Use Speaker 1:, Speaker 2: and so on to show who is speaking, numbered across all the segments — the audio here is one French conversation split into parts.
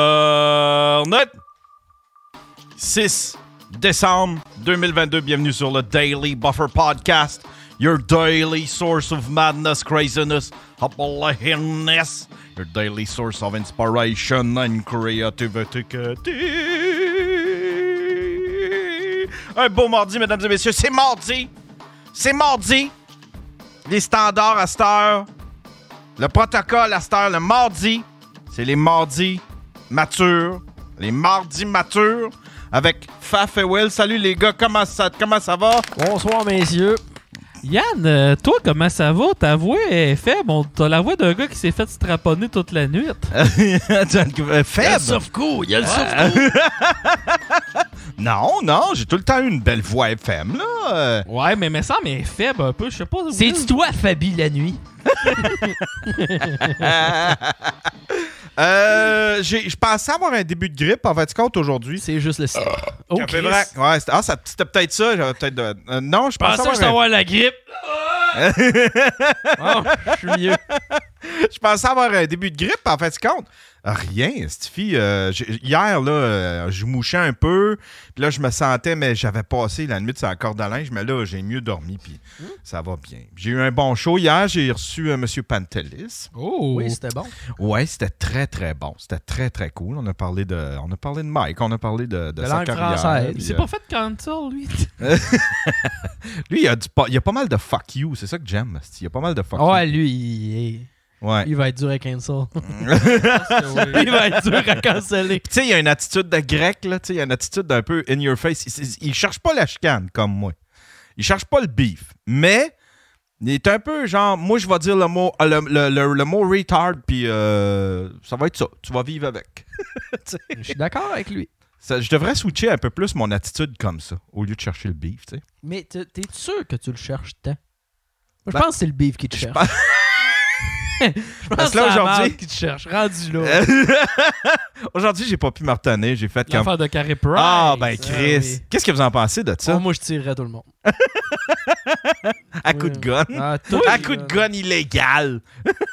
Speaker 1: Internet! 6 décembre 2022, bienvenue sur le Daily Buffer Podcast, your daily source of madness, craziness, appalachianness, your daily source of inspiration and creativity. Un beau mardi, mesdames et messieurs, c'est mardi! C'est mardi! Les standards à cette heure, le protocole à cette heure, le mardi, c'est les mardis matures. Les mardis matures avec Faf et Will. Salut les gars, comment ça, comment ça va?
Speaker 2: Bonsoir, messieurs.
Speaker 3: Yann, euh, toi, comment ça va? Ta voix est faible. On- T'as la voix d'un gars qui s'est fait straponner toute la nuit.
Speaker 2: Euh,
Speaker 1: Faible!
Speaker 2: coup, il y a le
Speaker 1: Non, non, j'ai tout le temps eu une belle voix FM, là. Euh,
Speaker 3: Ouais, mais me semble, elle est faible un peu. Je sais pas. Will.
Speaker 2: C'est-tu toi, Fabi, la nuit?
Speaker 1: euh, j'ai- je pensais avoir un début de grippe, en fait, compte, aujourd'hui.
Speaker 2: C'est juste le site.
Speaker 3: Oh,
Speaker 1: Quand
Speaker 3: Chris.
Speaker 1: c'est vrai- Ouais, c'était ah, ça- c'était peut-être ça. j'avais peut-être de- euh, non, je pensais,
Speaker 3: Pensais
Speaker 1: avoir
Speaker 3: que j'étais
Speaker 1: un-
Speaker 3: avoir la grippe.
Speaker 2: Oh, je suis vieux.
Speaker 1: je pensais avoir un début de grippe, en fait, compte. Rien, cette fille. euh, j'ai- hier, là, euh, je mouchais un peu. Puis là, je me sentais, mais j'avais passé la nuit sur la corde à linge. Mais là, j'ai mieux dormi, puis ça va bien. J'ai eu un bon show hier. J'ai reçu euh, Monsieur M. Pantelis.
Speaker 3: Oh.
Speaker 2: Oui, c'était bon.
Speaker 1: Ouais, c'était très, très bon. C'était très, très cool. On a parlé de, on a parlé de Mike, on a parlé de, de
Speaker 2: De
Speaker 1: sa
Speaker 2: langue
Speaker 1: carrière.
Speaker 2: française.
Speaker 1: puis,
Speaker 3: il s'est
Speaker 1: euh,
Speaker 3: pas fait cancel, lui.
Speaker 1: Lui, il a, du pas, il a pas mal de fuck you. C'est ça que j'aime. esti. Il y a pas mal de fuck
Speaker 2: Ouais, lui, il,
Speaker 1: you. Ouais.
Speaker 2: il va être dur à cancel. il va être dur à canceller.
Speaker 1: Tu sais, il y a une attitude de grec, là. Tu sais, il y a une attitude d'un peu in your face. Il, il- il cherche pas la chicane, comme moi. Il cherche pas le beef. Mais, il est un peu genre, moi, je vais dire le mot, le, le- le- le mot retard, puis euh, ça va être ça. Tu vas vivre avec.
Speaker 2: Je suis d'accord avec lui.
Speaker 1: Ça- je devrais switcher un peu plus mon attitude comme ça, au lieu de chercher le beef, tu sais.
Speaker 2: Mais t'es t'es sûr que tu le cherches tant? Moi, je
Speaker 1: Ben,
Speaker 2: pense que c'est le beef qui te cherche.
Speaker 1: pense-
Speaker 2: Je pense
Speaker 1: Parce que là,
Speaker 2: que c'est la
Speaker 1: aujourd'hui-
Speaker 2: marde qui te cherche. Rendu là.
Speaker 1: Aujourd'hui, j'ai pas pu me retenir. J'ai fait comme.
Speaker 3: L'affaire de Carrie Price.
Speaker 1: Ah, ben
Speaker 2: Ah,
Speaker 1: Chris.
Speaker 2: oui.
Speaker 1: Qu'est-ce que vous en pensez de
Speaker 2: Oh,
Speaker 1: ça?
Speaker 2: moi, je tirerais tout le monde.
Speaker 1: à coup
Speaker 2: oui.
Speaker 1: de gun.
Speaker 2: Ah, tout
Speaker 1: à
Speaker 2: le
Speaker 1: coup de
Speaker 2: monde.
Speaker 1: gun illégal.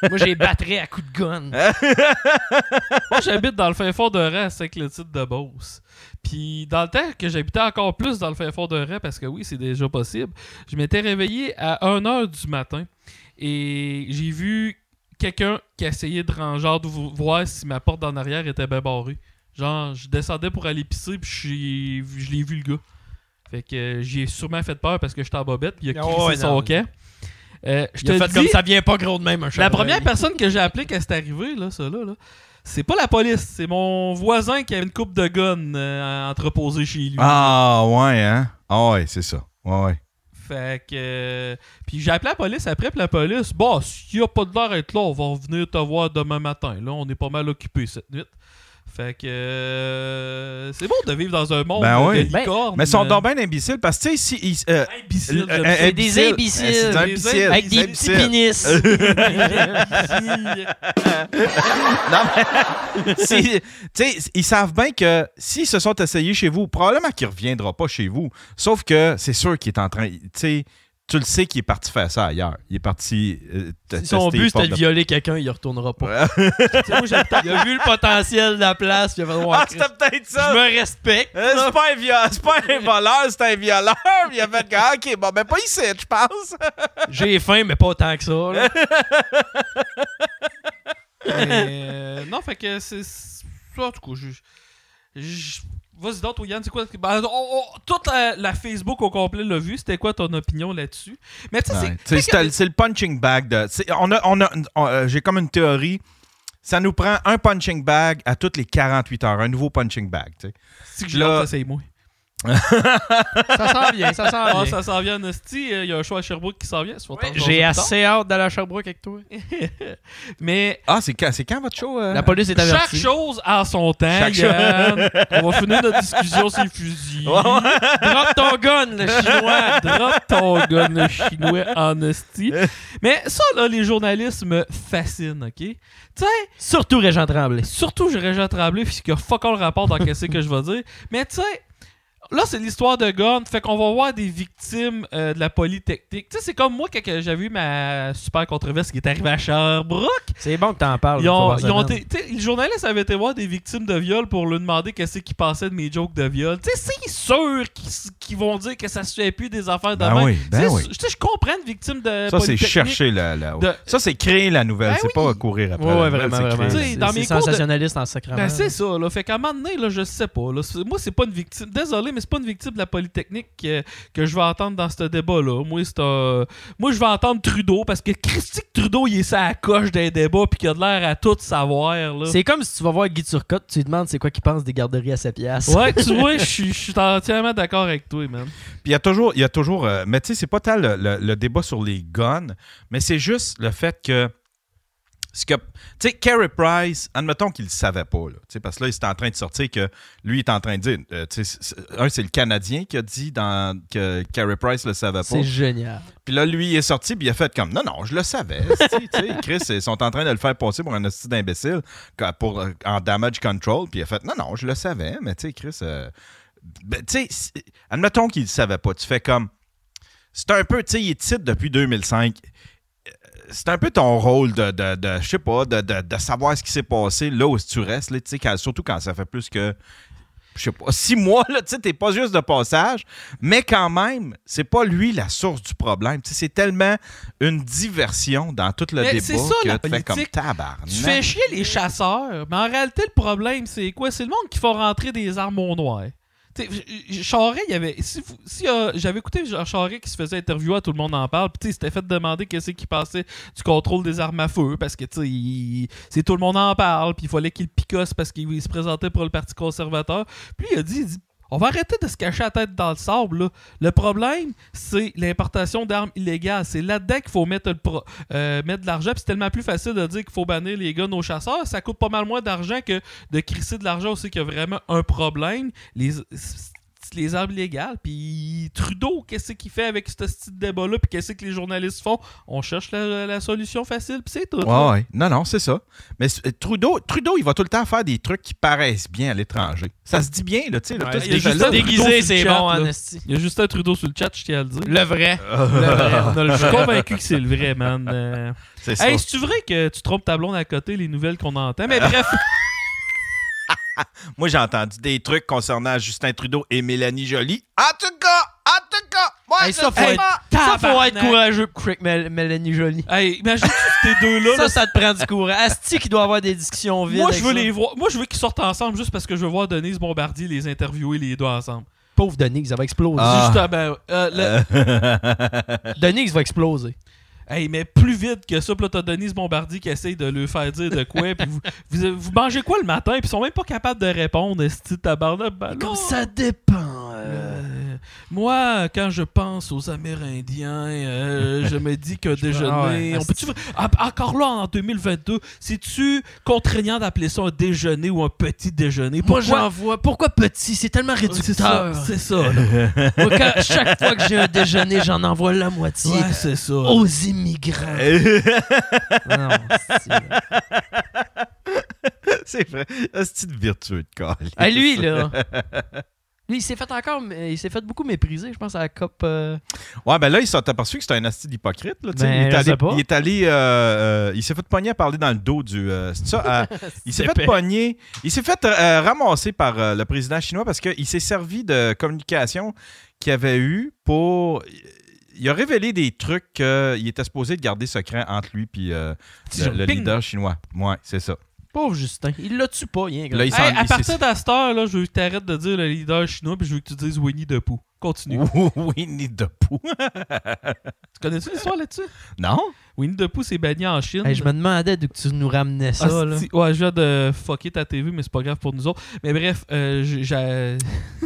Speaker 2: Moi, j'ai battré à coups de gun.
Speaker 3: Hein? Moi, j'habite dans le fin fond de Ray, c'est que le titre de Beauce. Puis, dans le temps que j'habitais encore plus dans le fin fond de Ray, parce que oui, c'est déjà possible, je m'étais réveillé à 1h du matin et j'ai vu quelqu'un qui essayait de ren- genre de vo- voir si ma porte d'en arrière était bien barrée. Genre, je descendais pour aller pisser, puis je suis- je l'ai vu le gars. Fait que euh, j'ai sûrement fait peur parce que j'étais en bobette, puis il a
Speaker 2: Ah ouais,
Speaker 3: crissé son
Speaker 2: non.
Speaker 3: camp. Euh, je
Speaker 2: Il a
Speaker 3: te
Speaker 2: fait
Speaker 3: dis-
Speaker 2: comme ça vient pas gros de même, un
Speaker 3: la
Speaker 2: chaperon.
Speaker 3: première personne que j'ai appelée quand c'est arrivé, là, ça là, là, c'est pas la police, c'est mon voisin qui avait une coupe de gun euh, entreposée chez lui.
Speaker 1: Ah, ouais, hein? Ah, ouais, c'est ça. Ouais, ouais.
Speaker 3: Fait que. euh, puis j'ai appelé la police après, puis la police, bon, s'il y a pas de l'air à être là, on va venir te voir demain matin. Là, on est pas mal occupé cette nuit. Fait que. euh, c'est bon de vivre dans un monde
Speaker 1: Ben
Speaker 3: euh,
Speaker 1: oui.
Speaker 3: de
Speaker 2: Ben,
Speaker 3: licorne.
Speaker 1: Mais ils sont donc bien imbéciles parce que, tu sais, si. ils- euh,
Speaker 3: Imbécile,
Speaker 1: euh,
Speaker 3: j'aime
Speaker 1: euh,
Speaker 3: ça.
Speaker 2: C'est des
Speaker 1: imbéciles.
Speaker 2: imbéciles.
Speaker 1: C'est des
Speaker 3: Des
Speaker 1: imbéciles.
Speaker 2: Avec des petits
Speaker 1: imbéciles.
Speaker 2: pénis.
Speaker 1: Non, mais. si- tu sais, ils savent bien que s'ils se sont essayés chez vous, probablement qu'il reviendra pas chez vous. Sauf que c'est sûr qu'il est en train. Tu sais, tu le sais qu'il est parti faire ça ailleurs. Il est parti. euh, te-
Speaker 2: Si son
Speaker 1: tester les
Speaker 2: but
Speaker 1: portes
Speaker 2: c'était
Speaker 1: de-
Speaker 2: de violer quelqu'un, il retournera pas. Tu sais, moi, j'ai- il a vu le potentiel de la place, puis il a fait
Speaker 1: Ah,
Speaker 2: voir.
Speaker 1: c'était peut-être
Speaker 2: Je
Speaker 1: ça!
Speaker 2: me respecte.
Speaker 1: Euh, C'est pas, un viol- c'est pas un voleur, c'est un violeur. Il a fait que, OK, bon, ben pas ici, je pense.
Speaker 2: J'ai faim, mais pas autant que ça. là.
Speaker 3: Euh, non, fait que c'est. c'est- En tout cas, je. je- Vas-y donc, toi, Yann, c'est quoi. ben, on- on- toute la, la Facebook au complet l'a vu. C'était quoi ton opinion là-dessus? Mais tu sais,
Speaker 1: Ouais.
Speaker 3: c'est.
Speaker 1: C'est c'est le- c'est le punching bag. de- c'est- on a, on a, on- euh, J'ai comme une théorie. Ça nous prend un punching bag à toutes les 48 heures, un nouveau punching bag. tu sais.
Speaker 3: C'est que je
Speaker 1: là-
Speaker 3: l'ai c'est moi.
Speaker 2: Ça s'en vient, ça s'en
Speaker 3: Ah,
Speaker 2: vient.
Speaker 3: ça s'en vient, Nasty. Il y a un choix à Sherbrooke qui s'en vient. c'est pour t'en jaser plus
Speaker 2: J'ai
Speaker 3: tard.
Speaker 2: assez hâte d'aller à Sherbrooke avec toi.
Speaker 3: Mais
Speaker 1: Ah, c'est quand, c'est quand votre show? euh?
Speaker 2: La police est
Speaker 3: chaque
Speaker 2: avertie.
Speaker 3: chose a son temps,
Speaker 1: Chaque
Speaker 3: Yann. on va finir notre discussion sur le fusil.
Speaker 2: Drop ton gun, le chinois.
Speaker 3: Ouais, drop ton gun chinois en esti. Mais ça, là, les journalistes me fascinent, OK? Tu sais,
Speaker 2: Surtout Régent Tremblay.
Speaker 3: surtout, je Régent Tremblay, puisqu'il y a fuck all rapport dans qu'est-ce que je vais dire. Mais tu sais, Là, c'est l'histoire de Gunn. Fait qu'on va voir des victimes euh, de la polytechnique. Tu sais, c'est comme moi quand que j'avais eu ma super controverse qui est arrivée à Sherbrooke.
Speaker 2: C'est bon que t'en parles.
Speaker 3: Ils
Speaker 2: une fois
Speaker 3: ont,
Speaker 2: par
Speaker 3: ils ont
Speaker 2: semaine.
Speaker 3: été- tu sais, le journaliste avait été voir des victimes de viol pour lui demander qu'est-ce qui passait de mes jokes de viol. Tu sais, c'est sûr qu'ils qu'ils vont dire que ça se fait plus des affaires de
Speaker 1: Ben
Speaker 3: même.
Speaker 1: oui, ben
Speaker 3: C'est-
Speaker 1: oui.
Speaker 3: Tu sais, je comprends une victime de
Speaker 1: Ça, c'est
Speaker 3: Polytechnique.
Speaker 1: chercher la, la-
Speaker 3: De-
Speaker 1: Ça, c'est créer la nouvelle.
Speaker 3: Ben
Speaker 1: c'est
Speaker 3: oui.
Speaker 1: pas courir après
Speaker 2: Ouais,
Speaker 1: la
Speaker 2: ouais,
Speaker 1: nouvelle,
Speaker 2: vraiment,
Speaker 1: c'est
Speaker 2: vraiment.
Speaker 1: créer-
Speaker 3: Tu sais, dans
Speaker 2: C'est
Speaker 3: mes
Speaker 2: c'est
Speaker 3: cours de-
Speaker 2: sensationnaliste en sacrement.
Speaker 3: Ben, c'est ça, là. Fait qu'à un moment donné, là, je sais pas. Là, C'est- moi, c'est pas une victime. Désolé, mais c'est pas une victime de la Polytechnique que, que je vais entendre dans ce débat-là. Moi, c'est un- Moi, je vais entendre Trudeau parce que Christique Trudeau, il est sa coche des débats puis qu'il a de l'air à tout savoir, là.
Speaker 2: C'est comme si tu vas voir Guy Turcotte, tu lui demandes c'est quoi qu'il pense des garderies à sa pièce.
Speaker 3: Ouais, tu vois, je suis- je suis entièrement d'accord avec toi, man.
Speaker 1: Puis il y a toujours, il y a toujours euh, mais tu sais, c'est pas tant le, le- le débat sur les guns, mais c'est juste le fait que. ce que tu sais, Carey Price, admettons qu'il le savait pas, là, tu sais, parce que là, il était en train de sortir que lui il est en train de dire. euh, tu sais, c'est- c'est- un, c'est le Canadien qui a dit dans, que Carey Price le savait pas.
Speaker 2: C'est génial.
Speaker 1: Puis là, lui, il est sorti, puis il a fait comme Non, non, je le savais. esti, tu sais, Chris, ils sont en train de le faire passer pour un hostie d'imbécile ca- pour, euh, en damage control. Puis il a fait Non, non, je le savais, mais tu sais, Chris, euh, ben, tu sais, c'est- admettons qu'il ne savait pas. Tu fais comme C'est un peu, tu sais, il est titre depuis 2005. Euh, C'est un peu ton rôle de, de, de- je sais pas, de, de- de savoir ce qui s'est passé là où tu restes, là, tu sais, quand- surtout quand ça fait plus que je sais pas, six mois, là, tu sais, t'es pas juste de passage, mais quand même, c'est pas lui la source du problème. Tu sais, c'est tellement une diversion dans tout le
Speaker 3: Mais
Speaker 1: débat
Speaker 3: c'est ça,
Speaker 1: que
Speaker 3: la
Speaker 1: tu fais comme
Speaker 3: politique.
Speaker 1: tabarnak.
Speaker 3: Tu fais chier les chasseurs, mais en réalité, le problème, c'est quoi? C'est le monde qui fait rentrer des armes au noir. T'sais, j- j- Charest, il y avait. Si, vous- si, euh, j'avais écouté Jean Charest qui se faisait interviewer, tout le monde en parle, puis t'sais, il s'était fait demander qu'est-ce qui passait du contrôle des armes à feu, parce que t'sais, il- c'est tout le monde en parle, puis il fallait qu'il picosse parce qu'il il se présentait pour le Parti conservateur. Puis il a dit, il dit, on va arrêter de se cacher la tête dans le sable. là. Le problème, c'est l'importation d'armes illégales. C'est là-dedans qu'il faut mettre, le pro- euh, mettre de l'argent. Puis c'est tellement plus facile de dire qu'il faut bannir les guns aux chasseurs. Ça coûte pas mal moins d'argent que de crisser de l'argent aussi qu'il y a vraiment un problème. Les, les armes illégales. Puis Trudeau, qu'est-ce qu'il fait avec ce style débat-là? Puis qu'est-ce que les journalistes font? On cherche la, la solution facile. Puis c'est tout.
Speaker 1: Ouais, ouais. Non, non, c'est ça. Mais euh, Trudeau, Trudeau, il va tout le temps faire des trucs qui paraissent bien à l'étranger. Ça se dit bien, là, tu sais. là, tout
Speaker 2: Ouais,
Speaker 1: ce
Speaker 2: il y a
Speaker 1: qu'il
Speaker 2: juste
Speaker 1: fait là.
Speaker 2: un déguisé, c'est bon, en esti.
Speaker 3: Il y a juste un Trudeau sur le chat, je tiens à le dire.
Speaker 2: Le vrai. Le vrai. On a le
Speaker 3: Je suis
Speaker 2: choix.
Speaker 3: convaincu que c'est le vrai, man. Euh,
Speaker 1: C'est ça.
Speaker 3: Hey, c'est-tu vrai que tu trompes ta blonde à côté, les nouvelles qu'on entend? Mais bref,
Speaker 1: Ah, Moi, j'ai entendu des trucs concernant Justin Trudeau et Mélanie Joly. Ah, En tout cas, en tout cas, moi,
Speaker 2: Hey,
Speaker 1: je
Speaker 2: ça, faut
Speaker 1: sais
Speaker 2: être-
Speaker 1: pas.
Speaker 2: Ça, faut
Speaker 3: Tabarnak.
Speaker 2: être courageux pour Crick Mel- Mélanie Jolie.
Speaker 3: hey, imagine ces deux-là.
Speaker 2: Ça,
Speaker 3: là,
Speaker 2: ça te prend du courage. Asti qui doit avoir des discussions vides.
Speaker 3: moi, je
Speaker 2: avec
Speaker 3: veux
Speaker 2: ça.
Speaker 3: les voir. Moi, je veux qu'ils sortent ensemble juste parce que je veux voir Denise Bombardier les interviewer les deux ensemble.
Speaker 2: Pauvre Denise, ça va exploser.
Speaker 1: Ah.
Speaker 3: Juste, ben, euh, le-
Speaker 2: Denise Euh. va exploser.
Speaker 3: Hey, mais plus vite que ça, puis là, t'as Denise Bombardier qui essaye de lui faire dire de quoi, puis vous, vous, vous mangez quoi le matin, puis ils sont même pas capables de répondre, esti tabarnak. Ben non.
Speaker 2: dépend.
Speaker 3: Euh, moi, quand je pense aux Amérindiens, euh, je me dis que déjeuner.
Speaker 2: Ah ouais,
Speaker 3: on peut-tu- Ah, encore là, en 2022, c'est-tu contraignant d'appeler ça un déjeuner ou un petit déjeuner?
Speaker 2: Moi,
Speaker 3: Pourquoi-
Speaker 2: j'en vois. Pourquoi petit C'est tellement
Speaker 3: C'est ça.
Speaker 2: réducteur.
Speaker 3: C'est ça. là.
Speaker 2: Moi, quand- chaque fois que j'ai un déjeuner, j'en envoie la moitié
Speaker 3: Ouais, c'est ça.
Speaker 2: aux immigrants. Non, c'est-
Speaker 1: c'est vrai. C'est une vertu Ah, de colis.
Speaker 2: Hey, Ah, lui, là. Lui, il s'est fait encore. mais Il s'est fait beaucoup mépriser, je pense, à la COP. euh,
Speaker 1: Ouais, ben là, ils se sont aperçus que c'était un asti d'hypocrite. là, tu sais.
Speaker 2: Ben,
Speaker 1: il, est
Speaker 2: je
Speaker 1: allé,
Speaker 2: sais pas.
Speaker 1: il est allé. euh, euh, il s'est fait pogner à parler dans le dos du. euh, c'est ça? à- il s'est fait
Speaker 2: Épais.
Speaker 1: pogner. Il s'est fait euh, ramasser par euh, le président chinois parce qu'il s'est servi de communication qu'il avait eu pour. Il a révélé des trucs qu'il était supposé de garder secret entre lui et
Speaker 3: Xi
Speaker 1: le, le
Speaker 3: Jinping.
Speaker 1: leader chinois. Ouais, c'est ça.
Speaker 2: Pauvre Justin. Il la tue pas, hein, rien.
Speaker 1: Là, il
Speaker 3: Hey,
Speaker 1: s'en-
Speaker 3: à
Speaker 1: il s'est-
Speaker 3: partir de cette heure, là, je veux que t'arrêtes de dire le leader chinois, puis je veux que tu dises Winnie the Pooh. Continue.
Speaker 1: Winnie the Pooh.
Speaker 3: Tu connais-tu l'histoire là-dessus?
Speaker 1: Non?
Speaker 3: Winnie the Pooh s'est banni en Chine.
Speaker 2: Hey, je me demandais d'où que tu nous ramenais ça.
Speaker 3: Ah,
Speaker 2: là.
Speaker 3: si- ouais, je viens de fucker ta TV, mais c'est pas grave pour nous autres. Mais bref, euh, j- j'ai.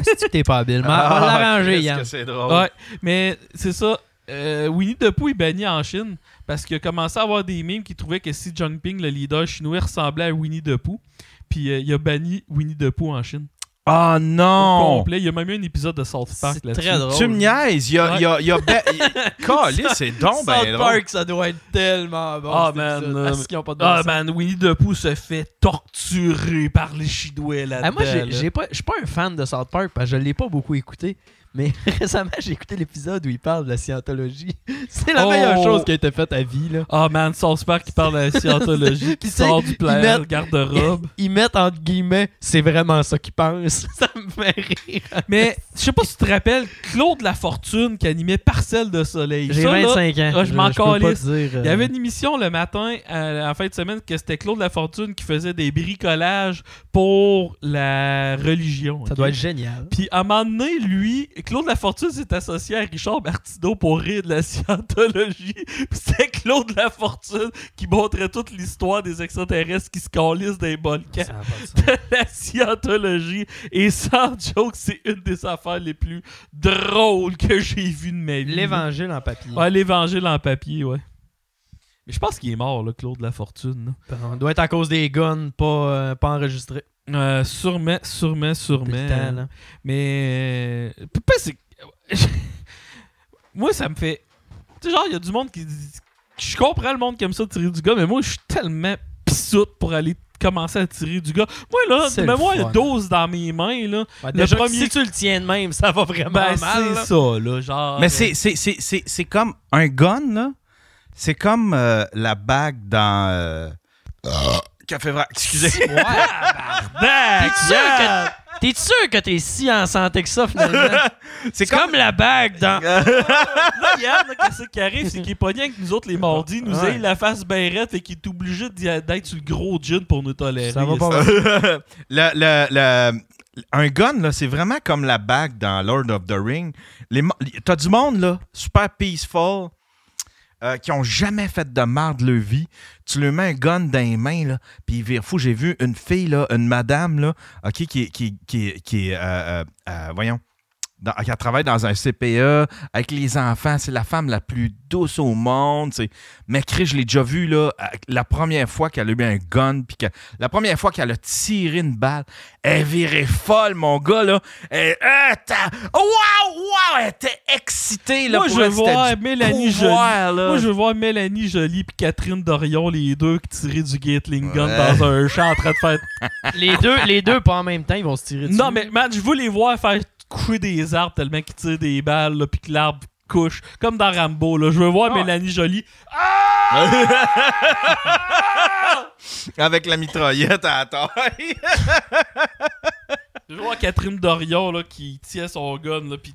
Speaker 2: Si t'es pas habile, mais on
Speaker 1: Ah,
Speaker 2: va l'arranger,
Speaker 1: Christ,
Speaker 2: Yann.
Speaker 1: que c'est drôle.
Speaker 3: Ouais, mais c'est ça. euh, Winnie the Pooh est banni en Chine parce qu'il a commencé à avoir des mimes qui trouvaient que Xi Jinping, le leader chinois, ressemblait à Winnie the Pooh. Puis euh, il a banni Winnie the Pooh en Chine.
Speaker 1: Ah
Speaker 3: Au
Speaker 1: non!
Speaker 3: complet. Il y a même eu un épisode de South Park
Speaker 2: C'est
Speaker 3: là-dessus.
Speaker 2: très drôle.
Speaker 1: Ah, Tu me niaises, il y a, il y a, il y a ben- il- Calé, c'est donc ben
Speaker 2: South
Speaker 1: drôle.
Speaker 2: Park, ça doit être tellement bon.
Speaker 3: Ah,
Speaker 2: cet
Speaker 3: man,
Speaker 2: épisode.
Speaker 3: euh,
Speaker 2: Parce qu'ils ont pas de bon
Speaker 3: Ah
Speaker 2: sens.
Speaker 3: man, Winnie the Pooh se fait torturer par les Chinois là-dedans.
Speaker 2: Ah, moi, j'ai-
Speaker 3: là.
Speaker 2: j'ai pas- je suis pas un fan de South Park parce que je l'ai pas beaucoup écouté. Mais récemment, j'ai écouté l'épisode où il parle de la scientologie. C'est la
Speaker 3: Oh!
Speaker 2: meilleure chose qui a été faite à vie. Là.
Speaker 3: Ah man, South Park qui parle de la scientologie,
Speaker 2: Tu
Speaker 3: qui
Speaker 2: sais,
Speaker 3: sort du pla-
Speaker 2: ils mettent-
Speaker 3: garde-robe.
Speaker 2: Ils mettent entre guillemets, c'est vraiment ça qu'ils pensent. ça me fait rire.
Speaker 3: Mais je sais pas si tu te rappelles, Claude Lafortune qui animait Parcelle de Soleil.
Speaker 2: J'ai
Speaker 3: Ça, là,
Speaker 2: 25 ans.
Speaker 3: ah, je m'en
Speaker 2: peux pas
Speaker 3: calisse.
Speaker 2: dire, euh,
Speaker 3: Il y avait une émission le matin, à- en fin de semaine, que c'était Claude Lafortune qui faisait des bricolages pour la religion.
Speaker 2: Ça
Speaker 3: ok?
Speaker 2: doit être génial.
Speaker 3: Puis à un moment donné, lui, Claude Lafortune s'est associé à Richard Martineau pour rire de la scientologie. Puis c'était Claude Lafortune qui montrait toute l'histoire des extraterrestres qui se calissent dans les volcans
Speaker 2: Ça a pas de sens.
Speaker 3: de la scientologie. Et sans joke, c'est une des affaires les plus drôles que j'ai vues de ma vie.
Speaker 2: L'évangile en
Speaker 4: Hmm.
Speaker 2: papier.
Speaker 3: Ouais, l'évangile en papier, ouais. Mais je pense qu'il est mort, là, Claude Lafortune.
Speaker 2: On doit être à cause des guns, pas, euh, pas enregistrés.
Speaker 3: là. Euh, sûrement, sûrement,
Speaker 2: Depuis
Speaker 3: sûrement.
Speaker 2: le temps, là.
Speaker 3: Mais. euh, Pourquoi c'est. moi, ça me fait. Tu sais, genre, il y a du monde qui dit. Je comprends le monde qui aime ça tirer du gars, mais moi, je suis tellement pissoute pour aller commencer à tirer du gars. Moi, là,
Speaker 2: C'est le
Speaker 3: mets-moi
Speaker 2: fun.
Speaker 3: une dose dans mes mains, là.
Speaker 2: Ouais,
Speaker 3: Le
Speaker 2: déjà,
Speaker 3: premier-
Speaker 2: Si tu le tiens de même, ça va vraiment
Speaker 3: Ben,
Speaker 2: mal. là.
Speaker 3: c'est ça, là. Genre. euh,
Speaker 1: Mais c'est, c'est, c'est, c'est, c'est comme un gun, là. C'est comme euh, la bague dans. euh, Café Vrac, excusez.
Speaker 2: Ouais. Ah, T'es
Speaker 3: Tabarnak,
Speaker 2: sûr que t'es sûr que t'es si en santé que ça finalement.
Speaker 1: C'est
Speaker 2: C'est comme...
Speaker 1: comme.
Speaker 2: la bague dans.
Speaker 3: Là, Yann, là, qu'est-ce qui arrive, c'est qu'il est pogné avec nous autres les mardis, nous
Speaker 2: Ouais.
Speaker 3: ayons la face bairette et qu'il est obligé d'y- d'être sur le gros gin pour nous tolérer.
Speaker 2: Ça va pas mal.
Speaker 1: le, le- le- un gun, là, c'est vraiment comme la bague dans Lord of the Ring. Les, mo- t'as du monde, là, super peaceful, euh, qui ont jamais fait de marre de leur vie. Tu lui mets un gun dans les mains, là, puis ils virent fou. J'ai vu une fille, là, une madame, là, OK, qui, qui, qui, qui est, euh, euh, euh, voyons, dans- qui travaille dans un CPA avec les enfants. C'est la femme la plus douce au monde. c'est- Mais Chris, je l'ai déjà vu, là, euh, la première fois qu'elle a eu un gun, puis que la première fois qu'elle a tiré une balle, elle virait folle, mon gars, là. Elle, euh, t'as- wow, wow, elle était excitée, là.
Speaker 3: Moi,
Speaker 1: pour
Speaker 3: je veux
Speaker 1: elle, c'était
Speaker 3: voir
Speaker 1: du
Speaker 3: Mélanie
Speaker 1: pouvoir, là.
Speaker 3: Moi, je veux voir Mélanie Jolie puis Catherine Dorion, les deux qui tiraient du Gatling Gun
Speaker 1: Ouais.
Speaker 3: dans un champ en train de faire.
Speaker 2: les deux, les deux pas en même temps, ils vont se tirer dessus.
Speaker 3: non, mais man, je veux les voir faire coucher des arbres tellement qu'ils tirent des balles, là, puis que l'arbre couche. Comme dans Rambo, là. Je veux voir
Speaker 2: Ah.
Speaker 1: Ouais.
Speaker 3: Mélanie Jolie.
Speaker 1: Avec la mitraillette à la taille.
Speaker 3: Je vois Catherine Dorion là, qui tient son gun, là, pis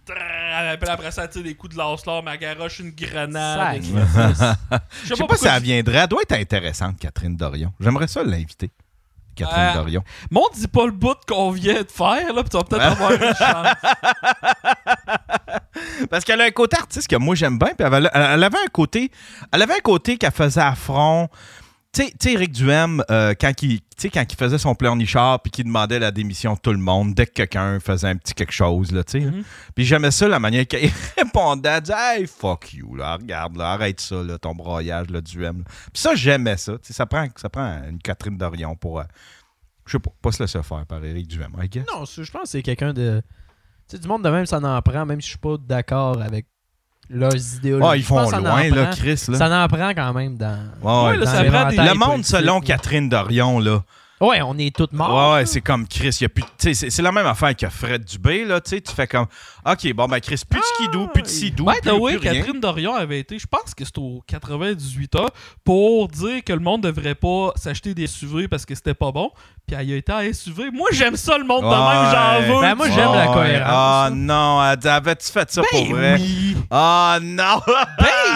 Speaker 3: après, après ça, tire des coups de lance-là, ma garoche une grenade.
Speaker 2: Sac.
Speaker 1: Je sais pas si elle viendrait. Elle doit être intéressante, Catherine Dorion. J'aimerais ça l'inviter. Catherine
Speaker 3: Euh,
Speaker 1: Dorion.
Speaker 3: Mon dit pas le bout qu'on vient de faire, là, pis tu vas peut-être avoir une chance.
Speaker 1: Parce qu'elle a un côté artiste que moi j'aime bien. Puis elle, avait- elle avait un côté. Elle avait un côté qu'elle faisait à front. Tu sais- tu sais, Eric Duhem, euh, quand, il, tu sais, quand il faisait son pleurnichard puis qu'il demandait la démission de tout le monde, dès que quelqu'un faisait un petit quelque chose, là, tu sais.
Speaker 3: Mhm.
Speaker 1: Puis j'aimais ça, la manière qu'il répondait. Elle disait « Hey, fuck you, là, regarde, là, arrête ça, là, ton broyage, là, Duhem. » Puis ça, j'aimais ça. Tu sais, ça prend, ça prend une Catherine Dorion pour... euh, je sais pas, pas se laisser faire par Eric Duhem, I guess.
Speaker 2: Non, c'est- je pense que c'est quelqu'un de. Tu sais, du monde de même, ça en prend, même si je suis pas d'accord avec leurs idéologies.
Speaker 1: Ah, ils
Speaker 2: Je pense
Speaker 1: font
Speaker 2: que ça en
Speaker 1: loin, là,
Speaker 2: prend-
Speaker 1: Chris, là.
Speaker 2: Ça en prend quand même dans.
Speaker 1: Ouais,
Speaker 3: Ouais, là,
Speaker 2: dans
Speaker 3: ça
Speaker 2: les
Speaker 3: prend des-
Speaker 2: mentales
Speaker 1: Le monde
Speaker 2: politiques,
Speaker 1: selon
Speaker 2: là.
Speaker 1: Catherine Dorion, là.
Speaker 2: Ouais, on est tous morts.
Speaker 1: Ouais, ouais, c'est comme Chris. y a plus de- tu sais, c'est c'est la même affaire que Fred Dubé, là. Tu sais, tu fais comme. Ok, bon, ben Chris, plus de skidou, plus de sidou.
Speaker 3: Ah, By the
Speaker 1: plus-
Speaker 3: way,
Speaker 1: plus rien.
Speaker 3: Catherine Dorion avait été, je pense que c'est au 98 heures, pour dire que le monde devrait pas s'acheter des SUV parce que c'était pas bon, puis elle a été à SUV. Moi, j'aime ça, le monde de même, j'en
Speaker 1: Ouais.
Speaker 3: veux.
Speaker 2: Ben, moi, j'aime la
Speaker 1: Ouais.
Speaker 2: cohérence.
Speaker 1: Ah non, elle- avais-tu fait ça pour vrai?
Speaker 3: Ben oui. Ben
Speaker 1: Ah non!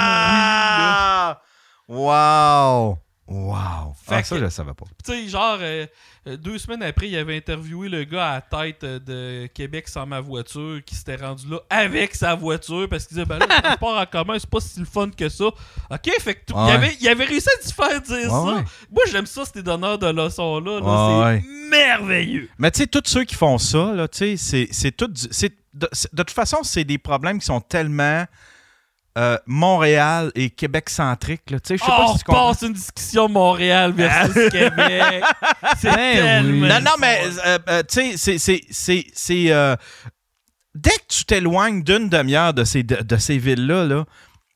Speaker 3: là.
Speaker 1: Wow! Wow!
Speaker 3: Fait
Speaker 1: Ah, ça,
Speaker 3: que-
Speaker 1: je le savais pas.
Speaker 3: Tu sais, genre, euh, euh, deux semaines après, il avait interviewé le gars à la tête euh, de Québec sans ma voiture qui s'était rendu là avec sa voiture parce qu'il disait, ben là, le transport en commun, c'est pas si le fun que ça. Ok, fait que tout.
Speaker 1: Ouais.
Speaker 3: Il, avait, il avait réussi à se faire dire ça.
Speaker 1: Ouais, ouais.
Speaker 3: Moi, j'aime ça, ces donneurs de leçons-là.
Speaker 1: Ouais,
Speaker 3: là.
Speaker 1: ouais.
Speaker 3: c'est merveilleux.
Speaker 1: Mais tu sais, tous ceux qui font ça, là, tu sais, c'est, c'est tout. du- c'est- de, c'est- de toute façon, c'est des problèmes qui sont tellement. euh, euh, Montréal et Québec centrique. là. Tu sais, je sais pas
Speaker 3: on
Speaker 1: si tu comprends.
Speaker 3: repasse une discussion Montréal versus Québec. Eh, C'est
Speaker 2: Ben
Speaker 3: tellement...
Speaker 2: oui.
Speaker 1: Non, non, mais euh, euh, tu sais, c'est- c'est- c'est. c'est, euh, Dès que tu t'éloignes d'une demi-heure de ces, de, de ces villes-là, là,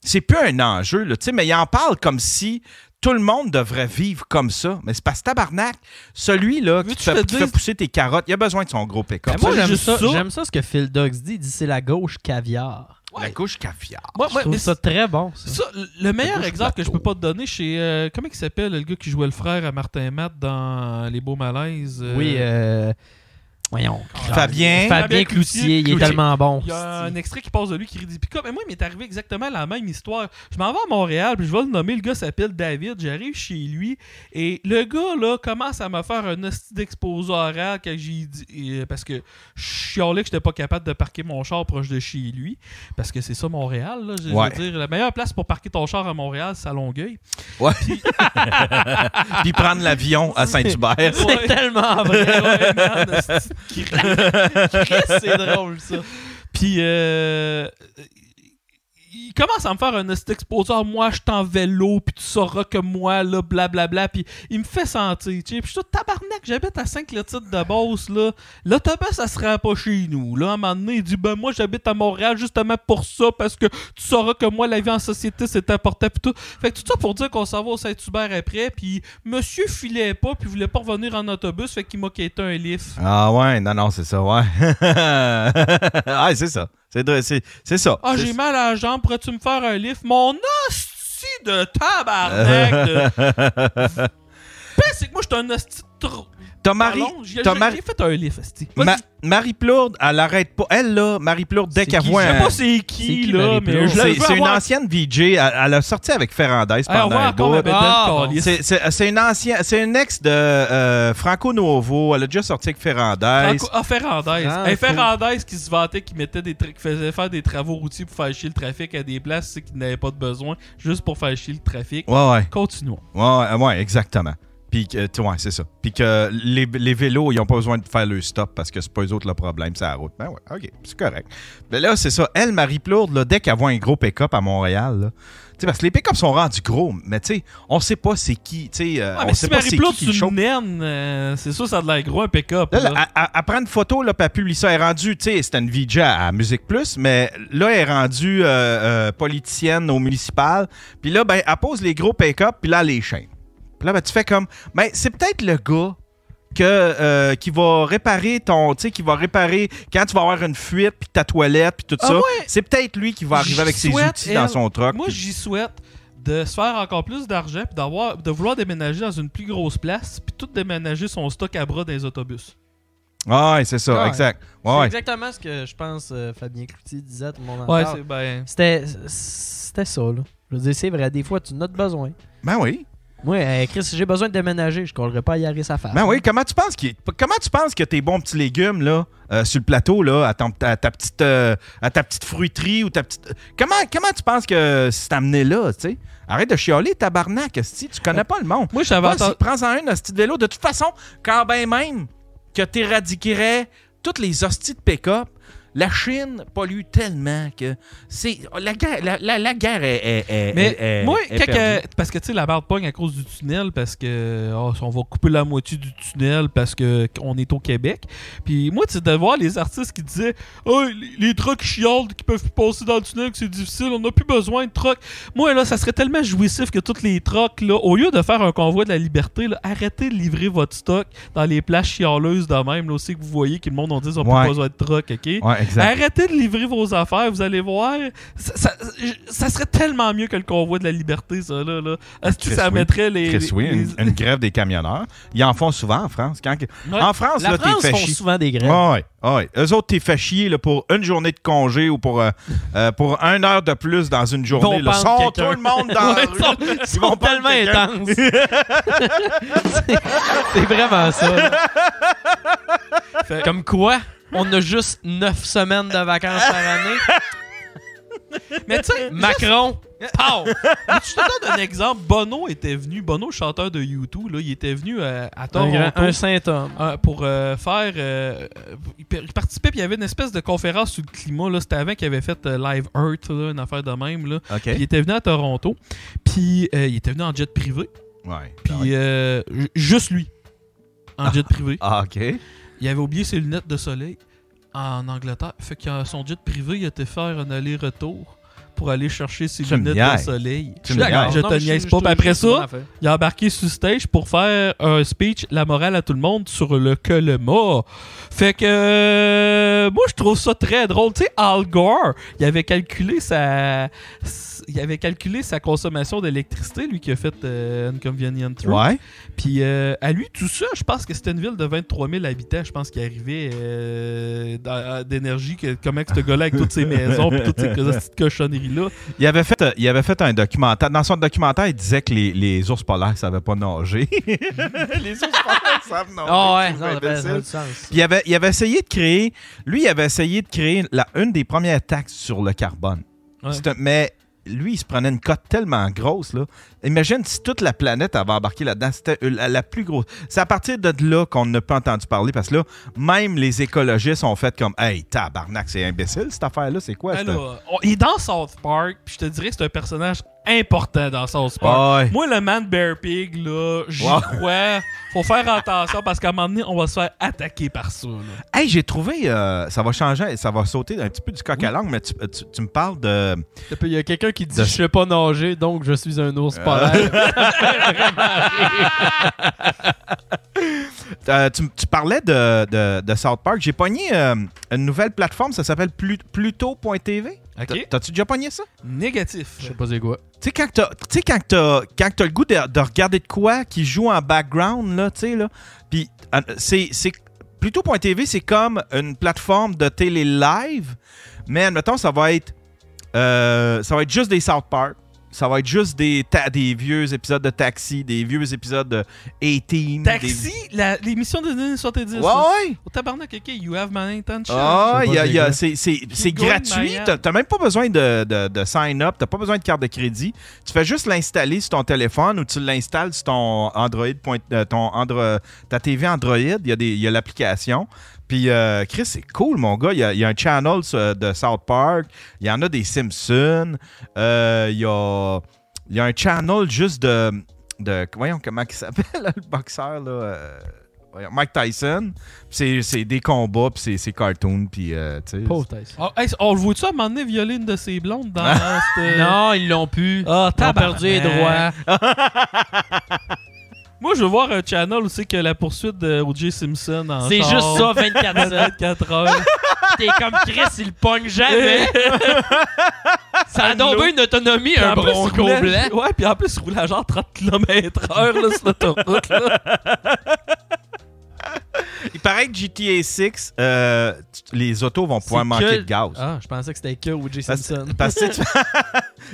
Speaker 1: c'est plus un enjeu, là, tu sais, mais il en parle comme si tout le monde devrait vivre comme ça. Mais c'est parce que tabarnak, celui-là qui,
Speaker 3: Veux-tu
Speaker 1: te fait,
Speaker 3: que je te
Speaker 1: qui fait
Speaker 3: dise-
Speaker 1: pousser tes carottes, il a besoin de son gros pick-up.
Speaker 2: Mais Ben moi,
Speaker 3: Ça,
Speaker 2: j'aime
Speaker 3: juste
Speaker 2: ça,
Speaker 3: ça.
Speaker 2: j'aime ça ce que Phil Dogs dit. Il dit c'est la gauche caviar.
Speaker 1: La couche caviar.
Speaker 3: Moi,
Speaker 2: Je
Speaker 3: moi,
Speaker 2: trouve
Speaker 3: mais
Speaker 2: ça très bon, ça.
Speaker 3: Ça, le meilleur
Speaker 2: gauche
Speaker 3: exemple que je
Speaker 2: plateau.
Speaker 3: peux pas te donner, c'est. euh, comment il s'appelle le gars qui jouait le frère à Martin Matt dans Les Beaux Malaises euh,
Speaker 2: Oui, euh... voyons.
Speaker 1: Fabien.
Speaker 2: Fabien Cloutier, il est
Speaker 3: Cloutier.
Speaker 2: tellement bon.
Speaker 3: Il y a un
Speaker 2: c'est-tu.
Speaker 3: extrait qui passe de lui qui rit des pick Mais moi, il m'est arrivé exactement la même histoire. Je m'en vais à Montréal, puis je vais le nommer. Le gars s'appelle David. J'arrive chez lui, et le gars, là, commence à me faire un hostie d'exposé oral quand j'ai dit. et- euh, Parce que je chialais que j'étais pas capable de parquer mon char proche de chez lui. Parce que c'est ça, Montréal. Là, je, je
Speaker 1: Ouais.
Speaker 3: veux dire, la meilleure place pour parquer ton char à Montréal, c'est à Longueuil.
Speaker 1: Puis prendre l'avion à Saint-Hubert.
Speaker 2: C'est
Speaker 3: Ouais.
Speaker 2: tellement vrai.
Speaker 3: Ouais, man, c'est- Christ, c'est drôle ça. Puis euh, il commence à me faire un petit exposé Ah, moi je suis en vélo puis tu sauras que moi là blablabla puis il me fait sentir tu sais puis je suis tout, tabarnak j'habite à 5 le titre de boss là l'autobus ça se rend pas chez nous là à un moment donné il dit ben moi j'habite à Montréal justement pour ça parce que tu sauras que moi la vie en société c'est important puis tout fait que tout ça pour dire qu'on s'en va au Saint-Hubert après puis monsieur filait pas puis voulait pas revenir en autobus fait qu'il m'a quitté un lift
Speaker 1: Ah ouais, non, non, c'est ça, ouais. ah, c'est ça. C'est dr- c'est- c'est ça.
Speaker 3: Ah,
Speaker 1: C'est
Speaker 3: j'ai mal à la jambe, pourrais-tu me faire un lift? Mon hostie de tabarnak! de- Ben, c'est que moi, j'étais un hostie de trop.
Speaker 1: T'as Marie,
Speaker 3: ballon. J'ai
Speaker 1: t'as
Speaker 3: j'ai-
Speaker 1: Marie-
Speaker 3: j'ai fait un lift, hostie.
Speaker 1: Ma- Marie Plourde, elle arrête pas. Elle, là, Marie Plourde, dès
Speaker 2: C'est
Speaker 1: qu'elle
Speaker 2: qui?
Speaker 1: voit
Speaker 3: Je sais
Speaker 1: un.
Speaker 3: pas c'est
Speaker 2: C'est
Speaker 3: qui,
Speaker 2: qui,
Speaker 3: là,
Speaker 2: Marie
Speaker 3: mais
Speaker 2: Plourde?
Speaker 3: je la
Speaker 1: C'est
Speaker 3: veux
Speaker 1: c'est une
Speaker 3: avoir-
Speaker 1: ancienne VJ. Elle, elle a sorti avec Ferrandez
Speaker 3: Hey, on
Speaker 1: pendant
Speaker 3: voit
Speaker 1: un
Speaker 3: encore
Speaker 1: bout.
Speaker 3: ma belle
Speaker 2: Ah,
Speaker 3: belle
Speaker 2: bon.
Speaker 3: calice.
Speaker 1: C'est- C'est c'est une ancienne, c'est une ex de euh, Franco Nuovo. Elle a déjà sorti avec Ferrandez.
Speaker 3: Franco- Ah, Ferrandez.
Speaker 2: Franco.
Speaker 3: Hey, Ferrandez qui se vantait, qui mettait des tra- qui faisait faire des travaux routiers pour faire chier le trafic à des places c'est qu'il n'avait pas de besoin, juste pour faire chier le trafic.
Speaker 1: Ouais, ouais,
Speaker 3: Continuons.
Speaker 1: ouais, euh, ouais, ouais, exactement. Puis que, tu- ouais, c'est ça. Puis que les, les vélos, ils ont pas besoin de faire le stop parce que c'est pas eux autres le problème, c'est la route. Ben ouais, ok, c'est correct. Mais là, c'est ça. Elle, Marie Plourde, là, dès qu'elle voit un gros pick-up à Montréal, là, tu sais, parce que les pick-ups sont rendus gros, mais tu sais, on sait pas c'est qui, tu sais, euh,
Speaker 3: Ah,
Speaker 1: on
Speaker 3: mais
Speaker 1: sait
Speaker 3: si
Speaker 1: pas c'est
Speaker 3: Marie
Speaker 1: qui
Speaker 3: Plourde,
Speaker 1: qui
Speaker 3: tu
Speaker 1: choque.
Speaker 3: me naines, euh, c'est sûr, ça a de l'air gros, un pick-up.
Speaker 1: Là, là,
Speaker 3: là.
Speaker 1: elle, elle- elle prend une photo, là, puis elle publie ça. Elle est rendue, tu sais, c'était une VJ à à Musique Plus, mais là, elle est rendue euh, euh, politicienne au municipal. Puis là, ben, elle pose les gros pick-up, puis là, elle les chaîne. Puis là, ben, tu fais comme, ben, c'est peut-être le gars que, euh, qui va réparer ton, tu sais, qui va réparer quand tu vas avoir une fuite, puis ta toilette, puis tout
Speaker 3: Ah,
Speaker 1: ça.
Speaker 3: moi,
Speaker 1: c'est peut-être lui qui va arriver
Speaker 3: j'y
Speaker 1: avec ses
Speaker 3: souhaite,
Speaker 1: outils dans
Speaker 3: elle.
Speaker 1: son truck.
Speaker 3: Moi,
Speaker 1: puis-
Speaker 3: j'y souhaite de se faire encore plus d'argent puis d'avoir de vouloir déménager dans une plus grosse place puis tout déménager son stock à bras dans les autobus.
Speaker 1: Ah, ouais, c'est ça,
Speaker 2: Ouais.
Speaker 1: exact. Ouais,
Speaker 2: C'est
Speaker 1: ouais.
Speaker 2: exactement ce que je pense euh, Fabien Cloutier disait à tout le monde en
Speaker 3: Ouais,
Speaker 2: parle.
Speaker 3: c'est ben
Speaker 2: C'était c'était ça, là. Je veux dire, c'est vrai, des fois, tu en as besoin.
Speaker 1: Ben oui.
Speaker 2: Moi, euh, Chris, si j'ai besoin de déménager, je collerai pas à Yaris sa face.
Speaker 1: Ben oui, comment tu penses qu'il- comment tu penses que tes bons petits légumes là euh, sur le plateau là à, ton- à ta petite euh, à ta petite fruiterie ou ta petite euh, comment comment tu penses que c'est amené là, tu sais Arrête de chialer tabarnak, si tu connais pas le monde.
Speaker 3: Moi, j'avais
Speaker 1: Vas-y,
Speaker 3: entendu.
Speaker 1: prends-en un hostie de vélo de toute façon, quand ben même que t'éradiquerais toutes les hosties de pick-up la Chine pollue tellement que c'est la guerre la, la- la guerre est, est- est-
Speaker 3: Mais
Speaker 1: est- est-
Speaker 3: moi,
Speaker 1: est
Speaker 3: quand
Speaker 1: perdue.
Speaker 3: que- parce que tu sais, la barre de pogne à cause du tunnel, parce que oh, on va couper la moitié du tunnel parce que on est au Québec. Puis moi, tu sais, de voir les artistes qui disaient oh, les- les trucks chiolent qui peuvent plus passer dans le tunnel, que c'est difficile, on n'a plus besoin de trucks. Moi, là, ça serait tellement jouissif que toutes les trucks, là, au lieu de faire un convoi de la liberté, là, arrêtez de livrer votre stock dans les plages chialeuses de même, là, aussi que vous voyez que le monde, on dit, ils n'ont
Speaker 1: Ouais.
Speaker 3: plus besoin de trucks, ok?
Speaker 1: Ouais, exact.
Speaker 3: Arrêtez de livrer vos affaires, vous allez voir. Ça, ça- ça serait tellement mieux que le convoi de la liberté, ça, là. là. Est-ce que
Speaker 1: Chris,
Speaker 3: Ah, ça
Speaker 1: oui.
Speaker 3: mettrait les.
Speaker 1: Chris, oui,
Speaker 3: les-
Speaker 1: une, une grève des camionneurs. Ils en font souvent en France. Quand-
Speaker 3: Ouais.
Speaker 1: En France,
Speaker 2: La
Speaker 1: là, t'es
Speaker 2: France
Speaker 1: fait
Speaker 2: font
Speaker 1: chier.
Speaker 2: souvent des grèves.
Speaker 1: Ah ouais, ah ouais. Eux autres, t'es fait chier là, pour une journée de congé ou pour, euh, euh, pour une heure de plus dans une journée.
Speaker 2: vont
Speaker 1: Là.
Speaker 2: pendre
Speaker 1: Sort tout
Speaker 2: quelqu'un.
Speaker 1: le monde dans la
Speaker 2: Ouais,
Speaker 1: rue.
Speaker 2: ils sont- ils sont
Speaker 1: vont prendre
Speaker 2: tellement
Speaker 1: quelqu'un.
Speaker 2: intenses. C'est- c'est vraiment ça. là.
Speaker 3: Fait-
Speaker 2: Comme quoi, on a juste 9 semaines de vacances par année.
Speaker 3: Mais tu sais,
Speaker 2: Macron,
Speaker 3: Pow! Mais je te donne un exemple. Bono était venu, Bono, chanteur de U2, là, il était venu à, à
Speaker 2: Un,
Speaker 3: Toronto.
Speaker 2: grand- un saint homme.
Speaker 3: Euh, pour euh, faire. euh, il par- il participait, puis il y avait une espèce de conférence sur le climat. là. C'était avant qu'il avait fait euh, Live Earth, là, une affaire de même. Là.
Speaker 1: OK.
Speaker 3: Puis il était venu à Toronto, puis euh, il était venu en jet privé,
Speaker 1: Ouais.
Speaker 3: puis euh, ju- juste lui, en jet privé.
Speaker 1: Ah, OK.
Speaker 3: Il avait oublié ses lunettes de soleil en Angleterre. Fait que euh, son jet privé, il a été faire un aller-retour pour aller chercher ses
Speaker 1: Tu me
Speaker 3: lunettes de
Speaker 1: niaises.
Speaker 3: soleil.
Speaker 1: Tu me niaises.
Speaker 3: Je te niaise pas. Puis après ça, il a embarqué sur stage pour faire un speech, la morale à tout le monde sur le que le mât. Fait que euh, moi je trouve ça très drôle. Tu sais, Al Gore, il avait calculé sa, s- il avait calculé sa consommation d'électricité, lui qui a fait euh, Inconvenient Truth.
Speaker 1: Ouais.
Speaker 3: Puis euh, à lui tout ça, je pense que c'était une ville de 23 000 habitants. Je pense qu'il arrivait euh, dans- d'énergie que comment que ce gars-là avec toutes ses maisons, puis toutes ces petites cochonneries là.
Speaker 1: Il avait fait, euh, il avait fait un documentaire. Dans son documentaire, il disait que les, les ours polaires ne savaient pas nager. les ours polaires savent nager.
Speaker 2: Ah ouais,
Speaker 1: c'est
Speaker 2: non, ça fait- ça
Speaker 1: imbécile.
Speaker 2: a du sens.
Speaker 1: Puis il avait, il avait essayé de créer. Lui, il avait essayé de créer la, une des premières taxes sur le carbone.
Speaker 3: Ouais.
Speaker 1: C'est un- mais lui, il se prenait une cote tellement grosse. Là. Imagine si toute la planète avait embarqué là-dedans. C'était euh, la, la plus grosse. C'est à partir de là qu'on n'a pas entendu parler parce que là, même les écologistes ont fait comme Hey, tabarnak, c'est imbécile cette affaire-là. C'est quoi cette-
Speaker 3: Alors, Ben on- il est dans South Park, puis je te dirais que c'est un personnage important dans South Park.
Speaker 1: Ah ouais.
Speaker 3: Moi, le man Bear Pig, là, j'y
Speaker 1: Wow.
Speaker 3: crois. Faut faire attention parce qu'à un moment donné, on va se faire attaquer par ça. là.
Speaker 1: Hey, j'ai trouvé. euh, ça va changer, ça va sauter un petit peu du coq à l'âne, mais tu, tu- tu me parles de.
Speaker 2: Il y a quelqu'un qui dit
Speaker 1: De-
Speaker 2: Je sais pas nager, donc je suis un ours polaire.
Speaker 1: Euh, tu, tu parlais de, de- de South Park. J'ai pogné euh, une nouvelle plateforme, ça s'appelle Plu- Pluto.tv. T'as-
Speaker 3: OK?
Speaker 1: T'as-tu déjà pogné ça?
Speaker 3: Négatif.
Speaker 2: Je sais pas c'est quoi.
Speaker 1: Tu sais, quand t'as tu sais, quand t'as- quand t'as le goût de, de regarder de quoi qui joue en background, là, tu sais, là, puis euh, c'est. c'est- Pluto.tv, c'est comme une plateforme de télé live, mais admettons, ça va être. euh, ça va être juste des South Park. Ça va être juste des, ta- des vieux épisodes de Taxi, des vieux épisodes de A-Team.
Speaker 3: Taxi, la- l'émission des années 70.
Speaker 1: des- Ouais,
Speaker 3: là.
Speaker 1: ouais.
Speaker 3: Au tabarnak, OK, you have my intention.
Speaker 2: Je
Speaker 1: Ah,
Speaker 2: sais pas
Speaker 1: il y a-
Speaker 2: c'est
Speaker 1: il y a-
Speaker 2: quoi.
Speaker 1: c'est c'est- c'est
Speaker 3: going,
Speaker 1: gratuit.
Speaker 3: Marianne?
Speaker 1: T'as t'as même pas besoin de, de- de sign up. T'as pas besoin de carte de crédit. Tu fais juste l'installer sur ton téléphone ou tu l'installes sur ton Android, point- euh, ton Andro- ta TV Android. Il y a des- il y a l'application. Puis, euh, Chris, c'est cool, mon gars. Il y a, il y a un channel sur- euh, de South Park. Il y en a des Simpsons. Euh, Il y, a, il y a un channel juste de. de voyons comment il s'appelle, le boxeur, là. euh, voyons, Mike Tyson. Puis C'est c'est des combats, puis c'est- c'est cartoon, puis euh, tu sais.
Speaker 2: Pauvre Tyson.
Speaker 3: Oh, hey, on le voit-tu à un moment donné violer une de ses blondes dans cette...
Speaker 2: Ah.
Speaker 3: euh,
Speaker 2: Non, ils l'ont pu.
Speaker 3: Ah,
Speaker 2: T'as
Speaker 3: tabarnak.
Speaker 2: perdu les droits.
Speaker 3: Moi, je veux voir un channel où c'est que la poursuite de O.J. Simpson en
Speaker 2: C'est
Speaker 3: char.
Speaker 2: juste ça, 24 heures.
Speaker 3: 24 heures.
Speaker 2: T'es comme Chris, il pogne jamais. Ça a tombé une autonomie, un hein.
Speaker 3: Puis en plus, il
Speaker 2: bronco
Speaker 3: roulait-
Speaker 2: blanc.
Speaker 3: Ouais, puis en plus, il roulait à genre 30 km/h là, sur l'autoroute. là.
Speaker 1: Il paraît que GTA 6, euh, tu- les autos vont pouvoir
Speaker 2: C'est
Speaker 1: manquer
Speaker 2: que-
Speaker 1: de gaz.
Speaker 2: Ah, je pensais que c'était que O.J.
Speaker 1: Parce-
Speaker 2: Simpson.
Speaker 1: Parce que tu, tu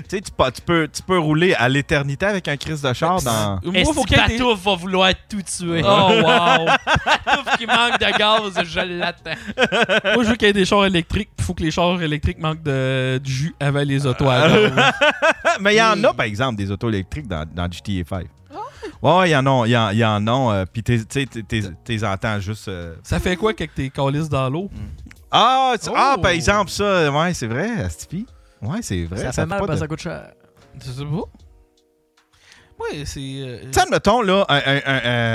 Speaker 1: sais, tu, peux- tu peux, tu peux rouler à l'éternité avec un Chris de char dans.
Speaker 3: Moi,
Speaker 2: Est-ce
Speaker 3: faut
Speaker 2: que
Speaker 3: qu'il y ait des-
Speaker 2: Patouf va vouloir tout tuer?
Speaker 3: Oh, wow.
Speaker 2: Patouf qui manque de gaz, je l'attends.
Speaker 3: Moi, je veux qu'il y ait des chars électriques. Il faut que les chars électriques manquent de, de jus avant les
Speaker 2: Euh.
Speaker 3: autos. à gaz.
Speaker 1: Ah, mais il y
Speaker 2: Hmm.
Speaker 1: en a, par exemple, des autos électriques dans, dans GTA 5.
Speaker 3: Oh.
Speaker 1: Ouais, ouais, il y en a, il y en, il y en a, euh, puis t'es- tu sais, t'es- t'es t'es entends juste. euh,
Speaker 3: Ça fait quoi que t'es calices dans l'eau?
Speaker 1: Ah, tu- ah,
Speaker 3: Oh!
Speaker 1: par exemple, ça, ouais, c'est vrai, Astipi. Ouais, c'est vrai.
Speaker 2: Ça
Speaker 1: ça
Speaker 2: fait
Speaker 1: fait
Speaker 2: mal
Speaker 1: pas
Speaker 2: parce que
Speaker 1: de-
Speaker 2: ça coûte cher.
Speaker 3: Je sais pas. Ouais, c'est. euh,
Speaker 1: Tu sais, admettons, là, un- un-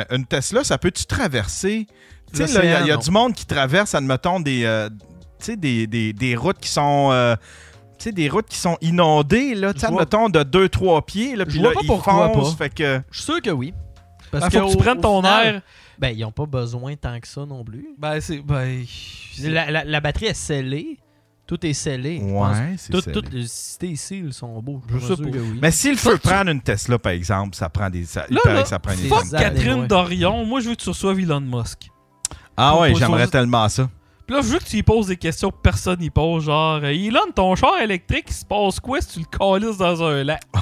Speaker 1: un- un- une Tesla, ça peut-tu traverser? Tu sais, là, il y a- il y, a
Speaker 2: L'océan,
Speaker 1: du monde qui traverse, admettons, des, euh, tu sais, des, des, des routes qui sont... euh, tu sais, des routes qui sont inondées, là, tu sais,
Speaker 3: Je vois-
Speaker 1: admettons, de 2-3 pieds, là, puis
Speaker 2: Je vois
Speaker 1: là,
Speaker 2: pas
Speaker 1: ils
Speaker 2: pourquoi
Speaker 1: foncent,
Speaker 2: pas.
Speaker 1: fait que...
Speaker 2: Je suis sûr que oui. Parce
Speaker 3: ben, faut que tu
Speaker 2: au-
Speaker 3: prennes
Speaker 2: au
Speaker 3: ton
Speaker 2: final,
Speaker 3: air.
Speaker 2: Ben, ils ont pas besoin tant que ça non plus.
Speaker 3: Ben, c'est. Ben.
Speaker 2: La, la- la batterie est scellée. Tout est scellé. Je pense
Speaker 1: Ouais, c'est
Speaker 2: Tout-
Speaker 1: ça.
Speaker 2: Toutes les cités ici, ils sont beaux.
Speaker 3: Je sais
Speaker 2: suis sûr
Speaker 3: pas.
Speaker 2: que Eh oui.
Speaker 1: Mais s'il faut
Speaker 3: Fuck you.
Speaker 1: prendre une Tesla, par exemple, ça prend des... Ça, il
Speaker 3: Là,
Speaker 1: paraît
Speaker 3: là,
Speaker 1: que ça prend des...
Speaker 2: fuck
Speaker 1: années.
Speaker 2: Zach
Speaker 3: Catherine
Speaker 2: Desnoyers.
Speaker 3: Dorion, moi, je veux que tu reçoives Elon Musk.
Speaker 1: Ah ouais,
Speaker 3: Faut- faut-
Speaker 1: j'aimerais
Speaker 3: faut-
Speaker 1: tellement ça.
Speaker 3: Puis là, vu que tu y poses des questions que personne n'y pose, genre, euh, Elon, ton char électrique, il se passe quoi si tu le calisses dans un lac?
Speaker 1: Oh,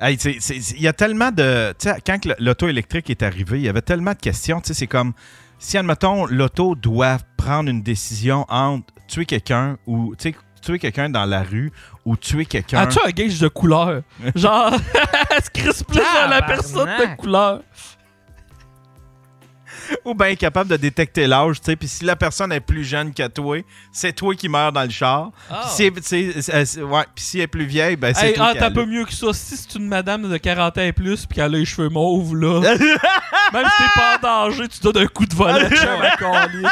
Speaker 1: Hey, tu sais, c'est- c'est- il y a tellement de. tu sais, Quand que le- l'auto électrique est arrivé, il y avait tellement de questions. Tu sais, C'est comme si, admettons, l'auto doit prendre une décision entre tuer quelqu'un ou tu sais, tuer quelqu'un dans la rue ou tuer quelqu'un.
Speaker 3: As-tu un gauge de couleur? Genre, elle se crisse plus à la
Speaker 2: Tabarnak.
Speaker 3: personne de couleur.
Speaker 1: ou bien capable de détecter l'âge, tu sais. Puis si la personne est plus jeune que toi, c'est toi qui meurs dans le char.
Speaker 2: Oh.
Speaker 1: Puis si, elle- c'est- c'est- c'est- ouais, puis si elle est plus vieille, ben c'est
Speaker 3: Hey,
Speaker 1: toi
Speaker 3: ah,
Speaker 1: qui
Speaker 3: t'as un
Speaker 1: la-
Speaker 3: peu mieux que ça. Si c'est une madame de 40 ans et plus puis qu'elle a les cheveux mauves, là, même si t'es pas en danger, tu donnes un coup de volet. genre, à calice.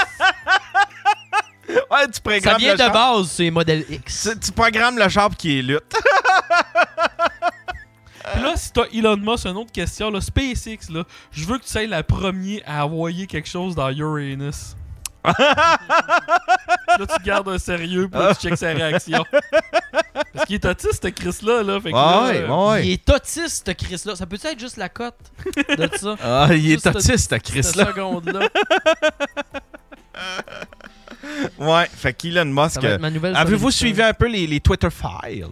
Speaker 1: Ouais, tu
Speaker 2: Ça
Speaker 1: programmes
Speaker 2: vient
Speaker 1: le
Speaker 2: de
Speaker 1: char.
Speaker 2: base, c'est modèle X.
Speaker 1: Tu- Tu programmes le char qui est lutte.
Speaker 3: Puis là, si t'as Elon Musk, une autre question, là, SpaceX, là, je veux que tu sois la première à envoyer quelque chose dans Uranus. là, tu gardes un sérieux pour tu checkes sa réaction. Parce qu'il est autiste, ce Chris-là, là. Fait que là, euh,
Speaker 2: Il est autiste, ce Chris-là. Ça peut-tu être juste la cote de ça?
Speaker 1: Ah, il est
Speaker 2: Juste
Speaker 1: autiste, Chris,
Speaker 2: Cette
Speaker 1: là.
Speaker 2: seconde-là.
Speaker 1: Ouais, fait qu'Elon
Speaker 2: Ça
Speaker 1: Musk...
Speaker 2: va
Speaker 1: euh,
Speaker 2: être ma nouvelle
Speaker 1: Avez-vous
Speaker 2: solution.
Speaker 1: suivi un peu les, les Twitter files?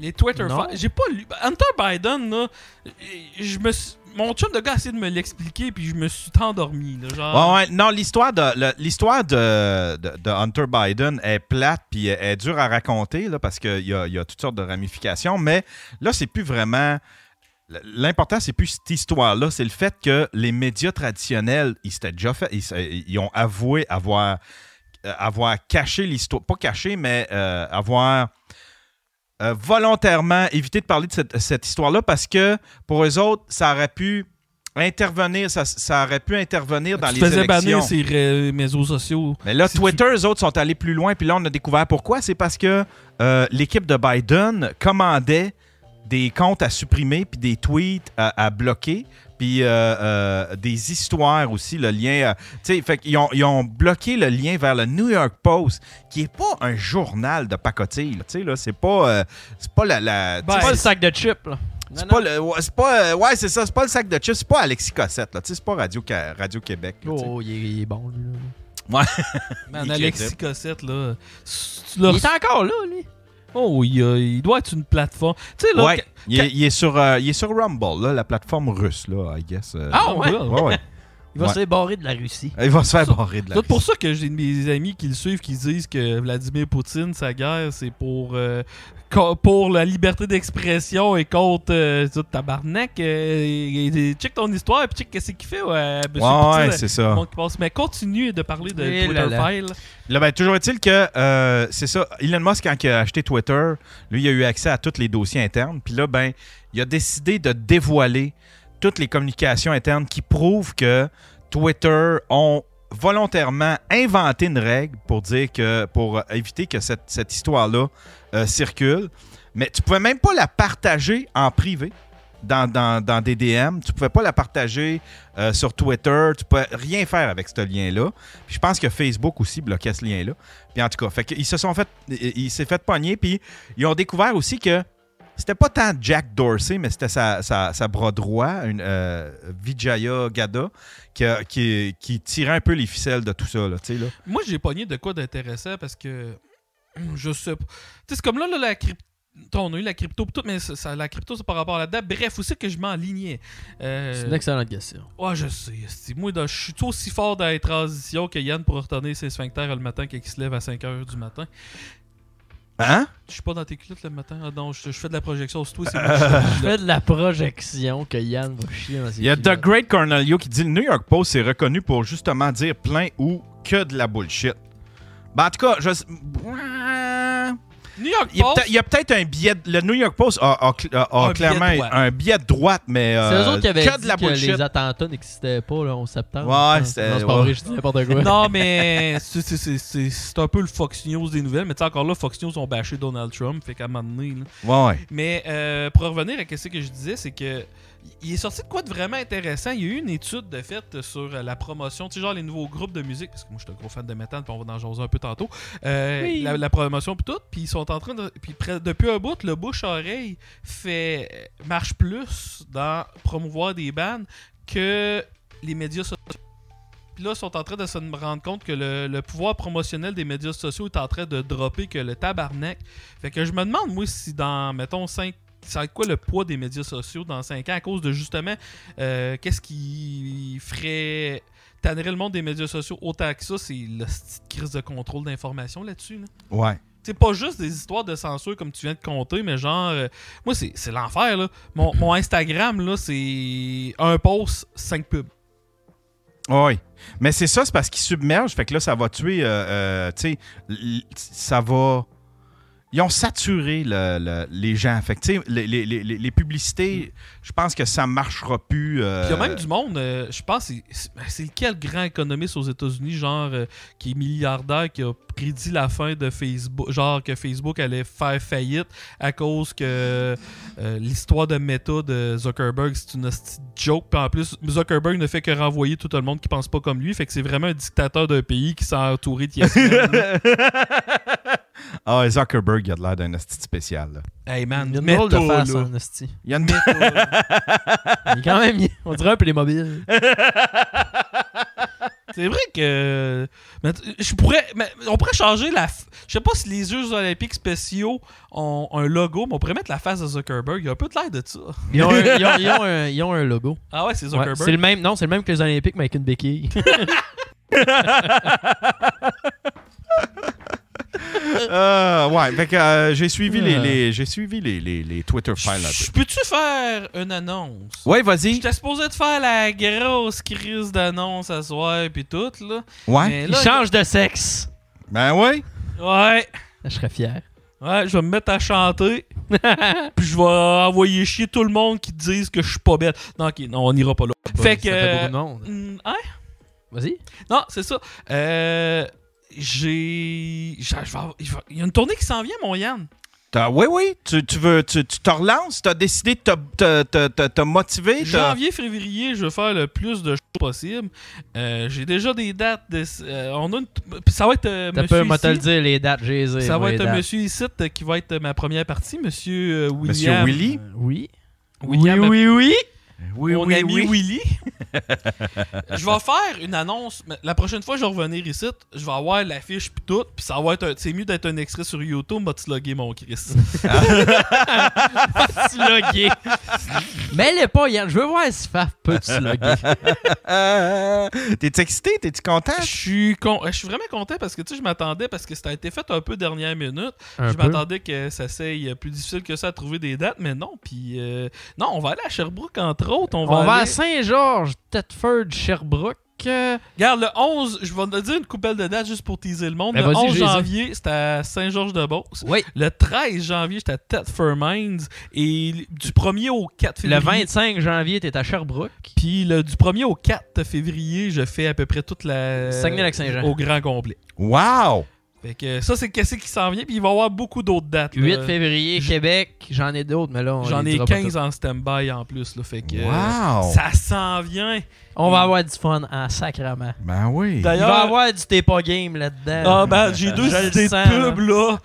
Speaker 3: Les Twitter
Speaker 2: Non.
Speaker 3: fa- J'ai pas lu. Hunter Biden, là, je me suis- Mon chum de gars a essayé de me l'expliquer, puis je me suis endormi. Là, genre...
Speaker 1: Ouais, ouais. Non, l'histoire de, le- l'histoire de, de- de Hunter Biden est plate puis est, est dure à raconter là, parce qu'il y a, il y a toutes sortes de ramifications, mais là, c'est plus vraiment. L'important, c'est plus cette histoire-là, c'est le fait que les médias traditionnels, ils s'étaient déjà fait, ils, s- ils ont avoué avoir, euh, avoir caché l'histoire, pas caché, mais euh, avoir euh, volontairement évité de parler de cette, cette histoire-là parce que pour eux autres, ça aurait pu intervenir, ça, ça aurait pu intervenir dans
Speaker 3: tu
Speaker 1: les
Speaker 3: faisais
Speaker 1: élections.
Speaker 3: bannir ces ré- réseaux sociaux.
Speaker 1: Mais là,
Speaker 3: Si tu-
Speaker 1: Twitter, eux autres sont allés plus loin, puis là, on a découvert pourquoi. C'est parce que euh, l'équipe de Biden commandait des comptes à supprimer, puis des tweets à, à bloquer, puis euh, euh, des histoires aussi, le lien. euh, tu sais, fait qu'ils ont, ils ont bloqué le lien vers le New York Post, qui est pas un journal de pacotille. Tu sais, là, c'est pas, euh, c'est pas la. la- tu
Speaker 3: Ben,
Speaker 1: sais,
Speaker 2: C'est pas le sac de chips, là.
Speaker 1: c'est
Speaker 2: Non,
Speaker 1: pas
Speaker 2: non.
Speaker 1: le- ouais, c'est pas, euh, ouais, c'est ça, c'est pas le sac de chips, c'est pas Alexis Cossette, là, tu sais, c'est pas Radio, Radio Québec.
Speaker 2: Oh, il est, il est bon, lui. là.
Speaker 3: Man,
Speaker 1: Il
Speaker 3: Alexis Cossette, là. si Tu leur-
Speaker 2: Il est encore là, lui.
Speaker 3: Oh, il, a- il doit être une plateforme. Tu sais, là.
Speaker 1: Ouais,
Speaker 3: que-
Speaker 1: il est, il est sur, euh, il est sur Rumble, là, la plateforme russe, là, I guess. euh.
Speaker 3: Ah ouais?
Speaker 1: Ouais, ouais.
Speaker 2: Il va
Speaker 1: Ouais.
Speaker 2: se débarrer de la Russie.
Speaker 1: Il va se faire
Speaker 3: Ça-
Speaker 1: barrer de la
Speaker 3: C'est pour
Speaker 1: Russie.
Speaker 3: ça que j'ai mes amis qui le suivent qui disent que Vladimir Poutine, sa guerre, c'est pour, euh, co- pour la liberté d'expression et contre euh, ça, tabarnak. euh, et- et- check ton histoire et check qu'est-ce qu'il fait, ouais, monsieur
Speaker 1: Ouais,
Speaker 3: Poutine,
Speaker 1: ouais, c'est ça.
Speaker 3: le monde qui passe. Mais continue de parler de
Speaker 2: Et
Speaker 3: Twitter
Speaker 2: là là.
Speaker 3: file.
Speaker 1: Là, ben, toujours est-il que, euh, c'est ça, Elon Musk, quand il a acheté Twitter, lui, il a eu accès à tous les dossiers internes. Puis là, ben, il a décidé de dévoiler toutes les communications internes qui prouvent que Twitter ont volontairement inventé une règle pour dire que pour éviter que cette, cette histoire-là euh, circule. Mais tu pouvais même pas la partager en privé dans, dans, dans des DM. Tu pouvais pas la partager euh, sur Twitter. Tu pouvais rien faire avec ce lien-là. Puis je pense que Facebook aussi bloquait ce lien-là. Puis en tout cas, fait qu'ils se sont fait. Il il s'est fait pogner. Puis ils ont découvert aussi que c'était pas tant Jack Dorsey, mais c'était sa, sa, sa bras droit, une, euh, Vijaya Gada, qui, a- qui, qui tirait un peu les ficelles de tout ça. Là, tu sais, là.
Speaker 3: Moi, j'ai pogné de quoi d'intéressant parce que hum, je sais pas. Tu sais, c'est comme là, là, la crypto. On a eu la crypto, pis tout, mais ça- ça- la crypto, c'est par rapport à la date. Bref, où c'est que je m'enlignais? Euh,
Speaker 2: C'est une excellente question.
Speaker 3: Ouais, je sais. esti. Moi, dans- je suis aussi fort dans les transitions que Yann pour retourner ses sphincters le matin quand il se lève à 5h du matin.
Speaker 1: Hein?
Speaker 3: Je suis pas dans tes culottes le matin. Ah non, je, je fais de la projection sur toi. C'est moi qui suis dans tes
Speaker 2: Je
Speaker 3: culottes.
Speaker 2: fais de la projection que Yann va chier dans ses
Speaker 1: Il y a The
Speaker 2: culottes.
Speaker 1: Great Cornelio qui dit le New York Post est reconnu pour justement dire plein ou que de la bullshit. Ben, en tout cas, je. Ouais.
Speaker 3: New York
Speaker 1: Il y a
Speaker 3: Post,
Speaker 1: peut-être- il y a peut-être un billet. Le New York Post a, a cl- a- a
Speaker 3: Un
Speaker 1: clairement
Speaker 3: billet de droite.
Speaker 1: un billet de droite, mais euh,
Speaker 2: C'est eux autres qui avaient
Speaker 1: que
Speaker 2: dit
Speaker 1: de la
Speaker 2: que
Speaker 1: bullshit.
Speaker 2: les attentats n'existaient pas le 11 septembre.
Speaker 1: Ouais,
Speaker 2: Hein. Non,
Speaker 1: c'était-
Speaker 2: c'est pas
Speaker 1: ouais.
Speaker 2: vrai, je dis n'importe quoi.
Speaker 3: Non, mais c'est- c'est- c'est c'est- c'est un peu le Fox News des nouvelles. Mais tu sais, encore là, Fox News ont bâché Donald Trump. Fait qu'à un moment donné, là,
Speaker 1: Ouais, ouais.
Speaker 3: Mais euh, pour revenir à ce que je disais, c'est que il est sorti de quoi de vraiment intéressant. Il y a eu une étude de fait sur euh, la promotion, tu sais, genre les nouveaux groupes de musique, parce que moi je suis un gros fan de métal, puis on va en jaser un peu tantôt. Euh,
Speaker 2: Oui.
Speaker 3: la, la promotion, puis tout. Puis ils sont en train de. Puis près- depuis un bout, le bouche-oreille fait marche plus dans promouvoir des bandes que les médias sociaux. Puis là, ils sont en train de se rendre compte que le, le pouvoir promotionnel des médias sociaux est en train de dropper que le tabarnak. Fait que je me demande, moi, si dans, mettons, 5. Ça va être quoi le poids des médias sociaux dans 5 ans à cause de justement euh, qu'est-ce qui ferait tannerait le monde des médias sociaux autant que ça, c'est la petite crise de contrôle d'information là-dessus. là.
Speaker 1: Ouais.
Speaker 3: C'est pas juste des histoires de censure comme tu viens de compter, mais genre, euh, moi, c'est c'est l'enfer, là. Mon, mon Instagram, là, c'est un post, cinq pubs.
Speaker 1: Ah Oui. Mais c'est ça, c'est parce qu'il submerge. Fait que là, ça va tuer. euh, euh, tu sais, l- ça va. Ils ont saturé le- le- les gens. Fait que, tu sais, les, les- les- les- les publicités, je pense que ça marchera plus. euh,
Speaker 3: Puis il y a même du monde, euh, je pense, c'est- c'est c'est lequel grand économiste aux États-Unis, genre, euh, qui est milliardaire, qui a prédit la fin de Facebook, genre que Facebook allait faire faillite à cause que euh, l'histoire de Meta de Zuckerberg, c'est une hostie de joke. Puis en plus, Zuckerberg ne fait que renvoyer tout le monde qui pense pas comme lui. Fait que c'est vraiment un dictateur d'un pays qui s'est entouré de yes men, là.
Speaker 1: Ah, et Zuckerberg, il a de l'air d'un esti spécial. là.
Speaker 3: Hey man,
Speaker 2: Il a une
Speaker 3: Meta,
Speaker 2: drôle de face,
Speaker 3: là.
Speaker 2: hein, hostie.
Speaker 1: Il y a une
Speaker 2: Il est quand même... On dirait un Playmobil.
Speaker 3: C'est vrai que. mais t- je pourrais. mais on pourrait changer la. f- Je sais pas si les Jeux Olympiques spéciaux ont un logo, mais on pourrait mettre la face de Zuckerberg. Il y a un peu de l'air de ça.
Speaker 2: Ils ont un, ils ont- ils ont un- ils ont un logo.
Speaker 3: Ah ouais, c'est
Speaker 2: Ouais,
Speaker 3: Zuckerberg.
Speaker 2: c'est le même, non, c'est le même que les Olympiques, mais avec une béquille.
Speaker 1: Euh, ouais, fait que euh, j'ai suivi, les,
Speaker 2: Euh.
Speaker 3: Ah.
Speaker 1: les- j'ai suivi les, les, les Twitter files un
Speaker 3: Je- Peux-tu faire une annonce?
Speaker 1: peu. Ouais, vas-y.
Speaker 3: J'étais supposé de faire la grosse crise d'annonce à soir puis tout, là.
Speaker 1: Ouais.
Speaker 3: Mais
Speaker 2: Il
Speaker 3: là,
Speaker 2: change de sexe.
Speaker 1: Ben ouais.
Speaker 3: Ouais.
Speaker 2: Je serais fier.
Speaker 3: Ouais, je vais me mettre à chanter. puis je vais envoyer chier tout le monde qui disent que je suis pas belle. Non, ok, non, on n'ira pas là. Fait que-
Speaker 2: Bah, Ça fait beaucoup de monde.
Speaker 3: Hum, hein?
Speaker 2: Vas-y.
Speaker 3: Non, c'est ça. Euh, j'ai. j'a- je vais avoir- Il va- il y a une tournée qui s'en vient, mon Yann.
Speaker 1: T'as- oui, oui. Tu, tu veux, tu, tu te relances. T'as décidé de te, te, te, te- te motiver. t'as-
Speaker 3: Janvier, février, je veux faire le plus de choses possible. Euh, j'ai déjà des dates. De... euh, on a une t- puis Ça va être. euh,
Speaker 2: T'as
Speaker 3: monsieur
Speaker 2: peu, moi te le
Speaker 3: ici.
Speaker 2: dire, les dates, j'ai les ai,
Speaker 3: Ça
Speaker 2: moi,
Speaker 3: va
Speaker 2: les
Speaker 3: être un
Speaker 2: dates.
Speaker 3: monsieur ici euh, qui va être ma première partie, monsieur euh,
Speaker 1: Monsieur
Speaker 3: William.
Speaker 1: Willy.
Speaker 2: Oui.
Speaker 3: William,
Speaker 2: oui, oui,
Speaker 1: Oui,
Speaker 3: mon ami Willy. je vais faire une annonce. mais La prochaine fois que je vais revenir ici, je vais avoir l'affiche puis tout. Puis ça va être un- C'est mieux d'être un extrait sur YouTube, m'a slogué mon Chris.
Speaker 2: oui. Sloguer. Mais elle est pas, Yann. Je veux voir si Faf peut te sloguer.
Speaker 1: Euh, T'es-tu excité? T'es-tu content?
Speaker 3: Je suis con- je suis vraiment content parce que tu sais, je m'attendais parce que ça a été fait un peu dernière minute.
Speaker 2: Un
Speaker 3: je
Speaker 2: peu.
Speaker 3: m'attendais que ça soit plus difficile que ça à trouver des dates, mais non. Puis euh, non, on va aller à Sherbrooke entre autres. On va,
Speaker 2: On va à
Speaker 3: aller-
Speaker 2: Saint-Georges, Thetford, Sherbrooke. euh,
Speaker 3: Regarde, le 11, je vais te dire une coupelle de dates juste pour teaser le monde.
Speaker 2: Ben,
Speaker 3: le
Speaker 2: vas-y,
Speaker 3: 11
Speaker 2: je les ai.
Speaker 3: janvier, c'était à Saint-Georges-de-Beauce.
Speaker 2: Oui.
Speaker 3: Le 13 janvier, j'étais à Thetford Mines. Et du 1er au 4
Speaker 2: Le
Speaker 3: février.
Speaker 2: 25 janvier, t'es à Sherbrooke.
Speaker 3: Puis le- du 1er au 4 février, je fais à peu près toute la.
Speaker 2: Saguenay-Lac-Saint-Jean.
Speaker 3: Au grand complet.
Speaker 1: Wow!
Speaker 3: Fait que ça, c'est qu'est-ce qui s'en vient. Puis il va y avoir beaucoup d'autres dates. là.
Speaker 2: 8 février,
Speaker 3: je-
Speaker 2: Québec. J'en ai d'autres, mais là, on
Speaker 3: J'en
Speaker 2: les
Speaker 3: ai
Speaker 2: dira pas
Speaker 3: 15 en stand-by en plus. Là, fait que euh,
Speaker 1: Wow!
Speaker 3: ça s'en vient.
Speaker 2: toutes. On va avoir du fun en sacrament.
Speaker 1: Ben oui.
Speaker 2: Il va
Speaker 3: D'ailleurs,
Speaker 2: avoir du t'es pas game là-dedans.
Speaker 3: ah, ben, j'ai deux
Speaker 2: Euh, Je le
Speaker 3: idées
Speaker 2: sens,
Speaker 3: de pub là.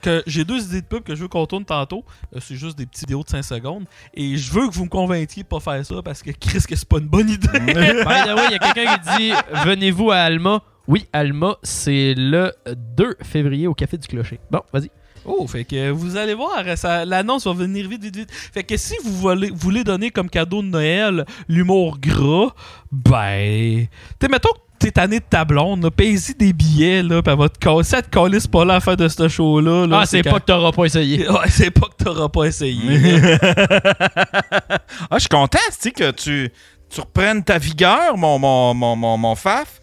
Speaker 3: que J'ai deux idées de pub que je veux qu'on tourne tantôt. Euh, c'est juste des petites vidéos de 5 secondes. Et je veux que vous me convainquiez de pas faire ça parce que Chris, que c'est pas une bonne idée.
Speaker 2: By the way, Ben, il y a quelqu'un qui dit Venez-vous à Alma. Oui, Alma, c'est le 2 février au Café du Clocher. Bon, vas-y.
Speaker 3: Oh, fait que vous allez voir, ça- l'annonce va venir vite, vite, vite. Fait que si vous voulez, voulez donner comme cadeau de Noël l'humour gras, ben. Tu mettons que t'es tanné de ta blonde, là, paye-y des billets, là, pis elle va te casser, elle te calisse pas là à faire de ce show-là. là,
Speaker 2: ah, c'est
Speaker 3: quand-
Speaker 2: pas que t'auras pas essayé.
Speaker 3: Ouais, c'est pas que t'auras pas essayé.
Speaker 1: Ah, je suis content, tu sais, que tu, tu reprennes ta vigueur, mon, mon, mon, mon, mon faf.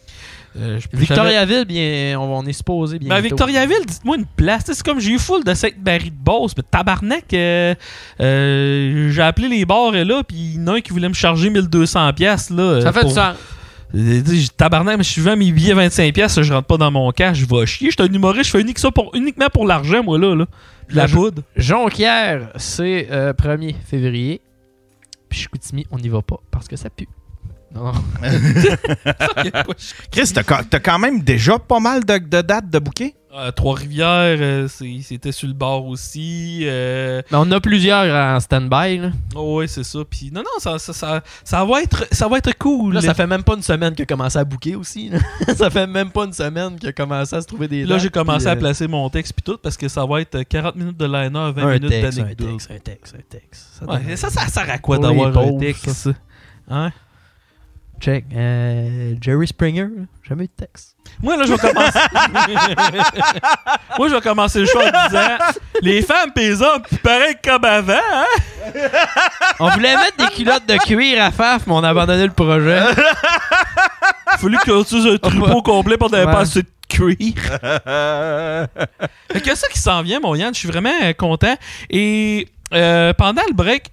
Speaker 3: Euh, je-
Speaker 2: Victoriaville, bien, on, on est supposé bien.
Speaker 3: Mais à Ben, Victoriaville, dites-moi une place. Tu sais, C'est comme j'ai eu full de Sainte-Marie de Beauce. Mais tabarnak, euh, euh, j'ai appelé les bars et là, puis il y en a un qui voulait me charger 1200$. piastres, Là, euh,
Speaker 2: Ça fait
Speaker 3: pour-
Speaker 2: du sens.
Speaker 3: J'ai dit, j'ai- Tabarnak, mais je suis venu à mes billets 25$, piastres, je rentre pas dans mon cash, je vais chier. Je suis un humoriste, je fais unique ça pour, uniquement pour l'argent, moi, là. là. Puis La
Speaker 2: Je-
Speaker 3: poudre.
Speaker 2: Jonquière, c'est euh, 1er février. Puis Chicoutimi, on n'y va pas parce que ça pue. Non, non.
Speaker 1: Chris, t'as ca- t'as quand même déjà pas mal de, de dates de bouquets?
Speaker 3: Euh, Trois-Rivières, euh, c'est- c'était sur le bord aussi. euh,
Speaker 2: Mais on en a plusieurs en stand-by. Là.
Speaker 3: oh ouais, c'est ça. Puis non, non, ça, ça, ça, ça va, être, ça va être cool.
Speaker 2: Là, ça fait même pas une semaine qu'il a commencé à bouquer aussi. là. ça fait même pas une semaine qu'il a commencé à se trouver des
Speaker 3: Là, j'ai
Speaker 2: dates,
Speaker 3: commencé
Speaker 2: puis,
Speaker 3: à
Speaker 2: euh,
Speaker 3: placer mon texte puis tout parce que ça va être 40 minutes de liner, 20
Speaker 2: un
Speaker 3: minutes
Speaker 2: texte, un
Speaker 3: d'anecdote.
Speaker 2: texte, un texte, un texte. Ça
Speaker 3: Ouais,
Speaker 2: donne-
Speaker 3: ça, ça sert à quoi
Speaker 2: Pour les
Speaker 3: d'avoir un
Speaker 2: pauvres,
Speaker 3: texte? Hein?
Speaker 2: Check. Euh, Jerry Springer, là, jamais eu de texte.
Speaker 3: Moi, là, je vais commencer. Moi, je vais commencer le show en disant Les femmes pis les hommes, pis pareil comme avant, hein?
Speaker 2: On voulait mettre des culottes de cuir à Faf, mais on a abandonné le projet.
Speaker 3: Fallu qu'on utilise un troupeau complet pour n'avoir
Speaker 2: Ouais.
Speaker 3: pas assez de cuir. Fait que ça qui s'en vient, mon Yann, je suis vraiment euh, content. Et euh, pendant le break,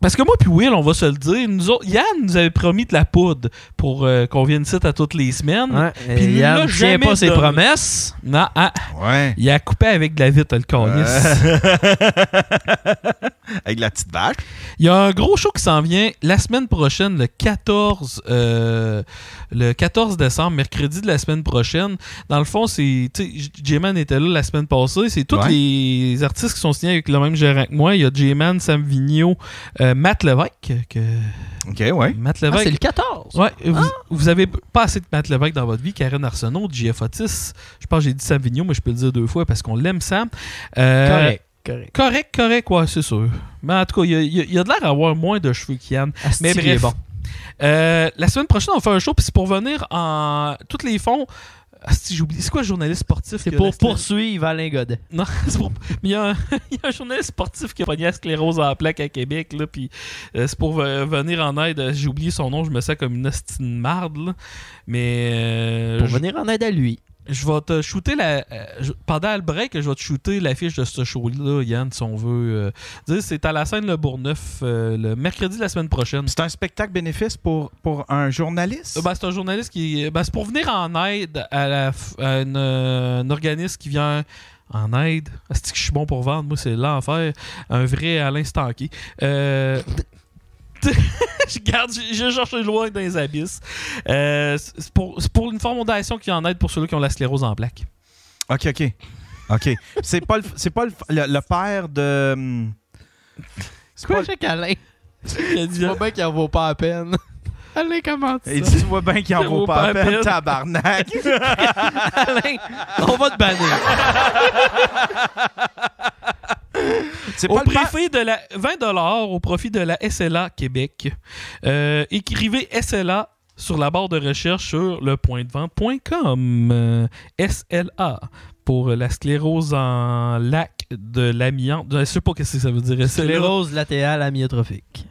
Speaker 3: parce que moi puis Will, on va se le dire, nous autres, Yann nous avait promis de la poudre pour euh, qu'on vienne ici à toutes les semaines.
Speaker 2: Ouais,
Speaker 3: Puis il
Speaker 2: euh, Yann
Speaker 3: l'a
Speaker 2: ne tient
Speaker 3: jamais
Speaker 2: pas ses
Speaker 3: donné.
Speaker 2: promesses.
Speaker 3: Non, ah,
Speaker 1: Ouais.
Speaker 3: il a coupé avec de la vitre, le calice.
Speaker 1: Avec la petite vache.
Speaker 3: Il y a un gros show qui s'en vient la semaine prochaine, le 14, euh, le 14 décembre, mercredi de la semaine prochaine. Dans le fond, c'est tu sais, J- J-Man était là la semaine passée. C'est tous
Speaker 1: Ouais.
Speaker 3: les artistes qui sont signés avec le même gérant que moi. Il y a J-Man, Sam Vigneault, euh, Matt Levesque. que-
Speaker 1: OK, ouais.
Speaker 3: Matt
Speaker 2: Ah, c'est
Speaker 3: Levesque.
Speaker 2: le 14.
Speaker 3: Ouais, vous, vous avez pas assez de Matt Levesque dans votre vie, Karen Arsenault, JF Otis. Je pense que j'ai dit Sam Vigneault, mais je peux le dire deux fois parce qu'on l'aime, Sam. Euh,
Speaker 2: Correct, correct.
Speaker 3: Correct, correct, ouais, c'est sûr. Mais en tout cas, il y a, il y a- il y a de l'air d'avoir moins de cheveux qu'Yann.
Speaker 2: Asti,
Speaker 3: Mais
Speaker 2: il
Speaker 3: bref.
Speaker 2: est bon.
Speaker 3: Euh, la semaine prochaine, on fait un show, puis c'est pour venir en. Toutes les fonds. Ah, Si j'oublie, c'est quoi le journaliste sportif
Speaker 2: C'est
Speaker 3: qui a
Speaker 2: pour
Speaker 3: la sclé-
Speaker 2: poursuivre Alain Godet.
Speaker 3: Non, c'est pour. Mais il y, a un- il y a un journaliste sportif qui a pogné la sclérose en plaques à Québec, là, puis euh, c'est pour euh, venir en aide. J'ai oublié son nom, je me sens comme une ostine marde, là. Mais. euh,
Speaker 2: Pour
Speaker 3: je-
Speaker 2: venir en aide à lui.
Speaker 3: je vais te shooter la. euh, je- pendant le break, je vais te shooter l'affiche de ce show-là, Yann, si on veut. euh, dire, c'est à la scène Le Bourgneuf, euh, le mercredi de la semaine prochaine.
Speaker 1: C'est un spectacle bénéfice pour, pour un journaliste?
Speaker 3: Euh, ben, c'est un journaliste qui. ben, c'est pour venir en aide à, la f- à une, euh, un organisme qui vient en aide. Est-ce que je suis bon pour vendre? Moi, c'est l'enfer. Un vrai Alain Stanky. Euh, je garde, je, je cherche loin dans les abysses. Euh, c'est pour, c'est pour une fondation qui vient en aide pour ceux-là qui ont la sclérose en plaques.
Speaker 1: OK, OK. OK. C'est pas le, c'est pas le, le- le père de... hum, C'est pas-
Speaker 2: chaque Alain?
Speaker 3: Il a dit- hein.
Speaker 2: C'est pas bien qu'il en vaut pas à peine. Alain, comment tu
Speaker 1: Il dit, tu vois bien qu'il en
Speaker 3: Ça
Speaker 1: vaut pas à peine, tabarnak.
Speaker 2: Alain, on va te bannir.
Speaker 1: C'est
Speaker 3: Au
Speaker 1: pas le père...
Speaker 3: profit de la 20 au profit de la SLA Québec. Euh, écrivez SLA sur la barre de recherche sur le point Euh, de vente.com. SLA pour la sclérose en lac de l'amiante. Je sais pas ce que ça veut dire
Speaker 2: Les
Speaker 3: SLA.
Speaker 2: roses latérales amyotrophiques.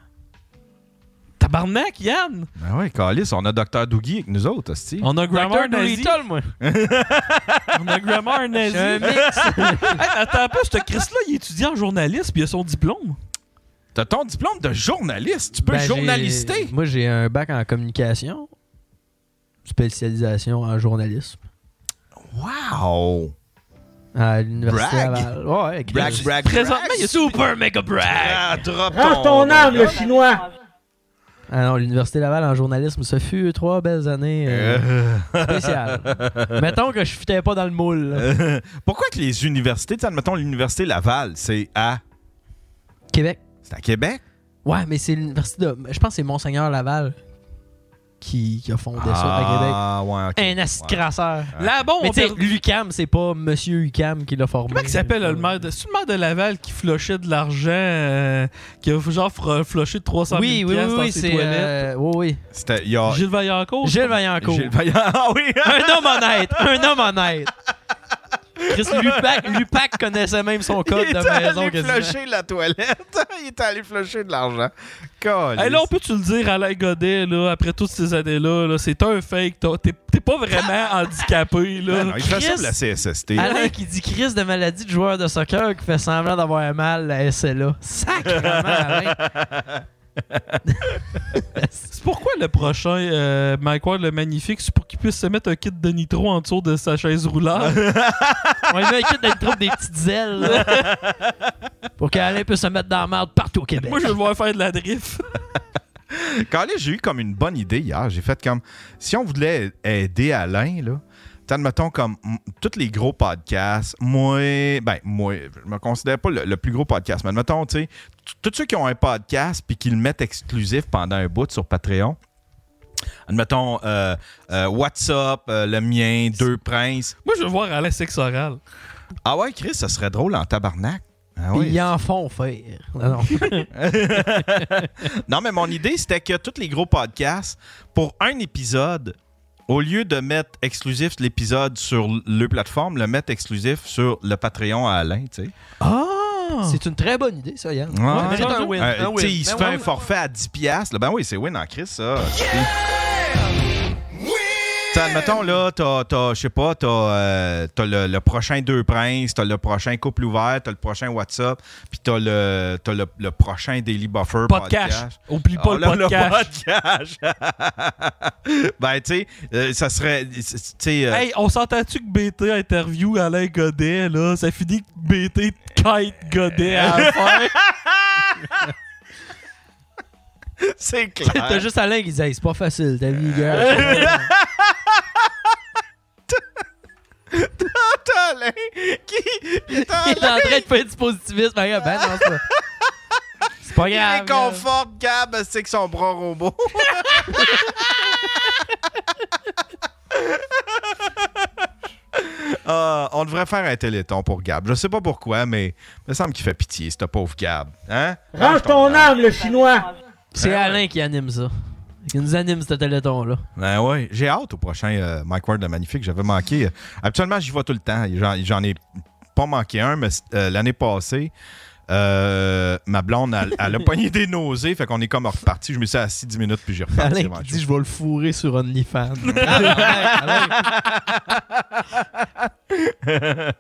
Speaker 3: Tabarnak, Yann!
Speaker 1: Ben ouais, Calis, on a Docteur Doogie avec nous autres, hostie.
Speaker 3: On a
Speaker 2: Docteur
Speaker 3: Grammar Nazi.
Speaker 2: Dolittle, moi.
Speaker 3: On a Grammar Nazi.
Speaker 2: J'ai un
Speaker 3: Hey,
Speaker 2: mix.
Speaker 3: attends un peu, ce Chris-là, il étudie en journaliste puis il a son diplôme.
Speaker 1: T'as ton diplôme de journaliste, tu peux
Speaker 2: Ben, j'ai-
Speaker 1: journalister.
Speaker 2: Moi, j'ai un bac en communication, spécialisation en journalisme
Speaker 1: Wow!
Speaker 2: à l'université
Speaker 1: Brag.
Speaker 2: Laval. Euh, Ouais, ouais, Chris.
Speaker 1: Brag, brag,
Speaker 3: Présentement,
Speaker 1: brag.
Speaker 3: il est super mega brag.
Speaker 1: Ah, drop
Speaker 5: Rends ton âme, le chinois!
Speaker 2: Ah non, l'université Laval en journalisme, ça fut trois belles années euh,
Speaker 1: Euh,
Speaker 2: spéciales. Mettons que je fitais pas dans le moule. là.
Speaker 1: Pourquoi que les universités, tu sais, admettons l'université Laval, c'est à,
Speaker 2: Québec.
Speaker 1: c'est à Québec?
Speaker 2: Ouais, mais c'est l'université de. Je pense que c'est Monseigneur Laval qui, qui a fondé ça à
Speaker 1: ah, ouais, ok.
Speaker 2: Québec. Un acide
Speaker 1: Ouais.
Speaker 2: crasseur.
Speaker 3: Là, bon,
Speaker 2: Mais
Speaker 3: on
Speaker 2: tu sais,
Speaker 3: perd-
Speaker 2: l'UCAM, c'est pas Monsieur UCAM qui l'a formé.
Speaker 3: Comment il s'appelle le maire de... C'est le maire de Laval qui flochait de l'argent, euh, qui a genre fro- floché 300 000
Speaker 2: Oui, oui, oui,
Speaker 3: piastres dans
Speaker 2: oui,
Speaker 3: ses
Speaker 2: c'est.
Speaker 3: toilettes.
Speaker 2: euh, oui,
Speaker 1: C'était, il y a-
Speaker 3: Gilles Vaillancourt.
Speaker 2: oui. Gilles Vaillancourt.
Speaker 1: Gilles Vaillant. Ah oui!
Speaker 2: Un homme honnête. Un homme honnête. Chris Lupac, Lupac connaissait même son code
Speaker 1: il est
Speaker 2: de maison.
Speaker 1: allé
Speaker 2: quasiment.
Speaker 1: flusher la toilette. il est allé flusher de l'argent. Calice.
Speaker 3: Hey, là, on peut-tu le dire, Alain Godet, là, après toutes ces années-là, là, c'est un fake. t'as- T'es t'es pas vraiment handicapé. Là.
Speaker 1: Ben non, il fait ça
Speaker 2: Chris.
Speaker 1: pour la CSST.
Speaker 2: Alain qui dit crise de maladie de joueur de soccer qui fait semblant d'avoir un mal la SLA. Sacrement, Alain. hein.
Speaker 3: C'est pourquoi le prochain euh, Mike Ward, le magnifique, c'est pour qu'il puisse se mettre un kit de nitro en dessous de sa chaise roulante.
Speaker 2: On lui met un kit d'être troupe des petites ailes. là. Pour qu'Alain puisse se mettre dans la merde partout au Québec.
Speaker 3: Moi, je veux le voir faire de la drift.
Speaker 1: Calais, j'ai eu comme une bonne idée hier. J'ai fait comme si on voulait aider Alain, là. t'sais, Admettons comme mm, tous les gros podcasts, moi, ben, moi, je me considère pas le, le plus gros podcast, mais admettons, tu sais, t- tous ceux qui ont un podcast puis qui le mettent exclusif pendant un bout sur Patreon, admettons, euh, euh, What's Up, euh, le mien, Deux Princes.
Speaker 3: Moi, je veux voir Alain sexe oral.
Speaker 1: Ah ouais, Chris, ça serait drôle en tabarnak. Ah
Speaker 2: Puis
Speaker 1: oui.
Speaker 2: ils en font faire. Non, non.
Speaker 1: non, mais mon idée, c'était que tous les gros podcasts, pour un épisode, au lieu de mettre exclusif l'épisode sur le plateforme, le mettre exclusif sur le Patreon à Alain, tu sais.
Speaker 3: Ah!
Speaker 2: C'est une très bonne idée, ça, Yann.
Speaker 1: Ouais.
Speaker 2: Ouais, c'est un
Speaker 3: Euh,
Speaker 2: win.
Speaker 1: Euh,
Speaker 2: un win.
Speaker 1: tu sais, il se
Speaker 2: Ben
Speaker 1: fait
Speaker 2: ouais,
Speaker 1: un forfait à 10 piastres. là. Ben oui, c'est win en crise, ça. Tu sais, Admettons, là, t'as, t'as, je sais pas, t'as, euh, t'as le, le prochain Deux Princes, t'as le prochain Couple Ouvert, t'as le prochain WhatsApp, puis t'as le, t'as le, le prochain Daily Buffer
Speaker 3: Pas de cash. Oublie pas
Speaker 1: Ah,
Speaker 3: le
Speaker 1: là, le
Speaker 3: podcast.
Speaker 1: podcast. ben, tu sais, euh, ça serait. Tu sais. euh,
Speaker 3: Hey, on s'entend-tu que BT interview Alain Godet, là? Ça finit que BT kite Godet à
Speaker 4: Euh,
Speaker 3: la fin.
Speaker 1: c'est
Speaker 2: T'as
Speaker 1: clair.
Speaker 2: juste Alain qui disait, Hey, c'est pas facile, ta vie, gars.
Speaker 1: T'as Alain qui qui est en
Speaker 2: Il est en train de faire du positivisme. Ben, ben, non, c'est pas. C'est pas
Speaker 1: Il
Speaker 2: grave. gars.
Speaker 1: réconforte Gab, c'est que son bras robot. Euh, on devrait faire un téléthon pour Gab. Je sais pas pourquoi, mais il me semble qu'il fait pitié, ce pauvre Gab. Hein? Range ton âme!
Speaker 2: C'est
Speaker 1: Ah, ouais.
Speaker 2: Alain qui anime ça. Qui nous anime ce téléthon-là.
Speaker 1: Ben ouais, j'ai hâte au prochain euh, Mike Ward le Magnifique. J'avais manqué. euh, Habituellement, j'y vais tout le temps. J'en, j'en ai pas manqué un, mais euh, l'année passée, euh, ma blonde, elle, elle a pogné des nausées. Fait qu'on est comme reparti. Je me suis assis 10 minutes, puis j'ai reparti.
Speaker 2: Alain
Speaker 1: avant
Speaker 2: qui
Speaker 1: le
Speaker 2: dit je vais le fourrer sur OnlyFans. Ah, ben, Alain,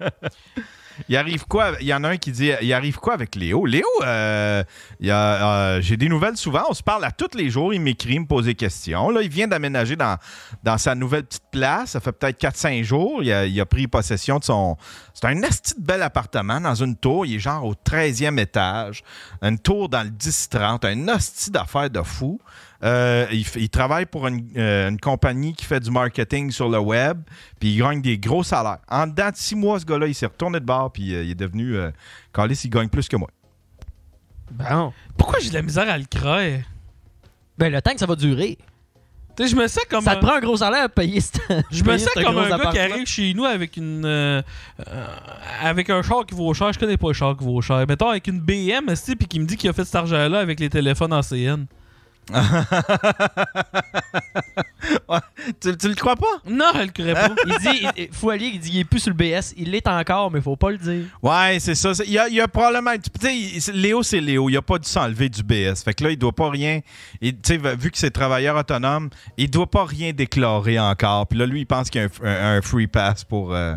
Speaker 1: Il arrive quoi Il y en a un qui dit il arrive quoi avec Léo Léo, euh, il y a, euh, j'ai des nouvelles souvent. On se parle à tous les jours. Il m'écrit, il me pose des questions. Là, il vient d'aménager dans, dans sa nouvelle petite place. Ça fait peut-être 4-5 jours. Il a, il a pris possession de son. C'est un esti de bel appartement dans une tour. Il est genre au 13e étage. Une tour dans le 10-30. Un esti d'affaires de fou. Euh, il, f- il travaille pour une, euh, une compagnie qui fait du marketing sur le web, puis il gagne des gros salaires. En dedans de six mois, ce gars-là, il s'est retourné de bord, puis euh, il est devenu. Euh, Carlis, il gagne plus que moi.
Speaker 2: Bon.
Speaker 3: Pourquoi j'ai de la misère à le croire?
Speaker 2: Ben, le temps que ça va durer.
Speaker 3: Tu sais, je me sens comme
Speaker 2: Ça
Speaker 3: un-
Speaker 2: te prend un gros salaire à payer ce
Speaker 3: Je me sens comme un gars qui arrive chez nous avec une euh, euh, avec un char qui vaut cher. Je connais pas le char qui vaut cher. Mettons avec une BM aussi, puis qui me dit qu'il a fait cet argent-là avec les téléphones en CN.
Speaker 1: Tu, tu le crois pas?
Speaker 3: Non, elle le croirait pas.
Speaker 2: Il dit, il- Foilier, il dit, il est plus sur le BS. Il l'est encore, mais faut pas le dire.
Speaker 1: Ouais, c'est ça. C'est- Il y a, il y a probablement. Tu sais, il- c'est- Léo, c'est Léo. Il a pas dû s'enlever du BS. Fait que là, il doit pas rien. il- Tu sais, vu que c'est travailleur autonome, il doit pas rien déclarer encore. Puis là, lui, il pense qu'il y a un, un- un free pass pour. euh,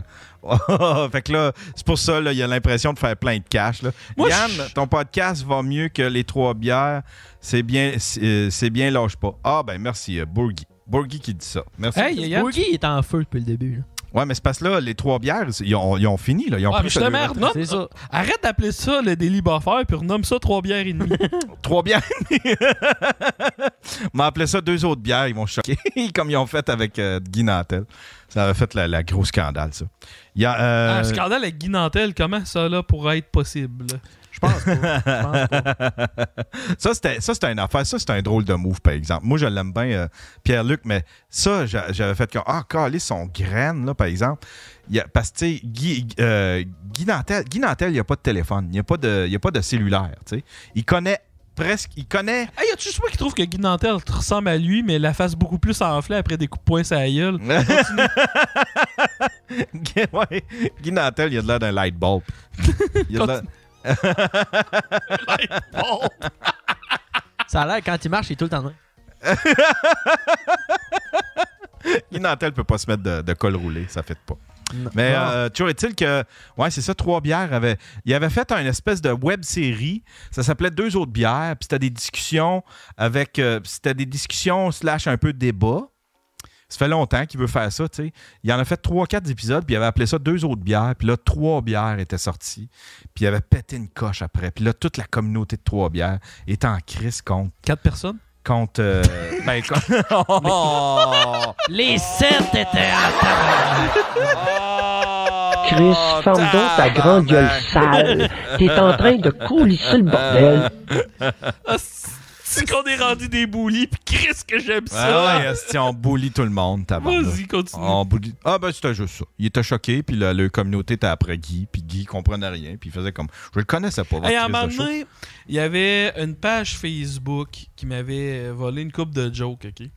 Speaker 1: fait que là, c'est pour ça, là, il a l'impression de faire plein de cash. là.
Speaker 3: Moi,
Speaker 1: Yann,
Speaker 3: je-
Speaker 1: ton podcast va mieux que les trois bières. C'est bien, c'est euh, c'est bien, lâche pas. Ah, ben merci, euh, Bourgui. Bourgui qui dit ça. Merci.
Speaker 3: Hey, y a-
Speaker 2: Boogie il est en feu depuis le début. là.
Speaker 1: Ouais, mais c'est parce que là, les trois bières, ils ont, ils ont fini. Là. Ils ont
Speaker 3: Ouais,
Speaker 1: pris
Speaker 3: mais
Speaker 1: ce
Speaker 3: je te
Speaker 1: deux-
Speaker 3: merde, non?
Speaker 2: C'est ça.
Speaker 3: Arrête d'appeler ça le délit buffer, puis renomme ça trois bières et demie.
Speaker 1: Trois bières. On m'a appelé ça deux autres bières, ils vont choquer, comme ils ont fait avec euh, Guy Nantel. Ça avait fait la, la gros scandale, ça. Il y a, euh,
Speaker 2: Ah,
Speaker 3: Un scandale avec Guy Nantel, comment ça là pourrait être possible?
Speaker 2: Je pense pas. Je pense pas.
Speaker 1: ça, c'était, ça, c'était une affaire. Ça, c'était un drôle de move, par exemple. Moi, je l'aime bien, euh, Pierre-Luc, mais ça, j'a- j'avais fait comme Ah, calé son graine, là, par exemple. Il y a- parce que, tu sais, Guy, euh, Guy Nantel, Guy Nantel, il n'y a pas de téléphone, il n'y a, pas de- il y a pas de cellulaire, tu sais. Il connaît presque, il connaît
Speaker 3: Hey, y a-tu juste moi qui trouve que Guy Nantel te ressemble à lui, mais la face beaucoup plus enflée après des coups de poing sur la gueule?
Speaker 1: Guy- ouais. Guy Nantel, il a de l'air d'un light bulb. Il a de l'air-
Speaker 2: Ça a l'air, quand il marche, il est tout le temps de même.
Speaker 1: Guy Nantel peut pas se mettre de, de col roulé, ça fait pas.
Speaker 2: Non.
Speaker 1: Mais
Speaker 2: Non.
Speaker 1: euh, toujours est-il que, ouais, c'est ça, Trois Bières avait, il avait fait une espèce de web série, ça s'appelait Deux autres bières, puis c'était des discussions avec, euh, c'était des discussions slash un peu débat. Ça fait longtemps qu'il veut faire ça, tu sais. Il en a fait trois, quatre épisodes, puis il avait appelé ça Deux autres bières, puis là, Trois Bières était sorti, puis il avait pété une coche après, puis là, toute la communauté de Trois Bières était en crise contre
Speaker 3: Quatre personnes?
Speaker 1: contre. euh, ben, con- Oh!
Speaker 2: Les sept étaient
Speaker 5: Chris, ferme donc
Speaker 2: Ah,
Speaker 5: ta grande gueule sale. T'es en train de coulisser le bordel.
Speaker 3: Euh, Ah, si Est-ce qu'on est rendu des boulis? Puis Chris, que j'aime ça!
Speaker 1: Ah ouais, esti, on bully tout le monde, tabarnak.
Speaker 3: Vas-y, continue.
Speaker 1: On bully- Ah ben c'était juste ça. Il était choqué, puis la, la communauté était après Guy, puis Guy comprenait rien, puis il faisait comme... Je le connaissais pas, votre
Speaker 3: Hey, à un
Speaker 1: crise de
Speaker 3: moment
Speaker 1: show.
Speaker 3: donné, il y avait une page Facebook qui m'avait euh, volé une coupe de jokes, OK?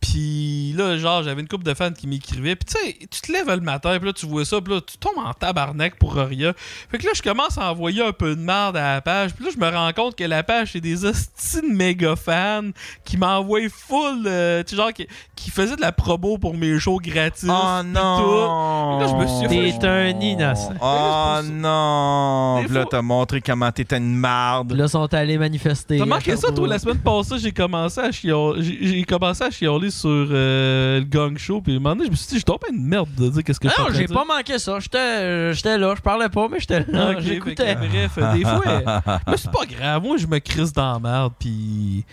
Speaker 3: Puis là, genre, j'avais une coupe de fans qui m'écrivaient. Puis tu sais, tu te lèves le matin, puis là, tu vois ça, puis là, tu tombes en tabarnak pour rien. Fait que là, je commence à envoyer un peu de merde à la page. Puis là, je me rends compte que la page, c'est des hosties de méga fans qui m'envoient full, euh, tu sais, genre, qui, qui faisaient de la promo pour mes shows gratis.
Speaker 1: Oh
Speaker 3: puis tout.
Speaker 1: non!
Speaker 3: Là, je me suis
Speaker 2: fait- T'es un innocent.
Speaker 1: Oh
Speaker 3: Là, c'est pour ça.
Speaker 1: non!
Speaker 3: Des
Speaker 1: Puis Là,
Speaker 3: fois-
Speaker 1: t'as montré comment t'étais une marde.
Speaker 2: Puis là, sont allés manifester.
Speaker 3: T'as manqué ça, toi, la semaine passée, j'ai commencé à chialer, j'ai j'ai commencé à chialer sur euh, le gang show, puis à un moment donné, je me suis dit, je tombe à une merde de dire qu'est-ce que je suis en
Speaker 2: Non,
Speaker 3: train
Speaker 2: j'ai
Speaker 3: de dire.
Speaker 2: pas manqué ça. J'étais euh, j'étais là, je parlais pas, mais j'étais là.
Speaker 3: Ok, fait que,
Speaker 2: J'écoutais.
Speaker 3: Bref, euh, des fois, euh, mais c'est pas grave, moi, je me crisse dans la merde, puis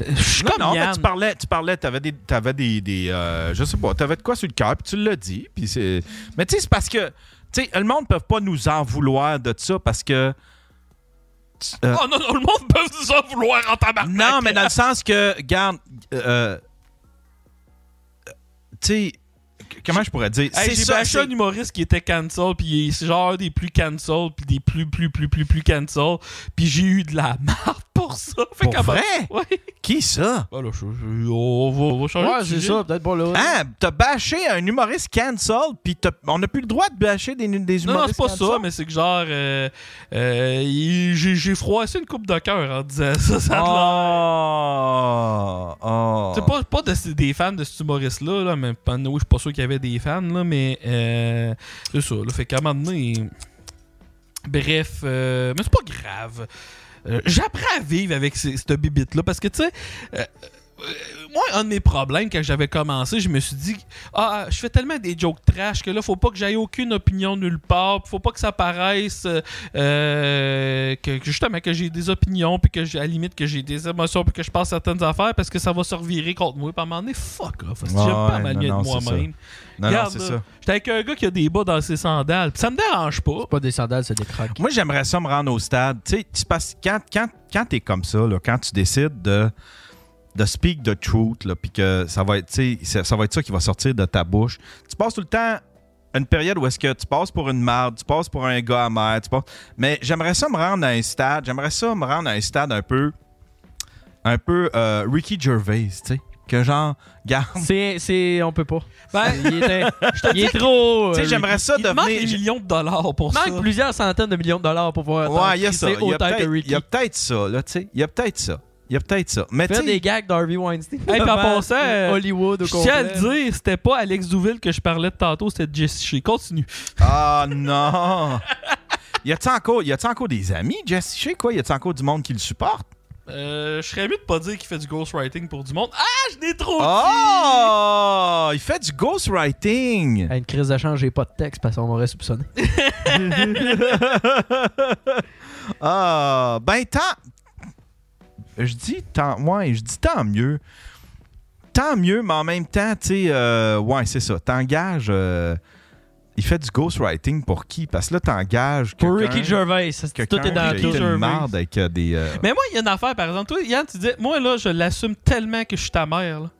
Speaker 3: euh, je suis
Speaker 1: Non,
Speaker 3: comme
Speaker 1: non,
Speaker 3: Yann.
Speaker 1: mais tu parlais, tu parlais, t'avais des, t'avais des, des euh, je sais pas, t'avais de quoi sur le cœur, puis tu l'as dit, puis c'est, mais tu sais, c'est parce que, tu sais, le monde peut pas nous en vouloir de ça parce que, euh,
Speaker 3: Oh non, non, le monde peut nous en vouloir en tabarnak.
Speaker 1: non, mais dans le sens que, regarde, euh, euh, tu sais, c- comment je pourrais dire,
Speaker 3: Hey,
Speaker 1: c'est
Speaker 3: j'ai
Speaker 1: ça,
Speaker 3: bâché
Speaker 1: c'est-
Speaker 3: un hum- humoriste qui était cancel, puis il est- c'est genre un des plus cancel, puis des plus, plus, plus, plus, plus cancel, puis j'ai eu de la merde pour ça. Fait
Speaker 1: pour
Speaker 3: qu'à-
Speaker 1: vrai,
Speaker 3: Ouais.
Speaker 1: qui ça?
Speaker 3: Ah, là, je- je- on va, on va changer
Speaker 2: Ouais,
Speaker 3: de
Speaker 2: c'est
Speaker 3: sujet.
Speaker 2: ça, peut-être pas là.
Speaker 1: Hein, t'as bâché un humoriste cancel, puis t'as- on n'a plus le droit de bâcher des, des humoristes
Speaker 3: Non, non, c'est pas
Speaker 1: cancel?
Speaker 3: ça, mais c'est que genre, euh, euh, il- j'ai j'ai froissé une coupe de cœur en disant ça. ça a de l'air.
Speaker 1: Oh, oh.
Speaker 3: C'est pas, pas de- des fans de cet humoriste-là, là, mais pas- no, je suis pas sûr qu'il y avait des fans, là, mais euh, c'est ça. Là, fait qu'à un moment donné, il- bref, euh, mais c'est pas grave. Euh, J'apprends à vivre avec ces- cette bibite-là parce que, tu sais, euh, euh, moi, un de mes problèmes quand j'avais commencé, je me suis dit, ah, je fais tellement des jokes trash que là, faut pas que j'aille aucune opinion nulle part, puis faut pas que ça paraisse euh, euh, que, que justement que j'ai des opinions, puis que j'ai à la limite que j'ai des émotions, puis que je pense certaines affaires parce que ça va se revirer contre moi. Puis à un moment donné, fuck off. parce que
Speaker 1: Ouais,
Speaker 3: J'aime pas
Speaker 1: ouais,
Speaker 3: ma
Speaker 1: non,
Speaker 3: de
Speaker 1: non, c'est
Speaker 3: moi-même.
Speaker 1: Non, non,
Speaker 3: Regarde,
Speaker 1: c'est
Speaker 3: là,
Speaker 1: ça.
Speaker 3: J'étais avec un gars qui a des bas dans ses sandales, puis ça me dérange pas.
Speaker 2: Pas des sandales, c'est des crocs.
Speaker 1: Moi, j'aimerais ça me rendre au stade. Tu sais, tu passes- quand, quand, quand t'es comme ça, là, quand tu décides de, de speak the truth, là, puis que ça va, être, tu sais, ça, ça va être ça qui va sortir de ta bouche, tu passes tout le temps une période où est-ce que tu passes pour une marde, tu passes pour un gars amer, tu passes... Mais j'aimerais ça me rendre à un stade, j'aimerais ça me rendre à un stade un peu... Un peu euh, Ricky Gervais, tu sais. Que genre, garde...
Speaker 2: C'est. c'est- On peut pas.
Speaker 3: Ben,
Speaker 2: il était- il est trop.
Speaker 1: Tu sais,
Speaker 2: euh,
Speaker 1: j'aimerais ça
Speaker 3: il te manque
Speaker 1: devenir...
Speaker 3: des millions de dollars pour
Speaker 2: Il
Speaker 3: ça.
Speaker 2: manque plusieurs centaines de millions de dollars pour pouvoir
Speaker 1: Ouais, il y a ça.
Speaker 2: c'est
Speaker 1: Il y a
Speaker 2: autant que
Speaker 1: peut-être il
Speaker 2: Ricky.
Speaker 1: y a peut-être ça, là, tu sais. Il y a peut-être ça. Il y a peut-être ça. Mais tu
Speaker 2: Fais
Speaker 1: sais,
Speaker 2: des gags d'Harvey Weinstein.
Speaker 3: Hey, puis en
Speaker 2: Devant
Speaker 3: passant, euh,
Speaker 2: Hollywood au
Speaker 3: Je tiens à le
Speaker 2: complet.
Speaker 3: dire, c'était pas Alex Douville que je parlais de tantôt, c'était Jesse Shea. Continue.
Speaker 1: Ah non! Y a-t-il encore, y a-t-il encore des amis, Jesse Shea, quoi? Y a-t-il encore du monde qui le supporte?
Speaker 3: Euh, je serais mieux de pas dire qu'il fait du ghostwriting pour du monde. Ah, je l'ai trop dit!
Speaker 1: Oh! Il fait du ghostwriting!
Speaker 2: À une crise de change, j'ai pas de texte parce qu'on m'aurait soupçonné.
Speaker 1: Ah! Ben, tant. Je dis tant. Ouais, je dis tant mieux. Tant mieux, mais en même temps, tu sais, euh, ouais, c'est ça. T'engages. euh, il fait du ghostwriting pour qui? Parce que là, t'engages.
Speaker 2: Pour
Speaker 1: quelqu'un-
Speaker 2: Ricky Gervais, ça, c'est- tout
Speaker 1: quelqu'un
Speaker 2: est dans
Speaker 1: qui a
Speaker 2: tout.
Speaker 1: été une
Speaker 3: Gervais.
Speaker 1: marde avec euh, des. euh,
Speaker 3: Mais moi, il y a une affaire, par exemple. Toi, Yann, tu dis, moi, là, je l'assume tellement que je suis ta mère, là.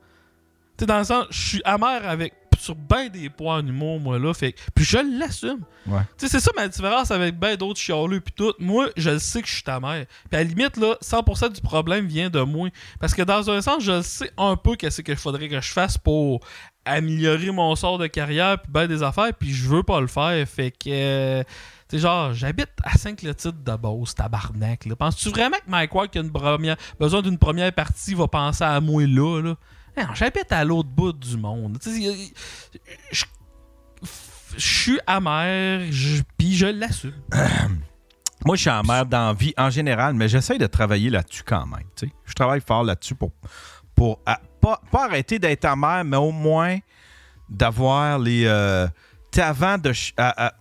Speaker 3: Tu sais, dans le sens, je suis amer avec, sur ben des points en humour, moi, là. Fait, que- puis je l'assume.
Speaker 1: Ouais.
Speaker 3: Tu sais, c'est ça ma différence avec ben d'autres chialeux puis tout. Moi, je le sais que je suis ta mère. Puis à la limite, là, 100% du problème vient de moi. Parce que dans un sens, je le sais un peu qu'est-ce que faudrait que je fasse pour améliorer mon sort de carrière puis ben des affaires, puis je veux pas le faire. Fait que... euh, tu sais, genre, j'habite à Saint-Clotilde de Beauce, tabarnak. Là. Penses-tu vraiment que Mike Ward, qui a une première, besoin d'une première partie, va penser à moi là? là? Hey, non, j'habite à l'autre bout du monde. Tu sais, y a- y- je je suis amer, je- puis je l'assume.
Speaker 1: Moi, je suis en merde dans la vie en général, mais j'essaye de travailler là-dessus quand même. tu sais. Je travaille fort là-dessus pour, pour à- pas, pas arrêter d'être amer, mais au moins d'avoir les. euh, tu sais, avant de. ch- à- à-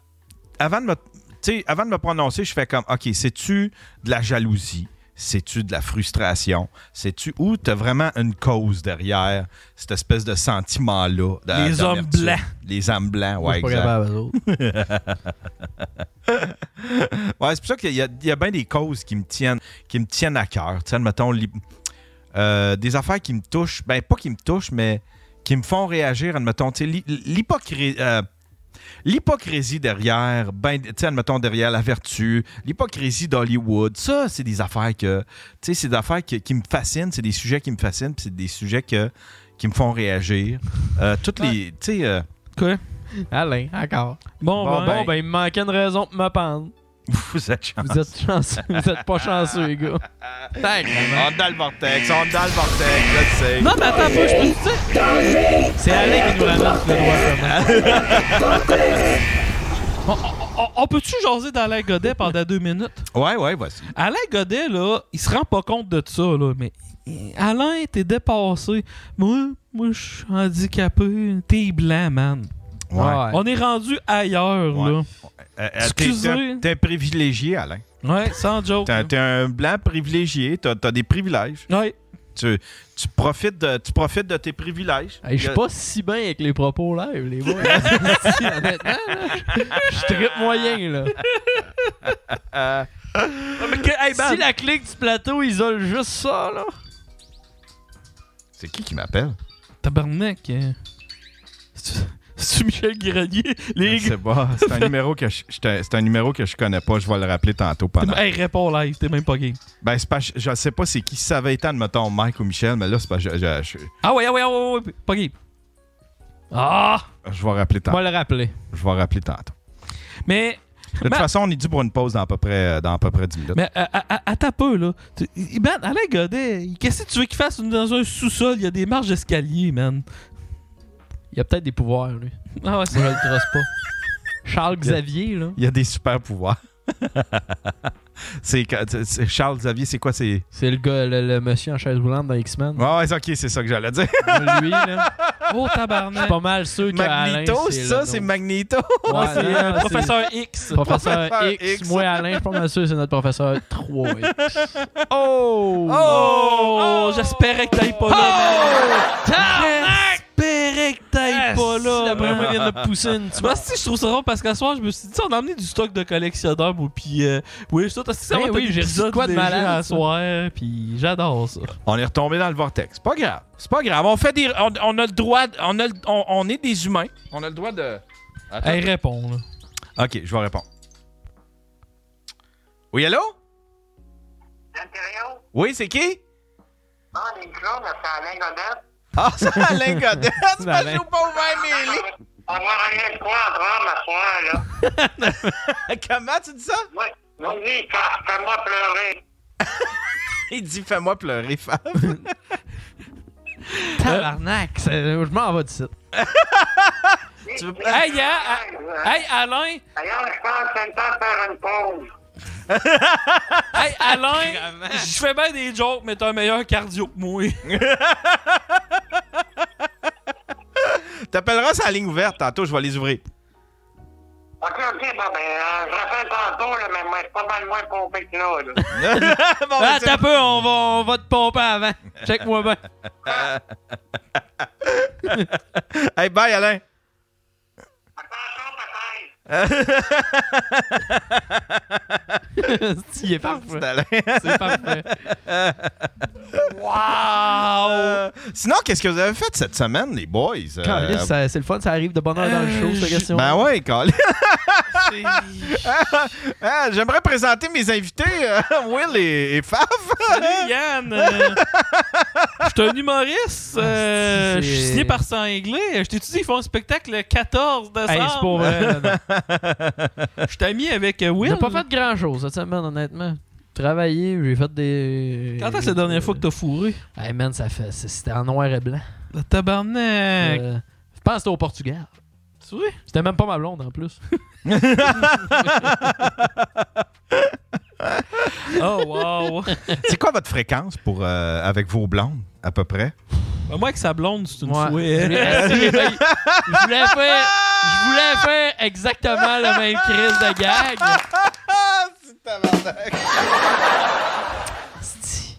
Speaker 1: avant de me. tu sais, avant de me prononcer, je fais comme OK, c'est-tu de la jalousie? C'est-tu de la frustration? C'est-tu où t'as vraiment une cause derrière cette espèce de sentiment-là? d'a-
Speaker 3: Les hommes
Speaker 1: d'amertume?
Speaker 3: blancs.
Speaker 1: Les hommes blancs,
Speaker 2: Moi,
Speaker 1: ouais,
Speaker 2: je suis pas
Speaker 1: exact.
Speaker 2: capable, eux autres.
Speaker 1: Ouais, c'est pour ça qu'il y a, il y a bien des causes qui me tiennent, qui me tiennent à cœur. Tu sais, admettons, l'i- euh, des affaires qui me touchent, ben pas qui me touchent, mais qui me font réagir, admettons, tu sais, l'hy- l'hypocrisie. euh, L'hypocrisie derrière, ben, tu sais, admettons, derrière la vertu, l'hypocrisie d'Hollywood, ça, c'est des affaires que, tu sais, c'est des affaires que- qui me fascinent, c'est des sujets qui me fascinent, puis c'est des sujets que, qui me font réagir. Euh, toutes les, tu sais, euh,
Speaker 2: Alain, Hein, encore.
Speaker 3: Bon,
Speaker 1: Bon,
Speaker 3: ben,
Speaker 2: Bon, ben, il me manquait une raison pour me pendre.
Speaker 1: vous êtes chanceux.
Speaker 2: Vous êtes chanceux. Vous êtes pas chanceux, les gars.
Speaker 1: On est dans le vortex, on est dans le vortex, je le sais.
Speaker 3: Non, mais attends, un peu, je peux dire ça? C'est Alain qui nous ramène sur le droit commun. On, on- on peut-tu jaser d'Alain Godet pendant deux minutes?
Speaker 1: Ouais, ouais, voici.
Speaker 3: Alain Godet, là, il se rend pas compte de ça, là, mais Alain, t'es dépassé. Moi, moi, je suis handicapé. T'es blanc, man.
Speaker 1: Ouais.
Speaker 3: On est rendu ailleurs,
Speaker 1: Ouais.
Speaker 3: là.
Speaker 1: Euh, euh, t'es-
Speaker 3: Excusez.
Speaker 1: t'es un- T'es un privilégié, Alain.
Speaker 3: Ouais, sans joke.
Speaker 1: T'es un- t'es un blanc privilégié, t'as as des privilèges.
Speaker 3: Ouais.
Speaker 1: Tu, tu profites de, tu profites de tes privilèges.
Speaker 2: Hey, je suis pas si bien avec les propos live, les boys. Si, honnêtement, là, je- je tripe moyen, là.
Speaker 1: Euh,
Speaker 2: Si la clique du plateau isole juste ça, là.
Speaker 1: C'est qui qui m'appelle?
Speaker 3: Tabarnak. euh. C'est-tu- C'est-tu Michel Guironier? Les gars.
Speaker 1: C'est pas- c'est un, numéro que je- je te- c'est un numéro que je connais pas, je vais le rappeler tantôt pendant.
Speaker 3: Hey, réponds live, t'es même pas game.
Speaker 1: Ben, c'est pas, je- je sais pas c'est qui, si ça avait été, admettons, Mike ou Michel, mais là, c'est pas. Je, je, je-
Speaker 3: Ah ouais, ah ouais, ah ouais, ouais, ouais, pas game. Ah!
Speaker 1: je vais rappeler
Speaker 2: On
Speaker 1: tantôt.
Speaker 2: va le rappeler.
Speaker 1: Je vais rappeler tantôt.
Speaker 3: Mais,
Speaker 1: De toute
Speaker 3: Ma-
Speaker 1: façon, on est dû pour une pause dans à peu près, dans à peu près 10 minutes.
Speaker 3: mais euh, à- à- attends un peu, là. Tu- il- Man, Alain Godet, il- qu'est-ce que tu veux qu'il fasse dans un sous-sol? Il y a des marches d'escalier, man.
Speaker 2: Il y a peut-être des pouvoirs, lui.
Speaker 3: Ah ouais,
Speaker 2: Moi,
Speaker 3: c'est
Speaker 2: je le trosse pas. Charles Xavier, là.
Speaker 1: Il y a des super pouvoirs. c'est, quand- c'est- c'est- Charles Xavier, c'est quoi? C'est.
Speaker 2: C'est le gars, le, le monsieur en chaise roulante dans X-Men.
Speaker 1: Ouais, ouais, c'est ok, c'est ça que j'allais dire.
Speaker 2: Lui, là.
Speaker 3: Oh,
Speaker 2: Je suis
Speaker 3: tabarnak.
Speaker 2: pas mal sûr que Alain,
Speaker 1: Magneto,
Speaker 2: c'est
Speaker 1: ça,
Speaker 2: le
Speaker 1: c'est
Speaker 2: nom.
Speaker 1: Magneto.
Speaker 2: Ouais,
Speaker 3: C'est
Speaker 2: non,
Speaker 3: euh,
Speaker 2: c'est-
Speaker 3: professeur X.
Speaker 2: Professeur
Speaker 1: Professeur
Speaker 2: X.
Speaker 1: X.
Speaker 2: Moi, Alain, je suis pas mal sûr que c'est notre professeur 3. Oh!
Speaker 3: Oh, j'espérais que t'ailles pas là,
Speaker 2: Oh!
Speaker 3: man. J'espérais que t'ailles pas là,
Speaker 2: D'après moi,
Speaker 3: man.
Speaker 2: il vient de pousser une petite
Speaker 3: Moi aussi, je trouve ça drôle parce qu'à ce soir, je me suis dit, on a amené du stock de collectionneurs, moi, pis euh, oui, ça, t'as- ça
Speaker 2: Ben
Speaker 3: va, t'as
Speaker 2: oui,
Speaker 3: des
Speaker 2: j'ai reçu
Speaker 3: épisodes
Speaker 2: quoi de
Speaker 3: déjà
Speaker 2: malade,
Speaker 3: à
Speaker 2: ça.
Speaker 3: soir, pis j'adore ça.
Speaker 1: On est retombé dans le vortex. C'est pas grave. C'est pas grave. On fait des. On, on a le droit. de- On, a le- on, on est des humains. On a le droit de. Attends.
Speaker 3: Hey, réponds, là.
Speaker 1: Ok, je vais répondre. Oui, allô?
Speaker 4: L'intérieur,
Speaker 1: Oui, c'est qui?
Speaker 4: ah, les clowns, là, c'est Alain Godet.
Speaker 1: Ah, c'est Alain Godet. C'est pas
Speaker 2: Alain.
Speaker 1: joue pas ouvert mes lignes.
Speaker 4: On va rien de quoi en drame à soir, là.
Speaker 1: Comment tu dis ça?
Speaker 4: Moi, moi, lui, ça- fais-moi pleurer.
Speaker 1: Il dit fais-moi pleurer, Fab.
Speaker 2: tabarnak. c'est- euh, Je m'en vais de site.
Speaker 1: Tu veux-
Speaker 3: Hey, hein,
Speaker 4: D'ailleurs,
Speaker 3: Hey Alain!
Speaker 4: je pense que c'est le temps de faire une pause.
Speaker 3: Hey Alain! Je fais bien des jokes, mais t'as un meilleur cardio que moi.
Speaker 1: T'appelleras sa ligne ouverte tantôt, je vais les ouvrir.
Speaker 4: Ok, ok, bon, ben, euh, je rappelle tantôt, là, mais moi, je suis pas mal moins pompé que là, là.
Speaker 1: Bon,
Speaker 2: Ah,
Speaker 1: ben,
Speaker 2: t'as peu, on va, on va te pomper avant. Check-moi bien.
Speaker 1: c'est- hey, bye Alain.
Speaker 4: Attention, peut-être.
Speaker 2: Esti, Il est parfait.
Speaker 1: C'est Alain.
Speaker 2: C'est parfait. Ah, oh.
Speaker 1: Euh, sinon, qu'est-ce que vous avez fait cette semaine, les boys? Euh,
Speaker 2: Caliste, ça- C'est le fun, ça arrive de bonne heure dans le show, cette question.
Speaker 1: ben ouais, Colin. Ah, J'aimerais présenter mes invités, euh, Will et, et Faf.
Speaker 3: Salut Yann! euh, Je suis un humoriste. euh,
Speaker 2: Ah,
Speaker 3: Je
Speaker 2: si,
Speaker 3: suis
Speaker 2: c'est-
Speaker 3: signé par Saint-Anglais. Je t'ai dit, ils font un spectacle le 14
Speaker 2: Hey, c'est pour
Speaker 3: décembre.
Speaker 2: vrai. là, non.
Speaker 3: Je t'ai mis avec euh,
Speaker 2: J'ai
Speaker 3: Will.
Speaker 2: pas fait grand-chose cette semaine, honnêtement. Travaillé, j'ai fait des...
Speaker 3: Quand est-ce la dernière fois que t'as fourré?
Speaker 2: Hey man, ça fait... c'est- C'était en noir et blanc.
Speaker 3: Le tabarnak!
Speaker 2: Euh, je pense que c'était au Portugal.
Speaker 3: Tu vois?
Speaker 2: C'était même pas ma blonde, en plus.
Speaker 3: Oh wow!
Speaker 1: C'est quoi votre fréquence pour euh, avec vos blondes, à peu près?
Speaker 3: Moi avec sa blonde, c'est une
Speaker 2: Ouais.
Speaker 3: fouet.
Speaker 2: Je voulais- Je voulais faire... Je voulais faire exactement le même crise de gag.
Speaker 1: Ah, c'est tabarnak.
Speaker 2: Esti.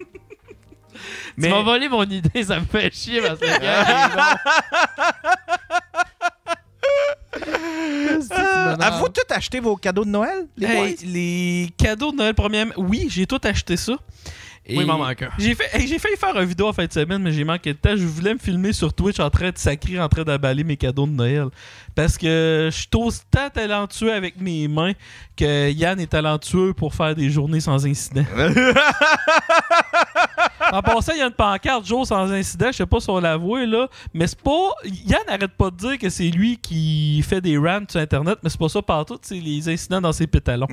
Speaker 3: Mais-
Speaker 2: Tu m'as volé mon idée, ça me fait chier parce que le gars, il est bon. Esti, tu
Speaker 1: Euh,
Speaker 2: m'énerves.
Speaker 1: Avez-vous tout acheté vos cadeaux de Noël, les
Speaker 3: Hey, les cadeaux de Noël première, oui, j'ai tout acheté ça. Et
Speaker 2: Oui, il m'en manque un.
Speaker 3: J'ai fait, hey, j'ai failli faire une vidéo en fin de semaine, mais j'ai manqué de temps. Je voulais me filmer sur Twitch en train de sacrer, en train d'aballer mes cadeaux de Noël. Parce que je suis autant talentueux avec mes mains que Yann est talentueux pour faire des journées sans incident. en passant, il y a une pancarte jour sans incident, je sais pas si on la voit là, mais c'est pas. Yann n'arrête pas de dire que c'est lui qui fait des rants sur Internet, mais c'est pas ça partout, c'est les incidents dans ses pétalons.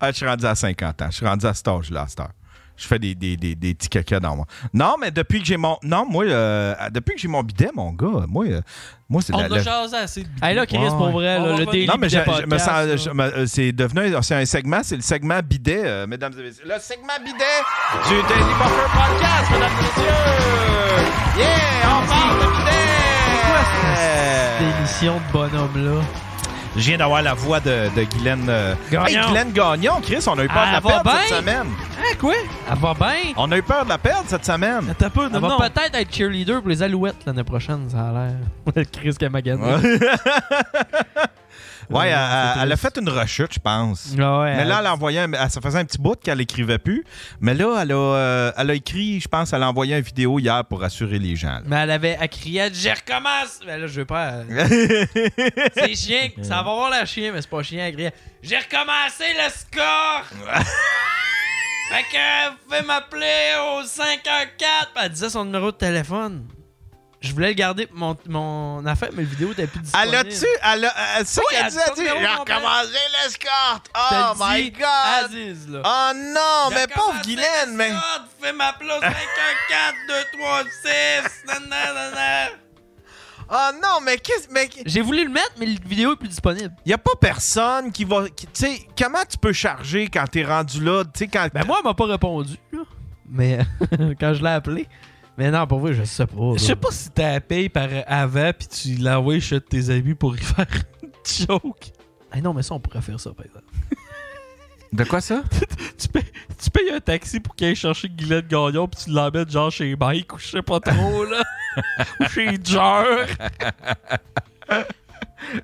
Speaker 1: ah, je suis rendu à 50 ans. Je suis rendu à cet âge-là, à cette heure. Je fais des, des, des, des petits caca dans moi. Non, mais depuis que j'ai mon. Non, moi, euh, depuis que j'ai mon bidet, mon gars, moi, euh, moi c'est
Speaker 3: On
Speaker 1: la-
Speaker 3: a
Speaker 1: la-
Speaker 3: jasé assez de
Speaker 2: Hey, là, Chris,
Speaker 1: Ouais,
Speaker 2: pour vrai,
Speaker 3: On
Speaker 2: là,
Speaker 3: va
Speaker 2: le
Speaker 3: revenir.
Speaker 2: daily
Speaker 1: Non, mais je,
Speaker 2: bidet
Speaker 1: je me
Speaker 2: podcast, là.
Speaker 1: sens. je me- euh, c'est devenu. C'est un segment, c'est le segment bidet, euh, mesdames et messieurs. Le segment bidet du Daily Buffer Podcast, mesdames et messieurs. Yeah, on parle de bidet.
Speaker 2: Démission de bonhomme, là.
Speaker 1: Je viens d'avoir la voix de, de Guylaine. euh,
Speaker 2: Gagnon. Ah,
Speaker 1: Hey, Guylaine Gagnon, Chris, on a eu peur de la
Speaker 2: Elle va
Speaker 1: perte cette
Speaker 2: bien? Hein,
Speaker 1: semaine.
Speaker 3: Ah, quoi?
Speaker 2: Elle va bien.
Speaker 1: On a eu peur de la perte cette semaine.
Speaker 3: Attends un peu, non,
Speaker 2: Elle va
Speaker 3: Ah, non.
Speaker 2: peut-être être cheerleader pour les Alouettes l'année prochaine, ça a l'air. Chris Camagan.
Speaker 1: ouais, elle, elle-
Speaker 2: c'est
Speaker 1: elle a
Speaker 2: triste.
Speaker 1: fait une rechute, je pense.
Speaker 2: Ah ouais,
Speaker 1: Mais là,
Speaker 2: elle-
Speaker 1: elle a envoyé un- elle- ça faisait un petit bout qu'elle écrivait plus. Mais là, elle a, euh, elle a écrit, je pense, elle a envoyé une vidéo hier pour rassurer les gens. là.
Speaker 2: Mais elle avait, elle criait, je recommence! Mais là, je veux pas. euh, c'est chien, ça va voir la chien, mais c'est pas chien, elle criait, j'ai recommencé le score! fait que, vous pouvez m'appeler au 514! Puis elle disait son numéro de téléphone. Je voulais le garder pour mon, mon affaire, mais le vidéo était plus disponible.
Speaker 1: elle a-tu. Elle a, elle, Ah, c'est ça
Speaker 2: Oui,
Speaker 1: qu'elle
Speaker 2: elle
Speaker 1: dit, elle
Speaker 2: tourne
Speaker 1: dit
Speaker 2: le haut
Speaker 1: J'ai
Speaker 2: complet.
Speaker 1: recommencé l'escorte.
Speaker 2: T'as
Speaker 1: Oh
Speaker 2: dit,
Speaker 1: my God.
Speaker 2: Aziz, là.
Speaker 1: Oh non,
Speaker 2: J'ai
Speaker 1: mais pauvre
Speaker 2: recommencé
Speaker 1: Guylaine,
Speaker 2: le
Speaker 1: mais.
Speaker 2: score, Vous pouvez m'appeler au 514 236! Nan, nan, nan, nan.
Speaker 1: Oh non, mais qu'est-ce. Mais...
Speaker 2: J'ai voulu le mettre, mais la vidéo est plus disponible.
Speaker 1: Y a pas personne qui va. qui- Tu sais, comment tu peux charger quand t'es rendu là? Tu sais, quand.
Speaker 2: Ben moi, elle m'a pas répondu, là. Mais quand je l'ai appelé. Mais non, pour vrai, je sais pas. là.
Speaker 3: Je sais pas si t'as la paye par avant puis tu l'envoies chez tes amis pour y faire une joke.
Speaker 2: Eh non, mais ça, on pourrait faire ça, par exemple.
Speaker 1: De quoi ça?
Speaker 3: Tu payes, tu payes un taxi pour qu'il aille chercher Guylaine Gagnon puis tu l'emmènes genre chez Mike ou je sais pas trop là. ou chez Jer.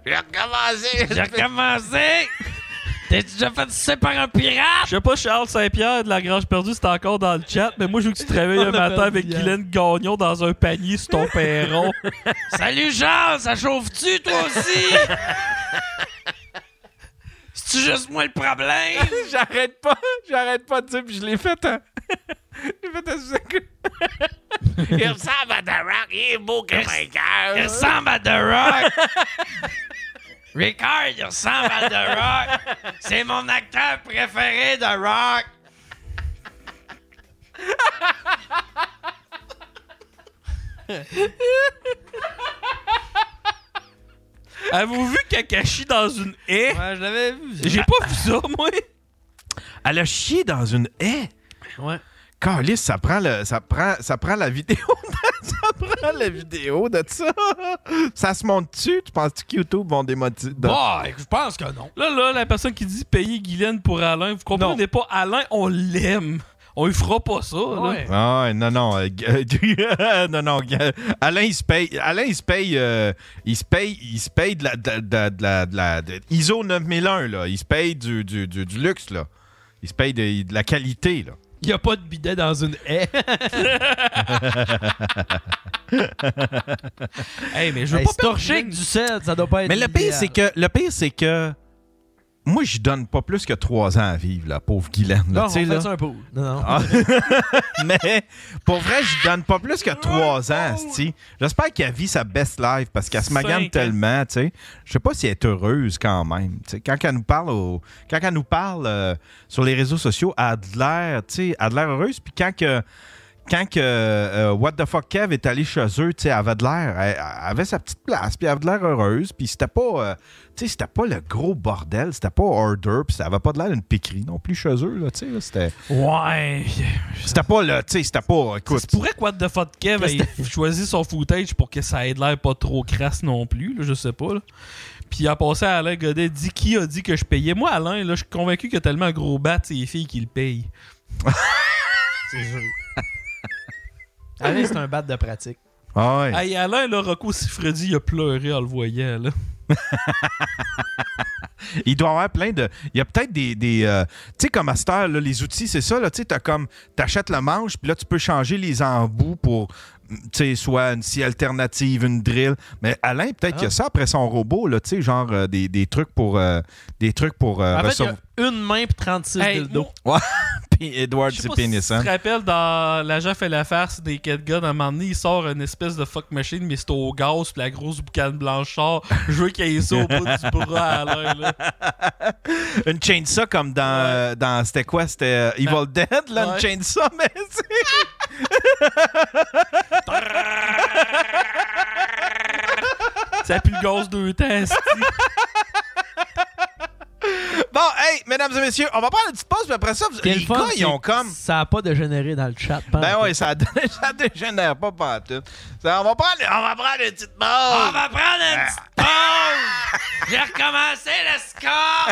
Speaker 1: J'ai recommencé.
Speaker 3: recommencé!
Speaker 2: T'as déjà fait ça par un pirate?
Speaker 3: Je sais pas, Charles Saint-Pierre de la Grange Perdue, c'est encore dans le chat, mais moi je veux que tu te réveilles
Speaker 2: On a
Speaker 3: un matin
Speaker 2: perdu
Speaker 3: avec
Speaker 2: Yann.
Speaker 3: Guylaine Gagnon dans un panier sur ton perron.
Speaker 2: Salut, Jean! Ah, Ça chauffe-tu, toi aussi? C'est-tu juste moi le problème?
Speaker 1: J'arrête pas, j'arrête pas de dire, puis je l'ai fait. Hein. J'ai fait un sous-écoute. Il ressemble à The Rock, il est beau comme un cœur.
Speaker 2: Il ressemble à The Rock! Ricard, il ressemble à The Rock! C'est mon acteur préféré, The Rock!
Speaker 3: Avez-vous vu Kakashi dans une haie?
Speaker 2: Ouais, je l'avais vu.
Speaker 3: J'ai pas vu ça, moi!
Speaker 1: Elle a chié dans une haie.
Speaker 2: Ouais.
Speaker 1: Carlis, ça prend le, ça prend, ça prend la vidéo, de- ça prend la vidéo de ça. Ça se monte tu Tu penses que YouTube vont démotiver
Speaker 2: Bah, je pense que non.
Speaker 3: Là, là, la personne qui dit payer Guylaine pour Alain, vous comprenez pas, Alain, on l'aime. On lui fera pas ça, là.
Speaker 2: Ouais.
Speaker 1: Ah ouais, non non euh, g- euh, non non g- Alain il se paye Alain il se paye euh, il se paye il se paye de la de, de- de la de la- de- ISO 9001 là il se paye du, du, du, du luxe là il se paye de, de la qualité là
Speaker 2: Il a pas de bidet dans une haie.
Speaker 3: Hey, mais je
Speaker 2: Je
Speaker 3: veux
Speaker 2: veux
Speaker 3: pas
Speaker 2: pas torcher avec du sel, ça doit pas être.
Speaker 1: mais le pire c'est que le pire c'est que moi je donne pas plus que trois ans à vivre la pauvre Guylaine
Speaker 2: Non,
Speaker 1: là,
Speaker 2: on
Speaker 1: tu sais,
Speaker 2: fait
Speaker 1: là.
Speaker 2: ça un pot. Non, non.
Speaker 1: Ah. mais pour vrai je donne pas plus que trois ans asti. j'espère qu'elle vit sa best life parce qu'elle se magane
Speaker 3: Cinq ans.
Speaker 1: tellement tu sais je sais pas si elle est heureuse quand même tu sais quand elle nous parle au- quand elle nous parle euh, sur les réseaux sociaux elle a de l'air tu sais elle a de l'air heureuse puis quand que quand que euh, What the fuck Kev est allé chez eux, tu sais, elle avait de l'air, elle, elle avait sa petite place, puis elle avait de l'air heureuse, puis c'était pas, euh, tu sais, c'était pas le gros bordel, c'était pas order, puis ça avait pas de l'air d'une piquerie non plus chez eux, là, tu sais, là, c'était,
Speaker 3: Ouais.
Speaker 1: c'était pas le, tu sais, c'était pas,
Speaker 3: Ça
Speaker 1: écoute,
Speaker 3: se pourrait quoi de fuck Kev ait choisi son footage pour que ça ait de l'air pas trop crasse non plus, là, je sais pas. là. Puis en passant, Alain Godet dit qui a dit que je payais. Moi, Alain, là, je suis convaincu qu'il y a tellement un gros bat, c'est les filles qui le payent.
Speaker 2: Allez, c'est un bat de pratique.
Speaker 1: Ah ouais.
Speaker 3: Hey, Alain, là, Rocco Siffredi, il a pleuré en le voyant, là.
Speaker 2: Il doit y avoir plein de. Il y a peut-être des. des, euh, tu sais, comme à cette heure, là, les outils, c'est ça. là, Tu sais, t'as comme. T'achètes le manche, puis là, tu peux changer les embouts pour. mm, Tu sais, soit une scie alternative, une drill. Mais Alain, peut-être
Speaker 4: Ah.
Speaker 2: qu'il y a ça après son robot, là, tu sais, genre euh, des, des trucs pour. euh, des trucs pour. euh,
Speaker 1: Ah,
Speaker 4: En
Speaker 1: ben,
Speaker 4: fait, il
Speaker 2: recevoir-
Speaker 4: y a une main puis 36
Speaker 3: Hey,
Speaker 4: dildos.
Speaker 2: Puis Edward hein.
Speaker 3: Je sais pas si tu
Speaker 2: Zipinisson.
Speaker 3: te rappelles dans La Jeff et la farce des Cat Gun, à un moment donné, il sort une espèce de fuck machine, mais c'est au gaz, puis la grosse boucane blanche sort. Je veux qu'il y ait ça au bout du bras à Alain, là.
Speaker 2: Une chainsaw comme dans. euh, dans c'était quoi C'était euh, Evil
Speaker 4: Ben,
Speaker 2: Dead, là,
Speaker 3: Ouais.
Speaker 2: une chainsaw, mais c'est.
Speaker 3: Ça pue le gaz deux temps. esti.
Speaker 2: Bon, hey, mesdames et messieurs, on va prendre une petite pause, puis après ça, vous-
Speaker 4: Quel
Speaker 2: les
Speaker 4: fun,
Speaker 2: gars,
Speaker 4: c'est-
Speaker 2: ils ont comme.
Speaker 4: Ça a pas dégénéré dans le chat. pas
Speaker 2: Ben
Speaker 4: en
Speaker 2: oui, ça, dé- ça dégénère pas partout. Ça, on, va prendre, on va prendre une petite pause.
Speaker 4: On va prendre une petite pause! J'ai recommencé le score!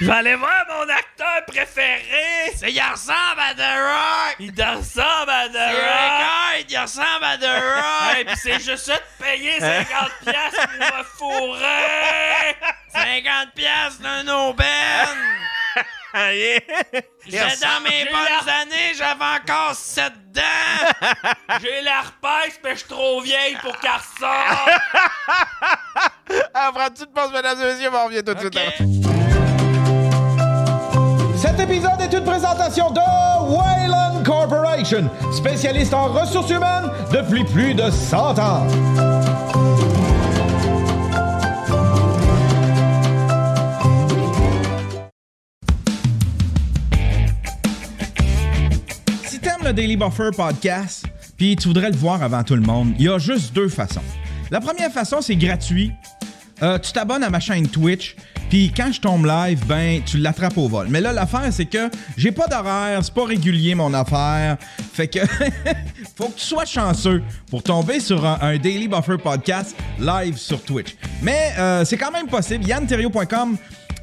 Speaker 4: Je vais aller voir mon acteur préféré! C'est, il ressemble à The Rock! Il ressemble à The Rock! il ressemble à The Rock! Hein? Et puis c'est juste ça de payer 50$ pour me fourrer! 50$ d'un aubaine! J'ai dans mes bonnes années, j'avais encore 7 dents! J'ai l'herpès, mais je suis trop vieille pour qu'elle ressorte!
Speaker 2: On prend une petite pause, mesdames et messieurs, on revient tout de suite.
Speaker 4: Ok.
Speaker 1: Cet épisode est une présentation de Wayland Corporation, spécialiste en ressources humaines depuis plus de 100 ans. Si t'aimes le Daily Buffer podcast, puis tu voudrais le voir avant tout le monde, il y a juste deux façons. La première façon, c'est gratuit. Euh, tu t'abonnes à ma chaîne Twitch, puis quand je tombe live, ben tu l'attrapes au vol. Mais là, l'affaire, c'est que j'ai pas d'horaire, c'est pas régulier mon affaire. Fait que faut que tu sois chanceux pour tomber sur un, un Daily Buffer podcast live sur Twitch. Mais euh, c'est quand même possible. YannTerrio.com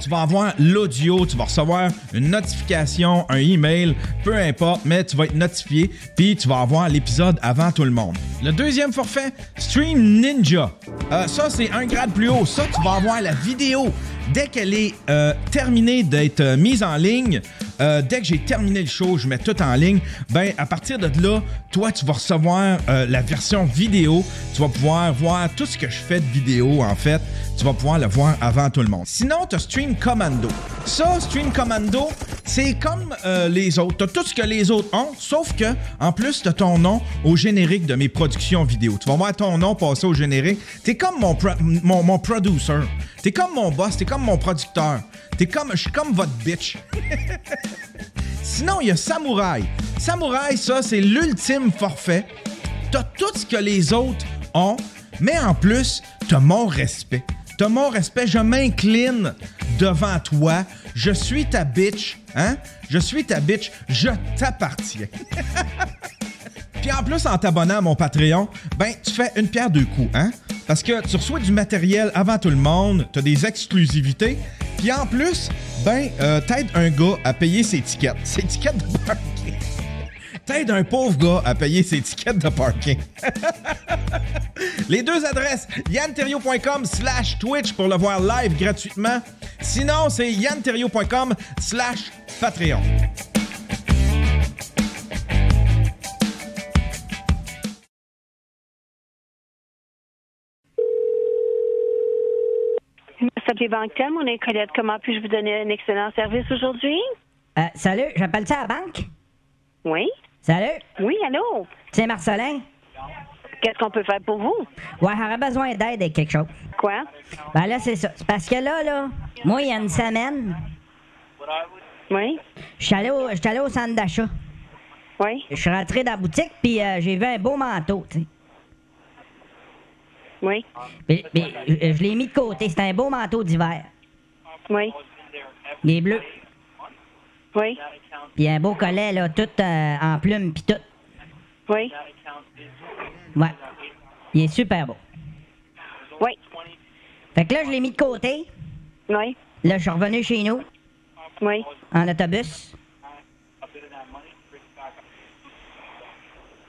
Speaker 1: tu vas avoir l'audio, tu vas recevoir une notification, un email, peu importe, mais tu vas être notifié, puis tu vas avoir l'épisode avant tout le monde. Le deuxième forfait, Stream Ninja. Euh, ça, c'est un grade plus haut. Ça, tu vas avoir la vidéo. Dès qu'elle est euh, terminée d'être euh, mise en ligne, euh, dès que j'ai terminé le show, je mets tout en ligne. Ben, à partir de là, toi, tu vas recevoir euh, la version vidéo. Tu vas pouvoir voir tout ce que je fais de vidéo, en fait. Tu vas pouvoir le voir avant tout le monde. Sinon, tu as Stream Commando. Ça, Stream Commando, c'est comme euh, les autres. Tu as tout ce que les autres ont, sauf que, en plus, tu as ton nom au générique de mes productions vidéo. Tu vas voir ton nom passer au générique. Tu es comme mon, pro- mon, mon producer. Tu es comme mon boss. Tu es comme mon producteur. T'es comme, je suis comme votre bitch. Sinon, il y a Samouraï. Samouraï, ça, c'est l'ultime forfait. T'as tout ce que les autres ont, mais en plus, t'as mon respect. T'as mon respect, je m'incline devant toi. Je suis ta bitch, hein? Je suis ta bitch, je t'appartiens. Puis en plus, en t'abonnant à mon Patreon, ben, tu fais une pierre deux coups, hein? Parce que tu reçois du matériel avant tout le monde, t'as des exclusivités, puis en plus, ben, euh, t'aides un gars à payer ses tickets. Ses tickets de parking. T'aides un pauvre gars à payer ses tickets de parking. Les deux adresses, yanterio.com slash Twitch pour le voir live gratuitement. Sinon, c'est yanterio.com slash Patreon.
Speaker 6: Salut Banque mon est Colette. Comment puis-je vous donner un excellent service aujourd'hui?
Speaker 7: Euh, salut, j'appelle ça à la banque.
Speaker 6: Oui?
Speaker 7: Salut,
Speaker 6: Oui, allô?
Speaker 7: c'est Marcelin.
Speaker 6: Qu'est-ce qu'on peut faire pour vous?
Speaker 7: Ouais, j'aurais besoin d'aide et quelque chose.
Speaker 6: Quoi?
Speaker 7: Ben là, c'est ça. C'est parce que là, là, moi, il y a une semaine,
Speaker 6: Oui?
Speaker 7: je suis allé au, j'étais allé au centre d'achat.
Speaker 6: Oui?
Speaker 7: Je suis rentré dans la boutique, puis euh, j'ai vu un beau manteau, tu sais.
Speaker 6: Oui?
Speaker 7: Puis- puis, je je l'ai mis de côté. C'était un beau manteau d'hiver.
Speaker 6: Oui?
Speaker 7: Il est bleu.
Speaker 6: Oui?
Speaker 7: Puis un beau collet, là, tout euh, en plume, puis tout. Oui.
Speaker 8: Ouais. Il est super beau.
Speaker 7: Oui.
Speaker 8: Fait que là, je l'ai mis de côté.
Speaker 7: Oui.
Speaker 8: Là, je suis revenu chez nous,
Speaker 7: Oui.
Speaker 8: en autobus.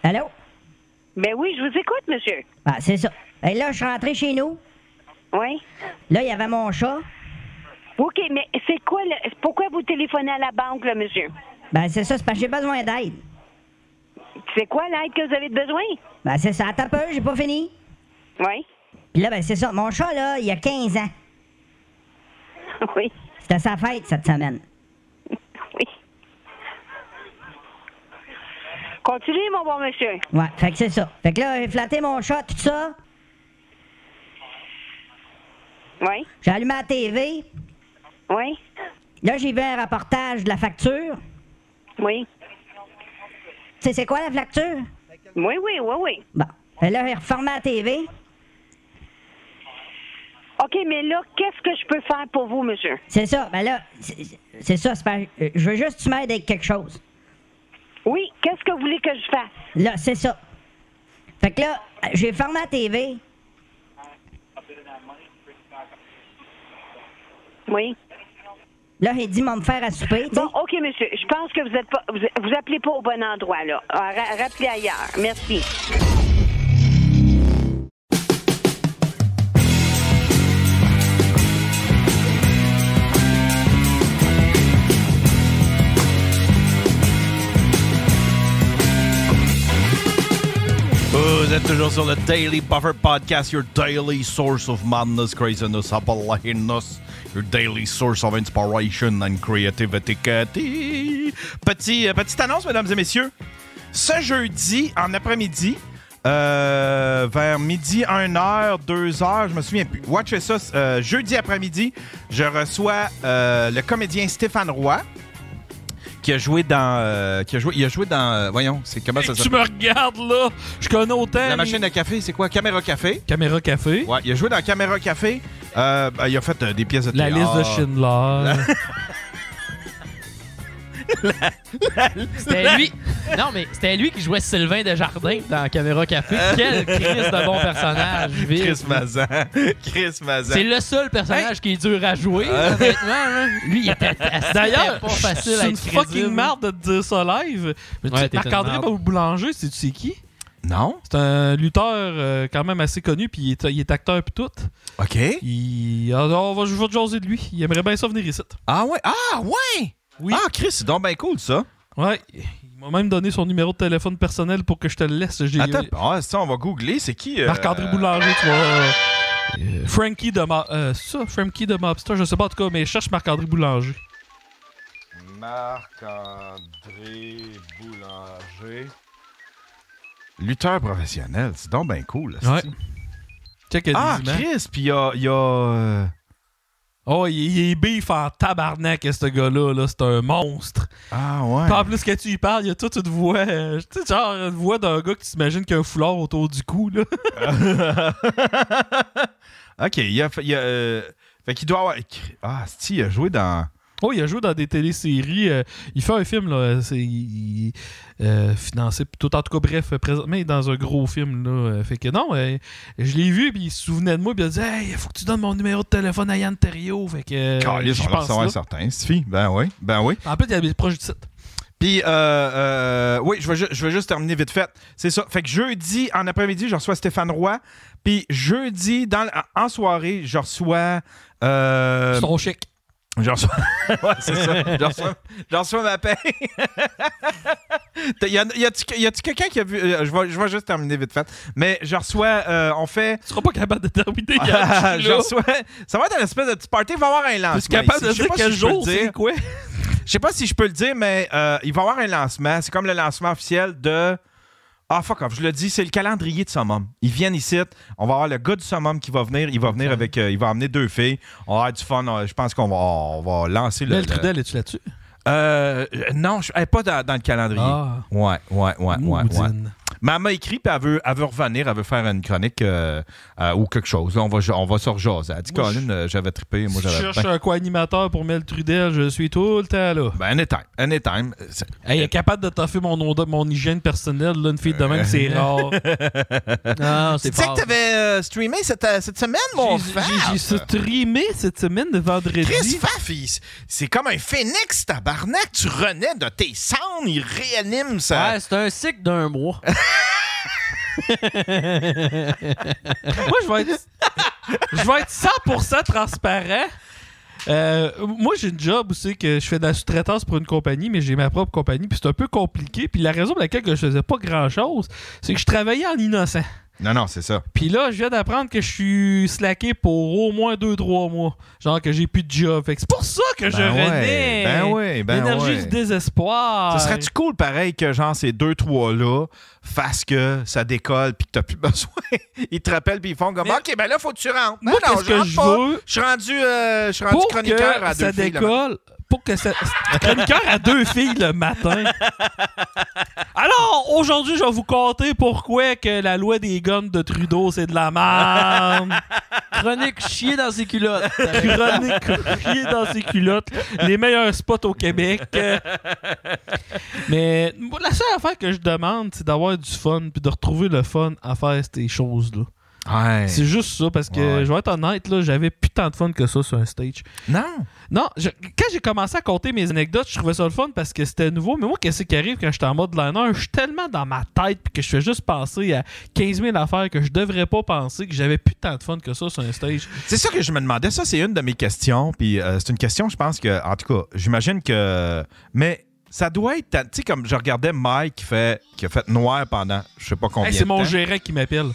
Speaker 8: Allô?
Speaker 7: Ben oui, je vous écoute, monsieur.
Speaker 8: Ah, c'est ça. Et là, je suis rentré chez nous.
Speaker 7: Oui.
Speaker 8: Là, il y avait mon chat.
Speaker 7: OK, mais c'est quoi le... Pourquoi vous téléphonez à la banque, là, monsieur?
Speaker 8: Ben, c'est ça, c'est parce que j'ai besoin d'aide.
Speaker 7: C'est quoi l'aide que vous avez besoin?
Speaker 8: Ben, c'est ça. Attends un peu, j'ai pas fini.
Speaker 7: Oui.
Speaker 8: Puis là, ben, c'est ça. Mon chat, là, il a 15 ans.
Speaker 7: Oui.
Speaker 8: C'était sa fête cette semaine.
Speaker 7: Oui. Continuez, mon bon monsieur.
Speaker 8: Ouais, fait que c'est ça. Fait que là, j'ai flatté mon chat, tout ça.
Speaker 7: Oui.
Speaker 8: J'ai allumé la TV.
Speaker 7: Oui.
Speaker 8: Là, j'ai vu un reportage de la facture.
Speaker 7: Oui.
Speaker 8: Tu sais, c'est quoi la facture?
Speaker 7: Oui, oui, oui, oui.
Speaker 8: Bon. Fait là, j'ai reformé la TV.
Speaker 7: OK, mais là, qu'est-ce que je peux faire pour vous, monsieur?
Speaker 8: C'est ça. Ben là, c'est- c'est ça. c'est pas- euh, Je veux juste que tu m'aides avec quelque chose.
Speaker 7: Oui, qu'est-ce que vous voulez que je fasse?
Speaker 8: Là, c'est ça. Fait que là, euh, j'ai fermé la TV.
Speaker 7: Oui.
Speaker 8: Là, j'ai dit, m'en me faire à souper, tu sais.
Speaker 7: Bon, OK, monsieur. Je pense que vous êtes pas. Vous, vous appelez pas au bon endroit, là. Ah, ra- rappelez ailleurs. Merci.
Speaker 1: Oh, Vous êtes toujours sur le Daily Buffer Podcast, your daily source of madness, craziness, abolitionist, your daily source of inspiration and creativity. Petit, euh, petite annonce, mesdames et messieurs. Ce jeudi, en après-midi, euh, vers midi, 1h, 2h, je me souviens plus. Watchez ça, euh, jeudi après-midi, je reçois euh, le comédien Stéphane Roy. Qui a joué dans. euh, qui a joué, il a joué dans. euh, voyons, c'est comment ça
Speaker 3: tu
Speaker 1: s'appelle?
Speaker 3: me regardes là, je connais autant.
Speaker 1: La
Speaker 3: les-
Speaker 1: machine à café, c'est quoi? Caméra café?
Speaker 3: Caméra café.
Speaker 1: Ouais, il a joué dans Caméra Café. Euh, ben, il a fait euh, des pièces de
Speaker 3: La
Speaker 1: théâtre.
Speaker 3: liste de Schindler.
Speaker 2: C'était lui. Non, mais c'était lui qui jouait Sylvain Desjardins dans Caméra Café.
Speaker 1: Euh.
Speaker 2: Quel Chris de bon personnage, Viv.
Speaker 1: Chris Mazan. Chris Mazan.
Speaker 2: C'est le seul personnage qui est dur à jouer, honnêtement. là. Lui, il était
Speaker 3: D'ailleurs,
Speaker 2: pas facile à
Speaker 3: c'est une
Speaker 2: être crédible.
Speaker 3: fucking merde de te dire ça live. Mais tu-
Speaker 2: Ouais, t'es une
Speaker 3: Marc-André
Speaker 2: merde.
Speaker 3: Bou- Boulanger, c'est tu sais qui?
Speaker 1: Non?
Speaker 3: C'est un lutteur euh, quand même assez connu, puis il est, il est acteur puis tout.
Speaker 1: OK.
Speaker 3: Il... ah, on va, je vais te jaser de lui. Il aimerait bien ça venir ici.
Speaker 1: Ah ouais? Ah ouais!
Speaker 3: Oui.
Speaker 1: Ah, Chris, c'est donc bien cool, ça.
Speaker 3: Ouais, il m'a même donné son numéro de téléphone personnel pour que je te le laisse. J'ai-
Speaker 1: Attends, ah, ça, on va googler. C'est qui? euh,
Speaker 3: Marc-André Boulanger, tu vois. euh, euh, Frankie de Mob... euh, ça, Frankie de Mobster, je sais pas en tout cas, mais cherche Marc-André Boulanger.
Speaker 1: Marc-André Boulanger. Lutteur professionnel. C'est donc bien cool, ça.
Speaker 3: Ouais. Check il y a
Speaker 1: Ah,
Speaker 3: des images.
Speaker 1: Chris, puis il y a... il y a, euh,
Speaker 3: Oh, il, il est beef en tabarnak, ce gars-là. Là. C'est un monstre.
Speaker 1: Ah ouais.
Speaker 3: Puis en plus, quand tu y parles, il y a toute une voix. euh, tu sais, genre, une voix d'un gars qui t'imagine qu'il a un foulard autour du cou. Là.
Speaker 1: OK, il a fait. il a, euh, fait qu'il doit avoir. Ah, si, il a joué dans.
Speaker 3: Oh, il a joué dans des téléséries. euh, il fait un film, là. C'est il- il- euh, financé. pis Tout en tout cas, bref, présentement, il est dans un gros film, là. euh, Fait que non, euh, je l'ai vu, puis il se souvenait de moi, puis il a dit Hey, faut que tu donnes mon numéro de téléphone à Yann Terriot. Fait que. euh,
Speaker 1: Calice,
Speaker 3: je
Speaker 1: on va
Speaker 3: pense
Speaker 1: recevoir
Speaker 3: là.
Speaker 1: certains. Sophie, ben oui, ben oui.
Speaker 3: En plus, il habite proche du site.
Speaker 1: Puis, euh, euh, oui, je vais, ju- je vais juste terminer vite fait. C'est ça. Fait que jeudi, en après-midi, je reçois Stéphane Roy. Puis jeudi, dans, l- en soirée, je reçois. euh,
Speaker 3: Son chic.
Speaker 1: Je reçois. ouais, c'est ça. Je reçois, je reçois ma paix. y a- y a-tu y a-tu quelqu'un qui a vu. euh, je, vais, je vais juste terminer vite fait. Mais je reçois. euh, on fait.
Speaker 3: Tu seras pas capable de terminer Yann,
Speaker 1: Ah,
Speaker 3: je suis
Speaker 1: je
Speaker 3: là.
Speaker 1: reçois- Ça va être une espèce de petit party. Il va y avoir un lancement.
Speaker 3: Tu es
Speaker 1: ici.
Speaker 3: capable de
Speaker 1: Je sais
Speaker 3: dire
Speaker 1: pas
Speaker 3: quel
Speaker 1: si je peux
Speaker 3: jour
Speaker 1: le dire.
Speaker 3: c'est quoi
Speaker 1: Je sais pas si je peux le dire, mais euh, il va y avoir un lancement. C'est comme le lancement officiel de. Ah, fuck off. Je le dis, c'est le calendrier de Summum. Ils viennent ici. On va avoir le gars du Summum qui va venir. Il va venir avec. euh, il va amener deux filles. On va avoir du fun. On- Je pense qu'on va, on va lancer le.
Speaker 3: Là, le
Speaker 1: le-
Speaker 3: Trudel, es-tu là-dessus
Speaker 1: Euh, non, je, eh, pas dans, dans le calendrier.
Speaker 3: Ah.
Speaker 1: Ouais, ouais, ouais, ouais, ouais.
Speaker 3: Moudine.
Speaker 1: Mais elle m'a écrit, puis elle veut, elle veut revenir, elle veut faire une chronique euh, euh, ou quelque chose. Là, on va, on va se rejaser. Elle dit,
Speaker 3: Moi,
Speaker 1: Colin, euh, j'avais trippé, moi
Speaker 3: Si tu
Speaker 1: j'avais.
Speaker 3: cherches
Speaker 1: Ben,
Speaker 3: un co-animateur pour Mel Trudel, je suis tout le temps là.
Speaker 1: ben, anytime, anytime. C'est-
Speaker 3: Hey, elle est capable de toffer mon, onda- mon hygiène personnelle, là, une fille de même, c'est
Speaker 1: Euh.
Speaker 3: rare. non, c'est
Speaker 1: Tu sais
Speaker 3: pas.
Speaker 1: que t'avais euh, streamé cette, euh, cette semaine, mon frère?
Speaker 3: J'ai streamé cette semaine de vendredi.
Speaker 1: Chris Faf, il- c'est comme un phénix, tabarnak. Tu renais de tes cendres, il réanime ça.
Speaker 2: Ouais, c'est un cycle d'un mois.
Speaker 3: moi, je vais être, je vais être 100% transparent. Euh, moi, j'ai une job aussi que je fais de la sous-traitance pour une compagnie, mais j'ai ma propre compagnie, puis c'est un peu compliqué. Puis la raison pour laquelle que je faisais pas grand-chose, c'est que je travaillais en innocent.
Speaker 1: Non, non, c'est ça.
Speaker 3: Puis là, je viens d'apprendre que je suis slacké pour au moins 2-3 mois. Genre que j'ai plus de job. Fait que c'est pour ça que je
Speaker 1: Ben ouais,
Speaker 3: renais.
Speaker 1: ben ouais, ben
Speaker 3: L'énergie
Speaker 1: ouais.
Speaker 3: du désespoir.
Speaker 1: Ce serait-tu cool, pareil, que genre ces deux, trois-là fassent que ça décolle puis que t'as plus besoin? ils te rappellent puis ils font comme
Speaker 3: Mais-
Speaker 1: OK, ben là, faut que tu rentres. non,
Speaker 3: Moi,
Speaker 1: non,
Speaker 3: qu'est-ce que
Speaker 1: rentre
Speaker 3: je
Speaker 1: pas.
Speaker 3: veux-
Speaker 1: Je suis rendu, euh, je suis rendu
Speaker 3: pour
Speaker 1: chroniqueur
Speaker 3: que
Speaker 1: à deux
Speaker 3: ça
Speaker 1: filles, là.
Speaker 3: décolle, pour que ça chroniqueur à deux filles le matin. Alors aujourd'hui, je vais vous conter pourquoi que la loi des guns de Trudeau c'est de la merde.
Speaker 2: Chronique chier dans ses culottes.
Speaker 3: Chronique crier dans ses culottes, les meilleurs spots au Québec. Euh, Mais moi, la seule affaire que je demande, c'est d'avoir du fun puis de retrouver le fun à faire ces choses là.
Speaker 1: Ouais.
Speaker 3: C'est juste ça parce que
Speaker 1: Ouais.
Speaker 3: je vais être honnête là, j'avais plus tant de fun que ça sur un stage.
Speaker 1: Non.
Speaker 3: Non, je- quand j'ai commencé à compter mes anecdotes, je trouvais ça le fun parce que c'était nouveau. Mais moi, qu'est-ce qui arrive quand j'étais en mode liner? Je suis tellement dans ma tête puis que je fais juste penser à 15 000 affaires que je devrais pas penser, que j'avais plus tant de fun que ça sur un stage.
Speaker 1: C'est ça que je me demandais. Ça, c'est une de mes questions. Puis euh, c'est une question, je pense que, en tout cas, j'imagine que. Mais ça doit être. Tu sais, comme je regardais Mike qui, fait, qui a fait noir pendant je sais pas combien
Speaker 3: Hey,
Speaker 1: de
Speaker 3: c'est mon
Speaker 1: temps.
Speaker 3: gérant qui m'appelle.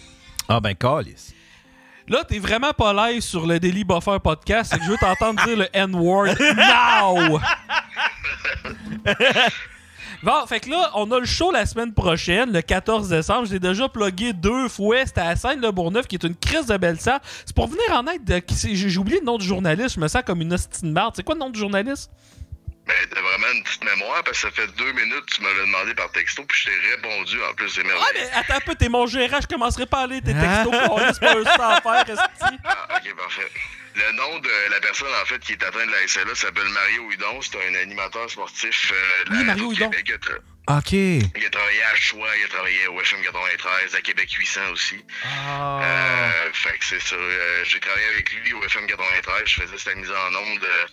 Speaker 1: Ah, ben, calice.
Speaker 3: Là, t'es vraiment pas live sur le Daily Buffer podcast. c'est que je veux t'entendre dire le N-word now! Bon, fait que là, on a le show la semaine prochaine, le 14 décembre. J'ai déjà plugué deux fois. C'était à seine le bourgneuf qui est une crise de belle salle. C'est pour venir en aide de. qui c'est- J'ai j'ai oublié le nom du journaliste. Je me sens comme une hostine marde. C'est quoi le nom du journaliste?
Speaker 9: Ben, t'as vraiment une petite mémoire parce que ça fait deux minutes que tu m'avais demandé par texto puis je t'ai répondu en plus, c'est
Speaker 3: Ah,
Speaker 9: merveilleux.
Speaker 3: mais attends un peu, t'es mon gérant. Je commencerai pas à lire tes textos. câlisse, c'est pas un sans faire, esti.
Speaker 9: Ah, ok, parfait. Le nom de la personne, en fait, qui est atteinte de la SLA s'appelle Mario Hudon. C'est un animateur sportif euh, de la
Speaker 3: Oui,
Speaker 9: radio
Speaker 3: Mario
Speaker 9: de
Speaker 3: Hudon.
Speaker 9: Québec. Il a, tra-
Speaker 1: OK.
Speaker 9: il a travaillé à Choix, il a travaillé au FM 93, à Québec 800 aussi.
Speaker 3: Ah.
Speaker 9: Euh, fait que c'est ça. euh, J'ai travaillé avec lui au FM 93. Je faisais cette mise en onde euh,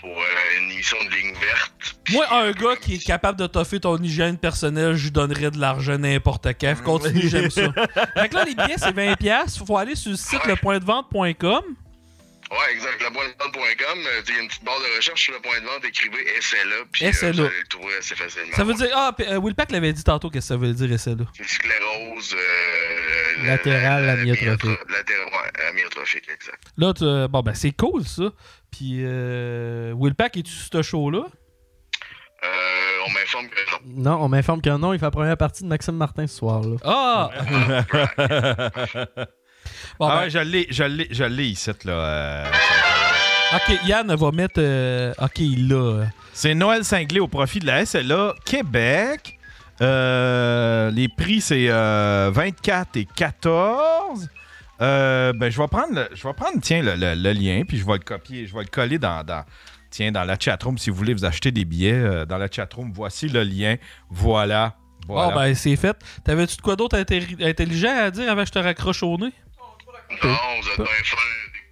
Speaker 9: pour euh, une émission de ligne verte.
Speaker 3: Moi, un gars qui est capable de toffer ton hygiène personnelle, je lui donnerais de l'argent n'importe quand. Fait, Continue, j'aime ça. Fait que là, les billets, c'est 20$. piastres. Faut aller sur le site lepointdevente.com.
Speaker 9: Ouais, exact. Lapointdevente.com, euh, il y a une petite barre de recherche sur le point de vente, écrivez SLA, puis euh,
Speaker 3: SLA.
Speaker 9: vous allez le trouver assez facilement.
Speaker 3: Ça veut dire. Ah, puis, euh, Willpack l'avait dit tantôt, qu'est-ce que ça veut dire, SLA.
Speaker 9: Une sclérose... Euh, la-
Speaker 2: Latérale
Speaker 9: la- la-
Speaker 2: amyotrophique.
Speaker 9: Latérale, ouais, amyotrophique, exact.
Speaker 3: Là, tu- euh, bon, ben, c'est cool, ça. Puis, euh, Willpack, es-tu sur ce show-là?
Speaker 9: Euh, on m'informe que non.
Speaker 2: Non, on m'informe qu'un non, il fait la première partie de Maxime Martin ce soir. là.
Speaker 3: Ah! Bon,
Speaker 1: Ah,
Speaker 3: ben,
Speaker 1: ouais, je l'ai, je l'ai, je l'ai ici, là. euh.
Speaker 3: ok, Yann va mettre. euh, ok, il l'a.
Speaker 1: C'est Noël Cinglé au profit de la SLA Québec. Euh, les prix, c'est euh, 24 et 14. Euh, ben, je vais prendre, le- je vais prendre tiens, le, le- le lien, puis je vais le copier, je vais le coller dans, dans- tiens, dans la chatroom. Si vous voulez vous acheter des billets euh, dans la chatroom, voici le lien. Voilà.
Speaker 3: Bon,
Speaker 1: voilà.
Speaker 3: ben, c'est fait. T'avais-tu de quoi d'autre intelli- intelligent à dire avant que je te raccroche au nez?
Speaker 9: Non, vous êtes bien fin.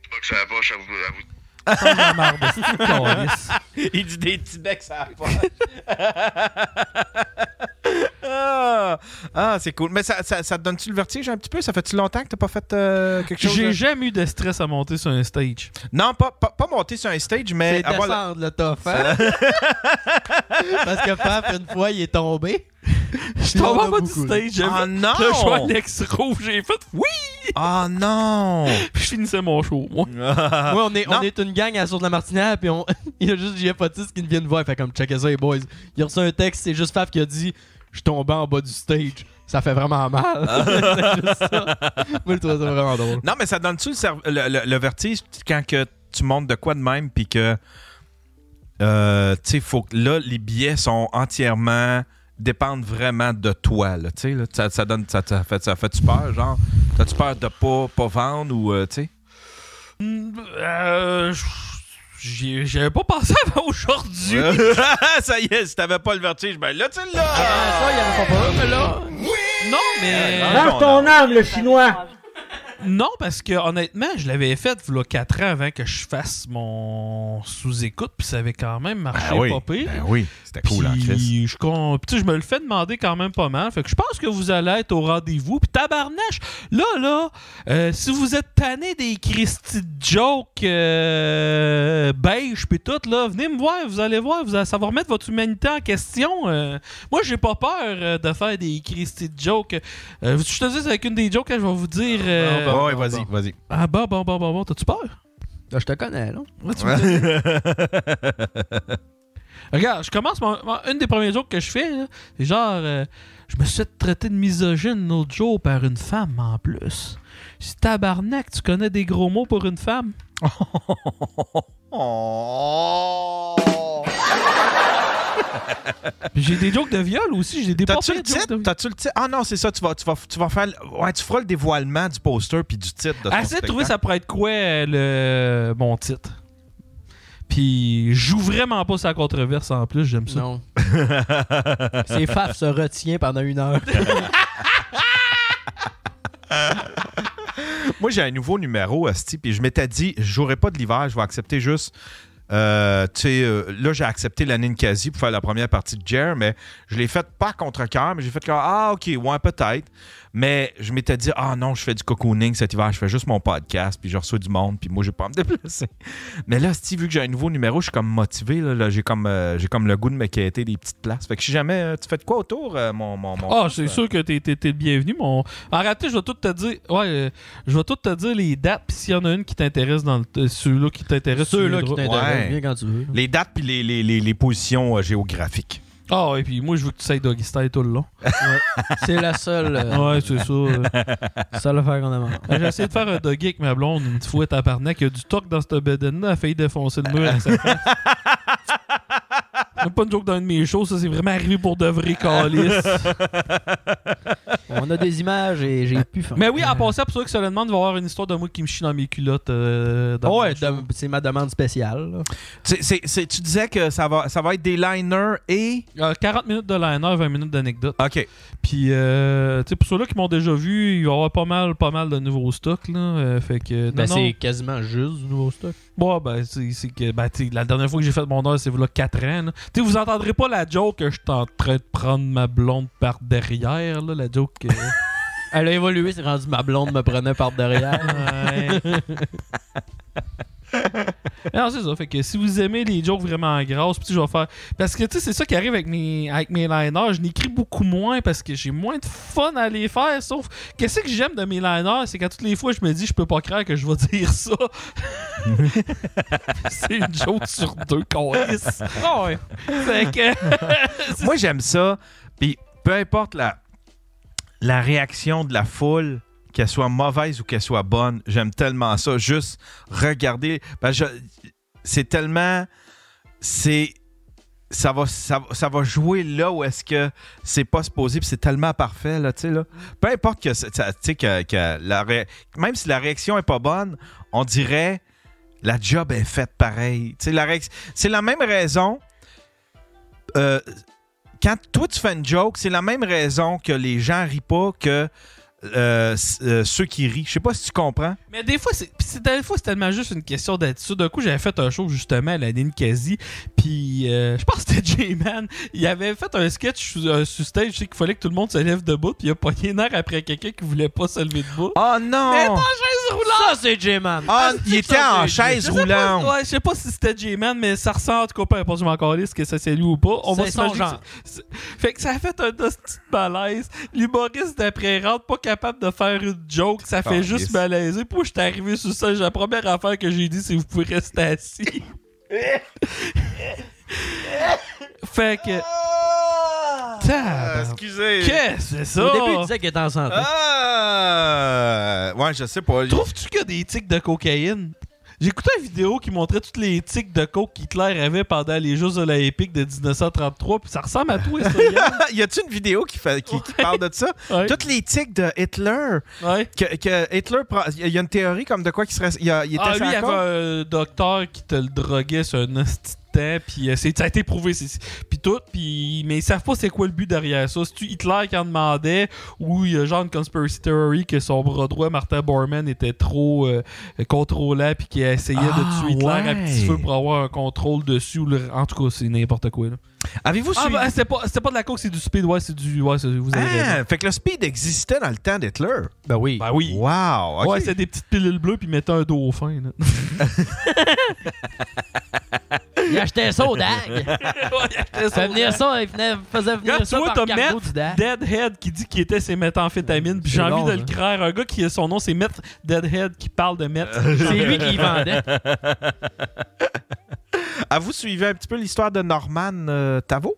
Speaker 9: Des box à la poche à vous... À vous...
Speaker 3: Ah, la marde, c'est une câlisse.
Speaker 1: Il dit des petits becs ça ah, ah, c'est cool. Mais ça, ça, ça te donne-tu le vertige un petit peu? Ça fait-tu longtemps que t'as pas fait euh, quelque chose? de-
Speaker 3: J'ai jamais eu de stress à monter sur un stage.
Speaker 1: Non, pas, pas, pas monter sur un stage, mais
Speaker 2: C'est
Speaker 1: avoir la-
Speaker 2: descendre le tough, hein? Parce que Faf, une fois, il est tombé.
Speaker 3: Je t'en vois pas du stage.
Speaker 1: Ah
Speaker 3: j'avais-
Speaker 1: non!
Speaker 3: Là, je vois un ex rouge, j'ai fait oui!
Speaker 1: Ah non!
Speaker 3: Puis je finissais mon show, moi.
Speaker 2: Moi, on est,
Speaker 1: Non.
Speaker 2: on est une gang à Source de la Martinière, puis on... il y a juste JF Otis qui vient de voir. Fait comme, checkez ça, les boys. Il a reçu un texte, c'est juste Faf qui a dit Je suis tombé en bas du stage. Ça fait vraiment mal.
Speaker 1: Ah.
Speaker 2: c'est juste ça. Moi, je trouve ça vraiment drôle.
Speaker 1: Non, mais ça donne-tu le, cerve- le- le- le vertige quand que tu montes de quoi de même, puis que. euh, tu sais, faut que là, les billets sont entièrement dépendent vraiment de toi. Là, tu sais, là. ça, ça donne, ça, ça fait, ça fait-tu peur, genre? T'as-tu peur de pas, pas vendre ou, euh, tu sais?
Speaker 3: Mm, euh, j'y- j'y avais pas pensé avant aujourd'hui.
Speaker 1: ça y est, si t'avais pas le vertige, ben là, tu l'as!
Speaker 2: Ça, il y avait pas peur, mais là.
Speaker 3: Non,
Speaker 1: Eh,
Speaker 3: mais.
Speaker 5: Lave ton âme, le chinois!
Speaker 3: Non, parce que honnêtement, je l'avais fait il 4 ans avant que je fasse mon sous-écoute, puis ça avait quand même marché pas pire.
Speaker 1: Ben oui, c'était
Speaker 3: Puis,
Speaker 1: cool, en Chris.
Speaker 3: je, con- puis, tu sais, je me le fais demander quand même pas mal. Fait que je pense que vous allez être au rendez-vous. Puis tabarnache, là, là, euh, si vous êtes tanné des Christy de jokes euh, beige puis tout, là, venez me voir, vous allez voir, vous allez savoir mettre votre humanité en question. Euh, moi, j'ai pas peur euh, de faire des Christy de jokes. Euh, je te dis avec une des jokes, hein, je vais vous dire... euh,
Speaker 1: Ouais, ouais, vas-y, vas-y.
Speaker 3: Ah bon, bon, bon, bon, bon, t'as-tu peur?
Speaker 2: je te connais, là.
Speaker 3: Ouais, tu me Regarde, je commence mon- mon- une des premières jokes que je fais, là, c'est genre euh, je me suis fait traiter de misogyne l'autre jour par une femme en plus. C'est tabarnak, tu connais des gros mots pour une femme?
Speaker 1: Ah,
Speaker 3: Puis J'ai des jokes de viol aussi, j'ai des pas
Speaker 1: T'as-tu
Speaker 3: pires
Speaker 1: le
Speaker 3: jokes de
Speaker 1: titre?
Speaker 3: viol.
Speaker 1: T'as-tu le titre? Ah non, c'est ça, tu vas, tu, vas, tu vas faire... le- Ouais, tu feras le dévoilement du poster puis du titre de ton
Speaker 3: Assez de trouver
Speaker 1: spectacle.
Speaker 3: ça pourrait être quoi euh, le mon titre. Puis je joue vraiment pas sa controverse en plus, j'aime ça.
Speaker 2: Non. Ses faves se retient pendant une heure.
Speaker 1: Moi, j'ai un nouveau numéro, Asti, puis je m'étais dit, je jouerai pas de l'hiver, je vais accepter juste... euh, tu sais, euh, là, j'ai accepté la Ninkasi pour faire la première partie de Jer, mais je l'ai faite pas contre cœur mais j'ai fait comme Ah, ok, ouais, peut-être. Mais je m'étais dit, ah non, je fais du cocooning cet hiver, je fais juste mon podcast, puis je reçois du monde, puis moi, j'ai pas à me déplacer. Mais là, Steve, vu que j'ai un nouveau numéro, je suis comme motivé, là, là, j'ai comme, euh, j'ai comme le goût de me quêter des petites places. Fait que si jamais, euh, tu fais de quoi autour, euh, mon. mon, mon-
Speaker 3: Ah, c'est sûr que t'es, t'es- t'es le bienvenu, mon. En réalité, je vais tout te dire. Ouais, euh, je vais tout te dire les dates, puis s'il y en a une qui t'intéresse dans le. euh, celui-là qui t'intéresse.
Speaker 2: Ceux-là
Speaker 3: tu
Speaker 2: qui
Speaker 3: viendras.
Speaker 1: t'intéressent,
Speaker 2: t'intéressent,
Speaker 1: viens
Speaker 2: bien quand tu veux.
Speaker 1: Les dates, puis les, les, les, les positions euh, géographiques.
Speaker 3: Ah, et puis moi, je veux que tu sailles Doggy Style tout le long.
Speaker 2: C'est la seule, euh,
Speaker 3: ouais, c'est ça. euh.
Speaker 2: seule affaire qu'on a marre.
Speaker 3: Ben, J'ai essayé de faire un Doggy avec ma blonde une petite fouette à Parnac. Il y a du toc dans cette bedaine-là. Elle a failli défoncer le mur avec sa face. Même pas une joke dans une de mes shows, Oh, ça c'est vraiment arrivé pour de vrai calice.
Speaker 2: On a des images et j'ai plus faim.
Speaker 3: Mais oui, en passant, pour ceux qui se le demandent, il va y avoir une histoire de moi qui me chie dans mes culottes. euh, dans
Speaker 2: Ah Ouais,
Speaker 3: mon show.
Speaker 2: dem- c'est ma demande spéciale. là.
Speaker 1: C'est- c'est- c'est- tu disais que ça va, ça va être des liners et.
Speaker 3: Euh, 40 minutes de liner, 20 minutes d'anecdote.
Speaker 1: OK.
Speaker 3: Puis, euh, tu sais, pour ceux-là qui m'ont déjà vu, il va y avoir pas mal, pas mal de nouveaux stocks, là. Euh, fait que,
Speaker 2: Ben,
Speaker 3: non, non.
Speaker 2: c'est quasiment juste du nouveau stock.
Speaker 3: Bon, ben, c'est c'est que, ben, tu sais, la dernière fois que j'ai fait mon heure, c'est voilà 4 ans, là. Tu sais, vous entendrez pas la joke que je suis en train de prendre ma blonde par derrière, là, la joke que...
Speaker 2: Elle a évolué, c'est rendu ma blonde me prenait par derrière.
Speaker 3: Ouais. non, c'est ça. Fait que si vous aimez les jokes vraiment grosses, puis je vais faire. Parce que tu sais, c'est ça qui arrive avec mes, avec mes liners. Je n'écris beaucoup moins parce que j'ai moins de fun à les faire. Sauf, qu'est-ce que j'aime de mes liners C'est qu'à toutes les fois, je me dis, je peux pas croire que je vais dire ça. c'est une joke sur deux câlisses.
Speaker 1: Ah
Speaker 3: ouais. Fait que.
Speaker 1: Moi, j'aime ça. Puis peu importe la, la réaction de la foule, qu'elle soit mauvaise ou qu'elle soit bonne, j'aime tellement ça. Juste regarder. Ben, je- c'est tellement. C'est. Ça va, ça, va- ça va jouer là où est-ce que c'est pas supposé, puis c'est tellement parfait, là, tu sais, là. Peu importe que, ça- ça- tu sais, que, que la ré- même si la réaction est pas bonne, on dirait la job est faite pareil. Tu sais, la réac- c'est la même raison euh, quand toi tu fais une joke, c'est la même raison que les gens rient pas que euh, s- euh, ceux qui rient. Je sais pas si tu comprends.
Speaker 3: Mais des fois, c'est, pis c'est- des fois, c'est tellement juste une question d'attitude. D'un coup, j'avais fait un show justement à la quasi puis euh, je pense que c'était J-Man. Il avait fait un sketch sur euh, sur stage, je sais qu'il fallait que tout le monde se lève debout, puis il a pogné une heure après quelqu'un qui voulait pas se lever debout.
Speaker 1: Oh non!
Speaker 3: Mais pas
Speaker 2: Ça, c'est J-Man.
Speaker 1: Ah,
Speaker 3: c'est
Speaker 1: il
Speaker 3: ça,
Speaker 1: était en
Speaker 3: c'est-
Speaker 1: chaise
Speaker 3: je sais pas-
Speaker 1: roulante.
Speaker 3: ouais, je sais pas si c'était J-Man, mais ça ressemble, en tout cas, peu importe, je m'en calisse que ça c'est lui ou pas. On va
Speaker 2: C'est
Speaker 3: s'imaginer
Speaker 2: son
Speaker 3: que
Speaker 2: genre.
Speaker 3: c'est- c'est- Fait que ça a fait un petit malaise. L'humoriste d'après rentre pas capable de faire une joke, ça fait
Speaker 1: Calisse.
Speaker 3: juste malaiser. Puis moi, j'étais arrivé sur ça, la première affaire que j'ai dit, c'est vous pouvez rester assis. fait que. Tabarnak.
Speaker 1: Euh, excusez.
Speaker 3: Ah! Qu'est-ce que c'est ça?
Speaker 2: Au début, il disait qu'il était en santé.
Speaker 1: Ah! Ouais, je sais pas.
Speaker 3: Trouves-tu qu'il y a des tics de cocaïne? J'écoutais une vidéo qui montrait toutes les tics de coke qu'Hitler avait pendant les Jeux olympiques de 1933, puis ça ressemble à tout, ça, Yann.
Speaker 1: y a-tu une vidéo qui, fait- qui- qui parle de ça?
Speaker 3: Ouais.
Speaker 1: Toutes les tics de Hitler.
Speaker 3: Ouais.
Speaker 1: Que, que Hitler prend- Il y a une théorie comme de quoi qu'il serait. Il, a- il était
Speaker 3: Ah,
Speaker 1: sur la
Speaker 3: lui, il y avait
Speaker 1: coke.
Speaker 3: un docteur qui te le droguait sur un hostie de temps, puis euh, c'est- ça a été prouvé. c'est- Puis tout, puis, mais ils savent pas c'est quoi le but derrière ça. C'est-tu Hitler qui en demandait, ou il y a genre une conspiracy theory que son bras droit, Martin Borman, était trop euh, contrôlant, puis qu'il essayait
Speaker 1: Ah,
Speaker 3: de tuer Hitler à
Speaker 1: ouais.
Speaker 3: petit feu pour avoir un contrôle dessus. ou le- En tout cas, c'est n'importe quoi. Là.
Speaker 1: Avez-vous
Speaker 3: Ah,
Speaker 1: suivi.
Speaker 3: bah, c'était pas, c'était pas de la coke, c'est du speed, ouais, c'est du. Ouais, c'est- vous avez raison.
Speaker 1: Ah, fait que le speed existait dans le temps d'Hitler.
Speaker 3: Ben oui. Ben oui.
Speaker 1: Wow. ok.
Speaker 3: Ouais, c'était des petites pilules bleues, puis mettait un dauphin. Là.
Speaker 2: Il achetait ça au DAG. Il faisait venir ça, il venait- faisait venir
Speaker 3: Quand tu
Speaker 2: ça
Speaker 3: vois
Speaker 2: par
Speaker 3: Tom
Speaker 2: cargo
Speaker 3: Meth,
Speaker 2: du DAG.
Speaker 3: Deadhead qui dit qu'il était ses méthamphétamines, puis
Speaker 2: C'est
Speaker 3: j'ai envie
Speaker 2: long,
Speaker 3: de le
Speaker 2: hein.
Speaker 3: craire. Un gars qui son nom c'est Meth Deadhead qui parle de Meth.
Speaker 2: C'est lui qui y vendait.
Speaker 1: Ah, vous suivez un petit peu l'histoire de Norman euh, Tavo?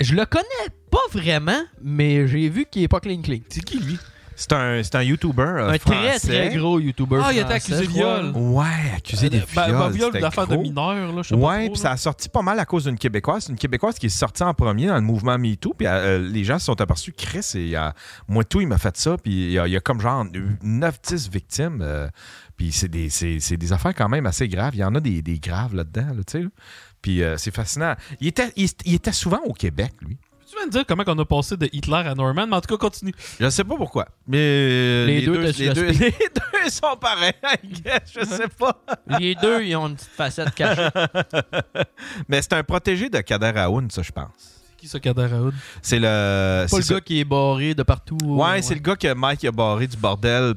Speaker 2: Je le connais pas vraiment, mais j'ai vu qu'il est pas clean clean.
Speaker 3: C'est qui lui
Speaker 1: C'est un, c'est un YouTuber euh,
Speaker 2: Un très
Speaker 1: français.
Speaker 2: très gros YouTuber.
Speaker 3: Ah, il était
Speaker 2: français,
Speaker 3: accusé de
Speaker 2: je crois.
Speaker 3: viol.
Speaker 1: Ouais, accusé de
Speaker 3: Ben,
Speaker 1: viol.
Speaker 3: ben, viol
Speaker 1: c'était
Speaker 3: d'affaires de
Speaker 1: gros.
Speaker 3: mineurs là, je sais pas
Speaker 1: Ouais,
Speaker 3: trop,
Speaker 1: puis
Speaker 3: là.
Speaker 1: ça a sorti pas mal à cause d'une Québécoise. C'est une Québécoise qui est sortie en premier dans le mouvement MeToo. Puis euh, les gens se sont aperçus, Chris, et, euh, moi tout, il m'a fait ça. Puis il y, a- il y a comme genre 9-10 victimes. euh, puis c'est des, c'est- c'est des affaires quand même assez graves. Il y en a des, des graves là-dedans, là, tu sais. là. Puis euh, c'est fascinant. Il était, il, il était souvent au Québec, lui.
Speaker 3: Tu vas me dire comment on a passé de Hitler à Norman, mais en tout cas continue.
Speaker 1: Je sais pas pourquoi. Mais euh,
Speaker 2: Les deux étaient
Speaker 1: les, deux, les deux sont pareils, I guess. Je sais pas.
Speaker 2: Les deux, ils ont une petite facette cachée.
Speaker 1: Mais c'est un protégé de Kader Aoun, ça, je pense.
Speaker 3: C'est Qui ça Kader Aoun?
Speaker 1: C'est le. c'est
Speaker 2: Pas le
Speaker 1: ça-
Speaker 2: gars qui est barré de partout.
Speaker 1: Ouais, c'est le gars que Mike a barré du bordel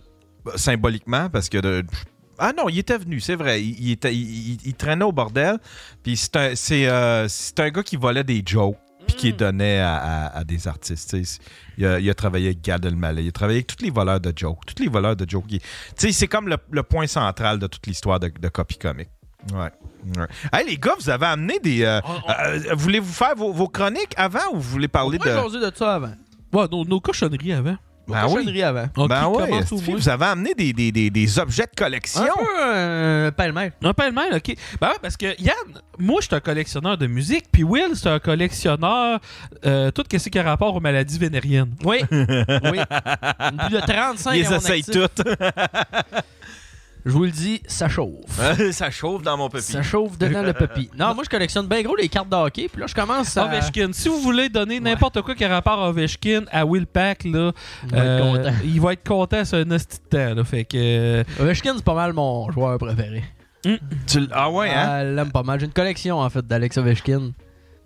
Speaker 1: euh, symboliquement parce que. de- ah non, il était venu, c'est vrai. Il, il était- il- il- il traînait au bordel. Puis c'est un, c'est, euh, c'est un gars qui volait des jokes puis qui les donnait à, à- à des artistes. tu sais. Il a, il a travaillé avec Gad Elmaleh. Il a travaillé avec tous les voleurs de jokes. Tous les voleurs de jokes. Il- tu sais, c'est comme le, le point central de toute l'histoire de, de Copy Comic. Ouais. ouais. Hey, les gars, vous avez amené des... euh,
Speaker 3: On- on-
Speaker 1: euh, voulez-vous faire vos, vos chroniques avant ou vous voulez parler
Speaker 2: Pourquoi
Speaker 1: de...
Speaker 2: aujourd'hui de ça avant?
Speaker 3: Ouais, nos, nos cochonneries avant.
Speaker 1: Ben oui.
Speaker 2: Cochonnerie avant.
Speaker 3: Ok,
Speaker 1: Ben ouais,
Speaker 3: commence au
Speaker 1: esti,
Speaker 3: moins.
Speaker 1: vous avez amené des, des, des, des objets de
Speaker 2: Un
Speaker 1: collection.
Speaker 2: peu euh, pêle-mêle.
Speaker 3: Un pêle-mêle, ok. Ben ouais, parce que Yann, moi, je suis un collectionneur de musique, puis Will, c'est un collectionneur euh, tout ce qui a rapport aux maladies vénériennes.
Speaker 2: Oui. oui. Plus de 35
Speaker 1: Ils
Speaker 2: à mon
Speaker 1: essayent
Speaker 2: actif.
Speaker 1: toutes.
Speaker 2: Je vous le dis, ça chauffe.
Speaker 1: Euh, ça chauffe dans mon papy.
Speaker 2: Ça chauffe dedans le papy. Non, moi je collectionne bien gros les cartes de hockey, puis là Ah, je commence à.
Speaker 3: Ovechkin. Si vous voulez donner n'importe quoi qui a rapport à Ovechkin, à Will Pack, là,
Speaker 2: Il va être
Speaker 3: euh,
Speaker 2: content.
Speaker 3: il va être content sur un hostie de temps, là. Fait que. euh,
Speaker 2: Ovechkin, c'est pas mal mon joueur préféré.
Speaker 1: ah ouais, hein?
Speaker 2: Ah, elle l'aime pas mal. J'ai une collection en fait d'Alex Ovechkin.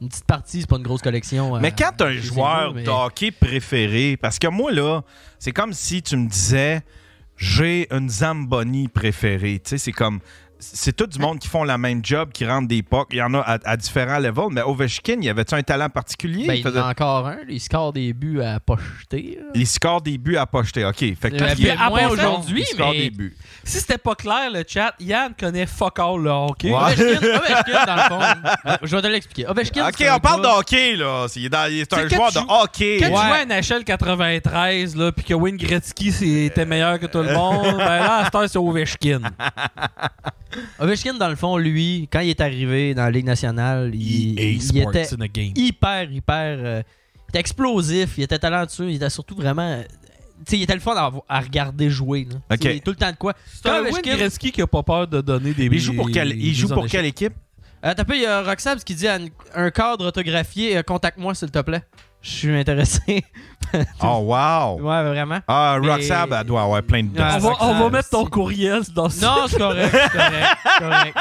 Speaker 2: Une petite partie, c'est pas une grosse collection. euh,
Speaker 1: Mais quand t'as un
Speaker 2: des
Speaker 1: joueur
Speaker 2: aigles, mais-
Speaker 1: de hockey préféré, parce que moi, là, c'est comme si tu me disais j'ai une Zamboni préférée. Tu sais, c'est comme. C'est tout du monde qui font la même job, qui rentrent des pocs. Il y en a à, à différents levels, mais Ovechkin, il avait-tu un talent particulier?
Speaker 2: Ben,
Speaker 1: il,
Speaker 2: il
Speaker 1: faisait-
Speaker 2: y en a encore un, il score des buts à pocheter. là.
Speaker 1: il score des buts à pocheter. OK. Fait que
Speaker 2: Il y avait
Speaker 1: il est
Speaker 2: moins
Speaker 1: bon,
Speaker 3: aujourd'hui,
Speaker 1: il score
Speaker 3: mais-
Speaker 1: des buts.
Speaker 3: si c'était pas clair, le chat, Yann connaît fuck all le hockey.
Speaker 1: Ouais.
Speaker 2: Ovechkin, Ovechkin, dans le fond. Ah, Je vais te l'expliquer. Ovechkin,
Speaker 1: OK,
Speaker 2: c'est un
Speaker 1: on parle de
Speaker 2: gars-
Speaker 1: hockey, là. C'est dans- c'est
Speaker 3: Tu
Speaker 1: un
Speaker 3: sais, quand
Speaker 1: joueur de
Speaker 3: tu-
Speaker 1: hockey.
Speaker 3: Quand
Speaker 1: Ouais.
Speaker 3: tu jouais à NHL 93, là, puis que Wayne Gretzky c'est- était meilleur que tout le monde, ben là, à cette heure, c'est Ovechkin.
Speaker 2: Ovechkin, dans le fond, lui, quand il est arrivé dans la Ligue nationale, il,
Speaker 3: EA
Speaker 2: il
Speaker 3: Sports
Speaker 2: était
Speaker 3: in a game.
Speaker 2: hyper, hyper. euh, il était explosif, il était talentueux, il était surtout vraiment. Tu sais, il était le fun à, à regarder jouer. là.
Speaker 1: Ok.
Speaker 2: Tu sais, Tout le temps de quoi.
Speaker 3: C'est un
Speaker 2: Quand
Speaker 3: Wayne
Speaker 2: Ovechkin-
Speaker 3: Gretzky qui a pas peur de donner des
Speaker 1: Il joue pour quelle,
Speaker 3: des
Speaker 1: il joue pour
Speaker 3: échecs.
Speaker 1: quelle équipe?
Speaker 2: Euh, T'as peu, il y a Roxabs qui dit à une- un cadre autographié euh, Contacte-moi, s'il te plaît. Je suis intéressé.
Speaker 1: Oh, wow!
Speaker 2: ouais, vraiment.
Speaker 1: Ah,
Speaker 2: Mais-
Speaker 1: Roxab, elle doit avoir plein de
Speaker 3: On
Speaker 2: Ah,
Speaker 3: va, on va
Speaker 2: Roxanne,
Speaker 3: mettre ton
Speaker 2: c'est-
Speaker 3: courriel dans ce-
Speaker 2: Non, c'est correct, c'est correct, c'est correct.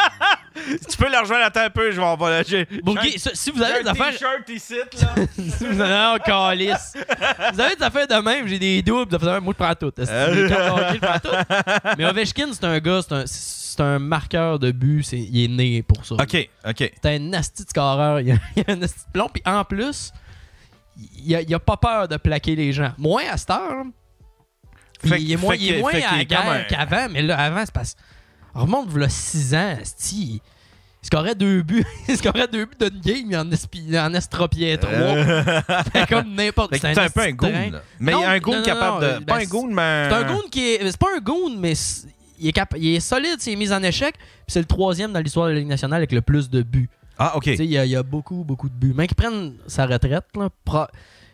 Speaker 1: Tu peux la rejoindre à temps un peu, je vais en voler. J'ai
Speaker 2: Boogie, ça- si vous avez des affaires.
Speaker 1: t-shirt ici, là.
Speaker 2: si vous avez des calice. Vous avez des affaires de même, j'ai des doubles. de même, Moi, je prends tout. Est-ce que les cartes de hockey, je prends tout. Mais Ovechkin, c'est un gars, c'est un, c'est un marqueur de but. c'est- il est né pour ça.
Speaker 1: OK, OK.
Speaker 2: C'est un nasty de scoreur. Il a, il a un nasty de plomb. Puis en plus, il a, il a pas peur de plaquer les gens. Moins à cette heure. là.
Speaker 1: Fait
Speaker 2: il est
Speaker 1: que-
Speaker 2: moins,
Speaker 1: fait
Speaker 2: il est
Speaker 1: que-
Speaker 2: moins
Speaker 1: fait
Speaker 2: à
Speaker 1: qu'il
Speaker 2: la
Speaker 1: est comme
Speaker 2: guerre
Speaker 1: un-
Speaker 2: qu'avant. Mais là, avant, c'est parce... Remonte, voilà 6 ans, asti. Il scorait deux buts. il scorait deux buts d'une game. Il en, espi- il en estropiait trois. Fait comme n'importe
Speaker 1: Euh. Fait que t'es un peu un
Speaker 2: asti de train.
Speaker 1: goon, là. Mais
Speaker 2: Non,
Speaker 1: il y a un
Speaker 2: non,
Speaker 1: goon
Speaker 2: non,
Speaker 1: capable
Speaker 2: non,
Speaker 1: de.
Speaker 2: ben,
Speaker 1: pas un
Speaker 2: c'est-
Speaker 1: goon, mais.
Speaker 2: C'est un goon qui est. C'est pas un goon, mais c'est- il il est, cap- il est solide, c'est mis en échec. Puis c'est le troisième dans l'histoire de la Ligue nationale avec le plus de buts.
Speaker 1: Ah, OK.
Speaker 2: Tu sais, il y, a- il y a beaucoup, beaucoup de buts. Même qui prennent sa retraite, là, pro-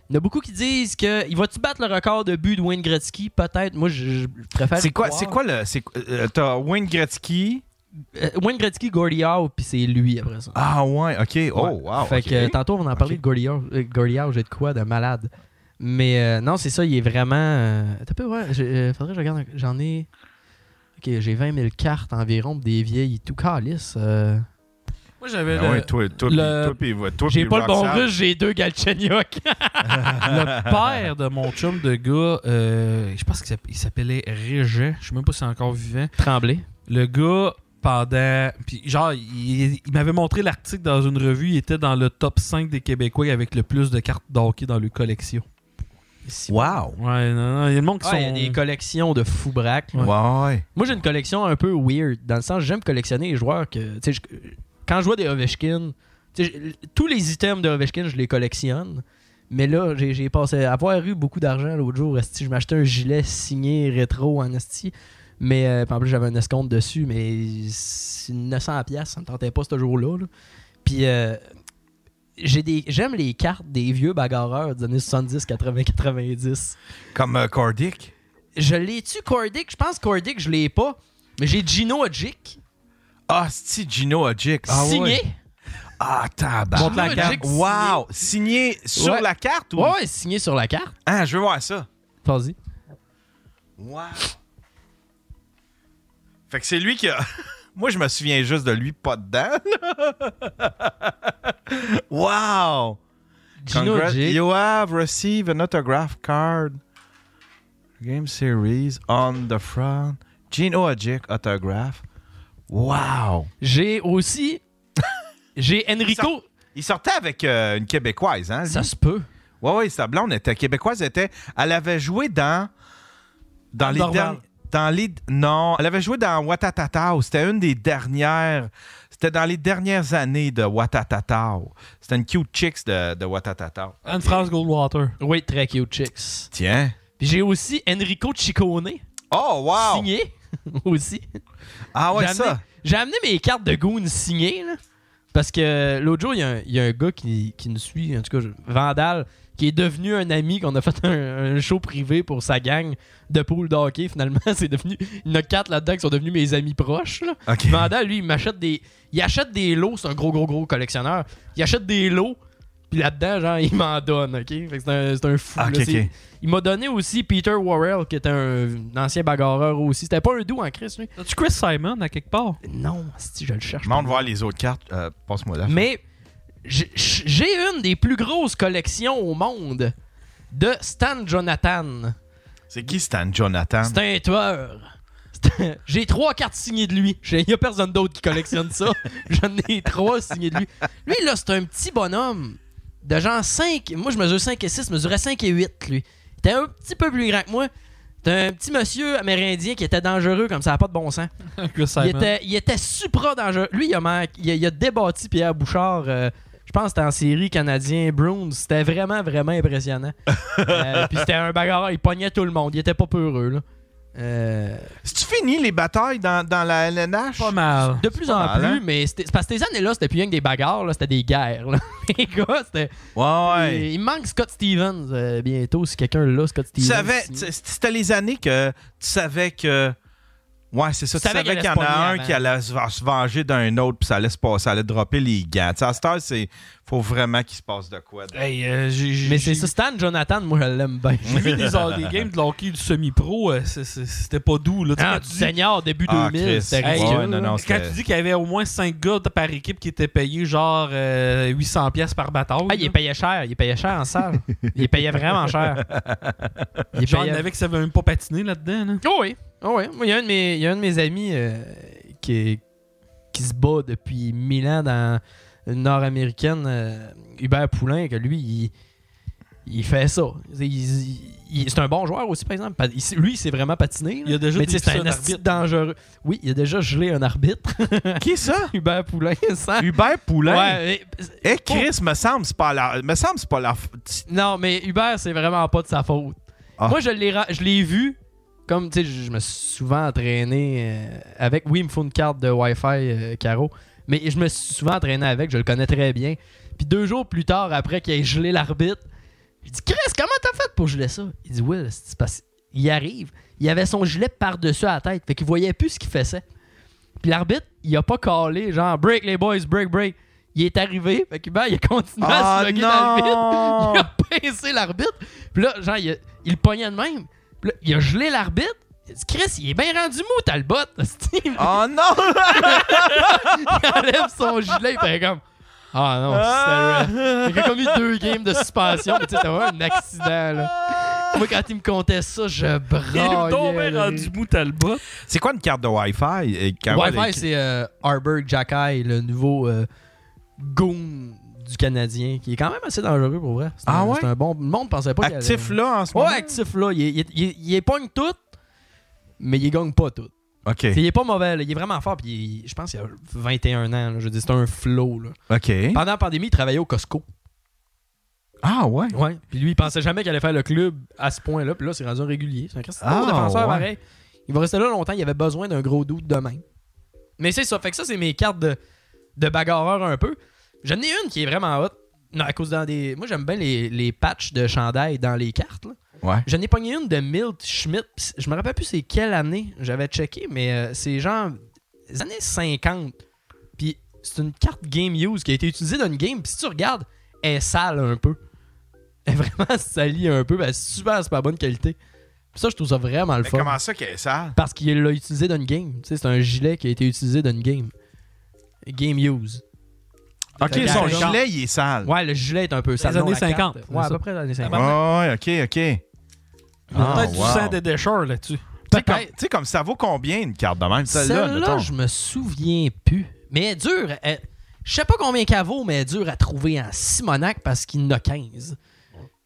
Speaker 2: il y en a beaucoup qui disent que il va-tu battre le record de buts de Wayne Gretzky? Peut-être. Moi, je, je préfère.
Speaker 1: C'est
Speaker 2: y
Speaker 1: quoi,
Speaker 2: croire.
Speaker 1: c'est quoi le. c'est- euh, T'as Wayne Gretzky.
Speaker 2: Euh, Wayne Gretzky, Gordie Howe, puis c'est lui après ça.
Speaker 1: Ah, ouais, OK. Oh, wow.
Speaker 2: fait
Speaker 1: ok.
Speaker 2: que euh, tantôt, on en parlait de Gordie Howe. Euh, Gordie Howe, j'ai de quoi de malade. Mais euh, non, c'est ça, il est vraiment. euh, T'as peu, ouais. j'ai- euh, faudrait que je regarde. J'en ai. Ok, j'ai 20 000 cartes environ, pis des vieilles, tout calice. euh.
Speaker 3: Moi, j'avais
Speaker 1: Ah
Speaker 3: le-
Speaker 1: ouais, toi, toi,
Speaker 3: le-
Speaker 1: toi, puis- toi, puis- toi,
Speaker 3: J'ai
Speaker 1: puis
Speaker 3: pas le bon
Speaker 1: Roxanne.
Speaker 3: russe, j'ai deux Galchenyuk. le père de mon chum de gars, euh, je pense qu'il s'app- il s'appelait Régent. Je sais même pas s'il est encore vivant.
Speaker 2: Tremblay.
Speaker 3: Le gars, pendant. Puis, genre, il, il m'avait montré l'article dans une revue. Il était dans le top 5 des Québécois avec le plus de cartes d'hockey dans leur collection.
Speaker 1: Wow.
Speaker 3: Ouais, non, non, il y a le monde qui
Speaker 2: Ouais, Il
Speaker 3: sont.
Speaker 2: y a des collections de fou braque.
Speaker 1: Ouais. ouais.
Speaker 2: Moi, j'ai une collection un peu weird, dans le sens, j'aime collectionner les joueurs que. tu sais, je- quand je vois des Ovechkin, tu sais, je- tous les items de Ovechkin, je les collectionne. Mais là, j'ai j'ai passé. Avoir eu beaucoup d'argent l'autre jour, esti, je m'achetais un gilet signé rétro en Esti. Mais euh, puis en plus, j'avais un escompte dessus, mais c'est 900$, piastres, ça me tentait pas ce jour-là. là. Puis. euh, j'ai des- J'aime les cartes des vieux bagarreurs des années 70, 80, 90.
Speaker 1: Comme euh, Cordick.
Speaker 2: Je l'ai-tu, Cordick? Je pense que Cordick, je l'ai pas. Mais j'ai Gino Adjic.
Speaker 1: Ah, c'est Gino Hodgick. Ah, ouais.
Speaker 2: signé.
Speaker 1: Ah, tabac.
Speaker 2: Montre la Gino carte. Hodgick signé.
Speaker 1: Wow. Signé sur
Speaker 2: Ouais.
Speaker 1: la carte ou.
Speaker 2: Ouais, ouais, signé sur la carte.
Speaker 1: Ah, je veux voir ça.
Speaker 2: Vas-y.
Speaker 1: Wow. Fait que c'est lui qui a. Moi, je me souviens juste de lui, pas dedans. wow.
Speaker 2: Gino
Speaker 1: Congrats-
Speaker 2: Adjic.
Speaker 1: You have received an autograph card. Game series on the front. Gino Adjic autograph. Wow.
Speaker 2: J'ai aussi. J'ai Enrico.
Speaker 1: Il sortait avec euh, une Québécoise, hein? lui?
Speaker 2: Ça se peut.
Speaker 1: Ouais, ouais, sa blonde était québécoise. Elle, était, elle avait joué dans. Dans les
Speaker 3: Dorval.
Speaker 1: derniers. Dans les, non, elle avait joué dans Watatatao. C'était une des dernières. C'était dans les dernières années de Watatatao. C'était une cute chicks de, de Watatatao.
Speaker 3: Anne-France Goldwater.
Speaker 2: Oui, très cute chicks.
Speaker 1: Tiens.
Speaker 2: Puis j'ai aussi Enrico Ciccone.
Speaker 1: Oh, wow!
Speaker 2: Signé. aussi.
Speaker 1: Ah, ouais,
Speaker 2: J'ai
Speaker 1: ça.
Speaker 2: amené- J'ai amené mes cartes de Goon signées, là. Parce que l'autre jour, il y, a un- il y a un gars qui, qui nous suit, en tout cas, je- Vandal, qui est devenu un ami, qu'on a fait un, un show privé pour sa gang de pool de hockey, finalement. C'est devenu. Il y en a quatre là-dedans qui sont devenus mes amis proches, là.
Speaker 1: OK.
Speaker 2: Vandal, lui, il m'achète des. Il achète des lots, c'est un gros, gros, gros collectionneur. Il achète des lots, puis là-dedans, genre, il m'en donne, ok? Fait que c'est un, c'est un fou.
Speaker 1: Ah,
Speaker 2: là.
Speaker 1: OK,
Speaker 2: C'est-
Speaker 1: OK.
Speaker 2: Il m'a donné aussi Peter Worrell, qui était un, un ancien bagarreur aussi. C'était pas un doux en Chris, lui.
Speaker 3: As-tu Chris Simon à quelque part?
Speaker 2: Non, si je le cherche.
Speaker 1: Demande voir les autres cartes. Euh, Passe-moi là.
Speaker 2: Mais j'ai- j'ai une des plus grosses collections au monde de Stan Jonathan.
Speaker 1: C'est qui Stan Jonathan?
Speaker 2: C'est un tueur. C'est un- J'ai trois cartes signées de lui. Il n'y a personne d'autre qui collectionne ça. J'en ai trois signées de lui. Lui, là, c'est un petit bonhomme de genre 5. Moi, je mesure 5 et 6, je mesurais 5 et 8, lui. Il était un petit peu plus grand que moi. C'était un petit monsieur amérindien qui était dangereux comme ça, a pas de bon sens.
Speaker 3: Chris Simon.
Speaker 2: Il était, il était supra dangereux. Lui, il a, man- il a- il a débattu Pierre Bouchard. euh, je pense que c'était en série canadien Bruins. C'était vraiment, vraiment impressionnant. Euh, Puis c'était un bagarreur. Il pognait tout le monde. Il était pas peureux. Là. Euh,
Speaker 1: C'est-tu fini les batailles dans, dans la LNH?
Speaker 3: pas mal.
Speaker 2: de plus
Speaker 1: pas
Speaker 2: en
Speaker 1: mal,
Speaker 2: plus,
Speaker 1: hein?
Speaker 2: mais c'était c'est parce que ces années-là, c'était plus rien que des bagarres. là, C'était des guerres. là. Les gars, c'était.
Speaker 1: Ouais, ouais.
Speaker 2: Il, il manque Scott Stevens euh, bientôt si quelqu'un l'a, Scott
Speaker 1: Tu
Speaker 2: Stevens.
Speaker 1: savais,
Speaker 2: Si-
Speaker 1: tu- c'était les années que tu savais que. Ouais, c'est ça.
Speaker 2: Tu
Speaker 1: Tu,
Speaker 2: savais qu'elle
Speaker 1: savais qu'il y en
Speaker 2: allait se
Speaker 1: a un
Speaker 2: pogner
Speaker 1: qui allait se, se venger d'un autre, puis ça allait se passer, ça allait dropper les gants. Tu sais, à cette heure, c'est. Faut vraiment qu'il se passe de quoi. de-
Speaker 3: Hey, euh, j'ai- j'ai-
Speaker 2: Mais c'est
Speaker 3: j'ai-
Speaker 2: ça, Stan Jonathan, moi, je l'aime bien.
Speaker 3: J'ai vu des, euh, des games de hockey du semi-pro, euh, c'est- c'est- c'était pas doux. Là. Tu sais,
Speaker 2: Ah,
Speaker 3: quand
Speaker 2: du
Speaker 3: tu dis-
Speaker 2: senior, début
Speaker 1: Ah,
Speaker 2: 2000,
Speaker 1: Chris.
Speaker 2: c'était
Speaker 1: Hey,
Speaker 2: ridicule,
Speaker 1: ouais, non,
Speaker 2: là.
Speaker 1: non,
Speaker 3: Quand
Speaker 1: c'était-
Speaker 3: tu dis qu'il y avait au moins 5 gars de- par équipe qui étaient payés genre euh, 800 pièces par bataille.
Speaker 2: Ah, il est
Speaker 3: là.
Speaker 2: payé cher, il est payé cher en salle. Il est payé vraiment cher. Il est
Speaker 3: Genre, il y
Speaker 2: payé-
Speaker 3: en avait qui savaient même pas patiner là-dedans. là.
Speaker 2: Oh oui, oh oui. Moi, il y a un de mes, il y a un de mes amis euh, qui, est- qui se bat depuis mille ans dans une nord-américaine, euh, Hubert Poulain, que lui, il, il fait ça. Il- il- il- c'est un bon joueur aussi, par exemple. Pat- il- lui, il s'est vraiment patiné. là.
Speaker 3: Il a déjà
Speaker 2: Mais tu sais, c'est un
Speaker 3: dévissé un
Speaker 2: asti
Speaker 3: arbitre.
Speaker 2: dangereux. Oui, il a déjà gelé un arbitre.
Speaker 1: Qui ça?
Speaker 2: Hubert Poulain, ça.
Speaker 1: Hubert Poulin.
Speaker 2: Ouais, mais-
Speaker 1: Eh, Chris, me semble, c'est pas la. Me semble, c'est pas la. f-
Speaker 2: Non, mais Hubert, c'est vraiment pas de sa faute.
Speaker 1: Ah.
Speaker 2: Moi, je l'ai, ra- je l'ai vu comme tu sais, je je me suis souvent entraîné euh, avec. Oui, il me faut une carte de Wi-Fi, euh, Caro, mais je me suis souvent entraîné avec, je le connais très bien. Puis deux jours plus tard, après qu'il ait gelé l'arbitre, je dis Chris, comment t'as fait pour geler ça Il dit Will, c'est parce qu'il arrive. Il avait son gilet par-dessus la tête, fait qu'il voyait plus ce qu'il faisait. Puis l'arbitre, il a pas callé, genre break les boys, break, break. Il est arrivé, fait qu'il ben, il a continué à
Speaker 1: Ah,
Speaker 2: se moquer
Speaker 1: non!
Speaker 2: d'arbitre. Il a pincé l'arbitre. Puis là, genre, il, a- il le pognait de même. Puis là, il a gelé l'arbitre. Il a dit, Chris, il est bien rendu mou, t'as le bot. Steve,
Speaker 1: Oh non!
Speaker 2: il enlève son gilet, il fait comme. Ah non, c'est vrai. Il a commis deux games de suspension, mais tu sais, t'as vraiment un accident, là. Moi, quand il me comptait ça, je
Speaker 3: Il est
Speaker 2: braillais.
Speaker 3: tombé
Speaker 2: là.
Speaker 3: rendu bout à le bas.
Speaker 1: C'est quoi une carte de Wi-Fi? euh, Caro, elle
Speaker 2: Wi-Fi,
Speaker 1: écrit-
Speaker 2: c'est euh, Harburg Jackal, le nouveau euh, goon du Canadien, qui est quand même assez dangereux pour vrai. C'est
Speaker 1: Ah
Speaker 2: un,
Speaker 1: ouais?
Speaker 2: C'est un bon. Le monde pensait pas qu'il allait-
Speaker 1: actif là en ce
Speaker 2: Ouais,
Speaker 1: moment?
Speaker 2: actif là. Il, il, il, il les pogne tout, mais il les gagne pas tout.
Speaker 1: OK.
Speaker 2: Il est pas mauvais, là. il est vraiment fort. Puis il- je pense qu'il a 21 ans. là. Je veux dire, c'est un flow. Là.
Speaker 1: OK.
Speaker 2: Pendant la pandémie, il travaillait au Costco.
Speaker 1: Ah ouais?
Speaker 2: Ouais. Puis lui, il pensait jamais qu'il allait faire le club à ce point-là. Puis là, c'est rendu un régulier. C'est un Christophe
Speaker 1: Ah,
Speaker 2: défenseur
Speaker 1: ouais.
Speaker 2: pareil. Il va rester là longtemps. Il avait besoin d'un gros doute demain. Mais c'est ça. Fait que ça, c'est mes cartes de, de bagarreur un peu. J'en ai une qui est vraiment hot. Non, à cause dans des. Moi, j'aime bien les, les patchs de chandail dans les cartes. là.
Speaker 1: Ouais.
Speaker 2: J'en ai pogné une de Milt Schmidt. pis c- Je me rappelle plus c'est quelle année j'avais checké, mais euh, c'est genre les années 50. Puis c'est une carte Game Use qui a été utilisée dans une game. Puis si tu regardes, elle est sale un peu. Elle est vraiment salie un peu. mais Elle est super, super bonne qualité. Pis ça, je trouve ça vraiment le
Speaker 1: Mais
Speaker 2: fun.
Speaker 1: comment ça qu'elle est sale?
Speaker 2: Parce qu'il l'a utilisé dans une game. Tu sais, c'est un gilet qui a été utilisé dans une game. Game Use.
Speaker 1: OK,
Speaker 2: Fait que
Speaker 1: son
Speaker 2: la-
Speaker 1: gilet, il est sale.
Speaker 2: Ouais, le gilet est un peu sale.
Speaker 3: années
Speaker 2: non, la
Speaker 3: 50,
Speaker 2: carte.
Speaker 3: c'est
Speaker 2: Ouais, à
Speaker 3: ça.
Speaker 2: peu près dans les années 50.
Speaker 1: Ouais, OK, OK.
Speaker 3: Il y a
Speaker 1: Ah,
Speaker 3: peut-être
Speaker 1: wow.
Speaker 3: du sang des déchets là-dessus.
Speaker 1: Tu sais, comme- tu sais, comme ça vaut combien une carte de même? Celle-là,
Speaker 2: Celle-là,
Speaker 1: mettons.
Speaker 2: je me souviens plus. Mais elle est dure. elle- Je sais pas combien qu'elle vaut, mais elle est dure à trouver en Simonac parce qu'il en a 15.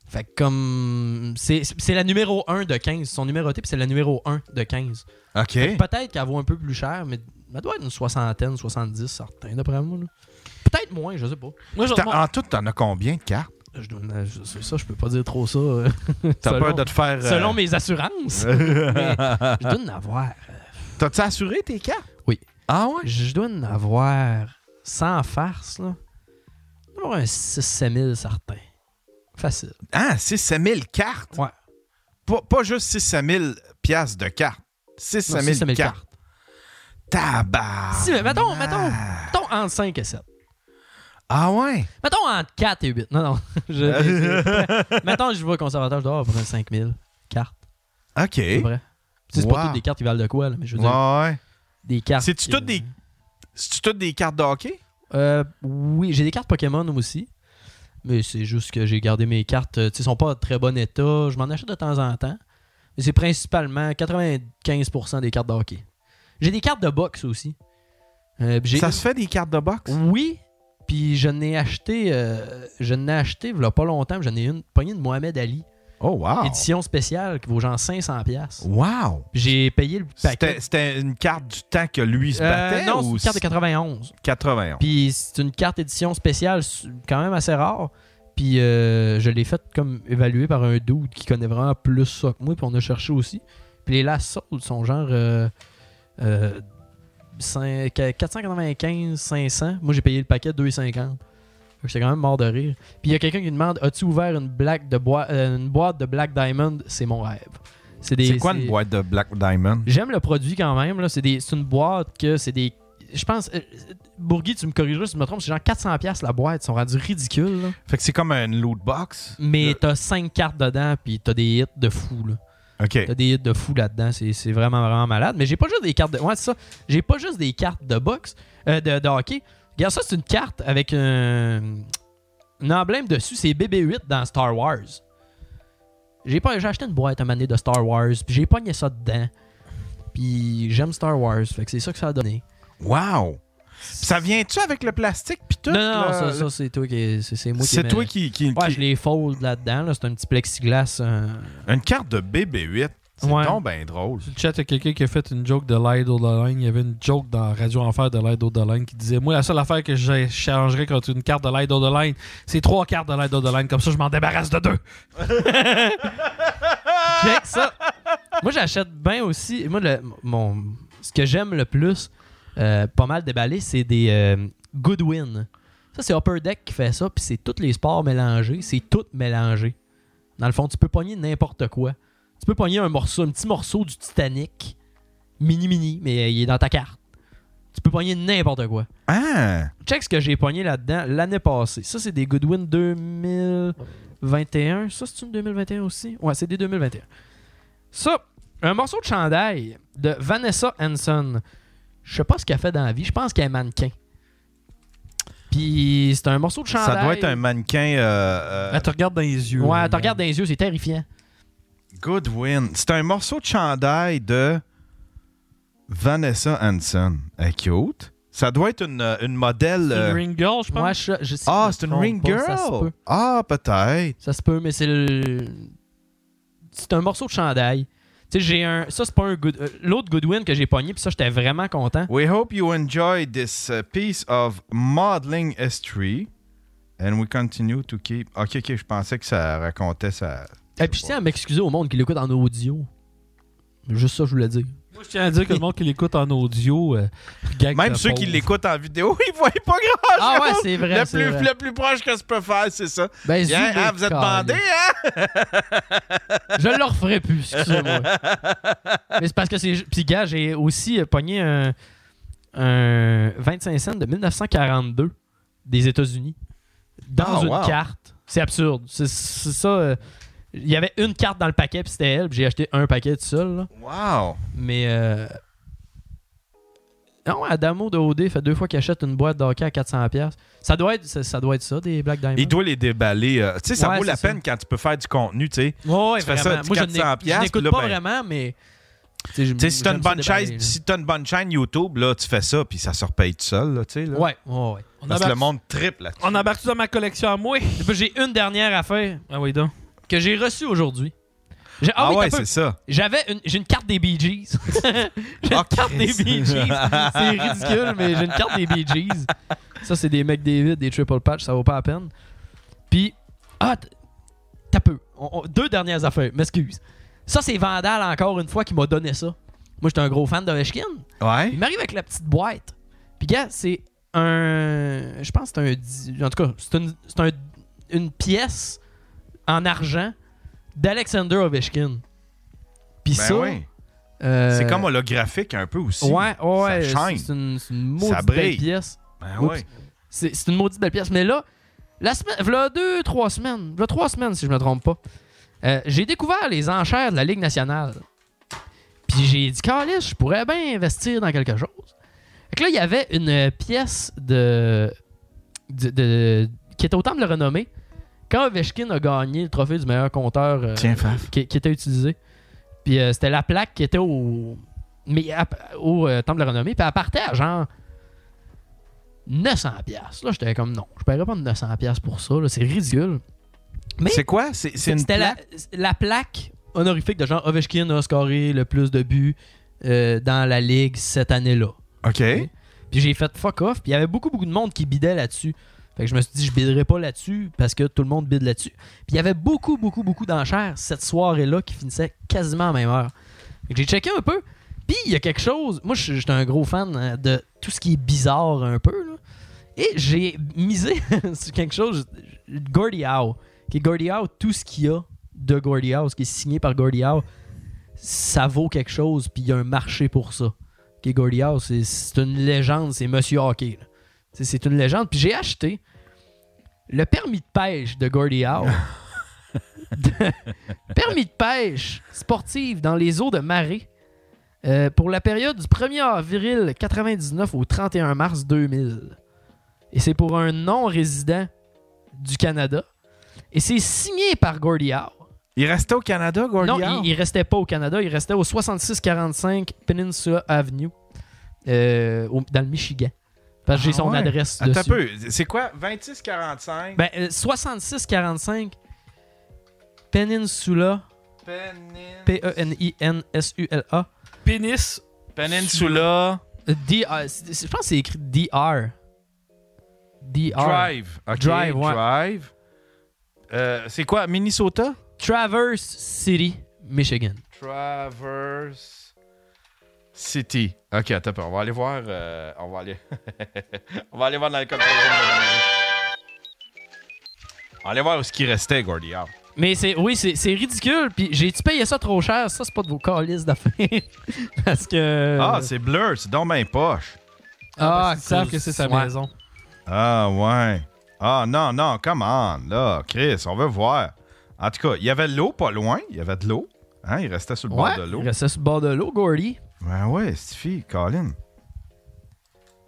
Speaker 2: Fait que comme. C'est c'est la numéro 1 de 15. Son numéroté, puis c'est la numéro 1 de 15.
Speaker 1: OK.
Speaker 2: Peut-être qu'elle vaut un peu plus cher, mais elle doit être une soixantaine, 70, certain, d'après moi. là. Peut-être moins, je sais pas.
Speaker 3: Moi, je
Speaker 1: T'as-
Speaker 3: remonte-
Speaker 1: En tout, t'en as combien de cartes?
Speaker 2: Je dois- euh, je- c'est ça, je peux pas dire trop ça. euh,
Speaker 1: T'as
Speaker 2: selon-
Speaker 1: peur de te faire... euh,
Speaker 2: Selon mes assurances. mais je dois en avoir.
Speaker 1: T'as-tu assuré tes cartes?
Speaker 2: Oui.
Speaker 1: Ah ouais?
Speaker 2: Je dois en avoir, sans farce, là, je dois avoir un 6-7 000 certain. Facile.
Speaker 1: Ah, 6 000 cartes?
Speaker 2: Ouais.
Speaker 1: Pas, pas juste 6 000 piastres de cartes. 6
Speaker 2: Non,
Speaker 1: 000,
Speaker 2: 6 000
Speaker 1: cartes. Tabac!
Speaker 2: Si, mais mettons, mettons, mettons entre 5 et 7.
Speaker 1: Ah ouais?
Speaker 2: Mettons entre 4 et 8. Non, non. je- mettons, je vois conservateur, je dois avoir à peu près 5 000 cartes.
Speaker 1: OK.
Speaker 2: à peu
Speaker 1: Ouais,
Speaker 2: près. Tu sais, C'est
Speaker 1: Wow.
Speaker 2: pas toutes des cartes qui valent de quoi, là, mais je veux dire,
Speaker 1: ouais.
Speaker 2: des cartes.
Speaker 1: C'est-tu
Speaker 2: euh,
Speaker 1: toutes des... C'est-tu toutes des cartes de hockey?
Speaker 2: Euh, oui, j'ai des cartes Pokémon aussi. Mais c'est juste que j'ai gardé mes cartes. euh, Tu sais, elles sont pas en très bon état. Je m'en achète de temps en temps. Mais c'est principalement 95% des cartes de hockey. J'ai des cartes de boxe aussi. Euh, puis j'ai-
Speaker 1: Ça se fait des cartes de boxe?
Speaker 2: Oui. Puis je n'ai acheté, euh, je n'ai acheté, il pas longtemps, j'en ai une poignée de Mohamed Ali,
Speaker 1: Oh wow!
Speaker 2: édition spéciale qui vaut genre 500$. pièces.
Speaker 1: Wow!
Speaker 2: J'ai payé le paquet.
Speaker 1: C'était c'était une carte du temps que lui se
Speaker 2: Euh,
Speaker 1: battait
Speaker 2: non, c'est
Speaker 1: ou
Speaker 2: une carte de 91.
Speaker 1: 91?
Speaker 2: Puis c'est une carte édition spéciale, s- quand même assez rare. Puis euh, je l'ai faite comme évaluée par un dude qui connaît vraiment plus ça que moi. Puis on a cherché aussi. Puis les last sold sont genre euh, euh, cin- qu- 495, 500. Moi j'ai payé le paquet 250. Fait que J'étais quand même mort de rire. Puis il y a quelqu'un qui demande As-tu ouvert une, black de boi- euh, une boîte de Black Diamond C'est mon rêve. des-
Speaker 1: C'est quoi une boîte de Black Diamond?
Speaker 2: J'aime le produit quand même. là. C'est des- c'est une boîte que c'est des. Je pense. euh, Bourgui, tu me corrigeras si tu me trompes, c'est genre 400$ la boîte. Ils sont rendus ridicules. là.
Speaker 1: Fait que c'est comme une loot box.
Speaker 2: Mais
Speaker 1: Le-
Speaker 2: t'as 5 cartes dedans, puis t'as des hits de fou. là.
Speaker 1: OK.
Speaker 2: T'as des hits de fou là-dedans. C'est c'est vraiment, vraiment malade. Mais j'ai pas juste des cartes de. Ouais, c'est ça. J'ai pas juste des cartes de boxe, euh, de, de hockey. Regarde ça, c'est une carte avec un. Un emblème dessus, c'est BB-8 dans Star Wars. J'ai pas j'ai acheté une boîte à maner de Star Wars, puis j'ai pogné ça dedans. Puis j'aime Star Wars, fait que c'est ça que ça a donné.
Speaker 1: Wow! Ça vient-tu avec le plastique pis tout?
Speaker 2: Non, non,
Speaker 1: là?
Speaker 2: ça, ça, c'est toi qui. C'est c'est moi qui.
Speaker 1: C'est
Speaker 2: mets-
Speaker 1: toi qui... qui-
Speaker 2: Ouais,
Speaker 1: qui-
Speaker 2: je les fold là-dedans, là, c'est un petit plexiglas. euh,
Speaker 1: Une carte de BB-8. C'est
Speaker 2: Ouais.
Speaker 1: donc bien drôle.
Speaker 3: Sur le chat, il y a quelqu'un qui a fait une joke de l'aide au line. Il y avait une joke dans Radio Enfer de l'aide au line qui disait Moi, la seule affaire que je changerais contre une carte de l'aide au line, c'est trois cartes de l'aide au line. Comme ça, je m'en débarrasse de deux.
Speaker 2: Check ça! Moi, j'achète bien aussi. Moi, le, mon, ce que j'aime le plus, euh, pas mal déballer, c'est des euh, Goodwin. Ça, c'est Upper Deck qui fait ça, puis c'est tous les sports mélangés. C'est tout mélangé. Dans le fond, tu peux pogner n'importe quoi. Tu peux pogner un morceau, un petit morceau du Titanic, mini-mini, mais euh, il est dans ta carte. Tu peux pogner n'importe quoi.
Speaker 1: Ah!
Speaker 2: Check ce que j'ai pogné là-dedans l'année passée. Ça, c'est des Goodwin 2021. Ça, c'est une 2021 aussi? Ouais, c'est des 2021. Ça, un morceau de chandail de Vanessa Hanson. Je sais pas ce qu'elle fait dans la vie. Je pense qu'elle est mannequin. Puis c'est un morceau de chandail. Ah,
Speaker 1: Ça doit être un mannequin. euh, euh,
Speaker 3: Elle te regarde dans les yeux.
Speaker 2: Ouais, elle te regarde dans les yeux, c'est terrifiant.
Speaker 1: Goodwin. C'est un morceau de chandail de Vanessa Hanson. Elle est cute. Ça doit être une, euh, une modèle.
Speaker 3: C'est
Speaker 1: euh,
Speaker 3: une ring girl, je pense.
Speaker 2: Moi, je, je sais
Speaker 1: Ah,
Speaker 2: pas,
Speaker 1: c'est une
Speaker 2: je me
Speaker 1: ring
Speaker 2: trompe pas, Ça se
Speaker 1: girl.
Speaker 2: peut.
Speaker 1: Ah, peut-être.
Speaker 2: Ça se peut, mais c'est le. C'est un morceau de chandail. Tu sais, j'ai un. Ça, c'est pas un good. euh, L'autre Goodwin que j'ai pogné, puis ça, j'étais vraiment content.
Speaker 1: euh, We hope you enjoyed this uh, piece of modeling history. And we continue to keep. Ok, ok, je pensais que ça racontait ça.
Speaker 2: Et puis, je tiens à m'excuser au monde qui l'écoute en audio. Juste ça, je voulais dire.
Speaker 3: Moi, je tiens à dire que le monde qui l'écoute en audio, euh, gag
Speaker 1: Même
Speaker 3: de
Speaker 1: ceux qui
Speaker 3: pauvre.
Speaker 1: l'écoutent en vidéo, ils voient pas grand-chose.
Speaker 2: Ah ouais, c'est vrai,
Speaker 1: Le
Speaker 2: c'est
Speaker 1: plus,
Speaker 2: vrai.
Speaker 1: le plus proche que je peux faire, c'est ça.
Speaker 2: Ben,
Speaker 1: Hein,
Speaker 2: zut,
Speaker 1: hein,
Speaker 2: des
Speaker 1: vous êtes
Speaker 2: câlisses.
Speaker 1: bandés, hein?
Speaker 2: Je le referai plus, excusez-moi. Mais c'est parce que c'est. Puis, gars, j'ai aussi euh, pogné un, un 25 cents de 1942 des États-Unis dans
Speaker 1: Ah,
Speaker 2: une
Speaker 1: wow.
Speaker 2: carte. C'est absurde. C'est c'est ça. euh, Il y avait une carte dans le paquet, puis c'était elle, puis j'ai acheté un paquet tout seul. là.
Speaker 1: Wow.
Speaker 2: Mais. euh, Non, Adamo de OD fait deux fois qu'il achète une boîte d'hockey à 400$. piastres. Ça doit être ça, ça doit être ça, des Black Diamond.
Speaker 1: Il doit les déballer. euh, tu sais, ça
Speaker 2: Ouais,
Speaker 1: vaut la
Speaker 2: c'est ça.
Speaker 1: peine quand tu peux faire du contenu, tu sais.
Speaker 2: Ouais, ouais,
Speaker 1: Tu fais ça,
Speaker 2: vraiment.
Speaker 1: du
Speaker 2: Moi, je
Speaker 1: 400
Speaker 2: n'ai- je
Speaker 1: piastres,
Speaker 2: n'écoute
Speaker 1: là,
Speaker 2: pas
Speaker 1: ben-
Speaker 2: vraiment, mais.
Speaker 1: Tu sais, si t'as une bonne chaîne,
Speaker 2: chaise
Speaker 1: si t'as une bonne chaîne YouTube, là, tu fais ça, puis ça se repaye tout seul, là, tu sais. là.
Speaker 2: Ouais, ouais, ouais. On
Speaker 1: Parce que le
Speaker 2: embarque-
Speaker 1: monde triple là.
Speaker 3: On embarque dans ma collection à moi.
Speaker 2: J'ai une dernière affaire
Speaker 3: Ah oui, donc.
Speaker 2: que j'ai reçue aujourd'hui. J'ai-
Speaker 1: Ah,
Speaker 2: Ah, oui,
Speaker 1: ouais,
Speaker 2: t'as peu.
Speaker 1: c'est ça.
Speaker 2: J'avais une, j'ai une carte des Bee Gees. j'ai une
Speaker 1: Ah,
Speaker 2: carte des
Speaker 1: Christ.
Speaker 2: Bee Gees. C'est ridicule, mais j'ai une carte des Bee Gees. Ça, c'est des McDavid, des Triple Patch, ça vaut pas la peine. Puis, ah, t- t'as peu. On- on- deux dernières affaires, m'excuse. Ça, c'est Vandal, encore une fois, qui m'a donné ça. Moi, j'étais un gros fan de Ovechkin.
Speaker 1: Ouais.
Speaker 2: Il m'arrive avec la petite boîte. Puis, gars, c'est un. Je pense que c'est un. di- En tout cas, c'est une, c'est un- une pièce en argent d'Alexander Ovechkin. Puis
Speaker 1: Ben
Speaker 2: ça.
Speaker 1: oui.
Speaker 2: euh,
Speaker 1: C'est comme holographique un peu aussi.
Speaker 2: Ouais, ouais.
Speaker 1: Ça shine.
Speaker 2: c'est- C'est une, c'est une maudite
Speaker 1: Ça brille.
Speaker 2: belle pièce.
Speaker 1: Ben
Speaker 2: Oups.
Speaker 1: ouais.
Speaker 2: C'est c'est une maudite belle pièce. Mais là, la semaine. V'là deux, trois semaines. V'là trois semaines, si je me trompe pas. euh, j'ai découvert les enchères de la Ligue nationale. Puis j'ai dit, Carlis, je pourrais bien investir dans quelque chose. Fait que là, il y avait une euh, pièce de, de- de- qui était au temple de la renommée. Quand Ovechkin a gagné le trophée du meilleur compteur euh,
Speaker 1: Tiens, Faf.
Speaker 2: qui, qui était utilisé. Puis euh, c'était la plaque qui était au, mais, à- au euh, temple de la renommée. Puis elle partait à genre 900 pièces. Là, j'étais comme non, je paierais pas 900 pièces pour ça. là, C'est ridicule. Mais-
Speaker 1: C'est quoi? C'est c'est une
Speaker 2: C'était la,
Speaker 1: plaque?
Speaker 2: la plaque honorifique de genre Ovechkin a scoré le plus de buts euh, dans la ligue cette année-là.
Speaker 1: OK.
Speaker 2: Puis j'ai fait fuck off. Puis il y avait beaucoup, beaucoup de monde qui bidait là-dessus. Fait que je me suis dit, je biderai pas là-dessus parce que tout le monde bide là-dessus. Puis il y avait beaucoup, beaucoup, beaucoup d'enchères cette soirée-là qui finissait quasiment à la même heure. Fait que j'ai checké un peu. Puis il y a quelque chose. Moi, je- j'étais un gros fan euh, de tout ce qui est bizarre un peu. là. Et j'ai misé sur quelque chose. Gordy Howe. Qui est Gordy Howe, tout ce qu'il y a de Gordy Howe, ce qui est signé par Gordy Howe, ça vaut quelque chose. Puis il y a un marché pour ça qui est Gordie Howe, c'est- c'est une légende, c'est Monsieur Hockey. là. Tu sais, C'est une légende. Puis j'ai acheté le permis de pêche de Gordie Howe. De- permis de pêche sportive dans les eaux de marée euh, pour la période du 1er avril 99 au 31 mars 2000. Et c'est pour un non-résident du Canada. Et c'est signé par Gordie Howe.
Speaker 1: Il restait au Canada, Gordy
Speaker 2: Non,
Speaker 1: Howe?
Speaker 2: il, il restait pas au Canada, il restait au 6645 Peninsula Avenue, euh, au- dans le Michigan. Parce que j'ai
Speaker 1: Ah
Speaker 2: son
Speaker 1: ouais.
Speaker 2: adresse
Speaker 1: Attends un
Speaker 2: dessus.
Speaker 1: peu. C'est quoi? 2645
Speaker 2: Ben, euh, 6645 Peninsula, E
Speaker 1: Penin-
Speaker 2: P-E-N-I-N-S-U-L-A.
Speaker 3: Pénis.
Speaker 1: Peninsula
Speaker 2: Euh, D- euh, c'est- c'est- je pense que c'est écrit DR. DR.
Speaker 1: Drive. OK,
Speaker 2: Drive, ouais.
Speaker 1: Drive. Euh, c'est quoi? Minnesota?
Speaker 2: Traverse City, Michigan.
Speaker 1: Traverse City. Ok, attends, un peu, on va aller voir. euh, on va aller. on va aller voir dans le control room de la musique. On va aller voir où ce qui restait, Gordy Howe.
Speaker 2: Mais c'est, oui, c'est, c'est ridicule. Puis j'ai-tu payé ça trop cher? Ça, c'est pas de vos calices d'affaires. Parce que.
Speaker 1: Ah, c'est bleu, c'est dans ma poche.
Speaker 2: parce
Speaker 3: Ah, ils
Speaker 2: qu'ils
Speaker 3: savent que c'est sa
Speaker 2: ouais.
Speaker 3: maison.
Speaker 1: Ah, ouais. Ah, non, non, come on, là, Chris, on veut voir. En tout cas, il y avait l'eau pas loin, il y avait de l'eau. Hein, il restait sur le
Speaker 2: Ouais,
Speaker 1: bord de l'eau.
Speaker 2: il restait sur le bord de l'eau, Gordy.
Speaker 1: Ben ouais, Stiffy, Colin.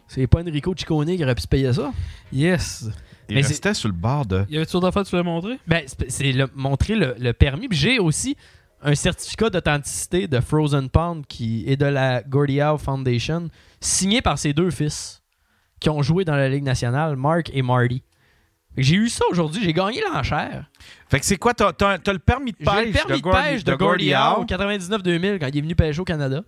Speaker 2: C'est pas Enrico Ciccone qui aurait pu se payer ça.
Speaker 3: Yes.
Speaker 1: Il
Speaker 2: Mais c'est-
Speaker 1: restait sur le bord de.
Speaker 3: Il y avait toujours d'affaires que tu voulais montrer?
Speaker 2: Ben, c'est, c'est le- montrer le, le permis. Puis j'ai aussi un certificat d'authenticité de Frozen Pound qui est de la Gordie Howe Foundation, signé par ses deux fils qui ont joué dans la Ligue nationale, Mark et Marty. Fait que J'ai eu ça aujourd'hui, j'ai gagné l'enchère.
Speaker 1: Fait que c'est quoi, t'as, t'as- t'as le permis de pêche
Speaker 2: J'ai le permis de,
Speaker 1: Gordy-
Speaker 2: pêche de, Gordie Howe 99-2000 quand il est venu pêcher au Canada.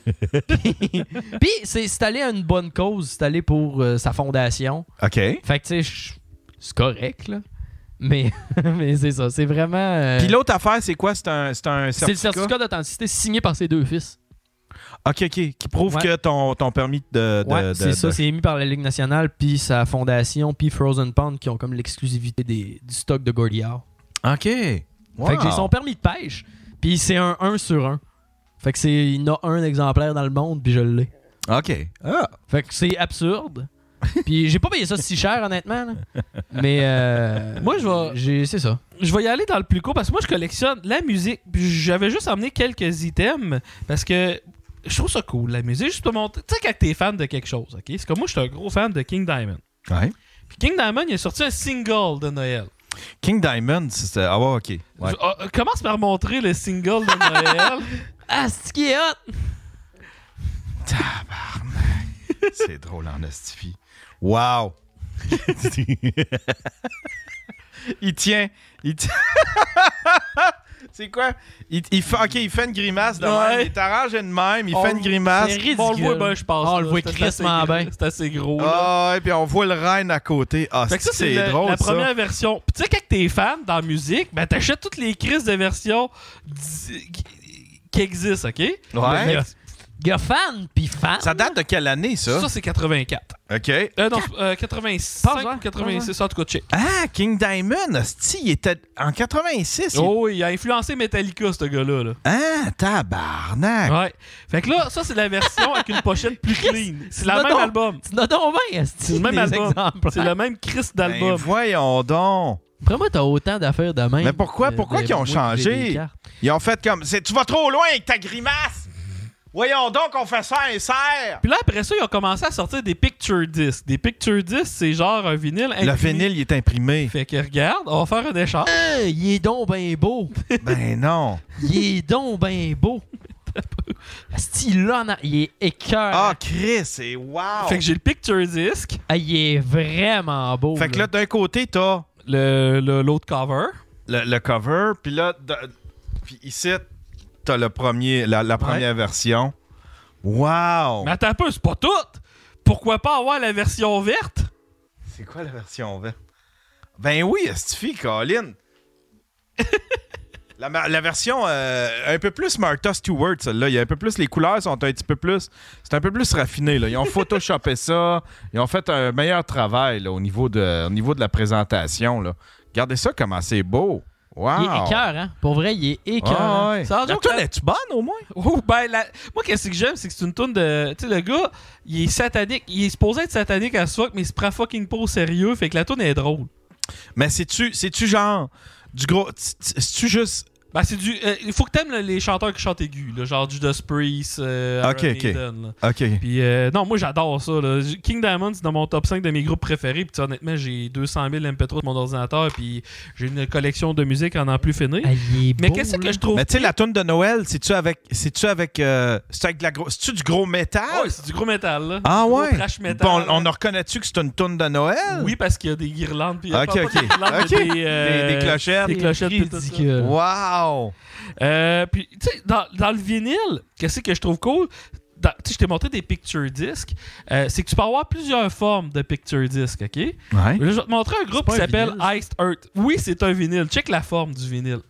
Speaker 2: puis puis c'est, c'est allé à une bonne cause, c'est allé pour euh, sa fondation.
Speaker 1: OK.
Speaker 2: Fait que tu sais, je- c'est correct là. Mais, mais c'est ça, c'est vraiment. euh,
Speaker 1: Puis l'autre affaire, c'est quoi? C'est un, c'est un
Speaker 2: C'est le
Speaker 1: certificat?
Speaker 2: certificat d'authenticité signé par ses deux fils.
Speaker 1: OK, OK. Qui prouve
Speaker 2: Ouais.
Speaker 1: que ton, ton permis de... de- de-
Speaker 2: ouais, c'est
Speaker 1: de-
Speaker 2: ça, c'est émis par la Ligue nationale, puis sa fondation, puis Frozen Pound qui ont comme l'exclusivité des- du stock de Gordie Howe.
Speaker 1: OK. Wow.
Speaker 2: Fait que j'ai son permis de pêche, puis c'est un 1 sur 1. Fait que c'est il y en a un exemplaire dans le monde, puis je l'ai.
Speaker 1: OK. Ah.
Speaker 2: Fait que c'est absurde. puis j'ai pas payé ça si cher, honnêtement. là. Mais euh,
Speaker 3: Moi, je vais-
Speaker 2: j'ai- C'est ça.
Speaker 3: Je vais y aller dans le plus court parce que moi, je collectionne la musique. Puis J'avais juste emmené quelques items parce que je trouve ça cool, la musique. Juste pour montrer. Tu sais, quand t'es fan de quelque chose, OK? C'est comme moi, je suis un gros fan de King Diamond.
Speaker 1: Ouais.
Speaker 3: Puis King Diamond, il a sorti un single de Noël.
Speaker 1: King Diamond, c'est... Ah ouais, OK. Ouais.
Speaker 3: Je- ah, euh, commence par montrer le single de Noël.
Speaker 2: Ah, c'est qui est hot!
Speaker 1: c'est drôle en Stiffy. Wow. il tient... Il tient... C'est quoi? Il, il fait, ok, il fait une grimace de même.
Speaker 3: Ouais.
Speaker 1: Il t'arrange de même. Il
Speaker 3: On-
Speaker 1: fait une grimace.
Speaker 2: Oh, c'est ridicule. Ah,
Speaker 3: Bon, on le voit bien, je pense.
Speaker 2: On le
Speaker 3: là.
Speaker 2: voit
Speaker 3: C'est assez
Speaker 2: crissement
Speaker 3: gros.
Speaker 2: bien.
Speaker 3: C'est assez gros. là.
Speaker 1: Ah ouais, puis on voit le reine à côté. Ah,
Speaker 3: Fait que ça, c'est
Speaker 1: c'est
Speaker 3: le-
Speaker 1: drôle,
Speaker 3: la
Speaker 1: ça.
Speaker 3: première version. Puis tu sais, quand t'es fan dans la musique, ben t'achètes toutes les crises de versions di- qui- qui existent, OK?
Speaker 1: Ouais.
Speaker 3: Il y a-
Speaker 2: Il y a fan, puis fan.
Speaker 1: Ça date de quelle année, ça?
Speaker 3: Ça, c'est 84.
Speaker 1: OK.
Speaker 3: Euh, non, c'est- euh, 85
Speaker 2: Pas vrai,
Speaker 3: ou 86, en tout cas, check.
Speaker 1: Ah, King Diamond, hostie, il était en 86. il-
Speaker 3: Oh, il a influencé Metallica, ce gars-là. là.
Speaker 1: Ah, tabarnak.
Speaker 3: Ouais. Fait que là, ça, c'est la version avec une pochette plus clean. C'est le
Speaker 2: Non,
Speaker 3: même
Speaker 2: non.
Speaker 3: album.
Speaker 2: Tu n'as donc bien,
Speaker 3: C'est le même album. C'est le même Christ
Speaker 1: Ben,
Speaker 3: d'album.
Speaker 1: voyons donc.
Speaker 2: Après moi, t'as autant d'affaires de même.
Speaker 1: Mais pourquoi-
Speaker 2: que-
Speaker 1: pourquoi
Speaker 2: de-
Speaker 1: qu'ils ont
Speaker 2: Euh, moi, que j'ai
Speaker 1: changé?
Speaker 2: des cartes.
Speaker 1: Ils ont fait comme. c'est- Tu vas trop loin avec ta grimace. Voyons donc, on fait ça insère.
Speaker 3: Puis là, après ça, ils ont commencé à sortir des picture discs. Des picture discs, c'est genre un vinyle
Speaker 1: Le
Speaker 3: imprimé.
Speaker 1: vinyle, il est imprimé.
Speaker 3: Fait que regarde, on va faire un échange.
Speaker 2: Hein, il est donc ben beau.
Speaker 1: ben non.
Speaker 2: Il est donc ben beau. Style là, non, il est écœur.
Speaker 1: Ah, Chris, c'est wow.
Speaker 3: Fait que j'ai le picture disc,
Speaker 2: Ah, il est vraiment beau.
Speaker 1: Fait que là, d'un côté, t'as
Speaker 3: le- le- l'autre cover.
Speaker 1: le, le cover, puis là, de- puis ici, t'as le premier, la, la première version. Wow.
Speaker 3: Mais attends un peu, c'est pas tout. Pourquoi pas avoir la version verte?
Speaker 1: C'est quoi la version verte? Ben oui, Estifi, Colin. la, ma- la version euh, un peu plus Martha Stewart, celle-là. Il y a un peu plus. Les couleurs sont un petit peu plus. C'est un peu plus raffiné, là. Ils ont photoshopé ça. Ils ont fait un meilleur travail, là, au niveau de, au niveau de la présentation, là. Regardez ça, comment c'est beau. Wow.
Speaker 2: Il est écœur, hein. Pour vrai, il est écœur.
Speaker 1: Ah ouais.
Speaker 3: Ça a
Speaker 1: La
Speaker 3: donc
Speaker 1: toune
Speaker 3: la-
Speaker 1: est-tu bonne, au moins?
Speaker 3: Oh, ben, la- moi, qu'est-ce que j'aime, c'est que c'est une toune de. Tu sais, le gars, il est satanique. Il est supposé être satanique à ce fuck, mais il se prend fucking pas au sérieux. Fait que la toune est drôle.
Speaker 1: Mais c'est-tu, c'est-tu genre. Du gros. C'est-tu juste.
Speaker 3: Ben, c'est du. euh, Il faut que t'aimes là, les chanteurs qui chantent aigus, là, genre Judas Priest, euh, Iron
Speaker 1: Ok, ok.
Speaker 3: Maiden, là.
Speaker 1: Ok.
Speaker 3: Puis, euh, non, moi, j'adore ça. là. J- King Diamond, c'est dans mon top 5 de mes groupes préférés. Puis, tu sais, honnêtement, j'ai 200 000 MP3 sur mon ordinateur. Puis, j'ai une collection de musique en en plus finie.
Speaker 2: Ah, il est
Speaker 3: Mais
Speaker 2: beau,
Speaker 3: qu'est-ce que
Speaker 2: là.
Speaker 3: je trouve.
Speaker 1: Mais tu sais, la toune de Noël, c'est-tu avec. C'est-tu avec. euh, c'est-tu avec de la gros- C'est-tu du gros métal?
Speaker 3: Ah, ouais, c'est du gros métal, là.
Speaker 1: Ah
Speaker 3: Gros
Speaker 1: ouais?
Speaker 3: Trash
Speaker 1: Bon,
Speaker 3: métal.
Speaker 1: on, on reconnaît-tu que c'est une toune de Noël?
Speaker 3: Oui, parce qu'il y a des guirlandes. Puis,
Speaker 1: Ok,
Speaker 3: pas- pas
Speaker 1: ok.
Speaker 3: Des, guirlandes,
Speaker 1: Ok.
Speaker 3: mais des, euh,
Speaker 1: Des, des clochettes.
Speaker 3: Des clochettes, puis tout ça.
Speaker 2: ridicule.
Speaker 1: Wow!
Speaker 3: Euh, puis, tu sais, dans, dans le vinyle, qu'est-ce que je trouve cool? Dans- Tu sais, je t'ai montré des picture discs. Euh, c'est que tu peux avoir plusieurs formes de picture discs, OK?
Speaker 1: Ouais.
Speaker 3: Là, je vais te montrer un groupe qui
Speaker 2: pas un
Speaker 3: s'appelle
Speaker 2: vinyle, ça.
Speaker 3: Iced Earth. Oui, c'est un vinyle. Check la forme du vinyle.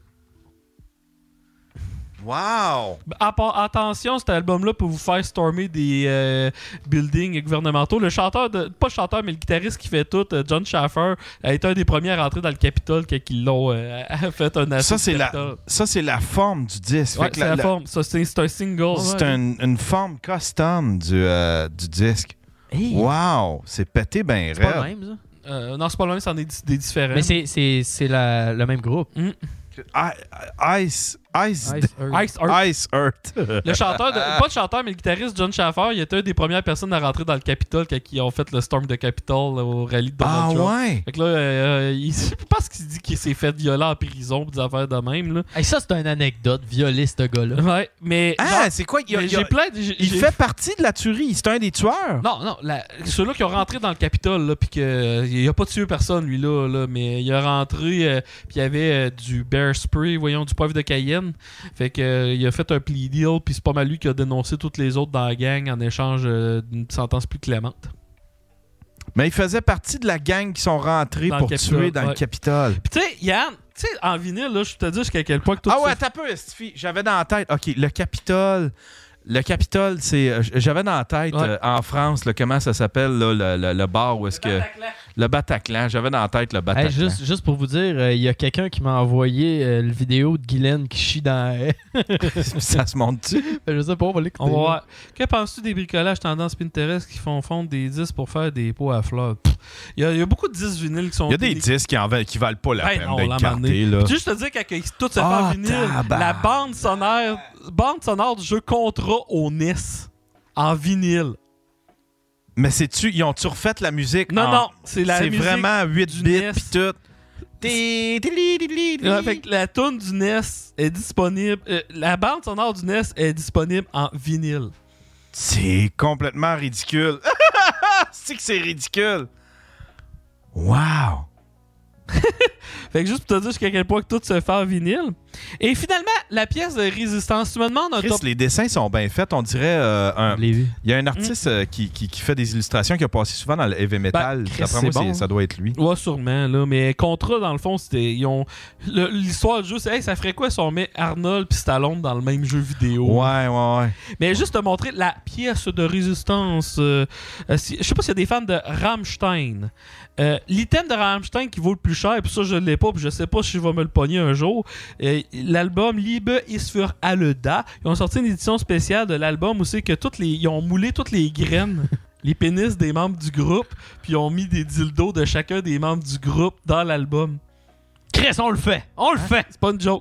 Speaker 1: Wow!
Speaker 3: À part- Ben, attention, cet album-là peut vous faire stormer des euh, buildings gouvernementaux. Le chanteur, de, pas le chanteur, mais le guitariste qui fait tout, euh, John Schaffer, a été un des premiers à rentrer dans le Capitole quand ils l'ont euh, fait un
Speaker 1: Ça,
Speaker 3: assaut du
Speaker 1: c'est la,
Speaker 3: Capitole.
Speaker 1: ça, c'est la forme du disque.
Speaker 3: Ouais,
Speaker 1: Fait que
Speaker 3: c'est
Speaker 1: la-
Speaker 3: la
Speaker 1: la-
Speaker 3: forme. Ça, c'est c'est un single.
Speaker 1: c'est
Speaker 3: Ouais.
Speaker 1: une- une forme custom du, euh, du disque.
Speaker 2: Hey,
Speaker 1: Wow! C'est pété ben
Speaker 2: c'est pas le
Speaker 1: raide.
Speaker 2: même, ça.
Speaker 3: Euh, non, c'est pas le même, c'en est di- des différents.
Speaker 2: Mais c'est- c'est c'est la- le même groupe.
Speaker 1: I- Ice, Ice,
Speaker 2: Ice Earth.
Speaker 3: Mm. Ice Earth.
Speaker 1: Ice Earth.
Speaker 3: Le chanteur, de- pas le chanteur, mais le guitariste John Schaffer, il était une des premières personnes à rentrer dans le Capitole quand ils ont fait le storm de Capitole là, au rallye de Donald
Speaker 1: ah
Speaker 3: Trump.
Speaker 1: ouais!
Speaker 3: Fait que là, euh, euh, il, je pense qu'il dit qu'il s'est fait violer en prison pour des affaires de même. Là.
Speaker 2: Hey, ça, c'est une anecdote. Violer, ce gars-là.
Speaker 3: Ouais, mais.
Speaker 1: Ah,
Speaker 3: genre,
Speaker 1: c'est quoi? Il, y a-
Speaker 3: mais
Speaker 1: il y a-
Speaker 3: j'ai plein de- j'ai-
Speaker 1: il
Speaker 3: j'ai-
Speaker 1: fait partie de la tuerie. C'est un des tueurs.
Speaker 3: Non, non, la- ceux-là qui ont rentré dans le Capitole, là, puis que, euh, il a pas tué personne, lui-là, là, mais il a rentré, euh, puis il y avait euh, du bear spray, voyons, du poivre de Cayenne. Fait que, euh, il a fait un plea deal, puis c'est pas mal lui qui a dénoncé toutes les autres dans la gang en échange euh, d'une sentence plus clémente.
Speaker 1: Mais il faisait partie de la gang qui sont rentrés
Speaker 3: Dans le
Speaker 1: pour
Speaker 3: Capitole,
Speaker 1: tuer dans le
Speaker 3: ouais.
Speaker 1: Capitole.
Speaker 3: Puis tu sais, Yann, tu sais, en vinyle, là, je te dis jusqu'à quel point que tout
Speaker 1: ah
Speaker 3: ce-
Speaker 1: ouais, t'as peu, Estifi. J'avais dans la tête. OK, le Capitole. Le Capitole, c'est. euh, j- J'avais dans la tête
Speaker 3: Ouais.
Speaker 1: euh, en France, là, comment ça s'appelle, là, le, le- le bar où est-ce que. Le Bataclan. J'avais dans la tête le Bataclan.
Speaker 2: Hey, juste, juste pour vous dire, euh, il y a quelqu'un qui m'a envoyé euh, le vidéo de Guylaine qui chie dans la haie.
Speaker 1: ça se monte-tu?
Speaker 2: Je sais pas, on va
Speaker 1: Ah,
Speaker 2: l'écouter.
Speaker 3: On va voir. Que penses-tu des bricolages tendance Pinterest qui font fondre des disques pour faire des pots à fleurs? Pff, Il y, a- il y a beaucoup de disques vinyles qui sont.
Speaker 1: Il y a des disques qui, en valent, qui valent pas la
Speaker 3: Ben
Speaker 1: peine
Speaker 3: non,
Speaker 1: d'être
Speaker 3: la
Speaker 1: cartés,
Speaker 3: manée.
Speaker 1: là.
Speaker 3: Puis Juste te dire, quand ils- tout se fait
Speaker 1: Ah,
Speaker 3: en vinyle,
Speaker 1: tabarnak.
Speaker 3: la bande sonore, bande sonore du jeu Contra au NES en vinyle.
Speaker 1: Mais c'est-tu. Ils ont-tu refait la musique?
Speaker 3: Non,
Speaker 1: en-
Speaker 3: non, c'est la
Speaker 1: C'est
Speaker 3: musique
Speaker 1: vraiment 8
Speaker 3: du
Speaker 1: bits
Speaker 3: NES.
Speaker 1: pis tout. Ti- ti- li- li- li- li.
Speaker 3: Ouais, fait que la tune du NES est disponible. euh, la bande sonore du NES est disponible en vinyle.
Speaker 1: C'est complètement ridicule. c'est que c'est ridicule. Wow!
Speaker 3: Fait que juste pour te dire jusqu'à quel point que tout se fait en vinyle. Et finalement, la pièce de résistance. Tu me demandes un
Speaker 1: Chris,
Speaker 3: top.
Speaker 1: les dessins sont bien faits. On dirait euh, un.
Speaker 2: Je l'ai vu.
Speaker 1: Il y a un artiste euh, qui, qui- qui fait des illustrations qui a passé souvent dans le heavy metal.
Speaker 3: Bah, Chris,
Speaker 1: D'après
Speaker 3: c'est
Speaker 1: moi, c'est-
Speaker 3: bon, hein.
Speaker 1: ça doit être lui.
Speaker 3: Ouais, sûrement, là. Mais Contra, dans le fond, c'était. ils ont- le- L'histoire du jeu, c'est hey, ça ferait quoi si on met Arnold puis Stallone dans le même jeu vidéo?
Speaker 1: Ouais, ouais, ouais.
Speaker 3: Mais juste te montrer la pièce de résistance. euh, euh, si- je sais pas s'il y a des fans de Rammstein. Euh, L'item de Rammstein qui vaut le plus cher, puis ça je l'ai pas, puis je sais pas si je vais me le pogner un jour. Euh, l'album Liebe ist für alle da. Ils ont sorti une édition spéciale de l'album où c'est que toutes les, ils ont moulé toutes les graines. Les pénis des membres du groupe, puis ils ont mis des dildos de chacun des membres du groupe dans l'album. Hein?
Speaker 2: Chris, on le fait! On le fait!
Speaker 3: C'est pas une joke.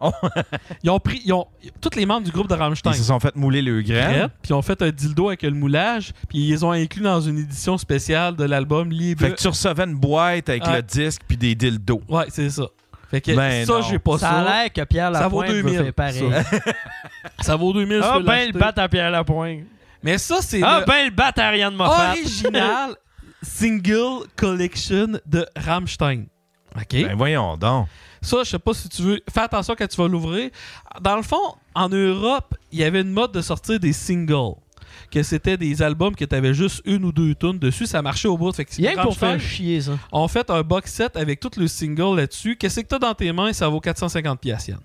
Speaker 3: ils ont pris, ils ont, tous les membres du groupe de Rammstein
Speaker 1: Oh. Ils se sont fait mouler le grain.
Speaker 3: prêtes, puis ils ont fait un dildo avec le moulage, puis ils les ont inclus dans une édition spéciale de l'album Libre.
Speaker 1: Fait que tu recevais une boîte avec
Speaker 3: Ah.
Speaker 1: le disque puis des dildos.
Speaker 3: Ouais, c'est ça. Fait que
Speaker 1: Ben
Speaker 3: ça,
Speaker 1: non.
Speaker 3: j'ai pas
Speaker 2: Ça
Speaker 3: ça.
Speaker 2: a l'air que Pierre
Speaker 3: Ça vaut
Speaker 2: Lapointe veut
Speaker 3: 2000,
Speaker 2: faire pareil.
Speaker 3: ça. Ça vaut 2000, je
Speaker 2: Ah
Speaker 3: peux
Speaker 2: ben le
Speaker 3: l'acheter.
Speaker 2: bat à Pierre Lapointe.
Speaker 3: Mais ça, c'est
Speaker 2: Ah
Speaker 3: le
Speaker 2: ben le bat à Ariane Moffat.
Speaker 3: original single collection de Rammstein. OK?
Speaker 1: Ben voyons donc.
Speaker 3: Ça, je sais pas si tu veux. Fais attention quand tu vas l'ouvrir. Dans le fond, en Europe, il y avait une mode de sortir des singles. Que c'était des albums que t'avais juste une ou deux tunes dessus. Ça marchait au bout. Fait que
Speaker 2: Rien que pour
Speaker 3: Rammstein,
Speaker 2: faire chier ça.
Speaker 3: On fait un box set avec tout le single là-dessus. Qu'est-ce que t'as dans tes mains? Ça vaut 450 piastres, Yann.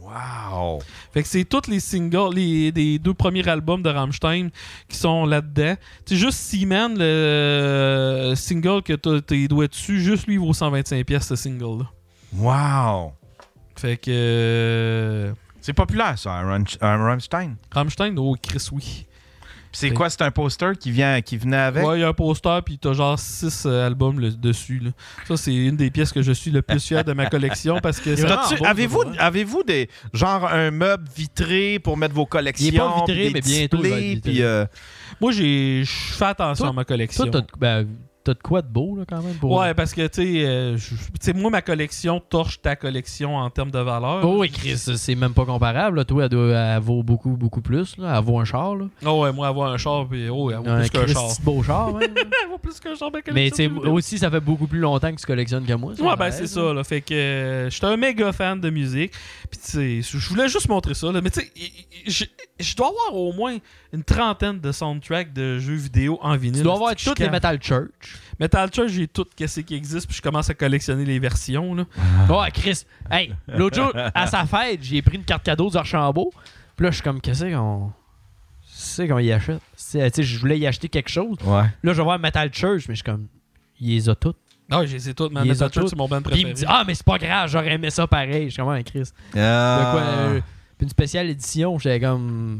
Speaker 1: Wow!
Speaker 3: Fait que c'est tous les singles, les, des deux premiers albums de Rammstein qui sont là-dedans. C'est juste Seaman, le euh, single que t'as tes doigts dessus, juste lui vaut 125 piastres, ce single-là.
Speaker 1: Wow!
Speaker 3: Fait que... euh,
Speaker 1: C'est populaire ça, un Rammst- un Rammstein.
Speaker 3: Rammstein, oh Chris, oui.
Speaker 1: Puis c'est quoi? C'est un poster qui, vient, qui venait avec?
Speaker 3: Ouais, il y a un poster, puis t'as genre 6 albums le- dessus. là. Ça, c'est une des pièces que je suis le plus fier de ma collection parce que... c'est
Speaker 1: T'as-tu-
Speaker 3: vraiment beau,
Speaker 1: Avez-vous
Speaker 3: pour vrai.
Speaker 1: avez-vous des genre un meuble vitré pour mettre vos collections
Speaker 2: Il est pas vitré,
Speaker 1: puis des
Speaker 2: mais bientôt, il va être
Speaker 1: displays,
Speaker 2: vitré.
Speaker 1: puis, euh,
Speaker 3: Moi, j'ai... Je fais attention
Speaker 2: Toi-
Speaker 3: à ma collection.
Speaker 2: Toi, t'as de- ben, t'as de quoi de beau là quand même pour.
Speaker 3: Ouais, parce que, tu sais, euh, je- tu sais, moi, ma collection torche ta collection en termes de valeur.
Speaker 2: Oh oui, Chris, c'est même pas comparable. là. Toi, elle, doit- elle vaut beaucoup, beaucoup plus. Là. Elle vaut un char. Là.
Speaker 3: Oh, ouais, moi, avoir un char, puis oh, avoir
Speaker 2: Un
Speaker 3: plus qu'un
Speaker 2: Chris,
Speaker 3: char.
Speaker 2: beau char. même.
Speaker 3: avoir plus qu'un char, ma
Speaker 2: Mais
Speaker 3: collection.
Speaker 2: c'est- aussi, ça fait beaucoup plus longtemps que tu collectionnes que moi.
Speaker 3: Ouais, ben
Speaker 2: pareil,
Speaker 3: c'est ça, là. Fait que euh, j'étais un méga fan de musique. Puis, tu sais, je voulais juste montrer ça, là. Mais, tu sais, il- il- je- je dois avoir au moins une trentaine de soundtracks de jeux vidéo en vinyle.
Speaker 2: Tu dois avoir
Speaker 3: C'est que
Speaker 2: toutes
Speaker 3: je
Speaker 2: les
Speaker 3: canne.
Speaker 2: Metal Church.
Speaker 3: Metal Church, j'ai tout qu'est-ce qui existe, puis je commence à collectionner les versions, là.
Speaker 2: Ouais, Chris. Hey, l'autre jour, à sa fête, j'ai pris une carte cadeau du Archambault. Puis là, je suis comme, qu'est-ce qu'on. C'est qu'on y achète. C'est- euh, Tu sais, je voulais y acheter quelque chose.
Speaker 1: Ouais.
Speaker 2: Là, je vais voir Metal Church, mais je suis comme, il les a toutes.
Speaker 3: Ah, j'ai les ai toutes, man.
Speaker 2: Il les a
Speaker 3: Metal Church,
Speaker 2: toutes.
Speaker 3: c'est mon band
Speaker 2: Puis
Speaker 3: préféré.
Speaker 2: il me dit, ah, mais c'est pas grave, j'aurais aimé ça pareil. Je suis comme, un Chris.
Speaker 1: Ah.
Speaker 2: De quoi, euh, puis une spéciale édition, j'étais comme,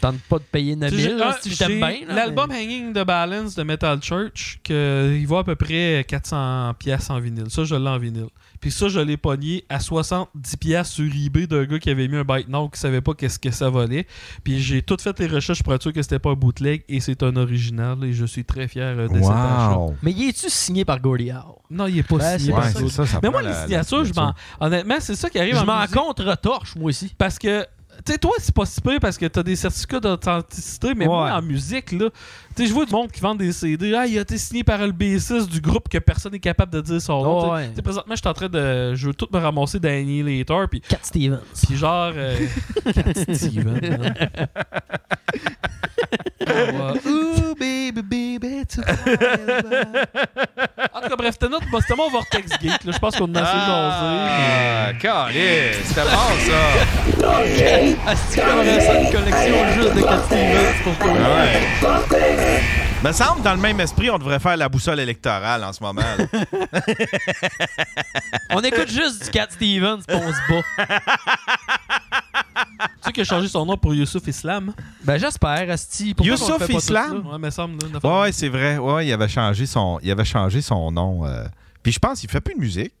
Speaker 2: tente pas de payer 9
Speaker 3: Tu sais,
Speaker 2: 000
Speaker 3: j'ai-
Speaker 2: là,
Speaker 3: ah,
Speaker 2: si je t'aime
Speaker 3: j'ai
Speaker 2: bien. là,
Speaker 3: L'album
Speaker 2: mais-
Speaker 3: Hanging the Balance de Metal Church, que, il vaut à peu près 400 pièces en vinyle. Ça, je l'ai en vinyle. Puis ça, je l'ai pogné à 70 pièces sur eBay d'un gars qui avait mis un bite note qui savait pas qu'est-ce que ça valait. Puis j'ai tout fait les recherches pour être sûr que c'était pas un bootleg et c'est un original et je suis très fier euh, de cet achat.
Speaker 1: Wow.
Speaker 2: Mais il est-tu signé par Goliard?
Speaker 3: Non, il est pas
Speaker 2: Ouais,
Speaker 3: signé
Speaker 2: c'est
Speaker 3: par
Speaker 2: pas
Speaker 1: Ouais,
Speaker 3: ça.
Speaker 1: c'est ça, ça
Speaker 3: Mais
Speaker 1: prend
Speaker 3: moi, les
Speaker 1: la- la
Speaker 3: signatures, je m'en. Honnêtement, c'est ça qui arrive
Speaker 2: Je
Speaker 3: en
Speaker 2: m'en
Speaker 3: musique.
Speaker 2: contre-torche, moi aussi.
Speaker 3: Parce que, tu sais, toi, c'est pas si pire parce que t'as des certificats d'authenticité, mais moi,
Speaker 2: Ouais.
Speaker 3: en musique, là, tu sais, je vois du monde qui vend des CD. Ah, il a été signé par le B6 du groupe que personne n'est capable de dire son nom.
Speaker 2: Ouais.
Speaker 3: Tu sais, présentement, je suis en train de. Je veux tout me ramasser d'Annihilator, puis.
Speaker 2: Cat Stevens.
Speaker 3: Puis genre. euh, Cat Steven, là.
Speaker 2: hein.
Speaker 3: Ah ouais. Ooh, baby, baby, it's a fire. En tout cas, bref, t'es notre. C'était mon Vortex Geek, là. Je pense qu'on a assez jasé.
Speaker 1: Ah, calé, c'était bon ça.
Speaker 2: Est-ce que j'aimerais ça une collection juste de Cat Stevens pour toi?
Speaker 1: Ouais. Me semble, dans le même esprit, on devrait faire la boussole électorale en ce moment. là.
Speaker 2: On écoute juste du Cat Stevens, puis on se bat.
Speaker 3: Tu sais qu'il a changé son nom pour Youssouf Islam.
Speaker 2: Ben, j'espère, Asti. Pourquoi
Speaker 1: Youssouf
Speaker 2: qu'on le fait pas
Speaker 1: Islam?
Speaker 2: tout ça?
Speaker 3: Ouais, me semble. là, une affaire-
Speaker 1: Ouais, ouais, c'est vrai. Ouais, il avait changé son, il avait changé son nom. euh. Puis je pense qu'il fait plus de musique.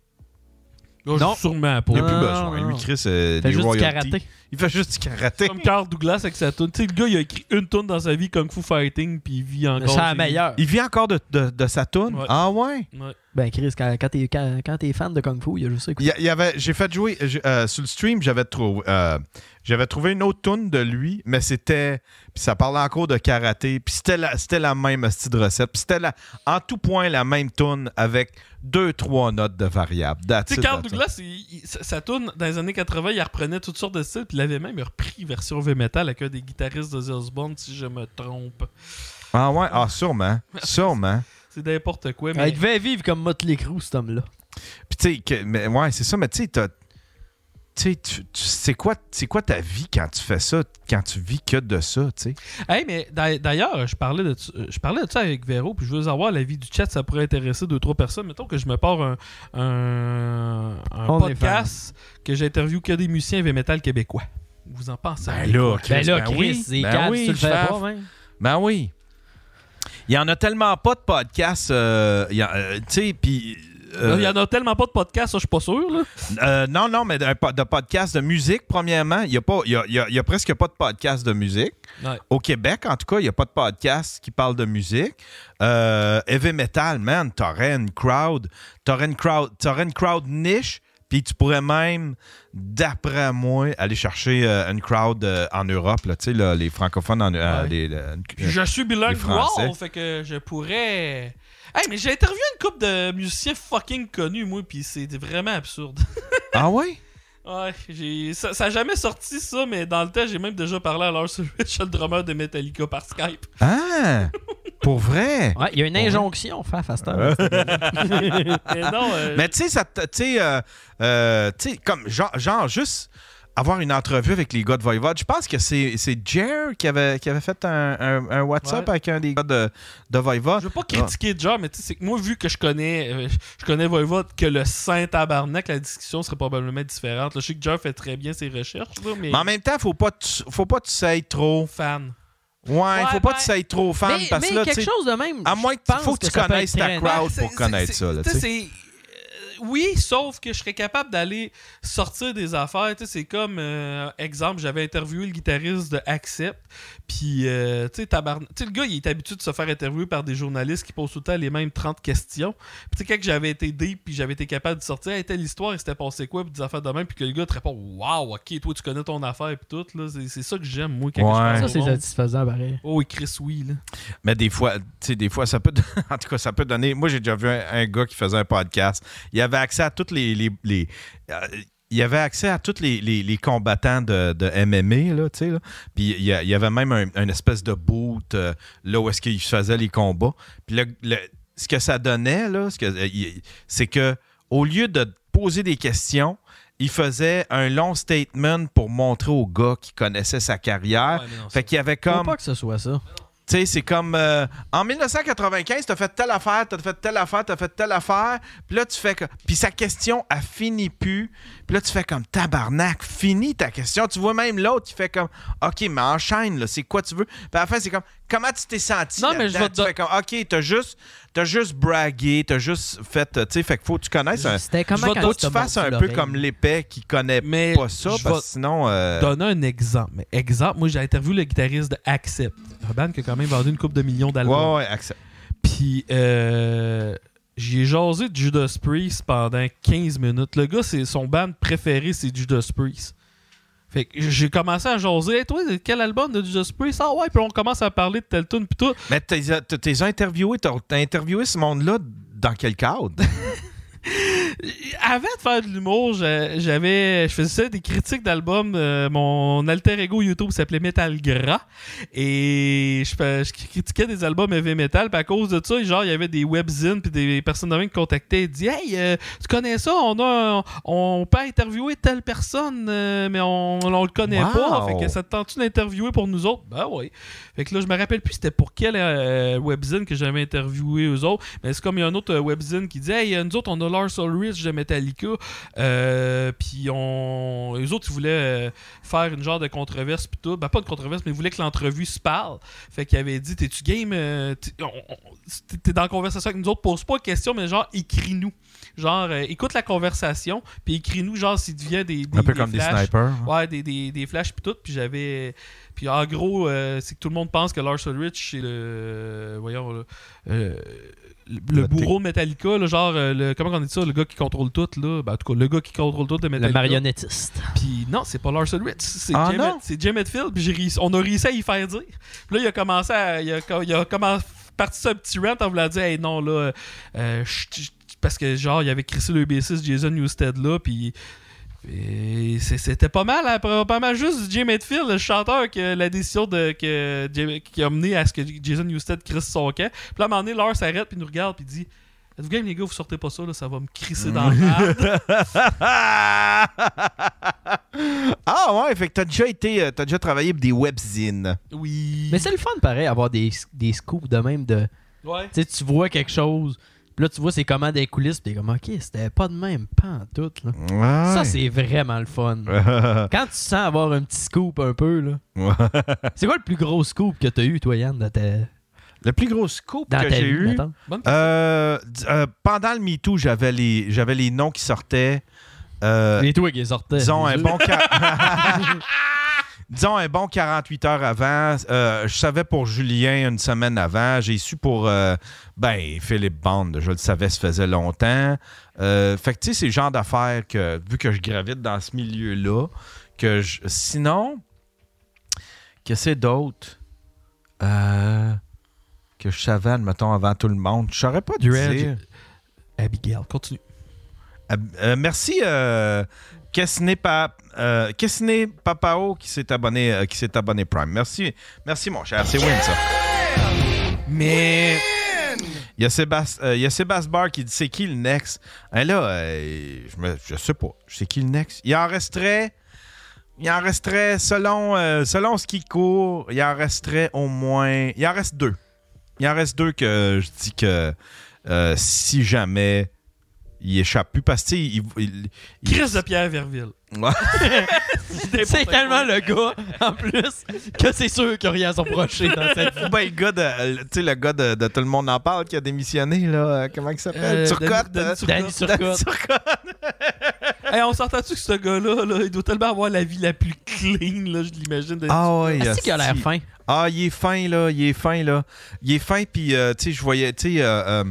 Speaker 3: Oh,
Speaker 1: Non.
Speaker 3: Sûrement pas.
Speaker 1: Il n'a
Speaker 2: Non,
Speaker 1: plus
Speaker 2: non,
Speaker 1: besoin.
Speaker 2: non.
Speaker 1: Lui, Chris, euh,
Speaker 2: Il fait
Speaker 1: des
Speaker 2: juste du
Speaker 1: royalties.
Speaker 2: karaté.
Speaker 1: Il fait juste du karaté.
Speaker 3: Comme Carl Douglas avec sa tune. Tu sais, le gars, il a écrit une tune dans sa vie, Kung Fu Fighting, puis il vit
Speaker 2: Mais
Speaker 3: encore.
Speaker 2: C'est la
Speaker 3: ses-
Speaker 2: meilleure.
Speaker 1: Il vit encore de, de- de sa toune.
Speaker 3: Ouais.
Speaker 1: Ah ouais?
Speaker 3: Ouais.
Speaker 2: Ben, Chris, quand, quand t'es quand, quand t'es fan de Kung Fu, il y a juste ça.
Speaker 1: Il y a- il y avait, j'ai fait jouer j'ai- euh, sur le stream, j'avais trouvé, euh, j'avais trouvé une autre tune de lui, mais c'était, puis ça parlait encore de karaté, puis c'était la, c'était la même style de recette, puis c'était la, en tout point la même tune avec deux trois notes de variables. That's
Speaker 3: Tu sais,
Speaker 1: it,
Speaker 3: Carl
Speaker 1: that's it.
Speaker 3: Douglas, il- il- sa sa tune dans les années 80, il reprenait toutes sortes de styles, puis il avait même repris version V metal avec un des guitaristes de The Osborne, si je me trompe.
Speaker 1: Ah ouais, ah sûrement, sûrement.
Speaker 3: C'est n'importe quoi,
Speaker 2: Ah,
Speaker 3: mais.
Speaker 2: il devait vivre comme Motley Crue, cet homme-là.
Speaker 1: Puis tu sais, que- mais ouais, c'est ça, mais tu sais, t'as- tu sais, tu- tu- c'est quoi, c'est quoi ta vie quand tu fais ça, quand tu vis que de ça, tu sais?
Speaker 3: Hey, mais d'a- d'ailleurs, je parlais de tu- euh, je parlais de ça avec Véro, puis je veux savoir l'avis du chat, ça pourrait intéresser deux trois personnes. Mettons que je me pars un, un, un
Speaker 2: On est
Speaker 3: podcast que j'interviewe que des musiciens heavy metal québécois. Vous en pensez
Speaker 1: Ben là, Chris, ben oui,
Speaker 2: c'est
Speaker 1: ben
Speaker 2: calme,
Speaker 1: oui,
Speaker 2: tu le fais
Speaker 1: je fais-
Speaker 2: pas, même.
Speaker 1: Ben oui. Il y en a tellement pas de podcasts. euh, il y a- euh, tu sais, puis. euh,
Speaker 3: Il y en a tellement pas de podcasts, ça, je suis pas sûr. Là.
Speaker 1: euh, non, non, mais d'un po- de, podcasts de musique, premièrement, il n'y a, pas- il y a, il y a- il y a presque pas de podcasts de musique.
Speaker 3: Ouais.
Speaker 1: Au Québec, en tout cas, il n'y a pas de podcast qui parle de musique. Euh, heavy metal, man, t'aurais une crowd. T'aurais une crowd, t'aurais une crowd niche, puis tu pourrais même, d'après moi, aller chercher euh, une crowd euh, en Europe, là, tu sais, là, les francophones, en, euh,
Speaker 3: Ouais.
Speaker 1: les- euh,
Speaker 3: Puis Je suis bilingue
Speaker 1: Les Français.
Speaker 3: wow, fait que je pourrais. Hey, mais j'ai interviewé une couple de musiciens fucking connus, moi, puis c'est vraiment absurde.
Speaker 1: Ah ouais?
Speaker 3: Ouais, j'ai... Ça, ça a jamais sorti ça, mais dans le temps, j'ai même déjà parlé à l'heure sur le drummer de Metallica par Skype.
Speaker 1: Ah! Pour vrai?
Speaker 2: Ouais, il y a une injonction, Faf, à cette heure.
Speaker 3: Ah, Mais non, euh,
Speaker 1: Mais tu sais, ça te- tu sais, euh, euh, tu sais, comme genre, genre juste avoir une entrevue avec les gars de Voivode. Je pense que c'est c'est Jer qui avait, qui avait fait un, un- un WhatsApp
Speaker 3: Ouais.
Speaker 1: avec un des gars de, de Voivode. Ah.
Speaker 3: je veux pas critiquer Jar, mais tu sais, c'est que moi, vu que je connais, euh, je connais Voivode, que le saint tabarnak, la discussion serait probablement différente. là. je sais que Jar fait très bien ses recherches, là, mais.
Speaker 1: Mais en même temps, faut pas tu- faut pas que tu sais trop.
Speaker 3: fan.
Speaker 1: Ouais, faut pas que tu sais trop fan
Speaker 2: mais
Speaker 1: parce que
Speaker 2: mais
Speaker 1: là, tu
Speaker 2: quelque
Speaker 1: sais,
Speaker 2: chose de même.
Speaker 1: à moins que
Speaker 2: je
Speaker 1: tu- faut
Speaker 2: pense
Speaker 1: que tu
Speaker 2: ça peut
Speaker 1: connaisses
Speaker 2: être
Speaker 1: ta
Speaker 2: très
Speaker 1: crowd.
Speaker 3: Ouais,
Speaker 1: pour
Speaker 3: c'est-
Speaker 1: connaître
Speaker 3: c'est-
Speaker 1: ça, là,
Speaker 3: tu
Speaker 1: tu
Speaker 3: sais, c'est- euh, Oui, sauf que je serais capable d'aller sortir des affaires. tu sais, C'est comme, euh, exemple, j'avais interviewé le guitariste de Accept. Puis, euh, tu sais, tabarn- tu sais, le gars, il est habitué de se faire interviewer par des journalistes qui posent tout le temps les mêmes 30 questions. Puis, tu sais, quand j'avais été deep, puis j'avais été capable de sortir, hey, telle histoire, il s'était passé quoi, puis des affaires de même, puis que le gars te répond, waouh, ok, toi, tu connais ton affaire, puis tout. là. C'est c'est ça que j'aime, moi, quand
Speaker 1: Ouais.
Speaker 3: je
Speaker 2: Ça,
Speaker 3: pense au
Speaker 2: c'est
Speaker 3: monde.
Speaker 2: satisfaisant, pareil.
Speaker 3: Oh, et Chris, oui, là.
Speaker 1: Mais des fois, tu sais, des fois, ça peut. en tout cas, ça peut donner. Moi, j'ai déjà vu un, un gars qui faisait un podcast. Il avait accès à toutes les. les- les- euh, il avait accès à tous les, les- les combattants de, de MMA, là, tu sais, là. Puis il y, a- il y avait même un, une espèce de boot, euh, là, où est-ce qu'il faisait les combats. Puis le- le- ce que ça donnait, là, ce que- euh, il- c'est que, au lieu de poser des questions, il faisait un long statement pour montrer au gars qui connaissait sa carrière.
Speaker 2: Ouais, mais non,
Speaker 1: fait qu'il y avait
Speaker 2: Faut
Speaker 1: comme.
Speaker 2: pas que ce soit ça.
Speaker 1: Tu sais, c'est comme euh, en 1995, t'as fait telle affaire, t'as fait telle affaire, t'as fait telle affaire. Puis là, tu fais que. Puis sa question, elle finit plus. Puis là, tu fais comme tabarnak, finis ta question. Tu vois même l'autre qui fait comme OK, mais enchaîne, là, c'est quoi tu veux. Puis à la fin, c'est comme Comment tu t'es senti
Speaker 3: Non, mais je
Speaker 1: là-dedans?
Speaker 3: vais te
Speaker 1: Tu fais comme OK, t'as juste, t'as juste bragué, t'as juste fait. euh, Tu sais, fait qu'il faut que tu connaisses. un-
Speaker 2: C'était
Speaker 1: Il
Speaker 2: comment
Speaker 1: faut
Speaker 2: quand
Speaker 1: que tu fasses un peu comme l'épais qui connaît
Speaker 3: Mais
Speaker 1: pas ça,
Speaker 3: je
Speaker 1: parce
Speaker 3: vais-
Speaker 1: que sinon. euh,
Speaker 3: Donner un exemple. Mais exemple, moi j'ai interviewé le guitariste de Accept, un band qui a quand même vendu une coupe de millions
Speaker 1: Ouais,
Speaker 3: d'albums.
Speaker 1: ouais, ouais, accepte.
Speaker 3: Puis euh, j'ai jasé de Judas Priest pendant 15 minutes. Le gars, c'est son band préféré, c'est Judas Priest. Fait que j'ai commencé à jaser. Hey, toi, quel album de Judas Priest Ah ouais, puis on commence à parler de tel tune puis tout.
Speaker 1: Mais t'es t'es interviewé, t'as t'as interviewé ce monde-là dans quel cadre?
Speaker 3: Avant de faire de l'humour, j'a- j'avais, je faisais des critiques d'albums. euh, mon alter ego YouTube s'appelait Metal Gras et je, fais- je critiquais des albums heavy metal. Puis à cause de ça, genre il y avait des webzines puis des personnes de même qui contactaient et disaient hey, euh, tu connais ça On a, on peut interviewer telle personne, euh, mais on, on le connaît
Speaker 1: Wow!
Speaker 3: pas. Fait que ça te tente-tu d'interviewer pour nous autres Ben oui. Fait que là, je me rappelle plus c'était pour quel euh, webzine que j'avais interviewé eux autres. Mais c'est comme il y a un autre euh, webzine qui dit Hey, euh, nous autres, on a Lars Ulrich de Metallica. Euh, puis on. Eux autres, ils voulaient euh, faire une genre de controverse. Puis tout. Ben, pas de controverse, mais ils voulaient que l'entrevue se parle. Fait qu'ils avaient dit T'es-tu game euh, T'es on- on- t'es dans la conversation avec nous autres, pose pas de questions, mais genre, écris-nous. Genre, euh, écoute la conversation, puis écris-nous, genre, s'il devient des. des-
Speaker 1: Un peu
Speaker 3: des
Speaker 1: comme des
Speaker 3: flashs.
Speaker 1: snipers. hein.
Speaker 3: Ouais, des, des, des flashs puis tout. Puis j'avais. Puis en gros, euh, c'est que tout le monde pense que Lars Ulrich c'est le. Voyons, le, euh, le- le
Speaker 1: Le
Speaker 3: bourreau de Metallica, là, genre. euh, le, comment on dit ça Le gars qui contrôle tout, là. Ben, en tout cas, le gars qui contrôle tout de
Speaker 2: Le
Speaker 3: Metallica.
Speaker 2: marionnettiste.
Speaker 3: Puis non, c'est pas Lars Ulrich, c'est
Speaker 1: Ah
Speaker 3: Jim,
Speaker 1: non?
Speaker 3: c'est Jim Hetfield. Puis j'ai réussi- on a réussi à y faire dire. Puis là, il a commencé à. Il a, co- il a commencé parti sur un petit rant en voulant dire, hey non, là. euh, chut, chut, parce que genre, il y avait crissé le B6 Jason Newsted là, puis. puis c'est- C'était pas mal, hein, pas pas mal juste Jim Hetfield, le chanteur, que la décision de, que, Jim- qui a mené à ce que Jason Newsted crisse son camp. Puis là, à un moment donné, Lars s'arrête, puis il nous regarde, puis il dit Êtes-vous game, les gars, vous sortez pas ça, là, ça va me crisser dans le marde.
Speaker 1: ah ouais, fait que t'as déjà été, euh, t'as déjà travaillé pour des webzines.
Speaker 3: Oui.
Speaker 2: Mais c'est le fun, pareil, avoir des, des scoops de même de.
Speaker 3: Ouais.
Speaker 2: Tu sais, tu vois quelque chose. Puis là, tu vois, c'est comment des coulisses. Puis t'es comme, ok, c'était pas de même, pas en tout. Là. Ça, c'est vraiment le fun. Quand tu sens avoir un petit scoop un peu, là. C'est quoi le plus gros scoop que t'as eu, toi, Yann, dans ta,
Speaker 1: Le plus gros scoop
Speaker 2: dans
Speaker 1: que
Speaker 2: ta
Speaker 1: j'ai
Speaker 2: vie,
Speaker 1: eu.
Speaker 2: mettons?
Speaker 1: euh, d- euh, pendant le MeToo, j'avais les, j'avais les noms qui sortaient. Euh,
Speaker 2: Et toi qui sortais.
Speaker 1: Disons un, bon quar- Disons un bon 48 heures avant. Euh, je savais pour Julien une semaine avant. J'ai su pour euh, ben, Philippe Bond, je le savais, ça faisait longtemps. Euh, fait que tu sais, c'est le genre d'affaires que, vu que je gravite dans ce milieu-là, que je- sinon, que c'est d'autre Euh, que je savais, admettons, avant tout le monde. Je saurais pas
Speaker 3: Dredge.
Speaker 1: dire.
Speaker 3: Abigail, continue.
Speaker 1: Euh, euh, merci euh, Kessné Pa- euh, Kessné Papao qui s'est abonné euh, qui s'est abonné Prime. Merci merci mon cher, c'est Win ça. Mais il y a Sébastien euh, il y a Sébastien Barr qui dit c'est qui le next Hein, là euh, je me- je sais pas, c'est qui le next Il en resterait il en resterait selon euh, selon ce qui court, il en resterait au moins il en reste deux. Il en reste deux que je dis que euh, si jamais il échappe plus parce que tu sais, il, il- il-
Speaker 3: Chris de Pierre Verville.
Speaker 1: Ouais.
Speaker 2: C'est tellement le gars, en plus, que c'est sûr qu'il n'y a rien à s'en reprocher dans cette vie.
Speaker 1: Ou ben, le gars de, le- tu sais, le gars de, de tout le monde en parle qui a démissionné là, euh, comment il s'appelle
Speaker 3: Euh,
Speaker 1: Turcotte.
Speaker 3: Denis-
Speaker 1: euh,
Speaker 3: Denis
Speaker 2: Danny Turcotte.
Speaker 3: Hey, on s'entend-tu que ce gars-là, là, il doit tellement avoir la vie la plus clean, là, je l'imagine. de-
Speaker 1: Ah ouais,
Speaker 2: Est-ce qu'il a l'air
Speaker 1: si.
Speaker 2: fin?
Speaker 1: Ah, il est fin là, il est fin là, il est fin puis euh, tu sais, je voyais, tu sais. euh, euh,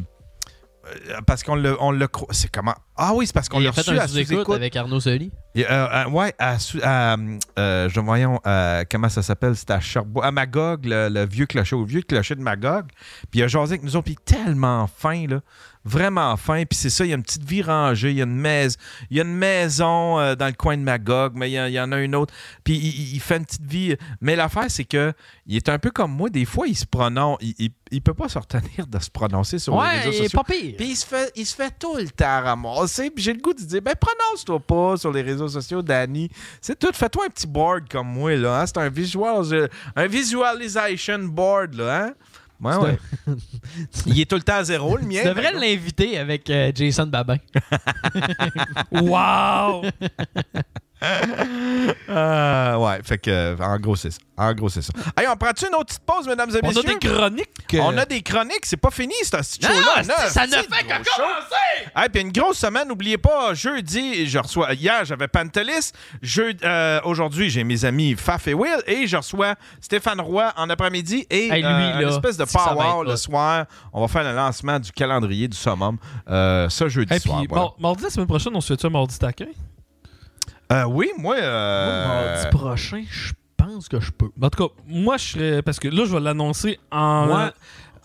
Speaker 1: euh, parce qu'on le, on le cro- c'est comment Ah oui, c'est parce qu'on
Speaker 2: Il
Speaker 1: l'a
Speaker 2: a fait
Speaker 1: reçu
Speaker 2: un
Speaker 1: à
Speaker 2: sous-écoute
Speaker 1: sous-écoute.
Speaker 2: avec Arnaud Soli.
Speaker 1: Et, euh, euh, ouais, à, sous- à, euh, je voyons euh, comment ça s'appelle, c'était à Sherbrooke, à Magog, le, le vieux clocher, au vieux clocher de Magog. Puis il a jasé avec nous autres, puis tellement fin, là, vraiment fin. Puis c'est ça, il y a une petite vie rangée, il y a une maison, il y a une maison euh, dans le coin de Magog, mais il y, en- il y en a une autre. Puis il, il- il fait une petite vie. Mais l'affaire, c'est que il est un peu comme moi, des fois, il se prononce, il, il, il peut pas se retenir de se prononcer sur les
Speaker 2: Ouais,
Speaker 1: réseaux
Speaker 2: il est
Speaker 1: sociaux.
Speaker 2: pas pire.
Speaker 1: Puis il se fait, il se fait tout le temps ramasser. prononcé, puis j'ai le goût de dire, ben prononce-toi pas sur les réseaux sociaux, Danny. C'est tout, fais-toi un petit board comme moi, là. hein. C'est un visual, un visualization board, là. Hein? Ouais, ouais. Il est tout le temps à zéro, le mien.
Speaker 2: Tu devrais l'inviter avec euh, Jason Babin.
Speaker 3: Wow!
Speaker 1: Euh, ouais, fait que, euh, en gros, c'est ça. En gros, c'est ça. Hey, on prend-tu une autre petite pause, mesdames et
Speaker 3: On
Speaker 1: messieurs?
Speaker 3: a des chroniques.
Speaker 1: On a des chroniques, c'est pas fini, c'est un petit
Speaker 2: Non,
Speaker 1: show-là.
Speaker 2: non,
Speaker 1: neuf.
Speaker 2: ça ne
Speaker 1: C'est
Speaker 2: fait
Speaker 1: gros
Speaker 2: que
Speaker 1: show.
Speaker 2: commencer!
Speaker 1: Hey, puis une grosse semaine, n'oubliez pas, jeudi, je reçois. Hier, j'avais Pantelis. Je- euh, Aujourd'hui, j'ai mes amis Faf et Will et je reçois Stéphane Roy en après-midi et
Speaker 2: Hey, lui,
Speaker 1: euh, une
Speaker 2: là,
Speaker 1: espèce de
Speaker 2: c'est que ça va
Speaker 1: power
Speaker 2: être
Speaker 1: le
Speaker 2: hot.
Speaker 1: soir. On va faire le lancement du calendrier du summum euh, ce jeudi
Speaker 3: Et puis,
Speaker 1: soir. voilà.
Speaker 3: mar- mardi, la semaine prochaine, on se fait-tu un mardi taquin?
Speaker 1: Euh, oui, moi. euh,
Speaker 2: Mardi prochain, je pense que je peux.
Speaker 3: En tout cas, moi, je serais. Parce que là, je vais l'annoncer en.
Speaker 2: Ouais.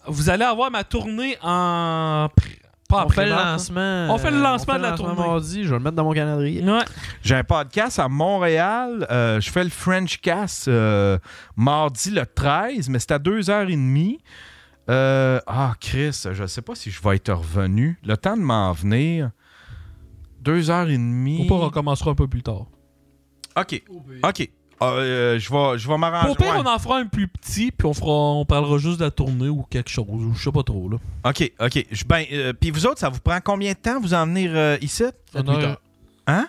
Speaker 3: Vous allez avoir ma tournée en. pr- Pas
Speaker 2: on fait le
Speaker 3: après-vente,
Speaker 2: lancement.
Speaker 3: On fait le
Speaker 2: euh,
Speaker 3: lancement
Speaker 2: on fait
Speaker 3: de la
Speaker 2: le lancement
Speaker 3: tournée.
Speaker 2: mardi, je vais le mettre dans mon calendrier.
Speaker 3: Ouais.
Speaker 1: J'ai un podcast à Montréal. Euh, je fais le French Cast euh, mardi le 13, mais c'est à 2h30. Euh, ah, Chris, je sais pas si je vais être revenu. Le temps de m'en venir. 2h30.
Speaker 3: Ou pas, on recommencera un peu plus tard.
Speaker 1: OK. OK. Euh, je vais, je vais m'arranger.
Speaker 3: Pour pire,
Speaker 1: Ouais.
Speaker 3: on en fera un plus petit, puis on, fera, on parlera juste de la tournée ou quelque chose, ou je sais pas trop. Là.
Speaker 1: OK, OK. Je- ben, euh, Puis vous autres, ça vous prend combien de temps vous en venir euh, ici?
Speaker 3: Une
Speaker 2: huit
Speaker 3: heure.
Speaker 1: Hein?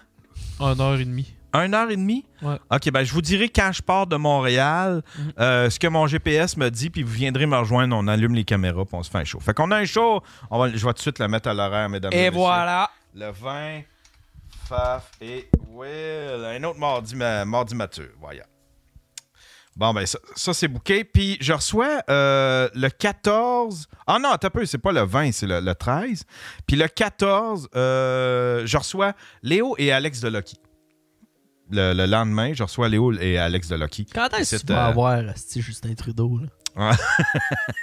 Speaker 3: Une heure et demie.
Speaker 1: Un heure et demie?
Speaker 3: Ouais.
Speaker 1: OK, ben je vous dirai quand je pars de Montréal,
Speaker 2: Mhm.
Speaker 1: euh, ce que mon GPS me dit, puis vous viendrez me rejoindre, on allume les caméras, puis on se fait un show. Fait qu'on a un show, on va, je vais tout de suite le mettre à l'horaire, mesdames
Speaker 2: Et
Speaker 1: messieurs.
Speaker 2: voilà.
Speaker 1: Le 20, Faf et Will. Un autre mardi, ma- mardi mature, voilà. Bon, ben ça, ça, c'est bouqué. Puis je reçois euh, le 14... Ah non, t'as peu, c'est pas le 20, c'est le, le 13. Puis le 14, euh, je reçois Léo et Alex de Lucky. Le, le lendemain, je reçois Léo et Alex de Lucky.
Speaker 2: Quand est-ce que
Speaker 1: C'est,
Speaker 2: tu vas
Speaker 1: euh,
Speaker 2: avoir asti, Justin Trudeau là?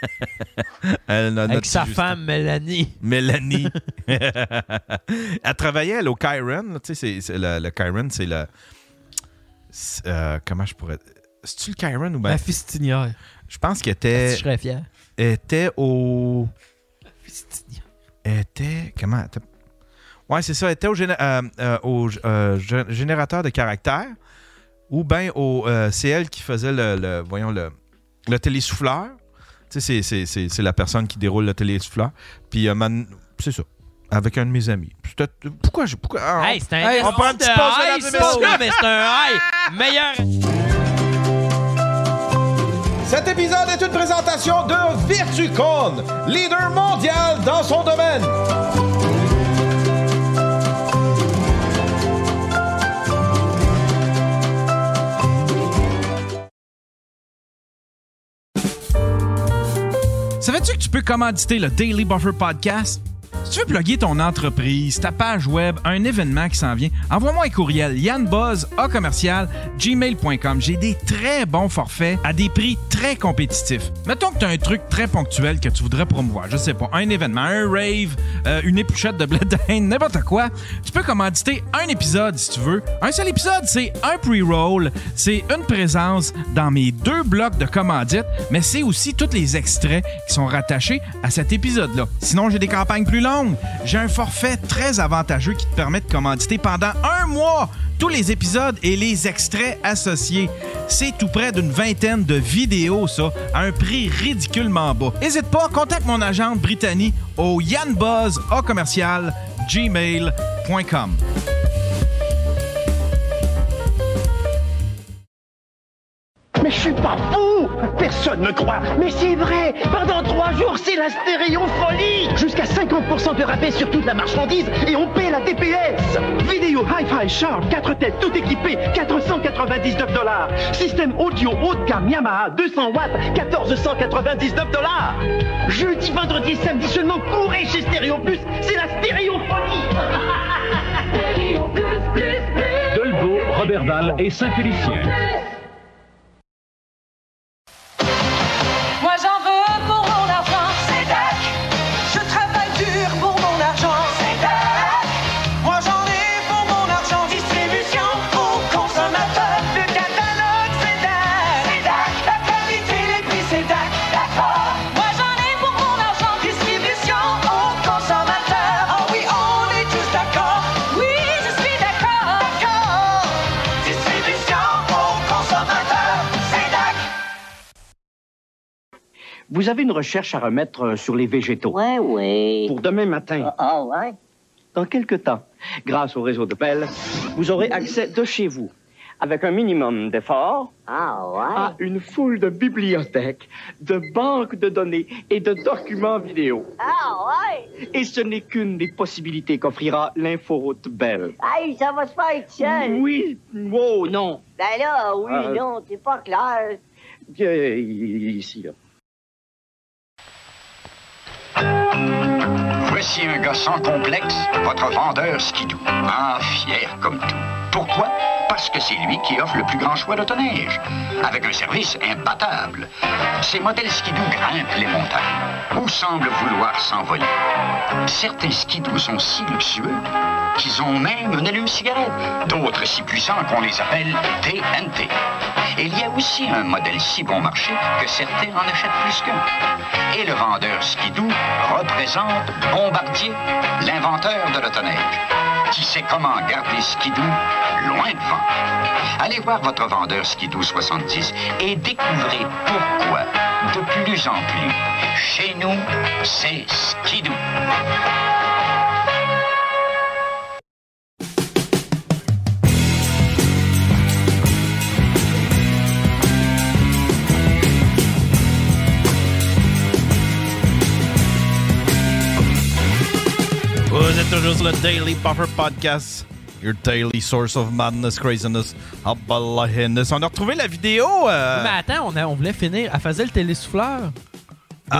Speaker 1: Elle, no-
Speaker 2: avec
Speaker 1: notre
Speaker 2: sa
Speaker 1: Justin.
Speaker 2: femme Mélanie?
Speaker 1: Mélanie. elle travaillait, elle, au Kyron. là, Tu sais, c'est- c'est le, le Kyron, c'est le. c'est, euh, comment je pourrais. C'est-tu le Kyron ou
Speaker 3: La
Speaker 1: ben.
Speaker 3: fistinière.
Speaker 1: Je pense qu'elle
Speaker 2: Si
Speaker 1: était,
Speaker 2: je serais fier.
Speaker 1: était au. était. Comment. attends. Ouais, c'est ça. Elle était au, géné- euh, euh, au g- euh, gé- générateur de caractère ou bien au. euh, c'est elle qui faisait le. le- voyons, le, le télésouffleur. Tu sais, c'est- c'est- c'est c'est la personne qui déroule le télésouffleur. Puis, euh, man- c'est ça. Avec un de mes amis. C'était- Pourquoi je. Pourquoi, ah, on-
Speaker 2: Hey, c'est un
Speaker 1: Hey, on prend une
Speaker 2: de
Speaker 1: petite pause,
Speaker 2: high,
Speaker 1: mesdames et messieurs.
Speaker 2: ça, mais c'est un high meilleur.
Speaker 1: Cet épisode est une présentation de Virtucon, leader mondial dans son domaine.
Speaker 10: Savais-tu que tu peux commanditer le Daily Buffer Podcast? Si tu veux plugger ton entreprise, ta page web, un événement qui s'en vient, envoie-moi un courriel yannbuzz à commercial gmail.com. J'ai des très bons forfaits à des prix très compétitifs. Mettons que tu as un truc très ponctuel que tu voudrais promouvoir, je sais pas, un événement, un rave, euh, une épluchette de blé d'Inde, n'importe quoi. Tu peux commanditer un épisode si tu veux. Un seul épisode, c'est un pre-roll, c'est une présence dans mes deux blocs de commandite, mais c'est aussi tous les extraits qui sont rattachés à cet épisode-là. Sinon, j'ai des campagnes plus longues. J'ai un forfait très avantageux qui te permet de commanditer pendant un mois tous les épisodes et les extraits associés. C'est tout près d'une vingtaine de vidéos, ça, à un prix ridiculement bas. N'hésite pas, contacte mon agent Brittany au yanbuzz, A commercial, gmail.com.
Speaker 5: Mais je suis pas fou Personne ne croit Mais c'est vrai Pendant trois jours, c'est la stéréopholie Jusqu'à 50% de rabais sur toute la marchandise et on paie la TPS Vidéo Hi-Fi Sharp, 4 têtes, tout équipé, 499 dollars Système audio haut de gamme Yamaha, 200 watts, 1499 dollars Jeudi, vendredi et samedi seulement, courez chez Stéréo Plus C'est la stéréophonie
Speaker 11: Dolbeau, Robert Val et Saint-Félicien.
Speaker 4: Moi j'en veux pour mon argent, c'est Dac. Je travaille dur pour mon argent, c'est Dac. Moi j'en ai pour mon argent, distribution pour consommateurs. Le catalogue, c'est Dac. C'est Dac. La qualité, les prix, c'est Dac. D'accord. Moi j'en ai pour mon argent, distribution aux consommateurs. Oh oui, Ah on est tous d'accord.
Speaker 12: Vous avez une recherche à remettre euh, sur les végétaux.
Speaker 13: Ouais, ouais.
Speaker 12: Pour demain matin.
Speaker 13: Ah, ouais.
Speaker 12: Dans quelques temps, grâce au réseau de Bell, vous aurez accès de chez vous, avec un minimum d'efforts,
Speaker 13: Ah,
Speaker 12: à une foule de bibliothèques, de banques de données et de documents vidéo.
Speaker 13: Ah, ouais.
Speaker 12: Et ce n'est qu'une des possibilités qu'offrira l'inforoute Bell.
Speaker 13: Hey, ça va se faire tout seul.
Speaker 12: Oui, wow, non.
Speaker 13: Ben là, oui,
Speaker 12: Euh.
Speaker 13: non, t'es pas clair.
Speaker 12: Bien, ici, là.
Speaker 14: Voici un gars sans complexe, votre vendeur Skidoo. Ah, fier comme tout. Pourquoi? Parce que c'est lui qui offre le plus grand choix de tonnage, avec un service imbattable. Ces modèles Skidoo grimpent les montagnes, ou semblent vouloir s'envoler. Certains Skidoo sont si luxueux qu'ils ont même une allume-cigarette, d'autres si puissants qu'on les appelle TNT. Et il y a aussi un modèle si bon marché que certains en achètent plus qu'un. Et le vendeur Skidoo représente Bombardier, l'inventeur de l'autoneige, qui sait comment garder Skidoo loin devant. Allez voir votre vendeur Skidoo 70 et découvrez pourquoi, de plus en plus, chez nous, c'est Skidoo.
Speaker 1: Vous êtes toujours sur le Daily Buffer Podcast. Your daily source of madness, craziness, abalahiness. On a retrouvé la vidéo. euh,
Speaker 2: Mais attends, on, a- on voulait finir. Elle faisait le télésouffleur.
Speaker 3: Elle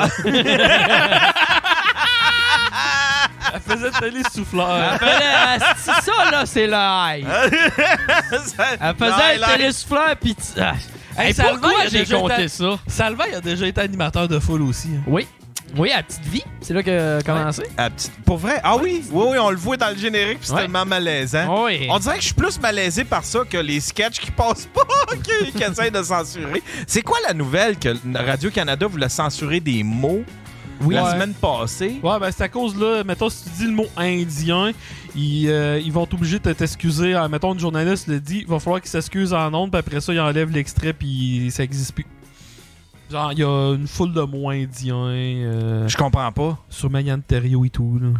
Speaker 3: faisait télé
Speaker 2: Elle
Speaker 3: souffleur.
Speaker 2: faisait- ah, c'est ça, là, c'est le high. Elle faisait
Speaker 3: L'high,
Speaker 2: le télésouffleur, pis... tu- ah. Hey,
Speaker 3: Hey,
Speaker 2: Salva,
Speaker 3: pourquoi
Speaker 2: il a
Speaker 3: j'ai
Speaker 2: déjà
Speaker 3: compté
Speaker 2: été-
Speaker 3: ça? Salva, il a déjà été animateur de foule aussi. hein.
Speaker 2: Oui. Oui, à petite vie. C'est là que commencé.
Speaker 1: à petite- Pour vrai? Ah oui? Oui, oui, on le voit dans le générique, puis c'est
Speaker 2: Ouais.
Speaker 1: tellement malaisant.
Speaker 3: Oh
Speaker 2: Oui.
Speaker 1: On dirait que je suis plus malaisé par ça que les sketchs qui passent pas, qui, qui essayent de censurer. C'est quoi la nouvelle que Radio-Canada voulait censurer des mots
Speaker 3: Oui.
Speaker 1: la
Speaker 3: Ouais.
Speaker 1: semaine passée?
Speaker 3: Ouais, ben c'est à cause là, mettons, si tu dis le mot indien, ils, euh, ils vont t'obliger de t'excuser. Ah, mettons, une journaliste le dit, il va falloir qu'il s'excuse en ondes, puis après ça, il enlève l'extrait, puis ça existe plus. Genre, il y a une foule de mots indiens. euh,
Speaker 1: Je comprends pas.
Speaker 3: sur Mayan Terrio et tout. Là.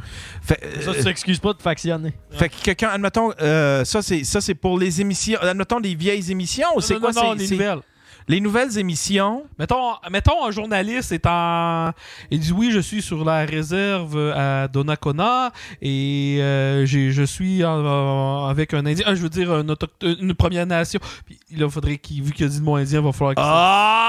Speaker 1: Fait,
Speaker 2: Ça,
Speaker 1: euh,
Speaker 2: tu t'excuses pas de factionner.
Speaker 1: Fait que quelqu'un, admettons, euh, ça c'est ça c'est pour les émissions, admettons des vieilles émissions, ou c'est
Speaker 3: non,
Speaker 1: quoi
Speaker 3: non, non,
Speaker 1: c'est-
Speaker 3: les
Speaker 1: c'est-
Speaker 3: nouvelles.
Speaker 1: Les nouvelles émissions.
Speaker 3: Mettons, mettons, un journaliste est en. Il dit oui, je suis sur la réserve à Donnacona et euh, j'ai- je suis en- en- avec un Indien. Ah, je veux dire, un autochto- une Première Nation. Puis là, faudrait qu'il, vu qu'il a dit le mot Indien, il va falloir qu'il.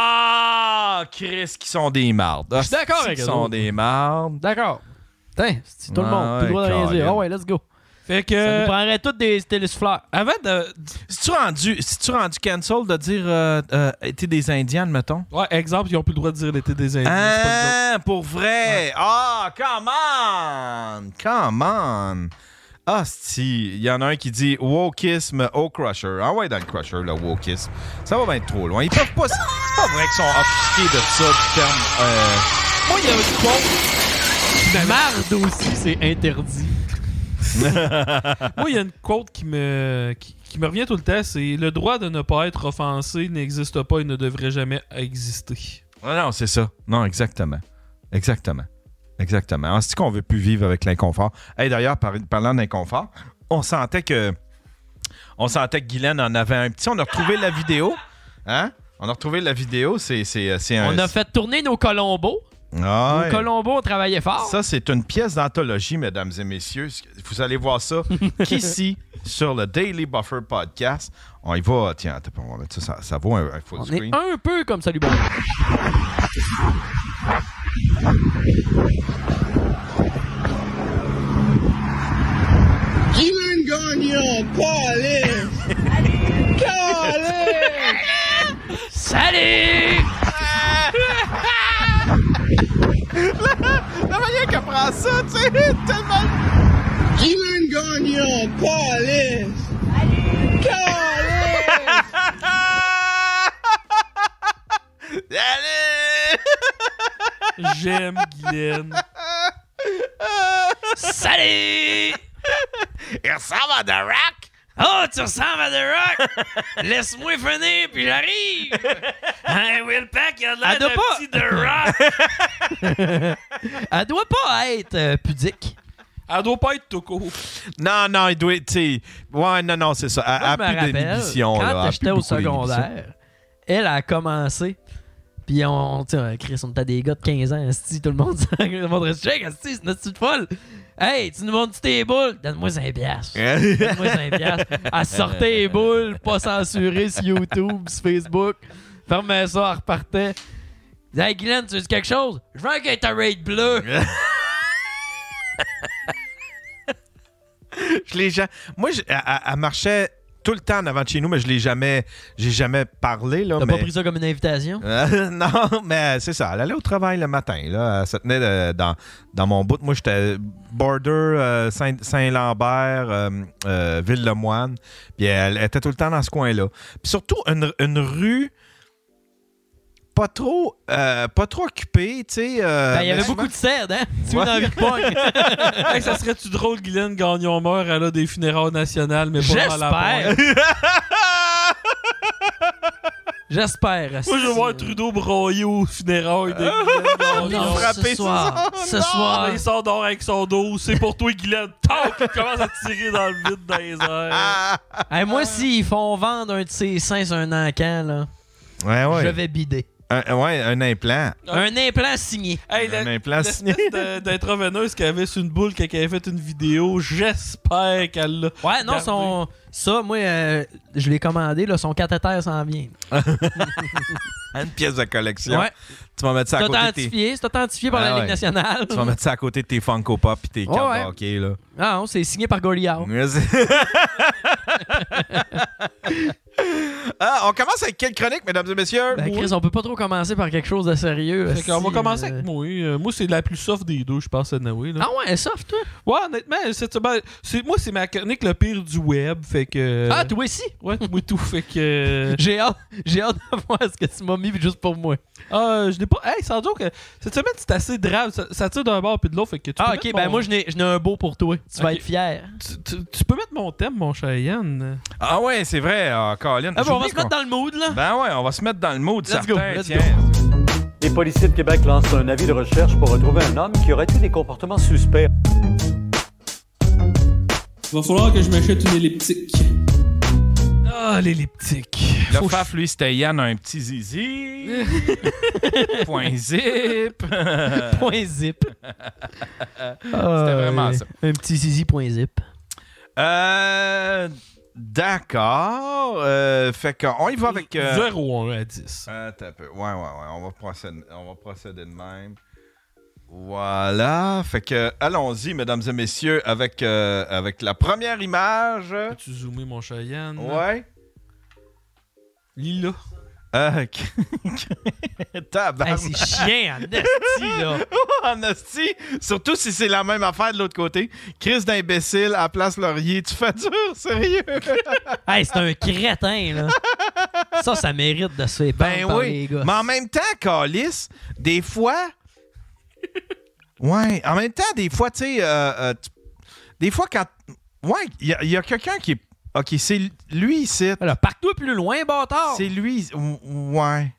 Speaker 1: Ah, Chris, qui sont des mardes.
Speaker 2: Je suis d'accord
Speaker 1: Ah,
Speaker 2: avec
Speaker 1: Qui
Speaker 2: eux
Speaker 1: sont
Speaker 2: autres.
Speaker 1: des mardes.
Speaker 2: D'accord. Putain, c'est tout le monde.
Speaker 1: Ah
Speaker 2: tout le droit de
Speaker 1: ouais,
Speaker 2: rien dire.
Speaker 1: Colin.
Speaker 2: Ah ouais, let's go.
Speaker 3: Fait
Speaker 2: Ça nous
Speaker 3: que.
Speaker 2: prendrait toutes des télésouffleurs.
Speaker 3: Avant de.
Speaker 1: Si tu rendu, si tu rendu cancel de dire euh, euh, t'es des Indiens, admettons.
Speaker 3: Ouais, exemple, ils ont plus le droit de dire l'été des Indiens. c'est pas une joke.
Speaker 1: Ah, pour vrai. Ah, come on, come on. Ah, si, il y en a un qui dit wokisme au crusher. Ah ouais, dans le crusher, le wokisme. Ça va bien être trop loin. Ils peuvent pas. C'est pas vrai qu'ils sont offusqués de ça, du terme. euh,
Speaker 3: Moi, il y a une cause.
Speaker 2: La marde aussi, c'est interdit.
Speaker 3: Moi, il y a une quote qui me, qui, qui me revient tout le temps c'est Le droit de ne pas être offensé n'existe pas et ne devrait jamais exister.
Speaker 1: Non, non, c'est ça. Non, exactement. Exactement. Exactement. C'est qu'on veut plus vivre avec l'inconfort. Hey, d'ailleurs, par- parlant d'inconfort, on sentait que. On sentait que Guylaine en avait un petit. On a retrouvé la vidéo. Hein? On a retrouvé la vidéo. C'est, c'est, euh, c'est un.
Speaker 2: On a fait tourner nos colombos.
Speaker 1: Ah, ouais.
Speaker 2: Nos colombos ont travaillé fort.
Speaker 1: Ça, c'est une pièce d'anthologie, mesdames et messieurs. Vous allez voir ça qu'ici, sur le Daily Buffer Podcast. On y va. Tiens, attends, on va mettre ça. Ça, ça vaut un, un full
Speaker 2: On
Speaker 1: screen.
Speaker 2: est un peu comme Salut Bon.
Speaker 5: Guylaine Gagnon, Paulin! Paulin!
Speaker 2: Salut!
Speaker 1: La manière qu'elle prend ça, tu sais, tellement.
Speaker 5: Guylaine Gagnon, Paulin! Paulin!
Speaker 1: Allez!
Speaker 3: J'aime Guylaine.
Speaker 2: Salut!
Speaker 1: Il ressemble à The Rock!
Speaker 2: Oh, tu ressembles à The Rock! Laisse-moi finir, puis j'arrive! Hein, Will Pack, il a l'air d'un petit The Rock!
Speaker 1: Elle doit pas être
Speaker 2: euh,
Speaker 1: pudique.
Speaker 3: Elle doit pas être tout court.
Speaker 1: Non, non, il doit être. tu sais, Ouais, non, non, c'est ça. Elle
Speaker 2: Moi, je
Speaker 1: a
Speaker 2: me
Speaker 1: plus
Speaker 2: rappelle,
Speaker 1: d'inhibition.
Speaker 2: Quand
Speaker 1: là, elle a
Speaker 2: j'étais
Speaker 1: plus
Speaker 2: au
Speaker 1: beaucoup d'inhibition.
Speaker 2: secondaire, elle a commencé. Puis on, tu sais, Chris, on était des gars de 15 ans, asti, tout le monde, tout le monde reste check, asti, c'est notre petite folle. Hey, tu nous montres tes boules? Donne-moi 5 piastres. Donne-moi 5 piastres. Elle sortait les boules, pas censurées sur YouTube, sur Facebook. Fermait ça, elle repartait. Hey, Guylaine, tu veux quelque chose? Je veux un Gatorade bleu.
Speaker 1: je l'ai ja- Moi, je- elle, elle- elle marchait tout le temps en avant de chez nous, mais je l'ai jamais, j'ai jamais parlé là.
Speaker 2: T'as
Speaker 1: mais...
Speaker 2: pas pris ça comme une invitation?
Speaker 1: Euh, non, mais c'est ça. Elle allait au travail le matin. Là. Elle se tenait euh, dans, dans mon bout. Moi, j'étais border euh, Saint- Saint-Lambert, euh, euh, Ville-le-Moine. Puis elle, elle était tout le temps dans ce coin-là. Puis surtout, une, une rue pas trop, euh, pas trop occupée, tu sais. euh,
Speaker 2: Ben, il y
Speaker 1: mais
Speaker 2: avait
Speaker 1: souvent-
Speaker 2: beaucoup de cèdres, hein? Tu
Speaker 1: Ouais.
Speaker 2: veux envie de pogne.
Speaker 3: Hey, ça serait-tu drôle, Guylaine Gagnon meurt, elle a des funérailles nationales, mais pas mal à
Speaker 2: J'espère.
Speaker 3: la pointe.
Speaker 2: J'espère.
Speaker 3: Moi, je veux voir Trudeau broyer aux funérailles de Guylaine Gagnon.
Speaker 2: non, ce Frapper, soir. c'est ça. Ce soir.
Speaker 3: Il sort dehors avec son dos. C'est pour toi, Guylaine. Tac! Il commence à tirer dans le vide dans les airs.
Speaker 2: Hey,
Speaker 1: Ah.
Speaker 2: moi, s'ils font vendre un de ces seins sur un encan, là,
Speaker 1: Ouais, ouais.
Speaker 2: je vais bider.
Speaker 1: Un- euh, ouais, un implant.
Speaker 2: Ah. Un implant signé.
Speaker 3: Hey,
Speaker 1: Un
Speaker 3: la-
Speaker 1: implant signé.
Speaker 3: l'espèce de- d'intraveneuse qui avait sur une boule quand elle avait fait une vidéo, j'espère qu'elle l'a.
Speaker 2: Ouais, Ah, non, son... ça, moi, euh, je l'ai commandé, là, son cathéter s'en vient.
Speaker 1: Ah, Une pièce de collection.
Speaker 2: Ouais.
Speaker 1: Tu vas mettre ça
Speaker 2: C'est
Speaker 1: à côté de tes...
Speaker 2: authentifié, c'est authentifié par
Speaker 1: Ah
Speaker 2: la
Speaker 1: ouais.
Speaker 2: Ligue nationale.
Speaker 1: Tu vas mettre ça à côté de tes Funko Pop et tes cartes
Speaker 2: Ouais,
Speaker 1: de
Speaker 2: ouais.
Speaker 1: hockey, là.
Speaker 2: Ah non, c'est signé par Goliath.
Speaker 1: Mm. Ah, on commence avec quelle chronique, mesdames et messieurs?
Speaker 2: Ben, Chris, on peut pas trop commencer par quelque chose de sérieux.
Speaker 3: Fait qu'on va
Speaker 2: si,
Speaker 3: commencer
Speaker 2: euh,
Speaker 3: avec moi. Euh, Moi, c'est la plus soft des deux, je pense, à Naoui.
Speaker 2: Ah ouais, soft, toi?
Speaker 3: Ouais, honnêtement, c'est, ben, c'est- moi, c'est ma chronique le pire du web. Fait que. euh,
Speaker 2: Ah, toi aussi?
Speaker 3: Ouais, moi tout. Fait que. euh,
Speaker 2: J'ai hâte, j'ai hâte de voir ce que tu m'as mis juste pour moi.
Speaker 3: Ah, je n'ai pas. Hey, sans joke, euh, cette semaine, c'est assez grave. Ça, ça tire d'un bord puis de l'autre. Fait que tu
Speaker 2: Ah,
Speaker 3: peux
Speaker 2: ok,
Speaker 3: mettre
Speaker 2: ben
Speaker 3: mon-
Speaker 2: moi, je n'ai je n'ai un beau pour toi. Tu vas
Speaker 3: Ok.
Speaker 2: être fier.
Speaker 3: Tu, tu- tu peux mettre mon thème, mon cher Yann.
Speaker 1: Ah ouais, c'est vrai, ah, Colin.
Speaker 3: Ah, ben, on va
Speaker 1: J'oublie
Speaker 3: se mettre
Speaker 1: qu'on-
Speaker 3: dans le mood, là.
Speaker 1: Ben ouais, on va se mettre dans le mood,
Speaker 3: Let's go,
Speaker 1: certain,
Speaker 3: let's
Speaker 1: tiens.
Speaker 15: Les policiers de Québec lancent un avis de recherche pour retrouver un homme qui aurait eu des comportements suspects.
Speaker 3: Va falloir que je m'achète une elliptique. Ah, l'elliptique.
Speaker 1: Le faf, lui, c'était Yann, un petit zizi. Point zip.
Speaker 2: Point zip.
Speaker 1: C'était
Speaker 2: Ah,
Speaker 1: vraiment
Speaker 2: ouais.
Speaker 1: ça.
Speaker 2: Un petit zizi point zip.
Speaker 1: Euh, D'accord. Euh, fait qu'on y va avec. euh,
Speaker 3: 0 1 à 10.
Speaker 1: Euh, t'as un peu. Ouais, ouais, ouais. On va procéder, on va procéder de même. Voilà. Fait que, allons-y, mesdames et messieurs, avec, euh, avec la première image.
Speaker 3: Tu zoomer, mon cher Yann.
Speaker 1: Ouais.
Speaker 3: Lila.
Speaker 1: Euh, Tabarnak.
Speaker 2: Hey, c'est chien en esti, là.
Speaker 1: en esti. Surtout si c'est la même affaire de l'autre côté. Crise d'imbécile à Place Laurier. Tu fais dur, sérieux?
Speaker 2: Hey, c'est un crétin, là. Ça, ça mérite de se faire
Speaker 1: Ben
Speaker 2: pendre par
Speaker 1: oui.
Speaker 2: les gars.
Speaker 1: Mais en même temps, Calis, des fois. Ouais, en même temps, des fois, tu sais. euh, euh, tu- des fois, quand. Ouais, il y a- il y a, quelqu'un qui est. Ok, c'est l- lui ici.
Speaker 2: Alors, partout plus loin, bâtard.
Speaker 1: C'est lui. ou- Ouais.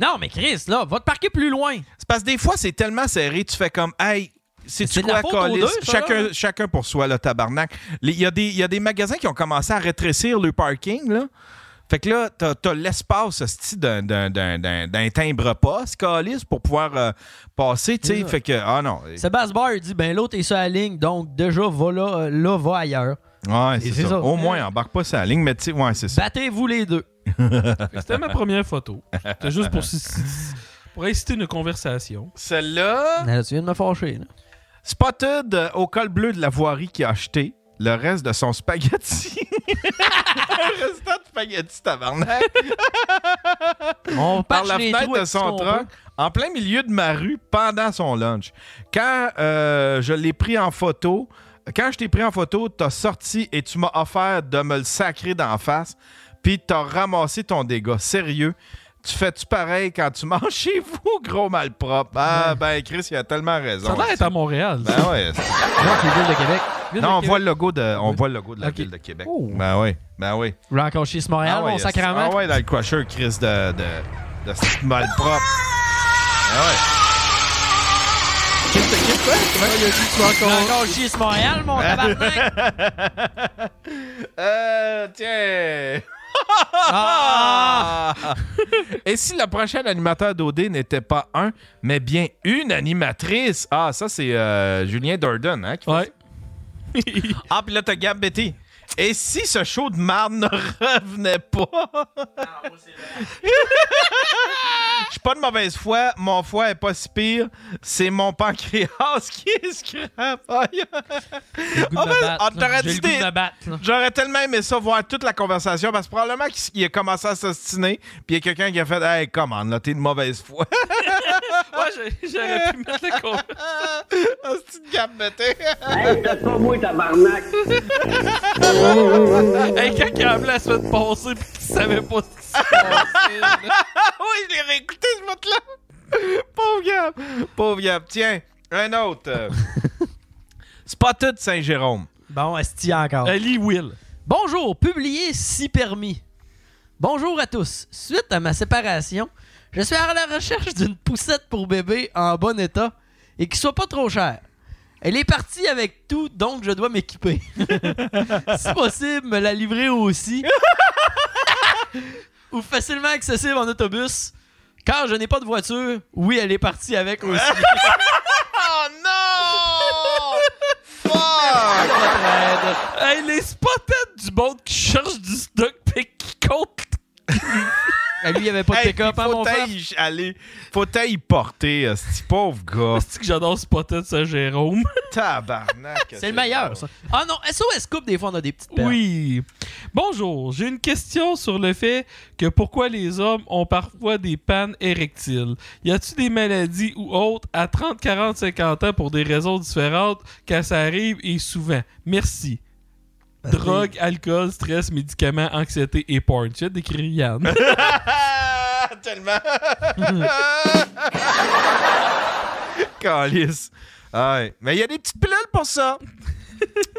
Speaker 2: Non, mais Chris, là, va te parquer plus loin.
Speaker 1: C'est parce que des fois, c'est tellement serré, tu fais comme. Hey, c'est-tu
Speaker 2: c'est de la
Speaker 1: quoi,
Speaker 2: faute aux
Speaker 1: Calis?
Speaker 2: deux, ça,
Speaker 1: Chacun,
Speaker 2: là.
Speaker 1: chacun pour soi, le tabarnak. Les- Il y, a des- il y a des magasins qui ont commencé à rétrécir le parking, là. Fait que là, t'as as, l'espace hostie, d'un- d'un- d'un d'un- d'un timbre-poste, Calis, pour pouvoir euh, passer, tu sais. Fait que, ah non.
Speaker 2: Sébastien Barr il dit ben l'autre est sur la ligne, donc déjà va là, euh, là va ailleurs.
Speaker 1: Ouais,
Speaker 2: Et
Speaker 1: c'est
Speaker 2: c'est
Speaker 1: ça.
Speaker 2: ça.
Speaker 1: Au moins, embarque pas sa ligne, mais tu sais, ouais, c'est ça.
Speaker 2: Battez-vous les deux.
Speaker 3: C'était ma première photo. C'était juste pour, si- pour inciter une conversation.
Speaker 1: Celle-là,
Speaker 2: Là, tu viens de me fâcher. Là.
Speaker 1: spotted euh, au col bleu de la voirie qui a acheté le reste de son spaghetti. le restant de spaghetti, tabarnak.
Speaker 2: On
Speaker 1: par
Speaker 2: patche
Speaker 1: la
Speaker 2: les trous
Speaker 1: fenêtre de
Speaker 2: avec ce
Speaker 1: son
Speaker 2: qu'on
Speaker 1: truck, en plein milieu de ma rue, pendant son lunch. Quand euh, je l'ai pris en photo, quand je t'ai pris en photo, t'as sorti et tu m'as offert de me le sacrer d'en face, puis t'as ramassé ton dégât. Sérieux, tu fais-tu pareil quand tu manges chez vous, gros malpropre? Ah, ben Chris, il a tellement raison.
Speaker 3: Ça a l'air d'être à Montréal.
Speaker 1: Ben ouais.
Speaker 2: peut. Non, c'est le ville de Québec. Ville
Speaker 1: Non,
Speaker 2: de
Speaker 1: on
Speaker 2: Québec.
Speaker 1: voit le logo de, on voit le logo de la ville de Québec. Ben oui, ben oui.
Speaker 2: Renconchiste Montréal,
Speaker 1: ouais,
Speaker 2: mon
Speaker 1: yes.
Speaker 2: sacrament.
Speaker 1: Ah ouais, dans le crusher, Chris de, de, de ce mal propre. Ah ouais. Qu'est-ce que qu'est-ce que Comment il a dit tu
Speaker 2: Renconchiste Montréal, mon
Speaker 1: Ah.
Speaker 2: tabarnak.
Speaker 1: Euh, tiens.
Speaker 3: Ah.
Speaker 1: Et si le prochain animateur d'OD n'était pas un, mais bien une animatrice? Ah, ça, c'est euh, Julien Dordan, hein? Qui ouais. ah, puis là, t'as Gab Betty. Et si ce show de marde ne revenait pas? Je suis pas de mauvaise foi, mon foie est pas si pire, c'est mon pancréas qui est scrap. Aïe.
Speaker 2: de
Speaker 1: Ah
Speaker 2: me
Speaker 1: ben,
Speaker 2: battre,
Speaker 1: on t'aurait
Speaker 2: là. J'ai le
Speaker 1: dit
Speaker 2: goût de
Speaker 1: des-
Speaker 2: me battre, là.
Speaker 1: J'aurais tellement aimé ça, voir toute la conversation, parce que probablement qu'il il a commencé à s'ostiner, puis il y a quelqu'un qui a fait Hey, come on, là, t'es de mauvaise foi.
Speaker 3: ouais, j'ai- j'aurais pu mettre le con.
Speaker 4: Hey, peut-être pas moi, tabarnak!
Speaker 3: hey, quand il a appelé la semaine passée pis qu'il savait pas ce qui se
Speaker 1: oui, je l'ai réécouté ce bout-là. Pauvre Gab. Pauvre Gab. Tiens, un autre. euh. C'est pas tout Saint-Jérôme.
Speaker 2: Bon, esti encore.
Speaker 3: Ali Will.
Speaker 2: Bonjour, publié si permis. Bonjour à tous. Suite à ma séparation, je suis à la recherche d'une poussette pour bébé en bon état et qui soit pas trop chère. Elle est partie avec tout, donc je dois m'équiper. si possible, me la livrer aussi. Ou facilement accessible en autobus. Car je n'ai pas de voiture, oui, elle est partie avec aussi.
Speaker 1: Oh non! Fuck!
Speaker 3: Hey, les spotheads du monde qui cherche du stock pis qui compte.
Speaker 2: Ah, lui, il avait pas de
Speaker 1: Hey,
Speaker 2: pick-up, hein,
Speaker 1: faut
Speaker 2: mon frère?
Speaker 1: t'aille aller, faut t'aille porter, euh, ce petit pauvre gars.
Speaker 3: C'est que j'adore spothead Saint-Jérôme.
Speaker 1: Tabarnak.
Speaker 2: C'est le meilleur, ça. Ah non, SOS Coupe, des fois, on a des petites perles.
Speaker 3: Oui. Bonjour, j'ai une question sur le fait que pourquoi les hommes ont parfois des pannes érectiles. Y a-t-il des maladies ou autres à 30, 40, 50 ans pour des raisons différentes quand ça arrive et souvent? Merci. Drogue, alcool, stress, médicaments, anxiété et porn. Tu as décrit Yann.
Speaker 1: Ah, tellement. Calice. Ouais. Mais il y a des petites pilules pour ça.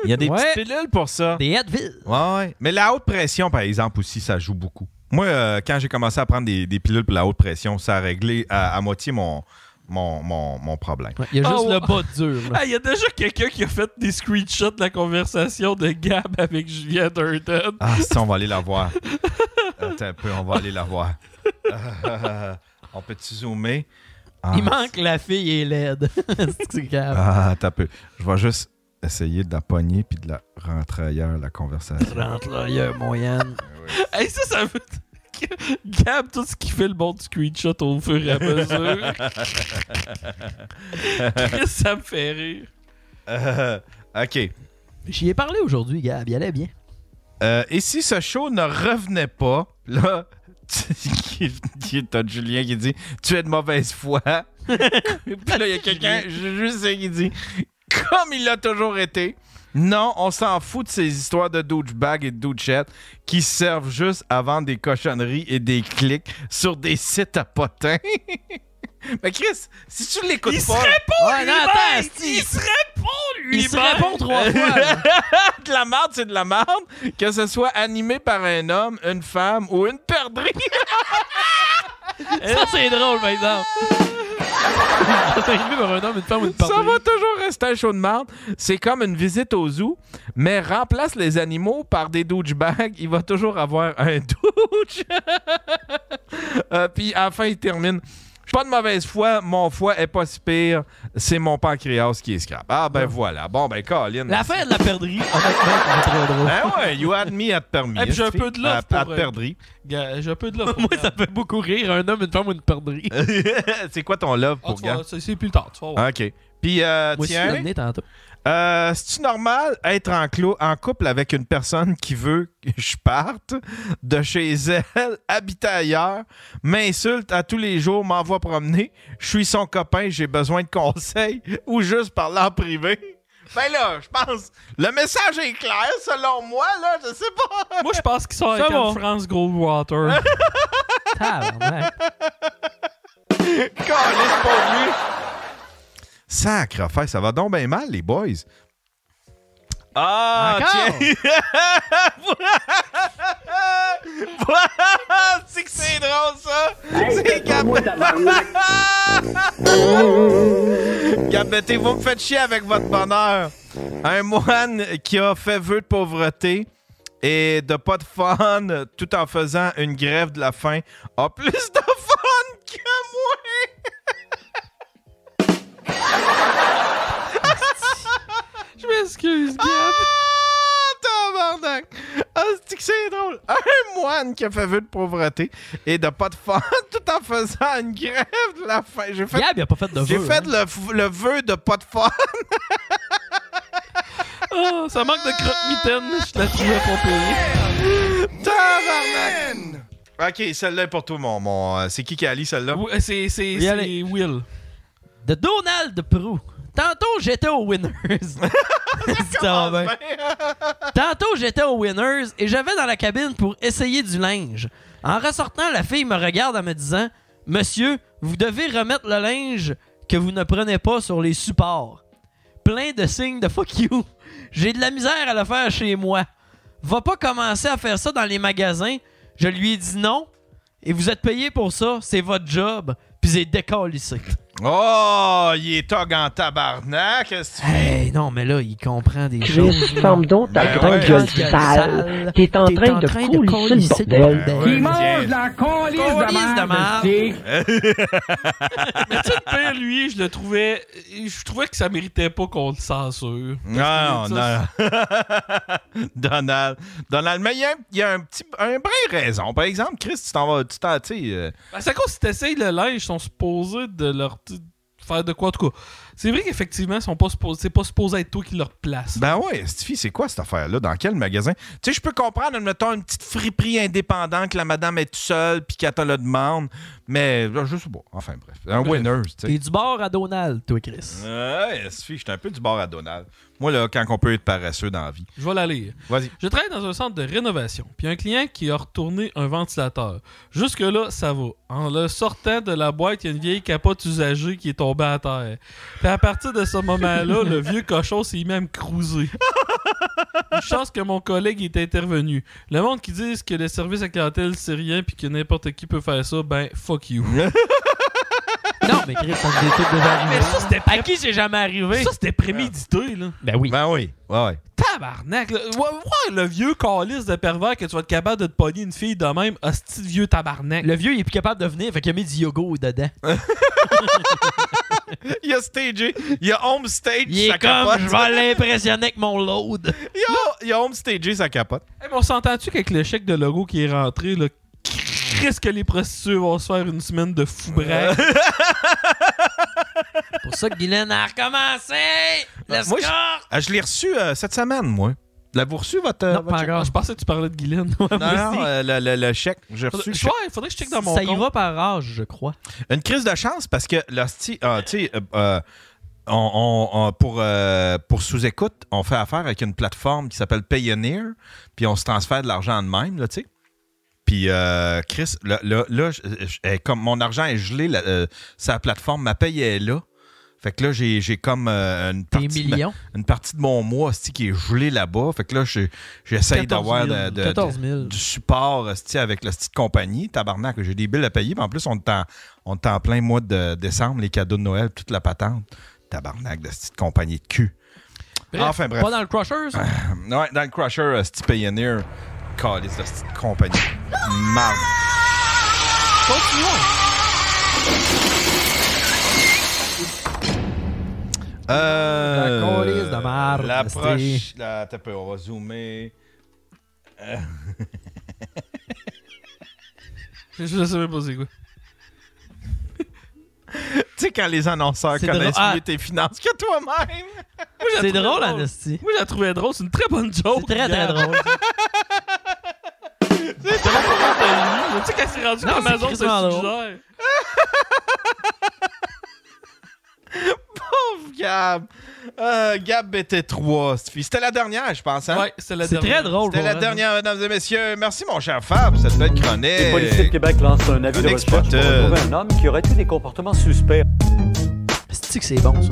Speaker 1: Il y a des
Speaker 2: Ouais.
Speaker 1: petites pilules pour ça.
Speaker 2: Des Advil.
Speaker 1: Ouais, ouais. Mais la haute pression, par exemple, aussi, ça joue beaucoup. Moi, euh, quand j'ai commencé à prendre des, des pilules pour la haute pression, ça a réglé à, à moitié mon, mon, mon, mon problème.
Speaker 2: Il y a juste
Speaker 3: Oh.
Speaker 2: le bas dur. là.
Speaker 3: Ah, y a déjà quelqu'un qui a fait des screenshots de la conversation de Gab avec Julien Durden.
Speaker 1: Ah, si, on va aller la voir. Attends un peu, on va aller la voir. Euh, on peut-tu zoomer? Ah,
Speaker 2: Il manque la fille et l'aide. C'est grave.
Speaker 1: Ah, attends un peu. Je vais juste essayer de la pogner puis de la rentrer ailleurs, la conversation.
Speaker 2: Rentre là, Ah, il y a un moyen.
Speaker 3: Hey, ça, ça veut dire que Gab, tout ce qui fait le bon du screenshot au fur et à mesure, Chris, ça me fait rire.
Speaker 1: Euh, OK.
Speaker 2: J'y ai parlé aujourd'hui, Gab. Il allait bien.
Speaker 1: Euh, et si ce show ne revenait pas, là, tu- qui- t'as Julien qui dit Tu es de mauvaise foi. Puis là, il y a quelqu'un, je, je sais, qui dit Comme il l'a toujours été. Non, on s'en fout de ces histoires de douchebag et de douchette qui servent juste à vendre des cochonneries et des clics sur des sites à potins. Mais Chris, si tu l'écoutes
Speaker 3: Il se
Speaker 1: pas.
Speaker 3: répond
Speaker 2: Ouais, non,
Speaker 3: lui-même!
Speaker 2: attends, esti.
Speaker 3: Il se répond lui-même!
Speaker 2: Il se répond trois fois. là.
Speaker 1: Euh, de la merde, c'est de la merde. Que ce soit animé par un homme, une femme ou une perdrix. Euh,
Speaker 3: Ça, c'est drôle, par exemple. ça s'est arrivé par un homme, une femme ou une
Speaker 1: Ça
Speaker 3: partie.
Speaker 1: va toujours rester un show de merde. C'est comme une visite au zoo, mais remplace les animaux par des douchebags. Il va toujours avoir un douche. Euh, Puis à la fin, il termine. Je suis pas de mauvaise foi, mon foie est pas si pire, c'est mon pancréas qui est scrap. Ah ben voilà, bon ben Colin.
Speaker 2: L'affaire de la perdrie, honnêtement, c'est très drôle.
Speaker 1: Ben ouais, you had me at permis.
Speaker 3: Eh, puis j'ai un peu de love
Speaker 1: À- à
Speaker 3: pour, euh,
Speaker 1: perdrix.
Speaker 3: Gars, J'ai un peu de là.
Speaker 2: Moi, ça me fait beaucoup rire. Un homme, une femme ou une perdrie.
Speaker 1: c'est quoi ton love
Speaker 3: Ah,
Speaker 1: pour
Speaker 3: tu
Speaker 1: gars?
Speaker 3: vas- ça, c'est plus tard, tu vas voir.
Speaker 1: OK. Puis, euh,
Speaker 2: Moi aussi, je l'ai
Speaker 1: tiens,
Speaker 2: amené tantôt.
Speaker 1: euh, c'est-tu normal être en, clo- en couple avec une personne qui veut que je parte de chez elle, habiter ailleurs, m'insulte à tous les jours, m'envoie promener, je suis son copain, j'ai besoin de conseils ou juste parler en privé? Ben là, je pense, le message est clair selon moi, là, je sais pas.
Speaker 3: Moi, je pense qu'ils sont avec
Speaker 2: Ça va.
Speaker 3: Anne France Goldwater.
Speaker 2: Tabarnak.
Speaker 1: Calisse pour lui. Sacre affaire, ça va donc bien mal, les boys. Ah,
Speaker 4: Encore?
Speaker 1: tiens! Voilà! c'est que c'est drôle, ça! c'est Gab... Gab Betté, vous me faites chier avec votre bonheur. Un moine qui a fait vœu de pauvreté et de pas de fun tout en faisant une grève de la faim a plus de fun
Speaker 3: Je m'excuse, Gab.
Speaker 1: Ah, tabarnak! Ah, c'est que c'est drôle. Un moine qui a fait vœu de pauvreté et de pas de fun tout en faisant une grève de la faim. J'ai fait,
Speaker 2: Gab, il a pas fait de
Speaker 1: J'ai
Speaker 2: vœu,
Speaker 1: fait
Speaker 2: hein.
Speaker 1: le, f- le vœu de pas de fun.
Speaker 3: Ah, ça manque de croque-mitaine, je te la trouvais pas payée.
Speaker 1: Tabarnak! Ok, celle-là est pour toi, mon. mon euh, c'est qui qui a lié celle-là?
Speaker 3: C'est
Speaker 2: Oui, allez.
Speaker 3: Will.
Speaker 2: De Donald Prou. Tantôt, j'étais au Winners. Ça va bien. Tantôt, j'étais au Winners et je vais dans la cabine pour essayer du linge. En ressortant, la fille me regarde en me disant Monsieur, vous devez remettre le linge que vous ne prenez pas sur les supports. Plein de signes de fuck you. J'ai de la misère à le faire chez moi. Va pas commencer à faire ça dans les magasins. Je lui ai dit non. Et vous êtes payé pour ça. C'est votre job. Puis c'est décalissé.
Speaker 1: Oh, il est tog en tabarnak! qu'est-ce que tu-
Speaker 2: Hey, non, mais là, il comprend des
Speaker 1: Chris,
Speaker 2: choses. Ben
Speaker 1: ferme donc ta grande gueule
Speaker 2: sale.
Speaker 16: T'es en train de
Speaker 2: colisser
Speaker 16: le bordel.
Speaker 1: Ben
Speaker 2: bordel.
Speaker 16: Qui mange
Speaker 2: la colisse de merde.
Speaker 3: Mais tu sais, le pire, lui, je le trouvais. Je trouvais que ça méritait pas qu'on le censure.
Speaker 1: Non,
Speaker 3: Parce que ça,
Speaker 1: non, non. Donald. Donald, mais il y a, un- il y a un petit. Un brin raison. Par exemple, Chris, tu t'en vas. Tu t'en. Tu sais, euh,
Speaker 3: Ben, c'est à cause si t'essayes le linge, ils sont supposés de leur t- faire de quoi, en tout cas. C'est vrai qu'effectivement, ils sont pas supposés- c'est pas supposé être toi qui leur place.
Speaker 1: Ben ouais, Stifi, c'est quoi cette affaire-là? Dans quel magasin? Tu sais, je peux comprendre, admettons, une petite friperie indépendante que la madame est toute seule puis qu'elle te le demande, mais là, je sais pas. Enfin, bref. Un winner, tu
Speaker 2: T'es
Speaker 1: sais.
Speaker 2: du bord à Donald, toi, Chris.
Speaker 1: Ouais, Stifi, j'étais un peu du bord à Donald. Moi, là, quand on peut être paresseux dans la vie.
Speaker 3: Je vais la lire.
Speaker 1: Vas-y.
Speaker 3: Je travaille dans un centre de rénovation, puis un client qui a retourné un ventilateur. Jusque-là, ça va. En le sortant de la boîte, il y a une vieille capote usagée qui est tombée à terre. Puis à partir de ce moment-là, le vieux cochon s'est même cruisé. Une chance que mon collègue est intervenu. Le monde qui dit que le service à clientèle, c'est rien, puis que n'importe qui peut faire ça, ben fuck you.
Speaker 2: Non, mais Chris, on est tous déjà
Speaker 3: Mais ça, c'était
Speaker 2: À qui c'est jamais arrivé?
Speaker 3: ça, c'était prémédité, là.
Speaker 2: Ben oui.
Speaker 1: Ben oui. Ouais, ouais.
Speaker 3: Tabarnak! là. Ouais, ouais, le vieux calice de pervers que tu vas être capable de te pogner une fille de même, hostie de vieux tabarnak.
Speaker 2: Le vieux, il est plus capable de venir, fait qu'il a mis du yogourt dedans.
Speaker 1: Il y a stagé. Il y a home stage.
Speaker 2: Il est
Speaker 1: sa
Speaker 2: comme,
Speaker 1: capote.
Speaker 2: je vais l'impressionner avec mon load.
Speaker 1: Il y a- Il y a home stagé sa capote.
Speaker 3: Hey, mais on s'entend-tu qu'avec le chèque de logo qui est rentré, là, risque que les prostituées vont se faire une semaine de fou braque?
Speaker 2: C'est pour ça que Guylaine a recommencé! Le
Speaker 1: Moi, je-
Speaker 2: score!
Speaker 1: Ah, je l'ai reçu euh, cette semaine, moi. L'avez-vous reçu, votre. euh,
Speaker 3: Non,
Speaker 1: votre
Speaker 3: pas
Speaker 1: chèque?
Speaker 3: encore. Je pensais que tu parlais de Guylaine. Ouais,
Speaker 1: Non,
Speaker 3: moi
Speaker 1: non,
Speaker 3: aussi.
Speaker 1: euh, le, le- le chèque. J'ai reçu
Speaker 3: Faudrait-
Speaker 1: le
Speaker 3: je-
Speaker 1: chèque.
Speaker 3: ouais, faudrait que je check dans mon
Speaker 2: ça
Speaker 3: compte.
Speaker 2: y va par âge, je crois.
Speaker 1: Une crise de chance parce que l'hostie, ah, tu sais, euh, euh, on- on- on- pour, euh, pour sous-écoute, on fait affaire avec une plateforme qui s'appelle Payoneer, puis on se transfère de l'argent de même, là, tu sais. Puis, euh, Chris, là, là, là, je- je- eh, comme mon argent est gelé, la, euh, sa plateforme, ma paye est là. Fait que là, j'ai j'ai comme euh, une, partie de ma-
Speaker 2: millions.
Speaker 1: une partie de mon mois hostie, qui est gelé là-bas. Fait que là, je- j'essaye
Speaker 2: 14 000.
Speaker 1: d'avoir de- de-
Speaker 2: 14
Speaker 1: de- du support hostie, avec la petite compagnie. Tabarnak, j'ai des billes à payer. Puis en plus, on est en, on est en plein mois de décembre, les cadeaux de Noël, toute la patente. Tabarnak, de cette petite compagnie de cul. enfin, bref.
Speaker 2: Pas dans le Crushers?
Speaker 1: Ouais, dans le Crusher, euh, Steve Pioneer, calice de cette compagnie. Marde. Euh,
Speaker 2: La calice de marde,
Speaker 1: La
Speaker 2: esti.
Speaker 1: proche. La, t'as peu, on va zoomer. Euh,
Speaker 3: Je je sais même pas c'est quoi.
Speaker 1: tu sais, quand les annonceurs
Speaker 3: C'est
Speaker 1: connaissent
Speaker 3: drôle.
Speaker 2: Ah.
Speaker 1: mieux tes finances que toi-même.
Speaker 3: Moi, je la
Speaker 2: C'est
Speaker 3: trouvais
Speaker 2: drôle, Anastie.
Speaker 3: Oh, Moi, je la trouvais drôle. C'est une très bonne joke.
Speaker 2: C'est très, très
Speaker 3: Gab.
Speaker 2: drôle.
Speaker 3: Je sais pas pourquoi t'as lu. Tu sais, quand c'est rendu
Speaker 2: Non, c'est
Speaker 3: qu'Amazon se
Speaker 2: crissement drôle.
Speaker 3: suggère.
Speaker 1: Pauvre Gab. Euh, Gab était 3, C'était la dernière, je pense. Hein?
Speaker 3: Ouais, c'était la C'est dernière. très drôle,
Speaker 1: C'était
Speaker 3: pour
Speaker 1: la
Speaker 3: vrai.
Speaker 1: dernière, mesdames et messieurs. Merci, mon cher Fab, pour cette belle chronique.
Speaker 15: Les policiers de Québec lancent un avis
Speaker 1: Un
Speaker 15: de recherche pour
Speaker 1: exporteur.
Speaker 15: retrouver un homme qui aurait eu des comportements suspects.
Speaker 2: cest que c'est bon, ça?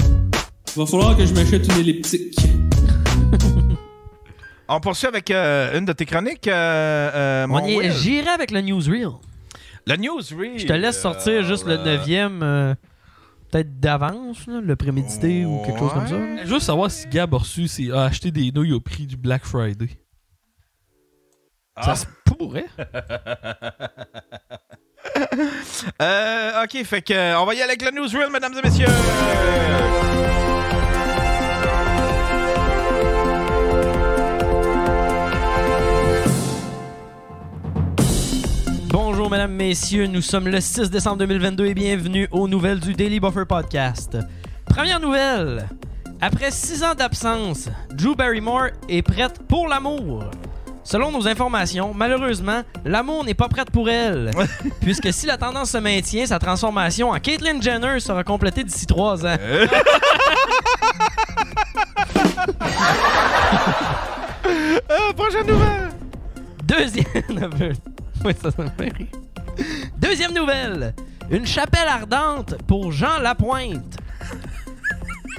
Speaker 3: Va falloir que je m'achète une elliptique.
Speaker 1: On poursuit avec euh, une de tes chroniques, euh, euh,
Speaker 2: On
Speaker 1: mon
Speaker 2: y est-
Speaker 1: Will.
Speaker 2: J'irai avec le newsreel.
Speaker 1: Le newsreel.
Speaker 2: Je te laisse sortir juste le neuvième, euh, peut-être d'avance, là, le prémédité ou quelque chose comme ça.
Speaker 3: Juste savoir si Gab a reçu, ses- a acheté des nouilles au prix du Black Friday. Ça se pourrait.
Speaker 1: Euh, ok, fait que euh, on va y aller avec le newsreel, mesdames et messieurs.
Speaker 2: Bonjour, mesdames, messieurs. Nous sommes le 6 décembre 2022 et bienvenue aux nouvelles du Daily Buffer Podcast. Première nouvelle. Après six ans d'absence, Drew Barrymore est prête pour l'amour. Selon nos informations, malheureusement, l'amour n'est pas prête pour elle. puisque si la tendance se maintient, sa transformation en Caitlyn Jenner sera complétée d'ici trois ans.
Speaker 1: Euh, prochaine nouvelle.
Speaker 2: Deuxième. Oui, ça, ça me fait rire. Deuxième nouvelle. Une chapelle ardente pour Jean Lapointe.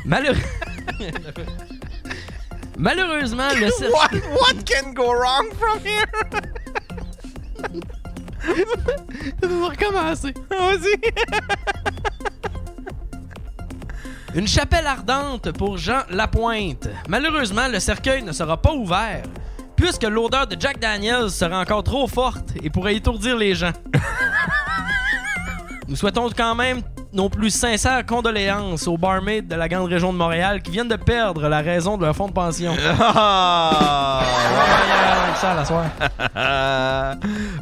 Speaker 2: Malheureux- Malheureusement, le cer-
Speaker 1: What, what can go wrong from here?
Speaker 3: Ça va recommencer.
Speaker 2: Une chapelle ardente pour Jean Lapointe. Malheureusement, le cercueil ne sera pas ouvert, puisque l'odeur de Jack Daniels sera encore trop forte et pourrait étourdir les gens. Nous souhaitons quand même nos plus sincères condoléances aux barmaids de la grande région de Montréal qui viennent de perdre la raison de leur fonds de pension.
Speaker 1: Ah.
Speaker 2: ça, la soirée.
Speaker 1: Euh,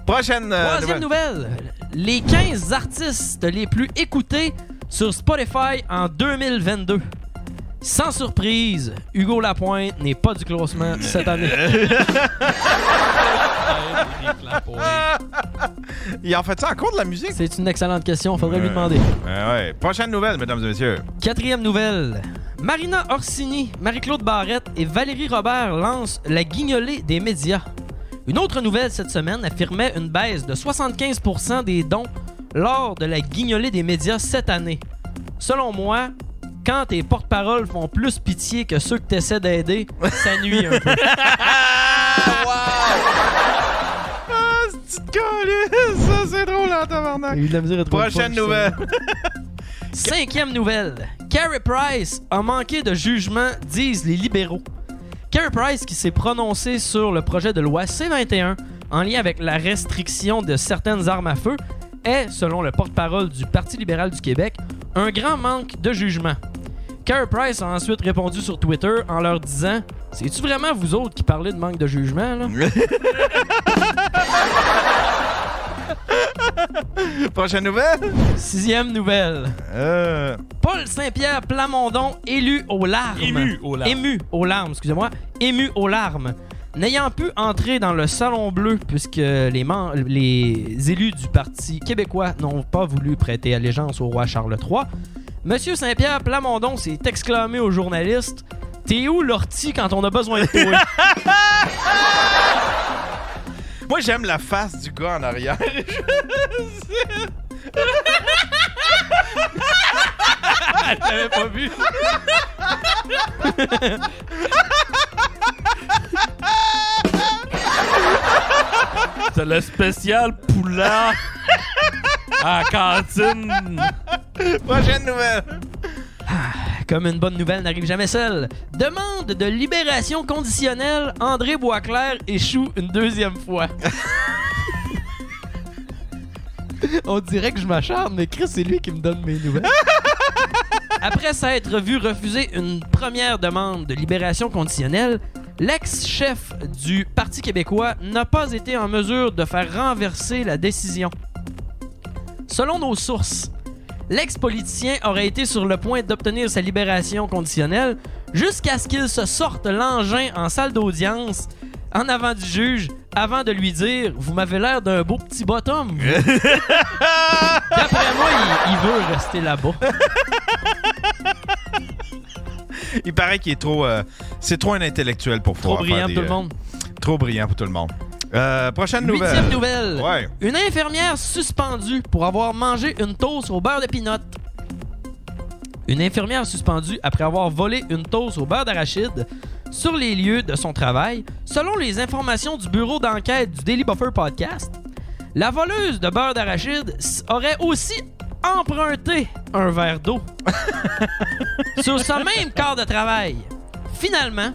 Speaker 1: Prochaine euh,
Speaker 2: Troisième nouvelle. Les 15 artistes les plus écoutés sur Spotify en 2022. Sans surprise, Hugo Lapointe n'est pas du classement cette année.
Speaker 1: Il en fait ça encore de la musique?
Speaker 2: C'est une excellente question, faudrait lui
Speaker 1: Ouais.
Speaker 2: demander.
Speaker 1: Ouais, Euh, ouais. Prochaine nouvelle, mesdames et messieurs.
Speaker 2: Quatrième nouvelle. Marina Orsini, Marie-Claude Barrette et Valérie Robert lancent la guignolée des médias. Une autre nouvelle cette semaine affirmait une baisse de 75% des dons lors de la guignolée des médias cette année. Selon moi, quand tes porte-paroles font plus pitié que ceux que t'essaies d'aider, ça nuit un peu.
Speaker 1: Ah, c'est ça c'est drôle en tabarnak. Prochaine nouvelle.
Speaker 2: Cinquième nouvelle. Carrie Price a manqué de jugement, disent les libéraux. Carrie Price qui s'est prononcée sur le projet de loi C-21 en lien avec la restriction de certaines armes à feu est, selon le porte-parole du Parti libéral du Québec, un grand manque de jugement. Carrie Price a ensuite répondu sur Twitter en leur disant « C'est-tu vraiment vous autres qui parlez de manque de jugement, là?
Speaker 1: Prochaine nouvelle. Euh.
Speaker 2: Sixième nouvelle. Paul Saint-Pierre Plamondon, élu aux larmes.
Speaker 3: Ému aux larmes.
Speaker 2: Ému aux larmes, excusez-moi. Ému aux larmes. N'ayant pu entrer dans le Salon Bleu, puisque les, mem- les élus du Parti québécois n'ont pas voulu prêter allégeance au roi Charles III, Monsieur Saint-Pierre Plamondon s'est exclamé aux journalistes T'es où l'ortie quand on a besoin de toi
Speaker 1: Moi, j'aime la face du gars en arrière.
Speaker 3: Je l'avais pas vu. C'est le spécial poula à la
Speaker 2: Hmm.
Speaker 3: cantine.
Speaker 1: Prochaine nouvelle.
Speaker 2: Ah, Comme une bonne nouvelle n'arrive jamais seule. Demande de libération conditionnelle, André Boisclair échoue une deuxième fois. On dirait que je m'acharne, mais Chris, c'est lui qui me donne mes nouvelles. Après s'être vu refuser une première demande de libération conditionnelle, l'ex-chef du Parti québécois n'a pas été en mesure de faire renverser la décision. Selon nos sources, l'ex-politicien aurait été sur le point d'obtenir sa libération conditionnelle jusqu'à ce qu'il se sorte l'engin en salle d'audience en avant du juge avant de lui dire Vous m'avez l'air d'un beau petit bottom. vous. D'après moi, il, il veut rester là-bas.
Speaker 1: Il paraît qu'il est trop. euh, c'est trop un intellectuel pour pouvoir
Speaker 2: brillant
Speaker 1: faire des,
Speaker 2: pour tout le
Speaker 1: euh,
Speaker 2: monde.
Speaker 1: trop brillant pour tout le monde. Euh, prochaine nouvelle.
Speaker 2: Huitième nouvelle.
Speaker 1: Ouais.
Speaker 2: Une infirmière suspendue pour avoir mangé une toast au beurre de pinot. Une infirmière suspendue après avoir volé une toast au beurre d'arachide sur les lieux de son travail, selon les informations du bureau d'enquête du Daily Buffer Podcast, la voleuse de beurre d'arachide s- aurait aussi emprunté un verre d'eau sur ce même corps de travail. Finalement,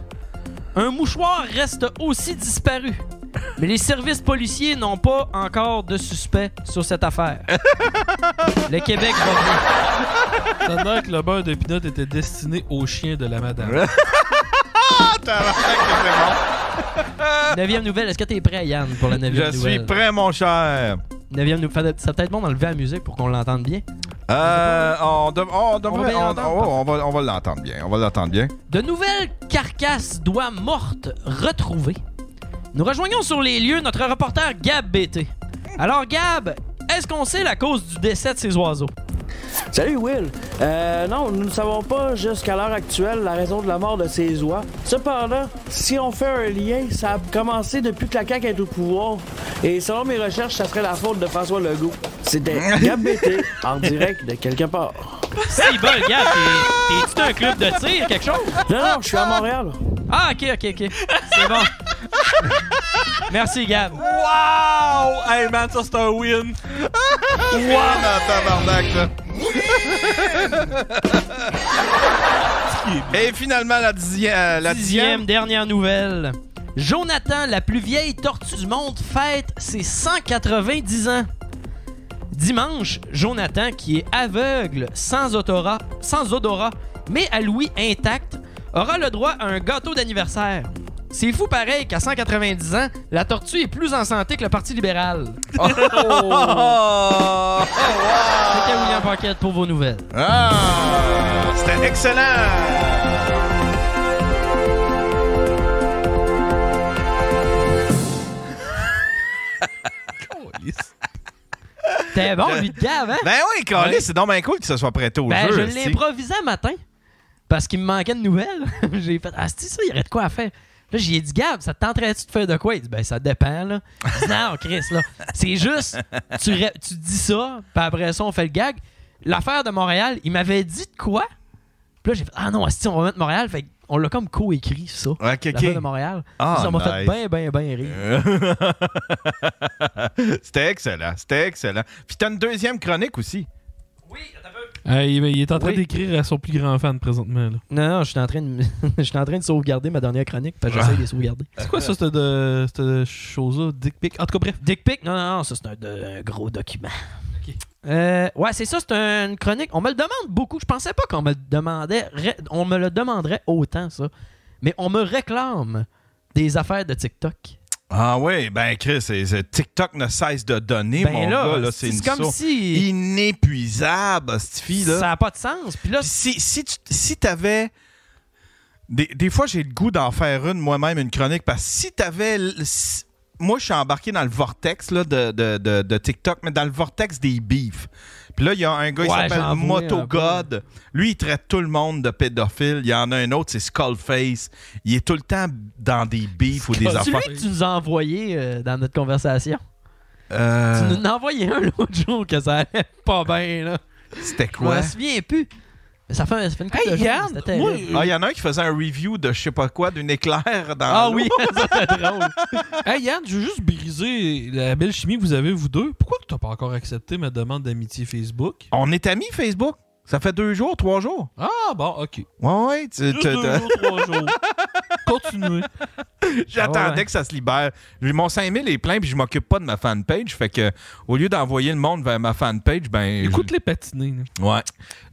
Speaker 2: un mouchoir reste aussi disparu. Mais les services policiers n'ont pas encore de suspect sur cette affaire. Le Québec va bien.
Speaker 3: Ça a l'air que le beurre de pinot était destiné au chien de la madame.
Speaker 2: Neuvième nouvelle, est-ce que t'es prêt, Yann, pour la neuvième
Speaker 1: Je
Speaker 2: nouvelle?
Speaker 1: suis prêt, mon cher.
Speaker 2: Neuvième nouvelle, ça peut-être bon d'enlever la musique pour qu'on l'entende bien.
Speaker 1: Euh, on, dev- on devrait-
Speaker 2: bien
Speaker 1: on-
Speaker 2: l'entendre,
Speaker 1: oh, on va, on va l'entendre bien. On va l'entendre bien.
Speaker 2: De nouvelles carcasses d'oies mortes retrouvées. Nous rejoignons sur les lieux notre reporter Gab BT. Alors, Gab, est-ce qu'on sait la cause du décès de ces oiseaux?
Speaker 16: Salut Will. Euh, non, nous ne savons pas jusqu'à l'heure actuelle la raison de la mort de ces oies. Cependant, si on fait un lien, ça a commencé depuis que la CAQ est au pouvoir. Et selon mes recherches, ça serait la faute de François Legault. C'était Gab Bété, en direct de quelque part.
Speaker 2: Si, bon, Gab, t'es- t'es-tu un club de tir, quelque chose?
Speaker 16: Non, non, je suis à Montréal.
Speaker 2: Ah, ok, ok, ok. C'est bon. Merci, Gab.
Speaker 3: Wow! Hey man, ça c'est un win!
Speaker 1: Et finalement, la dixième. euh, La
Speaker 2: Dixième, dernière nouvelle. Jonathan, la plus vieille tortue du monde, fête ses 190 ans. Dimanche, Jonathan, qui est aveugle, sans odorat, sans odorat mais à l'ouïe intacte, aura le droit à un gâteau d'anniversaire. C'est fou pareil qu'à 190 ans, la tortue est plus en santé que le Parti libéral. Oh! C'était William Paquette pour vos nouvelles.
Speaker 1: Ah! C'était excellent!
Speaker 2: T'es bon, lui, de gave, hein?
Speaker 1: Ben oui, Carlis, c'est donc bien cool qu'il se soit prêté au
Speaker 2: Ben,
Speaker 1: jeu.
Speaker 2: je
Speaker 1: esti.
Speaker 2: l'ai improvisé un matin parce qu'il me manquait de nouvelles. j'ai fait Ah, c'est ça, il y aurait de quoi à faire. Là, j'ai dit Gab, ça te tenterait-tu de faire de quoi Il dit Ben, ça dépend, là. Je dis, non, Chris, là. C'est juste, tu, ré- tu dis ça, puis après ça, on fait le gag. L'affaire de Montréal, il m'avait dit de quoi Puis là, j'ai fait Ah non, si on va mettre Montréal. Fait on l'a comme co-écrit, ça. L'affaire de Montréal.
Speaker 1: Ah,
Speaker 2: ça m'a
Speaker 1: nice.
Speaker 2: fait bien, bien, bien rire.
Speaker 1: C'était excellent, c'était excellent. Puis t'as une deuxième chronique aussi.
Speaker 3: Euh, il, il est en train
Speaker 2: Oui.
Speaker 3: d'écrire à son plus grand fan présentement. là.
Speaker 2: Non, non, je suis en train de, je suis en train de sauvegarder ma dernière chronique, parce que j'essaie de les sauvegarder.
Speaker 3: C'est quoi ça, cette, de- cette euh, chose-là? Dick pic? En tout cas, bref.
Speaker 2: Dick pic? Non, non, non, ça c'est un, de- un gros document. Euh, ouais, c'est ça, c'est une chronique. On me le demande beaucoup. Je pensais pas qu'on me le demandait. re- On me le demanderait autant, ça. Mais on me réclame des affaires de TikTok.
Speaker 1: Ah oui, ben Chris, c'est- c'est- TikTok ne cesse de donner,
Speaker 2: Ben
Speaker 1: mon
Speaker 2: là,
Speaker 1: gars. Là,
Speaker 2: c'est
Speaker 1: c'est une
Speaker 2: comme
Speaker 1: source
Speaker 2: si-
Speaker 1: Inépuisable, cette fille-là.
Speaker 2: Ça n'a pas de sens. Puis là,
Speaker 1: si, si, tu- si t'avais. Des, des fois, j'ai le goût d'en faire une moi-même, une chronique, parce que si t'avais. l- si- Moi, je suis embarqué dans le vortex là, de, de- de- de TikTok, mais dans le vortex des beefs. Puis là, il y a un gars,
Speaker 2: Ouais,
Speaker 1: il
Speaker 2: j'en
Speaker 1: s'appelle
Speaker 2: vois un peu.
Speaker 1: MotoGod. Lui, il traite tout le monde de pédophile. Il y en a un autre, c'est Skullface. Il est tout le temps dans des beefs ou des
Speaker 2: c'est
Speaker 1: affaires.
Speaker 2: celui que tu nous as envoyé euh, dans notre conversation.
Speaker 1: Euh,
Speaker 2: Tu nous en as envoyé un l'autre jour que ça allait pas bien, là.
Speaker 1: C'était
Speaker 2: Je me
Speaker 1: quoi?
Speaker 2: souviens plus. Mais ça fait, ça fait une couple de jours, c'était terrible.
Speaker 1: Ah, il y en a un qui faisait un review de je sais pas quoi, d'une éclair dans
Speaker 3: Ah
Speaker 1: l'eau.
Speaker 3: oui, ça c'est drôle. euh, hey Yann, je veux juste briser la belle chimie que vous avez, vous deux. Pourquoi tu n'as pas encore accepté ma demande d'amitié Facebook?
Speaker 1: On est amis Facebook. Ça fait deux jours, trois jours.
Speaker 3: Ah bon, ok.
Speaker 1: Ouais, ouais. tu-
Speaker 3: Juste
Speaker 1: tu-
Speaker 3: deux
Speaker 1: tu-
Speaker 3: jours, trois jours. Continuez.
Speaker 1: J'attendais
Speaker 3: Ah ouais.
Speaker 1: que ça se libère. J'ai- Mon 5000 est plein, puis je m'occupe pas de ma fanpage. Fait que, au lieu d'envoyer le monde vers ma fanpage, ben.
Speaker 3: Écoute les patinés. là.
Speaker 1: je- Ouais.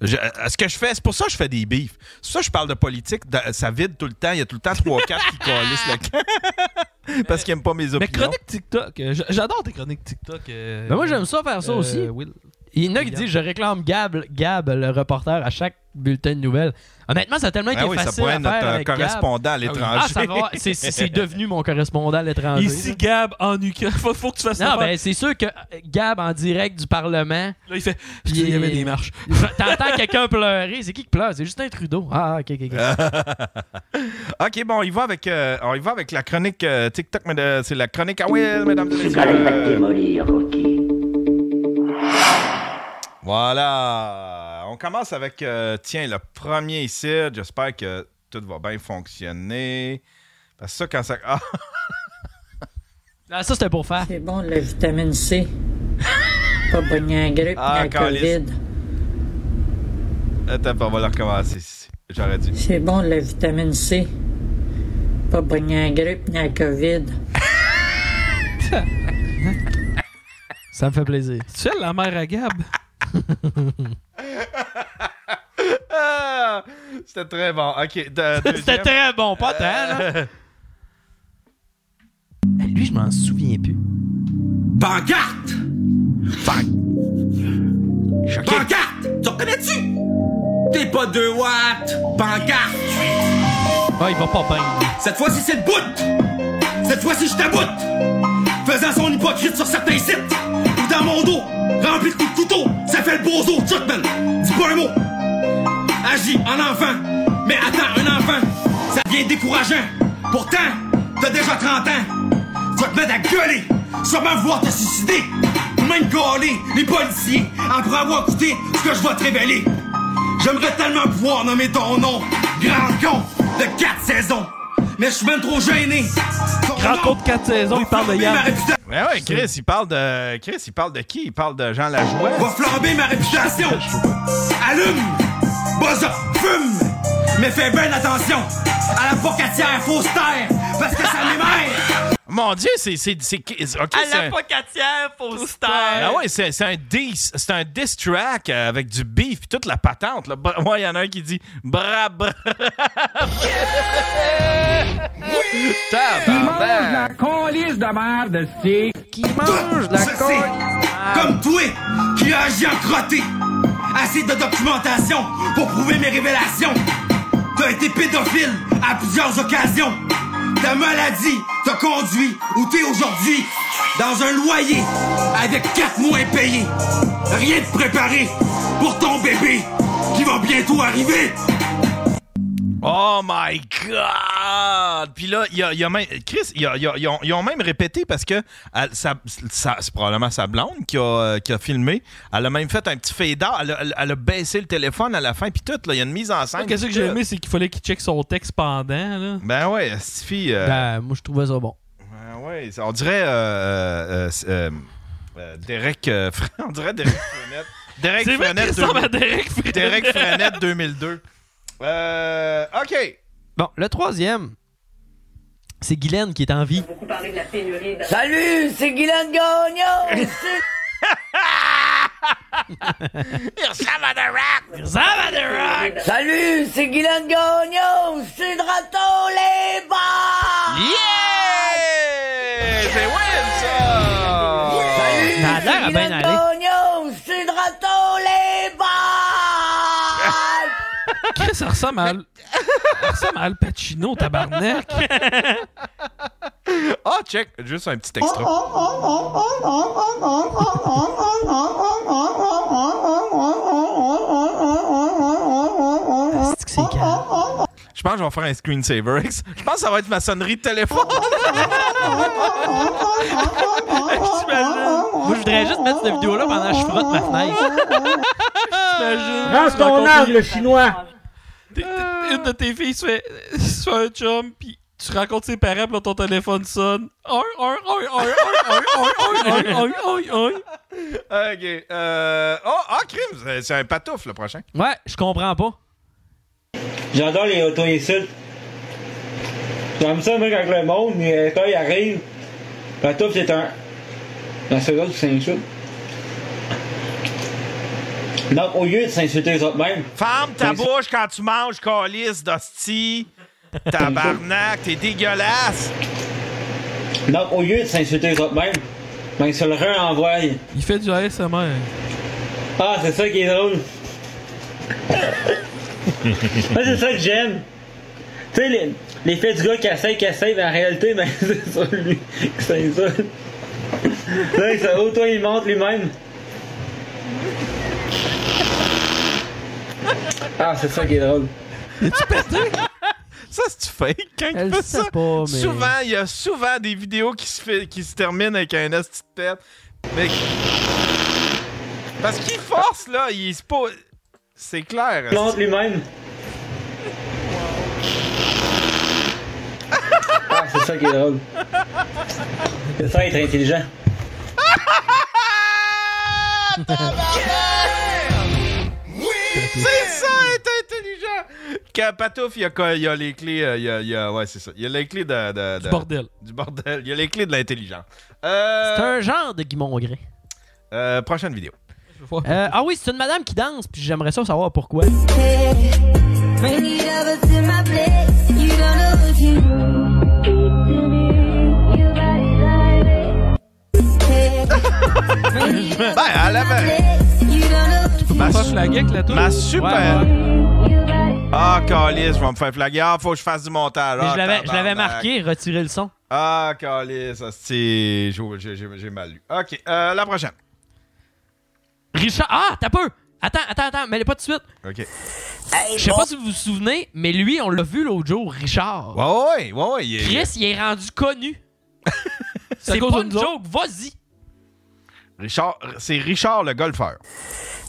Speaker 1: Je- euh, ce que je fais, c'est pour ça que je fais des beefs. C'est pour ça que je parle de politique. de- ça vide tout le temps. Il y a tout le temps 3-4 qui collissent le camp. Parce qu'ils aiment pas mes opinions.
Speaker 3: Mais chronique TikTok, euh, j- j'adore tes chroniques TikTok. euh,
Speaker 2: Ben moi, j'aime ça faire ça
Speaker 3: euh,
Speaker 2: aussi.
Speaker 3: Will.
Speaker 2: Il y en a qui disent je réclame Gab, Gab, le reporter, à chaque bulletin de nouvelles. Honnêtement, ça a tellement
Speaker 1: Ah
Speaker 2: été
Speaker 1: oui, ça
Speaker 2: facile
Speaker 1: pourrait
Speaker 2: à
Speaker 1: être notre,
Speaker 2: faire
Speaker 1: euh,
Speaker 2: avec Gab.
Speaker 1: correspondant à l'étranger.
Speaker 2: Ah, ça va. C'est- C'est c'est devenu mon correspondant à l'étranger.
Speaker 3: Ici Gab en Ukraine. Faut, faut que tu fasses
Speaker 2: Non,
Speaker 3: ça.
Speaker 2: ben c'est sûr que euh, Gab, en direct du Parlement...
Speaker 3: Là, il fait. Puis il y avait des marches.
Speaker 2: T'entends quelqu'un pleurer. C'est qui qui pleure? C'est Justin Trudeau. Ah, ok, ok,
Speaker 1: Euh.
Speaker 2: ok.
Speaker 1: Ok, bon, il va avec, euh, on y va avec la chronique euh, TikTok, mais de- c'est la chronique à Will, mesdames et messieurs. Voilà. On commence avec, euh, tiens, le premier ici. J'espère que tout va bien fonctionner. Parce que ça, quand ça. Ah!
Speaker 2: Ah, ça, c'était pour faire.
Speaker 6: C'est bon, la vitamine C. Pas pogner la grippe,
Speaker 1: Ah,
Speaker 6: la
Speaker 1: calice.
Speaker 6: COVID.
Speaker 1: Attends, on va le recommencer. si- J'aurais dû.
Speaker 6: C'est bon, la vitamine C. Pas pogner la grippe, ni la COVID.
Speaker 2: Ça me fait plaisir.
Speaker 3: Tu es la mère à Gab?
Speaker 1: Ah! C'était très bon. Ok.
Speaker 2: C'était très bon, pas tant, là.
Speaker 1: Euh,
Speaker 2: Lui, je m'en souviens plus.
Speaker 17: Pancarte! Pancarte! Pancarte! Tu reconnais-tu? T'es pas deux watts! Pancarte!
Speaker 3: Ah, il va pas bien.
Speaker 17: Cette fois-ci, c'est le bout! Cette fois-ci, je t'aboute! Faisant son hypocrite sur certains sites! Ou dans mon dos, rempli de coups de couteau! Ça fait le bozo, Chuckman! Dis pas un mot! Agis en enfant! Mais attends, un enfant! Ça devient décourageant! Pourtant, t'as déjà 30 ans! Tu vas te mettre à gueuler! Sûrement vouloir te suicider! Ou même gauler les policiers après avoir écouté ce que je vais te révéler! J'aimerais tellement pouvoir nommer ton nom! Grand con de 4 saisons! Mais je suis même trop gêné! Grand con de
Speaker 2: 4 saisons, il parle de
Speaker 17: Yann!
Speaker 1: Ouais, ouais, Chris, il parle de. Chris, il parle de qui Il parle de Jean Lajoie.
Speaker 17: Va flamber ma réputation. Allume, buzz up, fume. Mais fais bien attention. À la vocatière, faut se taire. Parce que ça m'émerde.
Speaker 1: Mon Dieu, c'est. c'est, c'est, c'est- ok, c'est un-
Speaker 2: pocatière, faut se
Speaker 1: Ah ouais, c'est, c'est un diss, c'est un diss track euh, avec du beef pis toute la patente. Là. Bra- Ouais, il y en a un qui dit bra bra.
Speaker 17: Tabarnak.
Speaker 18: colisse de merde, c'est.
Speaker 17: Qui mange la Ah. Comme toi, qui agit en crotté. Assez de documentation pour prouver mes révélations. T'as été pédophile à plusieurs occasions. Ta maladie t'a conduit où t'es aujourd'hui. Dans un loyer avec quatre mois impayés. Rien de préparé pour ton bébé qui va bientôt arriver.
Speaker 1: Oh my god! Puis là, il y a, il y a même. Chris, il y a- il y a- ils ont- ils ont même répété parce que elle- sa- sa- c'est probablement sa blonde qui a, euh, qui a filmé. Elle a même fait un petit fade elle, a- elle- elle a baissé le téléphone à la fin, puis tout, là, il y a une mise en scène.
Speaker 3: Qu'est-ce que
Speaker 1: puis
Speaker 3: j'ai
Speaker 1: tout.
Speaker 3: aimé, c'est qu'il fallait qu'il check son texte pendant, là.
Speaker 1: Ben ouais, cette fille. euh,
Speaker 2: Ben, moi, je trouvais ça bon.
Speaker 1: ben ouais, on dirait. euh, euh, euh, euh, Derek. euh, Fre- on dirait Derek Frenette. Derek
Speaker 3: C'est vrai
Speaker 1: Frenette
Speaker 3: qu'il ressemble à
Speaker 1: 2000.
Speaker 3: Derek Frenette.
Speaker 1: Derek Frenette 2002. Euh, OK.
Speaker 2: Bon, le troisième, c'est Guylaine qui est en vie.
Speaker 4: Salut, c'est Guylaine Gagnon!
Speaker 1: Il ressemble à The Rock!
Speaker 4: Il
Speaker 2: ressemble à The
Speaker 4: Rock! Salut, c'est Guylaine Gagnon! C'est de retour les bars!
Speaker 1: Yeah! C'est Will, ça!
Speaker 4: Salut,
Speaker 2: Ben, Ça a
Speaker 4: c'est
Speaker 2: l'air à bien
Speaker 4: Guylaine
Speaker 2: aller.
Speaker 4: Gagnon! C'est de retour les bars!
Speaker 3: Chris, ça ressemble à. Ça ressemble à Al Pacino, tabarnak.
Speaker 1: Ah, check! Juste un petit extra. Je pense que je vais faire un screensaver. Je pense que ça va être ma sonnerie de téléphone.
Speaker 2: Moi, je voudrais juste mettre cette vidéo-là pendant que je frotte ma fenêtre. T'imagines,
Speaker 18: Rase
Speaker 2: tu
Speaker 18: ton
Speaker 2: racontes-
Speaker 18: arbre, le chinois!
Speaker 3: T'es- t'es- Une de tes filles se fait, se fait un chum, puis tu racontes ses parents, puis là, ton téléphone sonne. Un, un, un, un, un, un, un, un, un, un, un, un.
Speaker 1: OK. Euh... Oh, ah, crime! c'est- C'est un patouf, le prochain.
Speaker 2: Ouais, je comprends pas.
Speaker 18: J'adore les auto-insultes. J'aime ça, moi, quand le monde, euh, quand il arrive, la touffe, c'est un. La seule autre qui s'insulte. Donc, au lieu de s'insulter les autres mêmes.
Speaker 1: Ferme ta bouche quand tu manges, calice d'hostie. Tabarnak, t'es dégueulasse.
Speaker 18: Donc, au lieu de s'insulter les autres mêmes, ben, se le renvoie.
Speaker 3: Il fait du ASMR.
Speaker 18: Ah, c'est ça qui est drôle. Moi, c'est ça que j'aime. Tu sais, les- l'effet du gars qui essaye, qui essaye, mais en réalité, ben, c'est ça, lui, qui s'insulte. Là, il s'auto, il monte lui-même. Ah, c'est ça qui est drôle.
Speaker 1: Ça, c'est fake quand
Speaker 2: Elle
Speaker 1: il fait
Speaker 2: sait
Speaker 1: ça.
Speaker 2: pas, mais-
Speaker 1: Souvent, il y a souvent des vidéos qui se, fait- qui se terminent avec un esti de tête. Mais... Parce qu'il force, hein. là. Il se pose... C'est clair.
Speaker 18: Il monte lui-même. Ah, ça qui est drôle. C'est ça être intelligent.
Speaker 1: C'est ça, être intelligent! Quand Patouf, il y a, quoi- il y a les clés. euh, Il y a, il y a- ouais, c'est ça. Il y a les clés de, de- de-
Speaker 2: Du bordel.
Speaker 1: Du bordel. Il y a les clés de l'intelligence.
Speaker 2: C'est un genre de Guimond Gré.
Speaker 1: Euh, prochaine vidéo.
Speaker 2: Euh, ah oui, c'est une madame qui danse, puis j'aimerais ça savoir pourquoi.
Speaker 1: Ben, elle avait. Ma,
Speaker 3: pas flaguer avec la toune.
Speaker 1: ma super. Ah, Calis, je vais me faire flaguer. Ah, faut que je fasse du montage.
Speaker 2: Mais
Speaker 1: Ah,
Speaker 2: je l'avais- je l'avais
Speaker 1: tabarnak.
Speaker 2: marqué, retirer le son.
Speaker 1: Ah, Calis, c'est. J'ai j'ai- j'ai mal lu. Ok, euh, la prochaine.
Speaker 2: Richard. Ah, t'as peu! Attends, attends, attends, mais pas tout de suite.
Speaker 1: Ok.
Speaker 2: Je sais pas si vous vous souvenez, mais lui, on l'a vu l'autre jour, Richard.
Speaker 1: Ouais, ouais, ouais, ouais, ouais. il est-
Speaker 2: Chris, il est rendu connu.
Speaker 3: à
Speaker 2: c'est
Speaker 3: cause
Speaker 2: pas
Speaker 3: de
Speaker 2: une
Speaker 3: nous autres.
Speaker 2: joke, vas-y.
Speaker 1: Richard, c'est Richard le golfeur.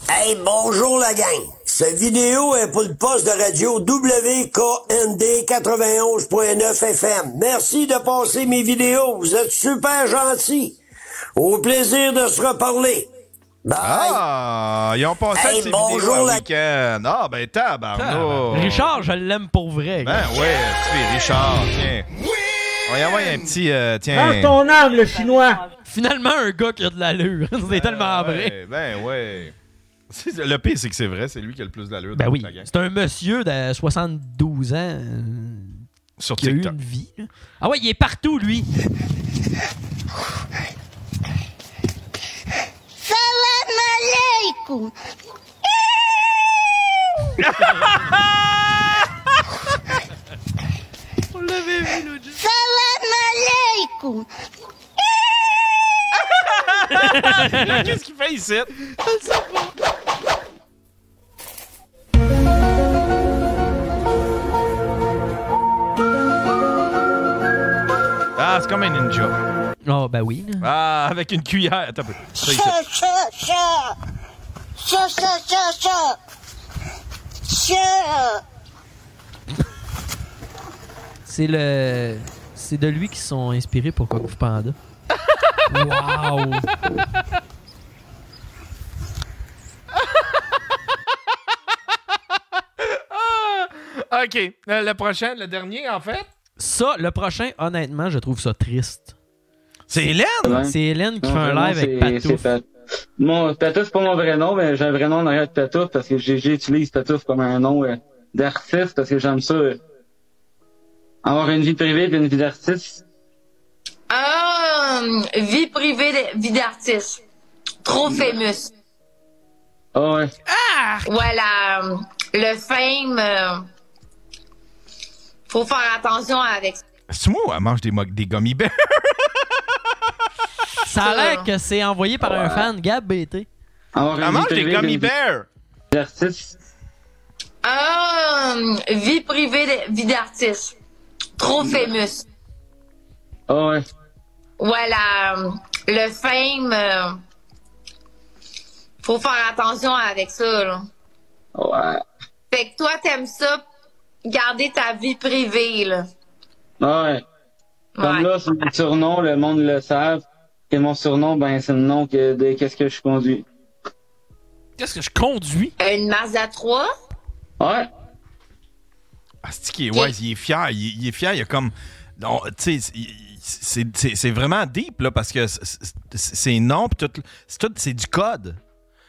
Speaker 19: Hey, bonjour la gang! Cette vidéo est pour le poste de radio WKND 91.9 FM. Merci de passer mes vidéos, vous êtes super gentils. Au plaisir de se reparler. Bye!
Speaker 1: Ah, ils ont passé
Speaker 19: Hey,
Speaker 1: ces
Speaker 19: bonjour,
Speaker 1: vidéos
Speaker 19: la-
Speaker 1: à week-end. Ah, ben tabarno.
Speaker 2: Ah, Richard, je l'aime pour vrai.
Speaker 1: Ben ouais, tu es Richard, tiens. On y envoie un petit, euh,
Speaker 2: Ah,
Speaker 1: tiens.
Speaker 2: âme, le chinois! Finalement, un gars qui a de l'allure. c'est tellement vrai.
Speaker 1: Ouais, ben ouais. C'est- Le pire, c'est que c'est vrai, c'est lui qui a le plus d'allure.
Speaker 2: Ben
Speaker 1: dans
Speaker 2: oui,
Speaker 1: toute la gang.
Speaker 2: c'est un monsieur de 72 ans euh,
Speaker 1: Sur
Speaker 2: qui a eu
Speaker 1: TikTok.
Speaker 2: une vie. là. Ah ouais, il est partout, lui.
Speaker 4: Salam alaikum.
Speaker 2: On l'avait vu l'autre jour.
Speaker 4: Salam alaikum.
Speaker 1: Qu'est-ce qu'il fait ici? Ah, c'est comme un ninja.
Speaker 2: Ah, ben oui.
Speaker 1: Ah, avec une cuillère. Attends un peu. Ça, ici.
Speaker 4: Cha cha cha. Cha cha cha cha. Cha.
Speaker 2: C'est le. C'est de lui qu'ils sont inspirés pour Kung Fu Panda. wow!
Speaker 1: Ah, OK. Euh, le prochain, le dernier, en fait.
Speaker 2: Ça, le prochain, honnêtement, je trouve ça triste.
Speaker 1: C'est Hélène?
Speaker 2: C'est Hélène qui
Speaker 18: Non,
Speaker 2: fait un
Speaker 18: vraiment,
Speaker 2: live avec
Speaker 18: c'est-
Speaker 2: Patouf.
Speaker 18: c'est Pat- Mon Patouf, c'est pas mon vrai nom, mais j'ai un vrai nom en arrière de Patouf parce que j'ai- j'utilise Patouf comme un nom euh, d'artiste parce que j'aime ça. euh, avoir une vie privée et une vie d'artiste.
Speaker 20: Ah, vie privée, de- vie d'artiste. Trop famous.
Speaker 18: Mmh. Ah ouais.
Speaker 20: Ouais, la- le fame, euh, faut faire attention avec ça.
Speaker 1: C'est moi ou elle mange des, mo- des gummy bears?
Speaker 2: Ça a l'air que c'est envoyé par un fan, Gab BT. Ah,
Speaker 18: Avoir une
Speaker 1: Elle
Speaker 18: vie
Speaker 1: mange des
Speaker 18: privée et
Speaker 1: gummy
Speaker 18: une vie
Speaker 1: bears!
Speaker 18: d'artiste.
Speaker 20: Ah, vie privée, de- vie d'artiste. Trop
Speaker 18: Mmh.
Speaker 20: famous.
Speaker 18: Ah ouais.
Speaker 20: Ouais, la- le fame, euh, faut faire attention avec ça, là.
Speaker 18: Ouais.
Speaker 20: Fait que toi, t'aimes ça, garder ta vie privée, là.
Speaker 18: Ah ouais. Comme là, sur mon surnom, le monde le savent. Et mon surnom, ben, c'est le nom que, de qu'est-ce que je conduis.
Speaker 3: Qu'est-ce que je conduis?
Speaker 20: Une Mazda 3?
Speaker 18: Ouais.
Speaker 1: Ah, c'est qui est ouais, il est fier. Il, il est fier. Il a comme. Non, tu sais, il- il- c'est- c'est c'est vraiment deep, là, parce que c'est- c'est c'est non, puis tout. C'est tout- c'est du code.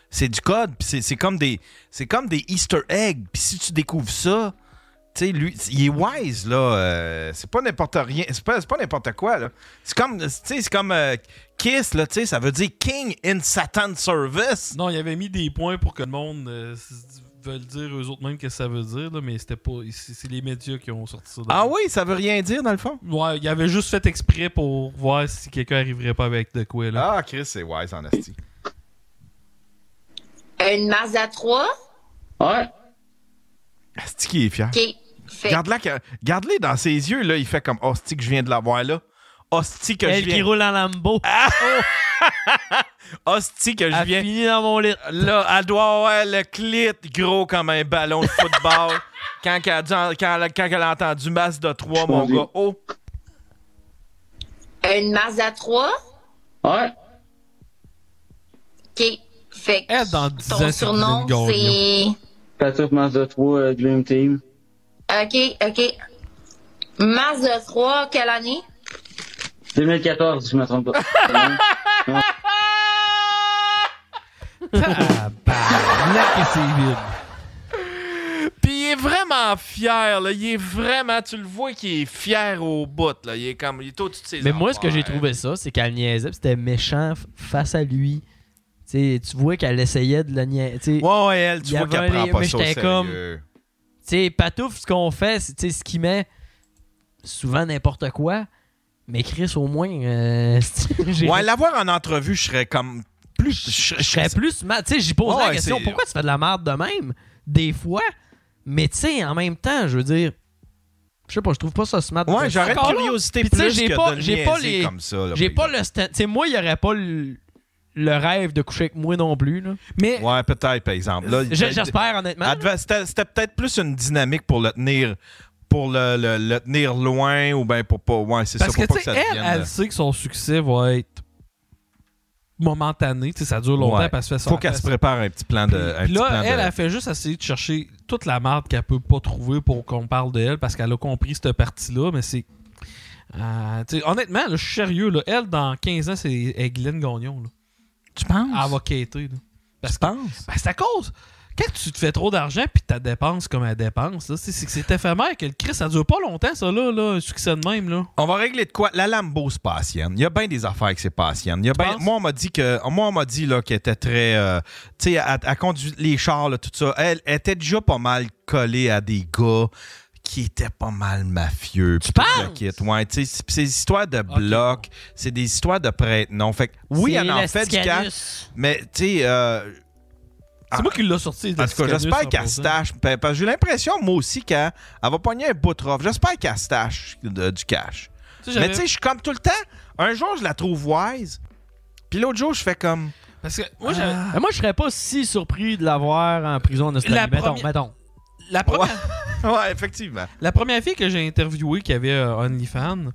Speaker 1: C'est du code, puis c'est- c'est comme des. C'est comme des Easter eggs. Puis si tu découvres ça, tu sais, lui, il est wise, là. euh, c'est pas n'importe rien. C'est pas, c'est pas n'importe quoi, là. C'est comme. Tu sais, c'est comme. euh, Kiss, là, tu sais, ça veut dire King in Satan Service.
Speaker 3: Non, il avait mis des points pour que le monde euh, s- veuille dire eux autres même qu'est-ce que ça veut dire, là, mais c'était pas. C'est c'est les médias qui ont sorti ça.
Speaker 1: Ah oui, ça veut rien dire, dans le fond?
Speaker 3: Ouais, il avait juste fait exprès pour voir si quelqu'un arriverait pas avec de quoi, là.
Speaker 1: Ah, Chris, c'est wise en asti.
Speaker 20: Une Mazda 3?
Speaker 18: Ouais.
Speaker 1: Asti qui est fier.
Speaker 20: OK. Fait que-
Speaker 1: Garde-la, que- garde-les dans ses yeux, là. Il fait comme Hostie que je viens de l'avoir là. Hostie que
Speaker 2: Elle
Speaker 1: je
Speaker 2: qui
Speaker 1: viens.
Speaker 2: roule en lambeau.
Speaker 1: Hostie que je
Speaker 2: Elle
Speaker 1: viens.
Speaker 2: finit dans mon lit.
Speaker 1: Là, elle doit avoir le clit gros comme un ballon de football. quand, elle a dû en- quand elle a- quand elle a entendu masse de 3, mon
Speaker 18: conduis.
Speaker 1: gars. Oh!
Speaker 20: Une Mazda 3?
Speaker 18: Ouais.
Speaker 20: OK. Fait que
Speaker 18: dans
Speaker 20: ton surnom, c'est...
Speaker 18: Patrick Mazda 3 euh, Dream Team.
Speaker 20: OK, OK. Mazda 3, quelle année?
Speaker 18: 2014, si je me trompe pas. Ouais.
Speaker 2: Ah, bah,
Speaker 3: Tabarnak, que c'est vide.
Speaker 21: Puis il est vraiment fier, là. Il est vraiment. Tu le vois qu'il est fier au bout, là. Il est comme. Il est au-dessus de ses
Speaker 2: Mais moi, ce que j'ai
Speaker 21: affaires.
Speaker 2: trouvé ça, c'est qu'elle niaisait, puis c'était méchant f- face à lui. Tu sais, tu vois qu'elle essayait de le niaiser.
Speaker 1: Ouais, ouais, elle,
Speaker 21: tu vois qu'elle prend pas ça au
Speaker 2: comme.
Speaker 1: sérieux.
Speaker 2: Tu sais, Patouf, ce qu'on fait, c'est tu sais, ce qu'il met, souvent n'importe quoi. Mais Chris, au moins, euh, j'ai-
Speaker 1: Ouais, l'avoir en entrevue, je serais comme plus. Je, je
Speaker 2: serais plus. ma- Tu sais, j'y posais
Speaker 1: Ouais,
Speaker 2: la question
Speaker 1: c'est-
Speaker 2: pourquoi tu fais de la merde de même Des fois. Mais tu sais, en même temps, je veux dire. Je sais pas, je trouve pas ça smart.
Speaker 1: Ouais, j'aurais
Speaker 2: Encore
Speaker 1: de
Speaker 2: là.
Speaker 1: curiosité
Speaker 2: Puis tu sais,
Speaker 1: plus
Speaker 2: j'ai
Speaker 1: que
Speaker 2: pas,
Speaker 1: de
Speaker 2: j'ai pas
Speaker 1: niaiser
Speaker 2: les,
Speaker 1: comme ça, là,
Speaker 2: J'ai
Speaker 1: par
Speaker 2: pas le stand. Tu sais, moi, il y aurait pas le, le rêve de coucher avec moi non plus. Là. Mais
Speaker 1: Ouais, peut-être, par exemple. Là,
Speaker 2: J- j'espère, honnêtement.
Speaker 1: Adva- C'était c'était peut-être plus une dynamique pour le tenir. Pour le, le- le tenir loin ou bien pour pas. Ouais, c'est ça.
Speaker 3: Parce
Speaker 1: Pour
Speaker 3: que,
Speaker 1: pas
Speaker 3: tu
Speaker 1: que ça
Speaker 3: sais, elle,
Speaker 1: devienne,
Speaker 3: elle
Speaker 1: euh,
Speaker 3: sait que son succès va être momentané. Tu sais, ça dure longtemps
Speaker 1: ouais.
Speaker 3: parce qu'elle se fait
Speaker 1: Faut qu'elle se prépare un petit plan de. un
Speaker 3: Puis
Speaker 1: petit plan
Speaker 3: là,
Speaker 1: de-
Speaker 3: elle, a fait juste essayer de chercher toute la marde qu'elle peut pas trouver pour qu'on parle d'elle parce qu'elle a compris cette partie-là, mais c'est. Euh, tu sais, honnêtement, là, je suis sérieux. là. Elle, dans 15 ans, c'est elle est Guylaine Gagnon.
Speaker 1: Tu penses
Speaker 3: Elle va quêter. Là. Parce
Speaker 1: tu penses
Speaker 3: ben, C'est à cause. Quand tu te fais trop d'argent puis ta dépense comme elle dépense, là, c'est c'est que c'est éphémère. Que le Christ, ça dure pas longtemps, ça, là, là, un succès de même. Là.
Speaker 1: On va régler de quoi? La Lambo, c'est pas ancienne. Il y a bien des affaires que c'est pas ancienne. Il y a ben- moi, on m'a dit que moi on m'a dit là, qu'elle était très. euh, tu sais, elle, elle conduit les chars, là, tout ça. Elle, elle était déjà pas mal collée à des gars qui étaient pas mal mafieux. Tu
Speaker 2: parles?
Speaker 1: Ouais, tu sais, c'est- c'est des histoires de blocs, c'est des histoires de prêtres. Non, fait que oui,
Speaker 2: C'est
Speaker 1: elle en fait du cash,
Speaker 2: l'Asticalus.
Speaker 1: mais tu sais. euh,
Speaker 3: C'est moi qui l'ai sorti.
Speaker 1: en tout cas, j'espère qu'elle se
Speaker 3: se
Speaker 1: stache. pa- Parce que j'ai l'impression, moi aussi, qu'elle elle va pogner un bout de rough. J'espère qu'elle se stache de- du cash.
Speaker 3: Tu sais,
Speaker 1: Mais
Speaker 3: j'avais-
Speaker 1: tu sais, je suis comme tout le temps. Un jour, je la trouve wise. Puis l'autre jour, je fais comme. Ah.
Speaker 3: Parce que moi,
Speaker 1: j'avais-
Speaker 2: Mais moi, je serais pas si surpris de l'avoir en prison en Australie.
Speaker 3: La
Speaker 2: mettons,
Speaker 3: première-
Speaker 2: mettons.
Speaker 3: La première.
Speaker 1: ouais, effectivement.
Speaker 3: La première fille que j'ai interviewée qui avait euh, OnlyFans,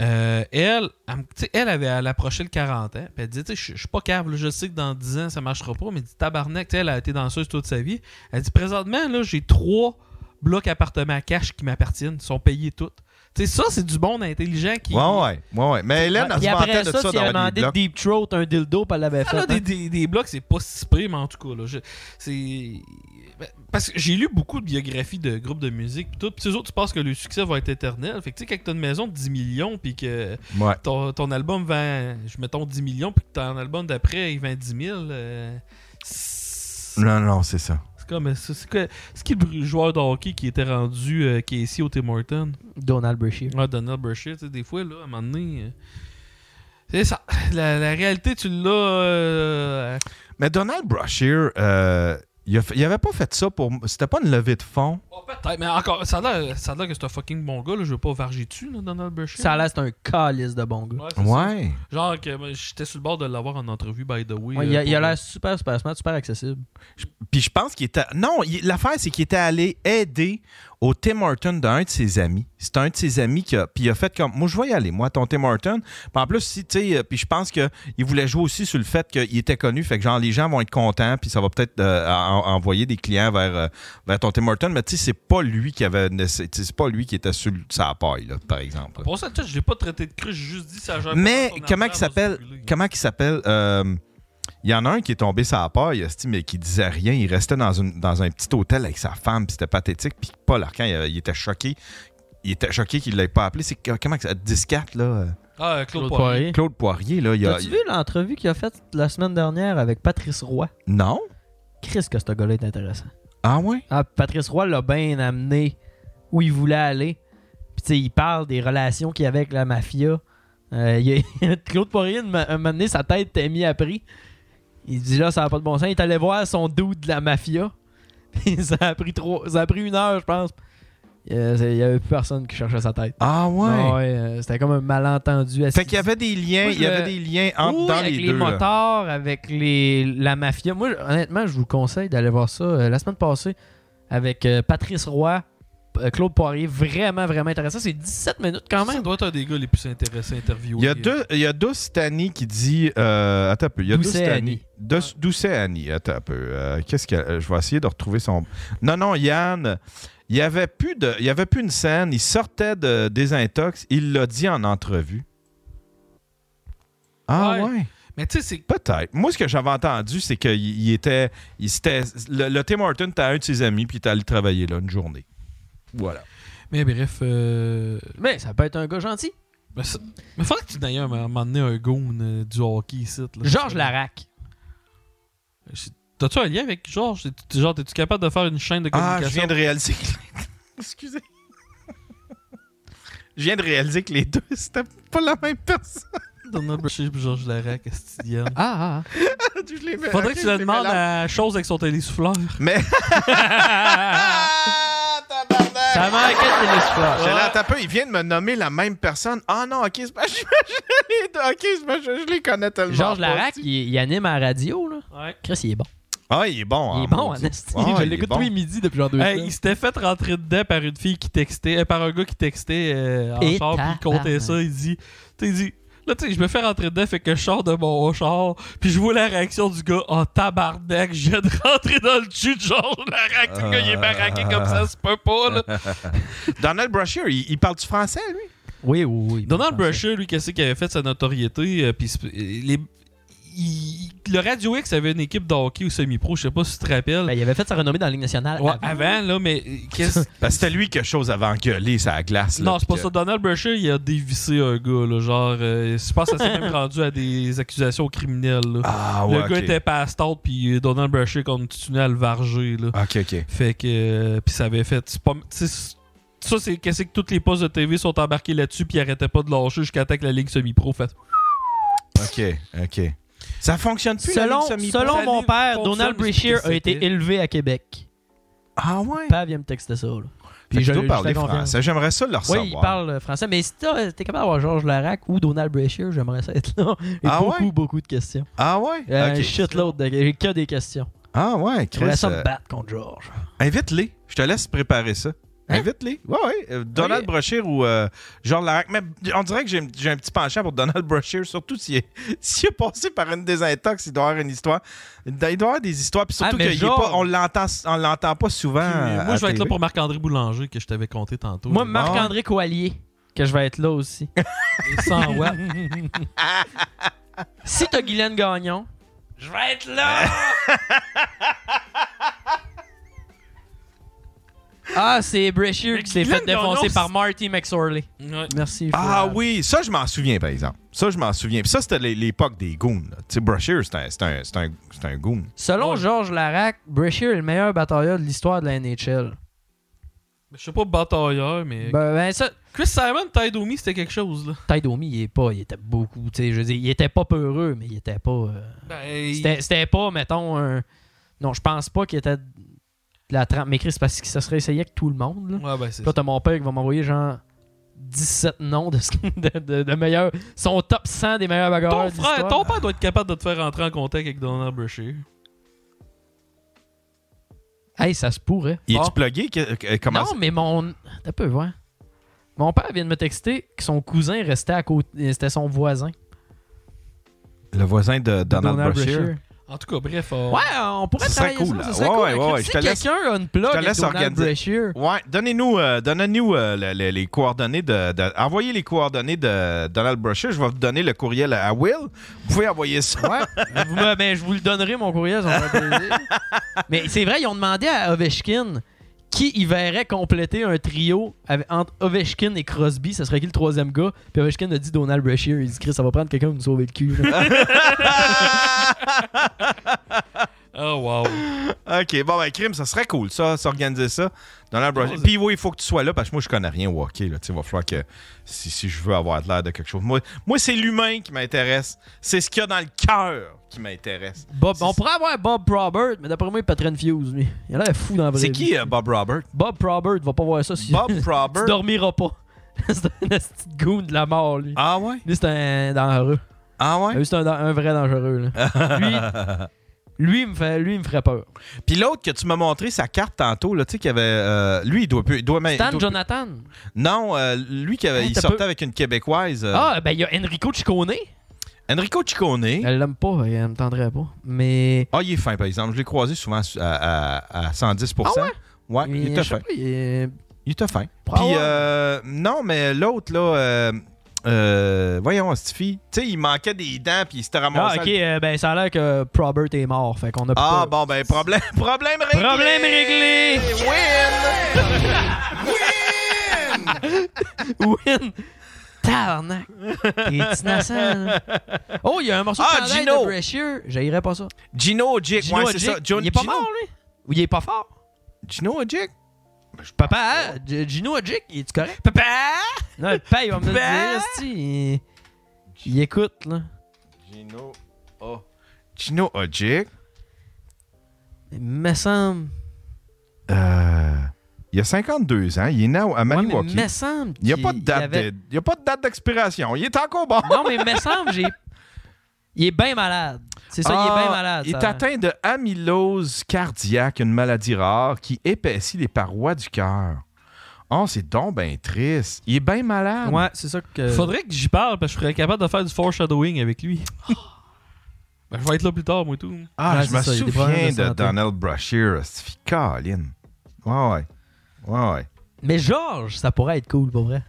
Speaker 3: euh, elle, elle, me- tu sais, elle avait elle approchait le 40 ans. puis elle disait, tu sais, je je suis pas cave, là, je sais que dans 10 ans, ça marchera pas, mais elle dit, tabarnak, tu sais, elle a été danseuse toute sa vie. Elle dit, présentement, là, j'ai trois blocs appartements à cash qui m'appartiennent, ils sont payés toutes. Tu sais, ça, c'est du bon intelligent qui.
Speaker 1: Ouais, ouais, ouais, ouais. Mais Hélène, elle
Speaker 2: Puis
Speaker 1: se vantait
Speaker 2: après
Speaker 1: de
Speaker 2: ça,
Speaker 1: ça,
Speaker 2: tu
Speaker 1: dans
Speaker 2: as
Speaker 1: le
Speaker 2: demandé
Speaker 1: bloc.
Speaker 2: Deep Throat, un dildo, puis elle l'avait
Speaker 3: Ah, là,
Speaker 2: fait.
Speaker 3: des, des- des blocs, c'est pas si pire, mais en tout cas, là, je- c'est. ben, Parce que j'ai lu beaucoup de biographies de groupes de musique, pis tout. Pis autres, tu penses que le succès va être éternel. Fait que, tu sais, quand t'as une maison de 10 millions, puis que
Speaker 1: Ouais.
Speaker 3: ton, ton album vend, je mettons 10 millions, puis que ton album d'après, il vend 10 000, euh,
Speaker 1: Non, non, c'est ça.
Speaker 3: c'est comme. ça, C'est quoi- c'est qui le joueur de hockey qui était rendu, euh, qui est ici au Tim Hortons?
Speaker 2: Donald Brashear.
Speaker 3: Ouais, Donald Brashear, tu sais, des fois, là, à un moment donné. euh, c'est ça. La, la réalité, tu l'as. euh,
Speaker 1: Mais Donald Brashear, euh, il, a fait- il avait pas fait ça pour. C'était pas une levée de fonds.
Speaker 3: Peut-être, mais encore, ça a l'air, ça a l'air que c'est un fucking bon gars, là. Je veux pas varger dessus, là, Donald Brashear.
Speaker 2: Ça, là, c'est un calice de bon gars.
Speaker 3: Ouais, c'est
Speaker 1: Ouais.
Speaker 3: ça. Genre que moi, j'étais sur le bord de l'avoir en entrevue, by the way.
Speaker 2: Ouais, il a-
Speaker 3: euh,
Speaker 2: il a
Speaker 3: pour-
Speaker 2: l'air super, super smart, super accessible.
Speaker 1: Puis je pense qu'il était. Non, il- l'affaire, c'est qu'il était allé aider au Tim Horton d'un de ses amis. C'est un de ses amis qui a. Puis il a fait comme. Moi, je vais y aller, moi, ton Tim Horton. Puis en plus, si, tu sais. euh, Puis je pense qu'il voulait jouer aussi sur le fait qu'il était connu. Fait que, genre, les gens vont être contents. Puis ça va peut-être euh, en- envoyer des clients vers, euh, vers ton Tim Horton. Mais tu sais, c'est pas lui qui avait. tu sais, C'est pas lui qui était sur le- sa paille, là, par exemple.
Speaker 3: Pour ça, tu sais, je l'ai pas traité de cru, j'ai juste dit ça gère
Speaker 1: Mais
Speaker 3: pas ton
Speaker 1: comment
Speaker 3: argent,
Speaker 1: il s'appelle Comment il s'appelle euh, Il y en a un qui est tombé sur la paille, esti, mais qui disait rien. Il restait dans, une- dans un petit hôtel avec sa femme, puis c'était pathétique. Puis Paul Arcand, il, il était choqué. Il était choqué qu'il l'ait pas appelé. C'est que- comment que ça 14 là euh,
Speaker 3: Ah, euh, Claude,
Speaker 2: Claude
Speaker 3: Poirier.
Speaker 2: Poirier.
Speaker 1: Claude Poirier là, il a-
Speaker 2: T'as-tu vu l'entrevue qu'il a faite la semaine dernière avec Patrice Roy?
Speaker 1: Non.
Speaker 2: Chris, que ce gars-là est intéressant.
Speaker 1: Ah ouais?
Speaker 2: Ah, puis Patrice Roy l'a bien amené où il voulait aller. Puis, tu sais, il parle des relations qu'il avait avec la mafia. Euh, il a- Claude Poirier, un ma- un moment donné, sa tête était mis à prix. Il dit là, ça n'a pas de bon sens. Il est allé voir son dude de la mafia. Puis ça a pris trois, ça a pris une heure, je pense. Euh, c'est- Il n'y avait plus personne qui cherchait sa tête.
Speaker 1: Ah ouais?
Speaker 2: euh, C'était comme un malentendu.
Speaker 1: Fait qu'il y avait des liens, il y avait des liens entre
Speaker 2: Oui,
Speaker 1: dans
Speaker 2: avec
Speaker 1: les
Speaker 2: les
Speaker 1: deux, là.
Speaker 2: motards, avec les, la mafia. Moi, je- honnêtement, je vous conseille d'aller voir ça. Euh, la semaine passée, avec euh, Patrice Roy, euh, Claude Poirier vraiment, vraiment intéressant. C'est 17 minutes quand même.
Speaker 3: Ça doit être un des gars les plus intéressants à
Speaker 1: Il
Speaker 3: interviewer. euh.
Speaker 1: y a deux, il y a Dostani qui dit. Euh, attends un peu. Il y a
Speaker 3: Doucet-Annie.
Speaker 1: Dostani. Dos- Doucet-Annie, attends un peu. Euh, Qu'est-ce que euh, je vais essayer de retrouver son. Non, non, Yann. Il y avait plus de, il y avait plus une scène. Il sortait de des intox. Il l'a dit en entrevue. Ah ouais.
Speaker 3: Mais tu sais, c'est
Speaker 1: Peut-être. Moi, ce que j'avais entendu, c'est qu'il il était, il s'était- le, le Tim Horton, t'as un de ses amis, puis t'es allé travailler là une journée. Voilà.
Speaker 3: Mais bref. euh,
Speaker 2: Mais ça peut être un gars gentil.
Speaker 3: Mais, ça- mais faudrait que tu d'ailleurs m'emmener un goon euh, du hockey ici. là.
Speaker 2: Georges Larac.
Speaker 3: Je- T'as-tu un lien avec Georges? T'es- t'es- Genre, es-tu capable de faire une chaîne de
Speaker 1: Ah,
Speaker 3: communication?
Speaker 1: je viens de réaliser. que- Excusez. Je viens de réaliser que les deux, c'était pas la même personne.
Speaker 3: Donald Brashear et Georges Larac, est-ce que tu hein? viens?
Speaker 2: Ah,
Speaker 1: Je l'ai-
Speaker 3: Faudrait
Speaker 1: ok,
Speaker 3: que tu
Speaker 1: je
Speaker 3: le
Speaker 1: l'ai
Speaker 3: demandes
Speaker 1: mélangé.
Speaker 3: à Chose avec son télésouffleur.
Speaker 1: Mais.
Speaker 2: Ça manquait de télésouffleur.
Speaker 1: J'allais attends un peu, il vient de me nommer la même personne. Ah non, ok, c'est pas... je, je les- ok, c'est pas- je- je les connais tellement.
Speaker 2: Georges
Speaker 1: pas.
Speaker 2: Larac, il, il anime à la radio, là.
Speaker 3: Ouais.
Speaker 2: Chris, il est bon.
Speaker 1: Ah, il est bon.
Speaker 2: Il est
Speaker 1: hein,
Speaker 2: bon,
Speaker 1: maudit.
Speaker 2: Anastie.
Speaker 1: Ah,
Speaker 2: Je
Speaker 1: il est
Speaker 2: l'écoute
Speaker 1: bon.
Speaker 2: tous les midis depuis genre deux
Speaker 3: Hey,
Speaker 2: semaines.
Speaker 3: il s'était fait rentrer dedans par une fille qui textait, euh, par un gars qui textait euh, en
Speaker 2: Et
Speaker 3: char, puis il comptait
Speaker 2: tabarnak.
Speaker 3: ça. Il dit, tu sais, il dit, là, tu sais, je me fais rentrer dedans, fait que je sors de mon char, puis je vois la réaction du gars en tabarnak, je viens de rentrer dans le cul de genre, la réaction, le gars, il est baraqué comme ça, c'est peut pas, là.
Speaker 1: Donald Brashear, il, il parle du français, lui?
Speaker 2: Oui, oui, oui.
Speaker 3: Donald Brashear, lui, qu'est-ce qu'il avait fait de sa notoriété? euh, puis c'est- euh, les- il- le Radio X avait une équipe de hockey ou semi-pro, je sais pas si tu te rappelles.
Speaker 2: Ben, il avait fait sa renommée dans la Ligue nationale.
Speaker 3: Ouais, avant, là, mais euh, qu'est-ce.
Speaker 1: Parce que c'était lui quelque chose avant gueuler sa glace. là,
Speaker 3: Non, c'est pas
Speaker 1: puis
Speaker 3: ça.
Speaker 1: que-
Speaker 3: Donald Brashear, il a dévissé un gars, là, genre, euh, je pense que ça s'est même rendu à des accusations criminelles. là.
Speaker 1: Ah,
Speaker 3: le
Speaker 1: ouais,
Speaker 3: gars
Speaker 1: ok.
Speaker 3: était pasteur, puis euh, Donald Brashear continuait à le varger. Là.
Speaker 1: Ok, ok.
Speaker 3: Fait que, euh, puis ça avait fait, c'est pas, tu sais, c'est- ça c'est qu'est-ce que toutes les postes de TV sont embarqués là-dessus, puis ils arrêtaient pas de lâcher jusqu'à temps que la ligue semi-pro fasse.
Speaker 1: Ok, ok. Ça fonctionne plus, la
Speaker 2: Selon,
Speaker 1: ligne semi-pro?
Speaker 2: selon mon père,
Speaker 3: fonctionne,
Speaker 2: Donald
Speaker 3: mais c'est
Speaker 2: Brashear a
Speaker 3: que
Speaker 2: été
Speaker 3: c'était.
Speaker 2: élevé à Québec.
Speaker 1: Ah ouais?
Speaker 2: Père vient me texter ça. Là.
Speaker 1: Fait que tu dois
Speaker 2: je
Speaker 1: parler
Speaker 2: fais confiance.
Speaker 1: français. J'aimerais ça le recevoir.
Speaker 2: Oui, il parle euh, français. Mais si t'as- t'es capable d'avoir Georges Larac ou Donald Brashear, j'aimerais ça être là. Et
Speaker 1: Ah
Speaker 2: beaucoup,
Speaker 1: ouais?
Speaker 2: beaucoup de questions.
Speaker 1: Ah ouais?
Speaker 2: Euh,
Speaker 1: Ok.
Speaker 2: shitload de- J'ai que des questions.
Speaker 1: Ah ouais, Chris.
Speaker 2: J'aimerais ça me
Speaker 1: euh,
Speaker 2: battre contre Georges.
Speaker 1: Invite-les. Je te laisse préparer ça.
Speaker 3: Hein?
Speaker 1: Invite-les. Ouais, ouais. Euh, Donald Brashear ou euh, Georges Larac. Mais on dirait que j'ai j'ai un petit penchant pour Donald Brashear, surtout s'il est, s'il est passé par une désintox, il doit avoir une histoire. Il doit avoir des histoires. Puis surtout
Speaker 3: Ah, mais Georges-
Speaker 1: qu'on l'entend on l'entend pas souvent.
Speaker 3: Puis, moi,
Speaker 1: à
Speaker 3: je vais être là
Speaker 1: TV.
Speaker 3: pour Marc-André Boulanger, que je t'avais compté tantôt.
Speaker 2: Moi, Marc-André Coallier, que je vais être là aussi. Les 100 watts. si t'as Guylaine Gagnon,
Speaker 4: Je vais être là!
Speaker 2: ah, c'est Brashear qui s'est fait
Speaker 3: Guylaine Gagnon,
Speaker 2: défoncer par
Speaker 3: c'est-
Speaker 2: Marty McSorley. Merci.
Speaker 1: Ah
Speaker 2: Fouad.
Speaker 1: oui, ça je m'en souviens par exemple. Ça je m'en souviens. Puis ça c'était l'é- l'époque des goons. là. Tu sais, Brashear c'était un, c'était un, c'était un- c'était un goon.
Speaker 2: Selon Georges Larac, Brashear est le meilleur batailleur de l'histoire de la NHL.
Speaker 3: Je sais pas batailleur, mais.
Speaker 2: Ben, ben ça,
Speaker 3: Chris Simon, Taidomi, c'était quelque chose, là.
Speaker 2: Ty Domi, il est pas, il était beaucoup, tu sais, je veux dire, il était pas peureux, mais il était pas, euh,
Speaker 3: Ben,
Speaker 2: c'était, c'était pas, mettons, un, non, je pense pas qu'il était de la trempe, mais Chris, parce que ça serait essayé avec tout le monde, là.
Speaker 3: Ouais, ben, c'est
Speaker 2: Puis là, t'as mon père qui va m'envoyer genre 17 noms de, ce- de, de- de meilleurs. Son top 100 des meilleurs bagarreurs.
Speaker 3: Ton
Speaker 2: de
Speaker 3: frère,
Speaker 2: l'histoire.
Speaker 3: ton père doit être capable de te faire entrer en contact avec Donald Brashear.
Speaker 2: Hey, ça se pourrait.
Speaker 1: Il est-tu
Speaker 2: Ah.
Speaker 1: plugué? Que- que- Comment
Speaker 2: non, mais mon. T'as peu voir. Mon père vient de me texter que son cousin restait à côté. C'était son voisin.
Speaker 1: Le voisin de Donald,
Speaker 2: Donald
Speaker 1: Brashear.
Speaker 2: Brashear.
Speaker 3: En tout cas, bref. on-
Speaker 2: Ouais, hein. on pourrait
Speaker 1: Ce serait
Speaker 2: travailler
Speaker 1: cool,
Speaker 2: ça.
Speaker 1: là.
Speaker 2: ça serait
Speaker 1: Ouais,
Speaker 2: cool.
Speaker 1: ouais,
Speaker 2: Avec-
Speaker 1: ouais,
Speaker 2: Si
Speaker 1: je te laisse-
Speaker 2: quelqu'un a une plug
Speaker 1: Je te
Speaker 2: avec
Speaker 1: laisse
Speaker 2: Donald
Speaker 1: organiser.
Speaker 2: Brashear,
Speaker 1: Ouais, donnez-nous euh, donnez-nous, euh, le- le- les coordonnées de, de- envoyez les coordonnées de Donald Brashear, je vais vous donner le courriel à Will. Vous pouvez envoyer ça.
Speaker 2: Mais vous me- ben, je vous le donnerai, mon courriel, ça me fait plaisir. Mais c'est vrai, ils ont demandé à Ovechkin qui il verrait compléter un trio avec- entre Ovechkin et Crosby. Ça serait qui le troisième gars? Puis Ovechkin a dit Donald Brashear. Il dit Chris, ça va prendre quelqu'un pour nous sauver le cul. là.
Speaker 3: Oh, wow.
Speaker 1: OK, bon ben crime, ça serait cool ça, s'organiser ça. Donald Brashear. Puis oui, il faut que tu sois là parce que moi je connais rien au hockey là, tu sais, il va falloir que si, si je veux avoir de l'air de quelque chose. Moi, moi c'est l'humain qui m'intéresse, c'est ce qu'il y a dans le cœur qui m'intéresse.
Speaker 2: Bob, on pourrait avoir Bob Robert, mais d'après moi, il patronne Fuse. Lui. Il a l'air fou dans la vraie
Speaker 1: C'est
Speaker 2: vie.
Speaker 1: qui euh, Bob Robert
Speaker 2: Bob Robert va pas voir ça si
Speaker 1: Bob
Speaker 2: tu
Speaker 1: Robert.
Speaker 2: dormiras pas. c'est un petit goon de la mort, lui.
Speaker 1: Ah ouais
Speaker 2: Lui, c'est un dangereux.
Speaker 1: Ah ouais
Speaker 2: Lui, c'est un, un vrai dangereux. Là. Lui, Lui, il me fait, lui, il me ferait peur.
Speaker 1: Puis l'autre que tu m'as montré sa carte tantôt, là, tu sais, qu'il y avait. euh, lui, il doit. plus- Il doit même- il
Speaker 2: Stan
Speaker 1: doit plus-
Speaker 2: Jonathan.
Speaker 1: Non, euh, lui, qui avait,
Speaker 2: Hey,
Speaker 1: il
Speaker 2: t'as
Speaker 1: sortait
Speaker 2: peu-
Speaker 1: avec une Québécoise. euh,
Speaker 2: Ah, ben il y a Enrico Ciccone.
Speaker 1: Enrico Ciccone. Elle
Speaker 2: l'aime pas, elle me tendrait pas. Mais.
Speaker 1: Ah, il est fin, par exemple. Je l'ai croisé souvent à, à- à 110
Speaker 2: Ah
Speaker 1: ouais? il
Speaker 2: Mais
Speaker 1: était
Speaker 2: je sais
Speaker 1: fin.
Speaker 2: pas, il est-
Speaker 1: Il était fin. Puis,
Speaker 2: Ah ouais?
Speaker 1: euh, non, mais l'autre, là. euh, euh, voyons, cette fille. Tu sais, il manquait des dents, puis il s'était ramassé.
Speaker 2: Ah, ok,
Speaker 1: à-
Speaker 2: euh, ben ça a l'air que Probert est mort, fait qu'on a
Speaker 1: Ah,
Speaker 2: pas.
Speaker 1: bon, ben, problème, problème réglé.
Speaker 2: Problème réglé. Win! Tarnac! T'es innocent, là. Oh, il y a un morceau
Speaker 1: Ah,
Speaker 2: de chandail
Speaker 1: Gino.
Speaker 2: de Brashear. J'a'irais pas ça.
Speaker 1: Gino Ojic,
Speaker 2: Gino
Speaker 1: ouais, c'est
Speaker 2: Ojic,
Speaker 1: ça. Gino-
Speaker 2: il est pas
Speaker 1: Gino-
Speaker 2: mort, lui? Ou il est pas fort?
Speaker 1: Gino Ojic?
Speaker 2: Papa, hein? G- Gino Ojic, il est correct? Papa! Non, le père, il va me le
Speaker 1: Papa!
Speaker 2: dire, esti, il... il écoute, là.
Speaker 1: Gino. Oh. Gino Ojic.
Speaker 2: Il me semble...
Speaker 1: Euh, il a 52 ans. Il est né à Maniwaki.
Speaker 2: mais me semble
Speaker 1: Il n'y a pas de
Speaker 2: qu'il
Speaker 1: date
Speaker 2: avait-
Speaker 1: de- il y a pas de date d'expiration. Il est encore bon.
Speaker 2: Non, mais il me semble, j'ai... Il est bien malade. C'est ça, il est bien
Speaker 1: Ah,
Speaker 2: malade.
Speaker 1: Il
Speaker 2: ça.
Speaker 1: est atteint de amylose cardiaque, une maladie rare qui épaissit les parois du cœur. Oh, c'est donc bien triste. Il est bien malade.
Speaker 2: Ouais, c'est ça que.
Speaker 3: Faudrait que j'y parle parce que je serais capable de faire du foreshadowing avec lui.
Speaker 2: Ah.
Speaker 3: Ben, je vais être là plus tard, moi et tout.
Speaker 1: Ah, je me
Speaker 3: ça, il y a des
Speaker 1: souviens
Speaker 3: problèmes
Speaker 1: de,
Speaker 3: santé.
Speaker 1: Donald Brashear. C'est Colin. Ouais, ouais. Ouais, ouais.
Speaker 2: Mais Georges, ça pourrait être cool, pour vrai.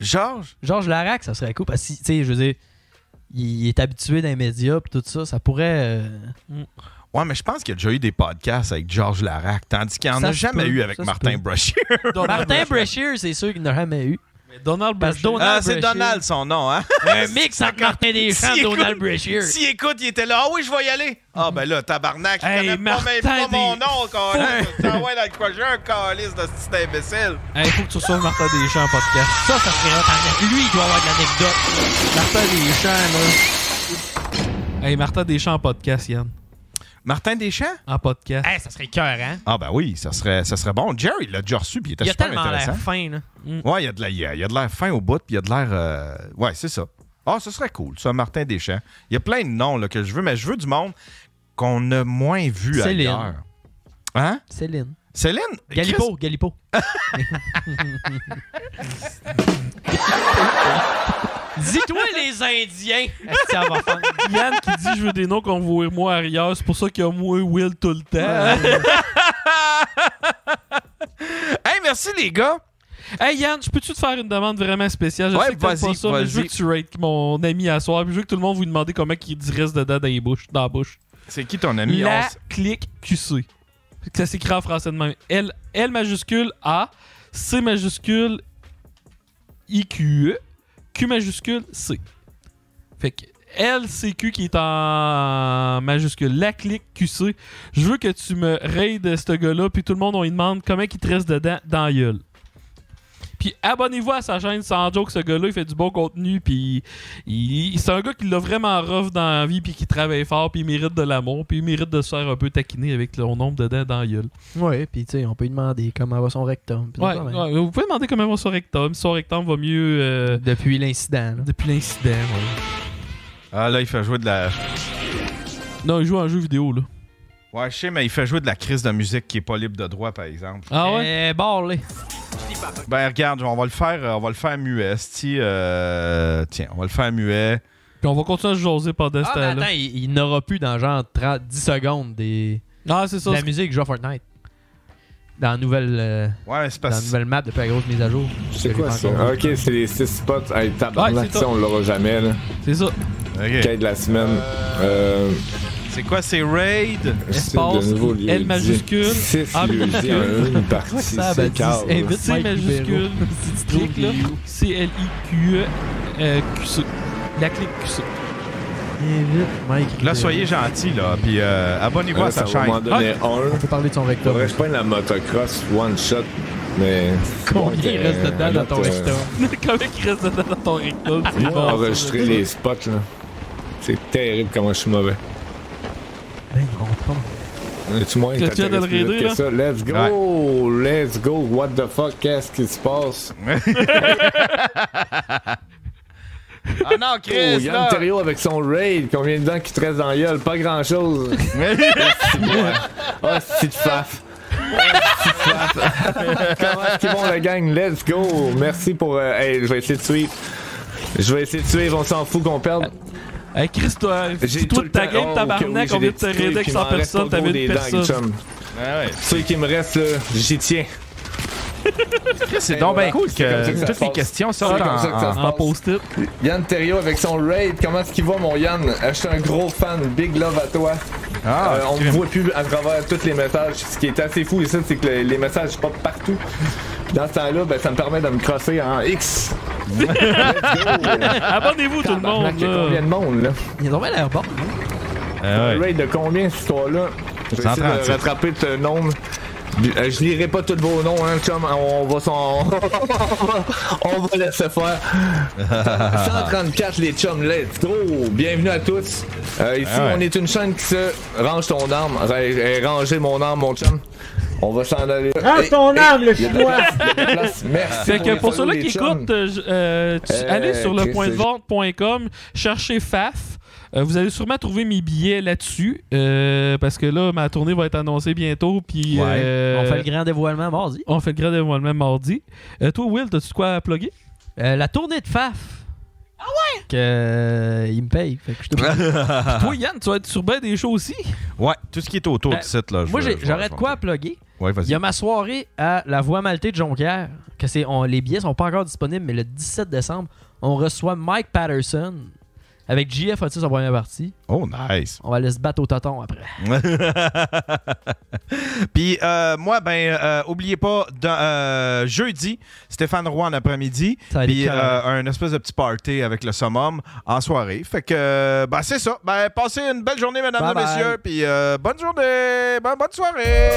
Speaker 1: Georges?
Speaker 2: Georges Larac, ça serait cool. Parce que, tu sais, je veux dire, il est habitué d'un média, pis tout ça, ça pourrait. euh,
Speaker 1: Ouais, mais je pense qu'il y a déjà eu des podcasts avec Georges Larac, tandis qu'il n'y en
Speaker 2: Ça
Speaker 1: a
Speaker 2: se
Speaker 1: jamais
Speaker 2: peut,
Speaker 1: eu avec
Speaker 2: ça se
Speaker 1: Martin
Speaker 2: peut.
Speaker 1: Brashear.
Speaker 2: Martin Brashear, c'est sûr qu'il n'a jamais eu.
Speaker 3: Donald
Speaker 2: Parce Donald
Speaker 1: Ah, c'est
Speaker 2: Brashear-
Speaker 1: Donald son nom, hein?
Speaker 2: Un mix entre Martin Deschamps
Speaker 1: S'il
Speaker 2: et Donald
Speaker 1: écoute-
Speaker 2: Brashear.
Speaker 1: S'il écoute, il était là. Ah oui, je vais y aller. Ah, ben là, tabarnak, il
Speaker 3: Hey,
Speaker 1: connaît pas,
Speaker 3: Martin
Speaker 1: même pas
Speaker 3: des-
Speaker 1: mon nom, Carlis. Ah ouais, dans le coin, j'ai un calice de ce petit imbécile.
Speaker 3: Hey, faut que tu reçoives Martin Deschamps en podcast.
Speaker 2: Ça, ça serait hot. en fait. Lui, il doit avoir de l'anecdote. Martin Deschamps,
Speaker 3: Hey, Martin Deschamps en podcast, Yann.
Speaker 1: Martin Deschamps?
Speaker 3: En podcast.
Speaker 2: là. Hey, ça serait cœur, hein?
Speaker 1: Ah, ben oui, ça serait, ça serait bon. Jerry l'a déjà reçu, puis il était
Speaker 2: Il a
Speaker 1: super
Speaker 2: tellement
Speaker 1: intéressant.
Speaker 2: l'air fin, là. Mm.
Speaker 1: Ouais, il y a de la- il y a, il y a de l'air fin au bout, puis il y a de l'air. euh, Ouais, c'est ça. Ah, ce serait cool, ça, Martin Deschamps. Il y a plein de noms là, que je veux, mais je veux du monde qu'on a moins vu
Speaker 2: Céline.
Speaker 1: ailleurs. Hein?
Speaker 2: Céline.
Speaker 1: Céline?
Speaker 2: Galipo, Galipo. Dis-toi les Indiens. Est-ce que ça va faire?
Speaker 3: Yann qui dit je veux des noms qu'on voit moi arrière, c'est pour ça qu'il y a moins Will tout le temps.
Speaker 1: hey, merci les gars.
Speaker 3: Hey Yann, je peux-tu te faire une demande vraiment spéciale? Je
Speaker 1: Ouais,
Speaker 3: sais que t'aimes
Speaker 1: vas-y,
Speaker 3: pas ça, mais je veux
Speaker 1: vas-y.
Speaker 3: que tu rates mon ami à soir, puis je veux que tout le monde vous demande comment il dit reste dedans dans, les bouches, dans la bouche.
Speaker 1: C'est qui ton ami?
Speaker 3: La
Speaker 1: On s-
Speaker 3: clique QC. Ça s'écrit en français de même. L, L majuscule A, C majuscule IQE, Q majuscule C. Fait que LCQ qui est en majuscule, la clique QC. Je veux que tu me raides ce gars-là, puis tout le monde, on lui demande comment il te reste dedans dans la gueule. Puis abonnez-vous à sa chaîne, sans joke, ce gars-là, il fait du bon contenu, puis il- il- c'est un gars qui l'a vraiment rough dans la vie, puis qui travaille fort, puis il mérite de l'amour, puis il mérite de se faire un peu taquiner avec le nombre dedans dans la gueule.
Speaker 2: Ouais, puis tu sais, on peut lui demander comment va son rectum. pis
Speaker 3: Ouais,
Speaker 2: tout ça,
Speaker 3: ouais, vous pouvez demander comment va son rectum, si son rectum va mieux... euh,
Speaker 2: Depuis l'incident. là.
Speaker 3: Depuis l'incident, ouais.
Speaker 1: Ah, là, il fait jouer de la.
Speaker 3: Non, il joue à un jeu vidéo, là.
Speaker 1: Ouais, je sais, mais il fait jouer de la crise de musique qui est pas libre de droit, par exemple.
Speaker 3: Ah ouais?
Speaker 2: Eh, barre-les.
Speaker 1: Ben, regarde, on va le faire, euh, on va le faire muet. Si, euh, Tiens, on va le faire muet.
Speaker 3: Puis on va continuer à se jaser pendant ce
Speaker 2: Ah, mais
Speaker 3: temps-là.
Speaker 2: attends, il, il n'aura plus dans genre 30, 10 secondes des,
Speaker 3: Ah, c'est ça.
Speaker 2: de la
Speaker 3: c'est-
Speaker 2: musique joue à Fortnite. Dans la nouvelle, euh,
Speaker 1: Ouais, mais c'est
Speaker 2: dans
Speaker 1: parce
Speaker 2: la nouvelle map depuis la grosse mise à jour.
Speaker 8: C'est quoi ça? hein? Ok, c'est les 6 spots. Hey,
Speaker 2: Ouais,
Speaker 8: tabarnak,
Speaker 2: c'est
Speaker 8: ça,
Speaker 2: ça.
Speaker 8: on l'aura jamais, là.
Speaker 3: C'est ça.
Speaker 8: Quête de la semaine. Euh.
Speaker 1: C'est quoi, c'est Raid?
Speaker 8: Espace, de nouveau lieu
Speaker 3: L majuscule,
Speaker 8: 6
Speaker 3: A
Speaker 8: lieux
Speaker 3: majuscule.
Speaker 8: dits en une partie. C'est calme.
Speaker 3: C ben, majuscule. Clique là. E, C-L-I-Q-E-Q-C. euh, La clique QC.
Speaker 1: Là, soyez gentils, là, puis euh, abonnez-vous à
Speaker 8: Ouais,
Speaker 1: sa
Speaker 8: ça va m'en
Speaker 1: chaîne.
Speaker 8: donner
Speaker 3: Ah,
Speaker 8: un. On peut
Speaker 2: parler de son rectum.
Speaker 8: Faudrait que je prenne la motocross one shot, mais.
Speaker 3: Combien
Speaker 8: Donc,
Speaker 3: il reste
Speaker 8: euh,
Speaker 3: dedans dans ton
Speaker 8: euh,
Speaker 3: rectum? Combien il reste dedans dans ton rectum? C'est
Speaker 8: Moi,
Speaker 3: bon, ça,
Speaker 8: enregistrer
Speaker 3: là.
Speaker 8: les spots, là. C'est terrible comment je suis mauvais. Tu moins
Speaker 3: Que tu viens de le
Speaker 8: t'intéresses plus
Speaker 3: raider,
Speaker 8: vite
Speaker 3: là?
Speaker 8: que ça. Let's go! Let's go! What the fuck? Qu'est-ce qui se passe?
Speaker 1: Ah non, Chris,
Speaker 8: Oh, Yann
Speaker 1: là.
Speaker 8: Terrio avec son raid, combien de dents qui te restent dans la gueule? Pas grand chose. Ah, c'est de faf. Ah, Comment est-ce qu'ils vont la gang? Let's go! Merci pour. euh, hey, je vais essayer de suivre. Je vais essayer de suivre, on s'en fout qu'on perde.
Speaker 3: Hey, Chris, toi,
Speaker 8: j'ai
Speaker 3: toi, ta game, tabarnak, on vient de te raider avec 100 personnes, t'avais une personne. Ah
Speaker 8: Ceux qui me restent, là, j'y tiens.
Speaker 1: C'est donc bien cool que
Speaker 8: Ben comme ça que ça
Speaker 1: toutes
Speaker 8: se
Speaker 1: les
Speaker 8: passe.
Speaker 1: questions
Speaker 8: C'est
Speaker 1: sortent
Speaker 8: comme ça que ça
Speaker 1: en-
Speaker 8: se
Speaker 1: en
Speaker 8: passe. Yann Terrio avec son raid, comment est-ce qu'il va mon Yann? Euh, Je suis un gros fan, big love à toi.
Speaker 1: Ah,
Speaker 8: Euh, on ne
Speaker 1: crime.
Speaker 8: voit plus à travers tous les messages. Ce qui est assez fou ici, c'est que le- les messages popent partout. Puis Dans ce temps-là, ben, ça me permet de me crosser en X.
Speaker 3: Abonnez-vous tout le
Speaker 8: Tabarnak,
Speaker 3: monde.
Speaker 8: il y a combien de monde là?
Speaker 2: Il a tombé l'air bon. hein?
Speaker 1: Ah
Speaker 8: Un raid de combien cette histoire-là? Je vais essayer
Speaker 1: 136.
Speaker 8: de rattraper ce nombre. Puis, euh, Je lirai pas tous vos noms, hein, chum. On va s'en- on va laisser faire. 134 les chums, let's go! Bienvenue à tous. Euh, ici,
Speaker 1: Ah ouais.
Speaker 8: on est une chaîne qui se range ton arme. Ra- euh, Rangez mon arme, mon chum. On va s'en aller. Eh,
Speaker 18: Range ton arme, le chinois!
Speaker 8: Merci.
Speaker 3: Fait que pour
Speaker 8: les follow,
Speaker 3: ceux-là qui
Speaker 8: les chums.
Speaker 3: écoutent, euh, je- euh, tu-
Speaker 8: Euh,
Speaker 3: allez sur le
Speaker 8: Chris,
Speaker 3: point de
Speaker 8: c'est-
Speaker 3: vente.com, cherchez FAF. Euh, vous allez sûrement trouver mes billets là-dessus. euh, parce que là, ma tournée va être annoncée bientôt. Puis,
Speaker 2: Ouais.
Speaker 3: euh,
Speaker 2: On fait le grand dévoilement mardi.
Speaker 3: on fait le grand dévoilement mardi. Euh, toi, Will, t'as-tu de quoi à plugger?
Speaker 2: Euh, la tournée de FAF. Ah ouais? Que, euh, il me paye. Fait que je te
Speaker 3: Puis toi, Yann, tu vas être sur ben des shows aussi.
Speaker 1: Ouais, tout ce qui est autour
Speaker 2: Euh,
Speaker 1: de cette, là. je
Speaker 2: Moi,
Speaker 1: vais-
Speaker 2: j'ai-
Speaker 1: je vais-
Speaker 2: j'aurais
Speaker 1: je
Speaker 2: de
Speaker 1: vais-
Speaker 2: quoi à plugger.
Speaker 1: Ouais,
Speaker 2: Il y
Speaker 1: vas-y.
Speaker 2: a ma soirée à la Voix Maltais de Jonquière. Que c'est, on, les billets sont pas encore disponibles, mais le 17 décembre, on reçoit Mike Patterson avec JF Otis en première partie.
Speaker 1: Oh, nice.
Speaker 2: On va aller se battre au toton après.
Speaker 1: Puis euh, moi, ben, euh, oubliez pas, dans, euh, jeudi, Stéphane Roy en après-midi,
Speaker 2: Ça va être
Speaker 1: puis
Speaker 2: écœurant.
Speaker 1: euh, un espèce de petit party avec le summum en soirée. Fait que, euh, ben, c'est ça. Ben, passez une belle journée, mesdames
Speaker 2: Bye
Speaker 1: et
Speaker 2: bye.
Speaker 1: messieurs, puis euh, bonne journée, Ben, bonne soirée.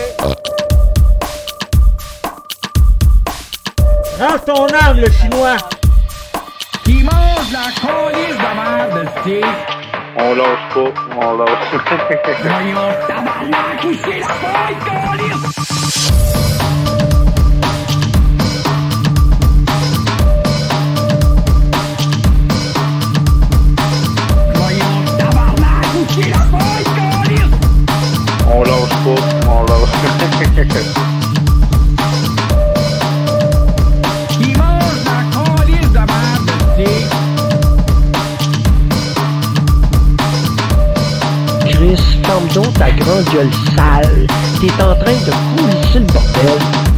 Speaker 18: Range ton arme, le chinois!
Speaker 5: Qui mange la colise de merde, le petit.
Speaker 7: On lâche pas, on lâche.
Speaker 5: Voyons, tabarnak, ici la feuille, colise! Voyons, tabarnak, ici la feuille, colise!
Speaker 7: on lâche pas, on lâche.
Speaker 5: Qui mange la colise de merde, le petit.
Speaker 22: Chris, ferme donc ta grande gueule sale. T'es en train de coulisser le bordel.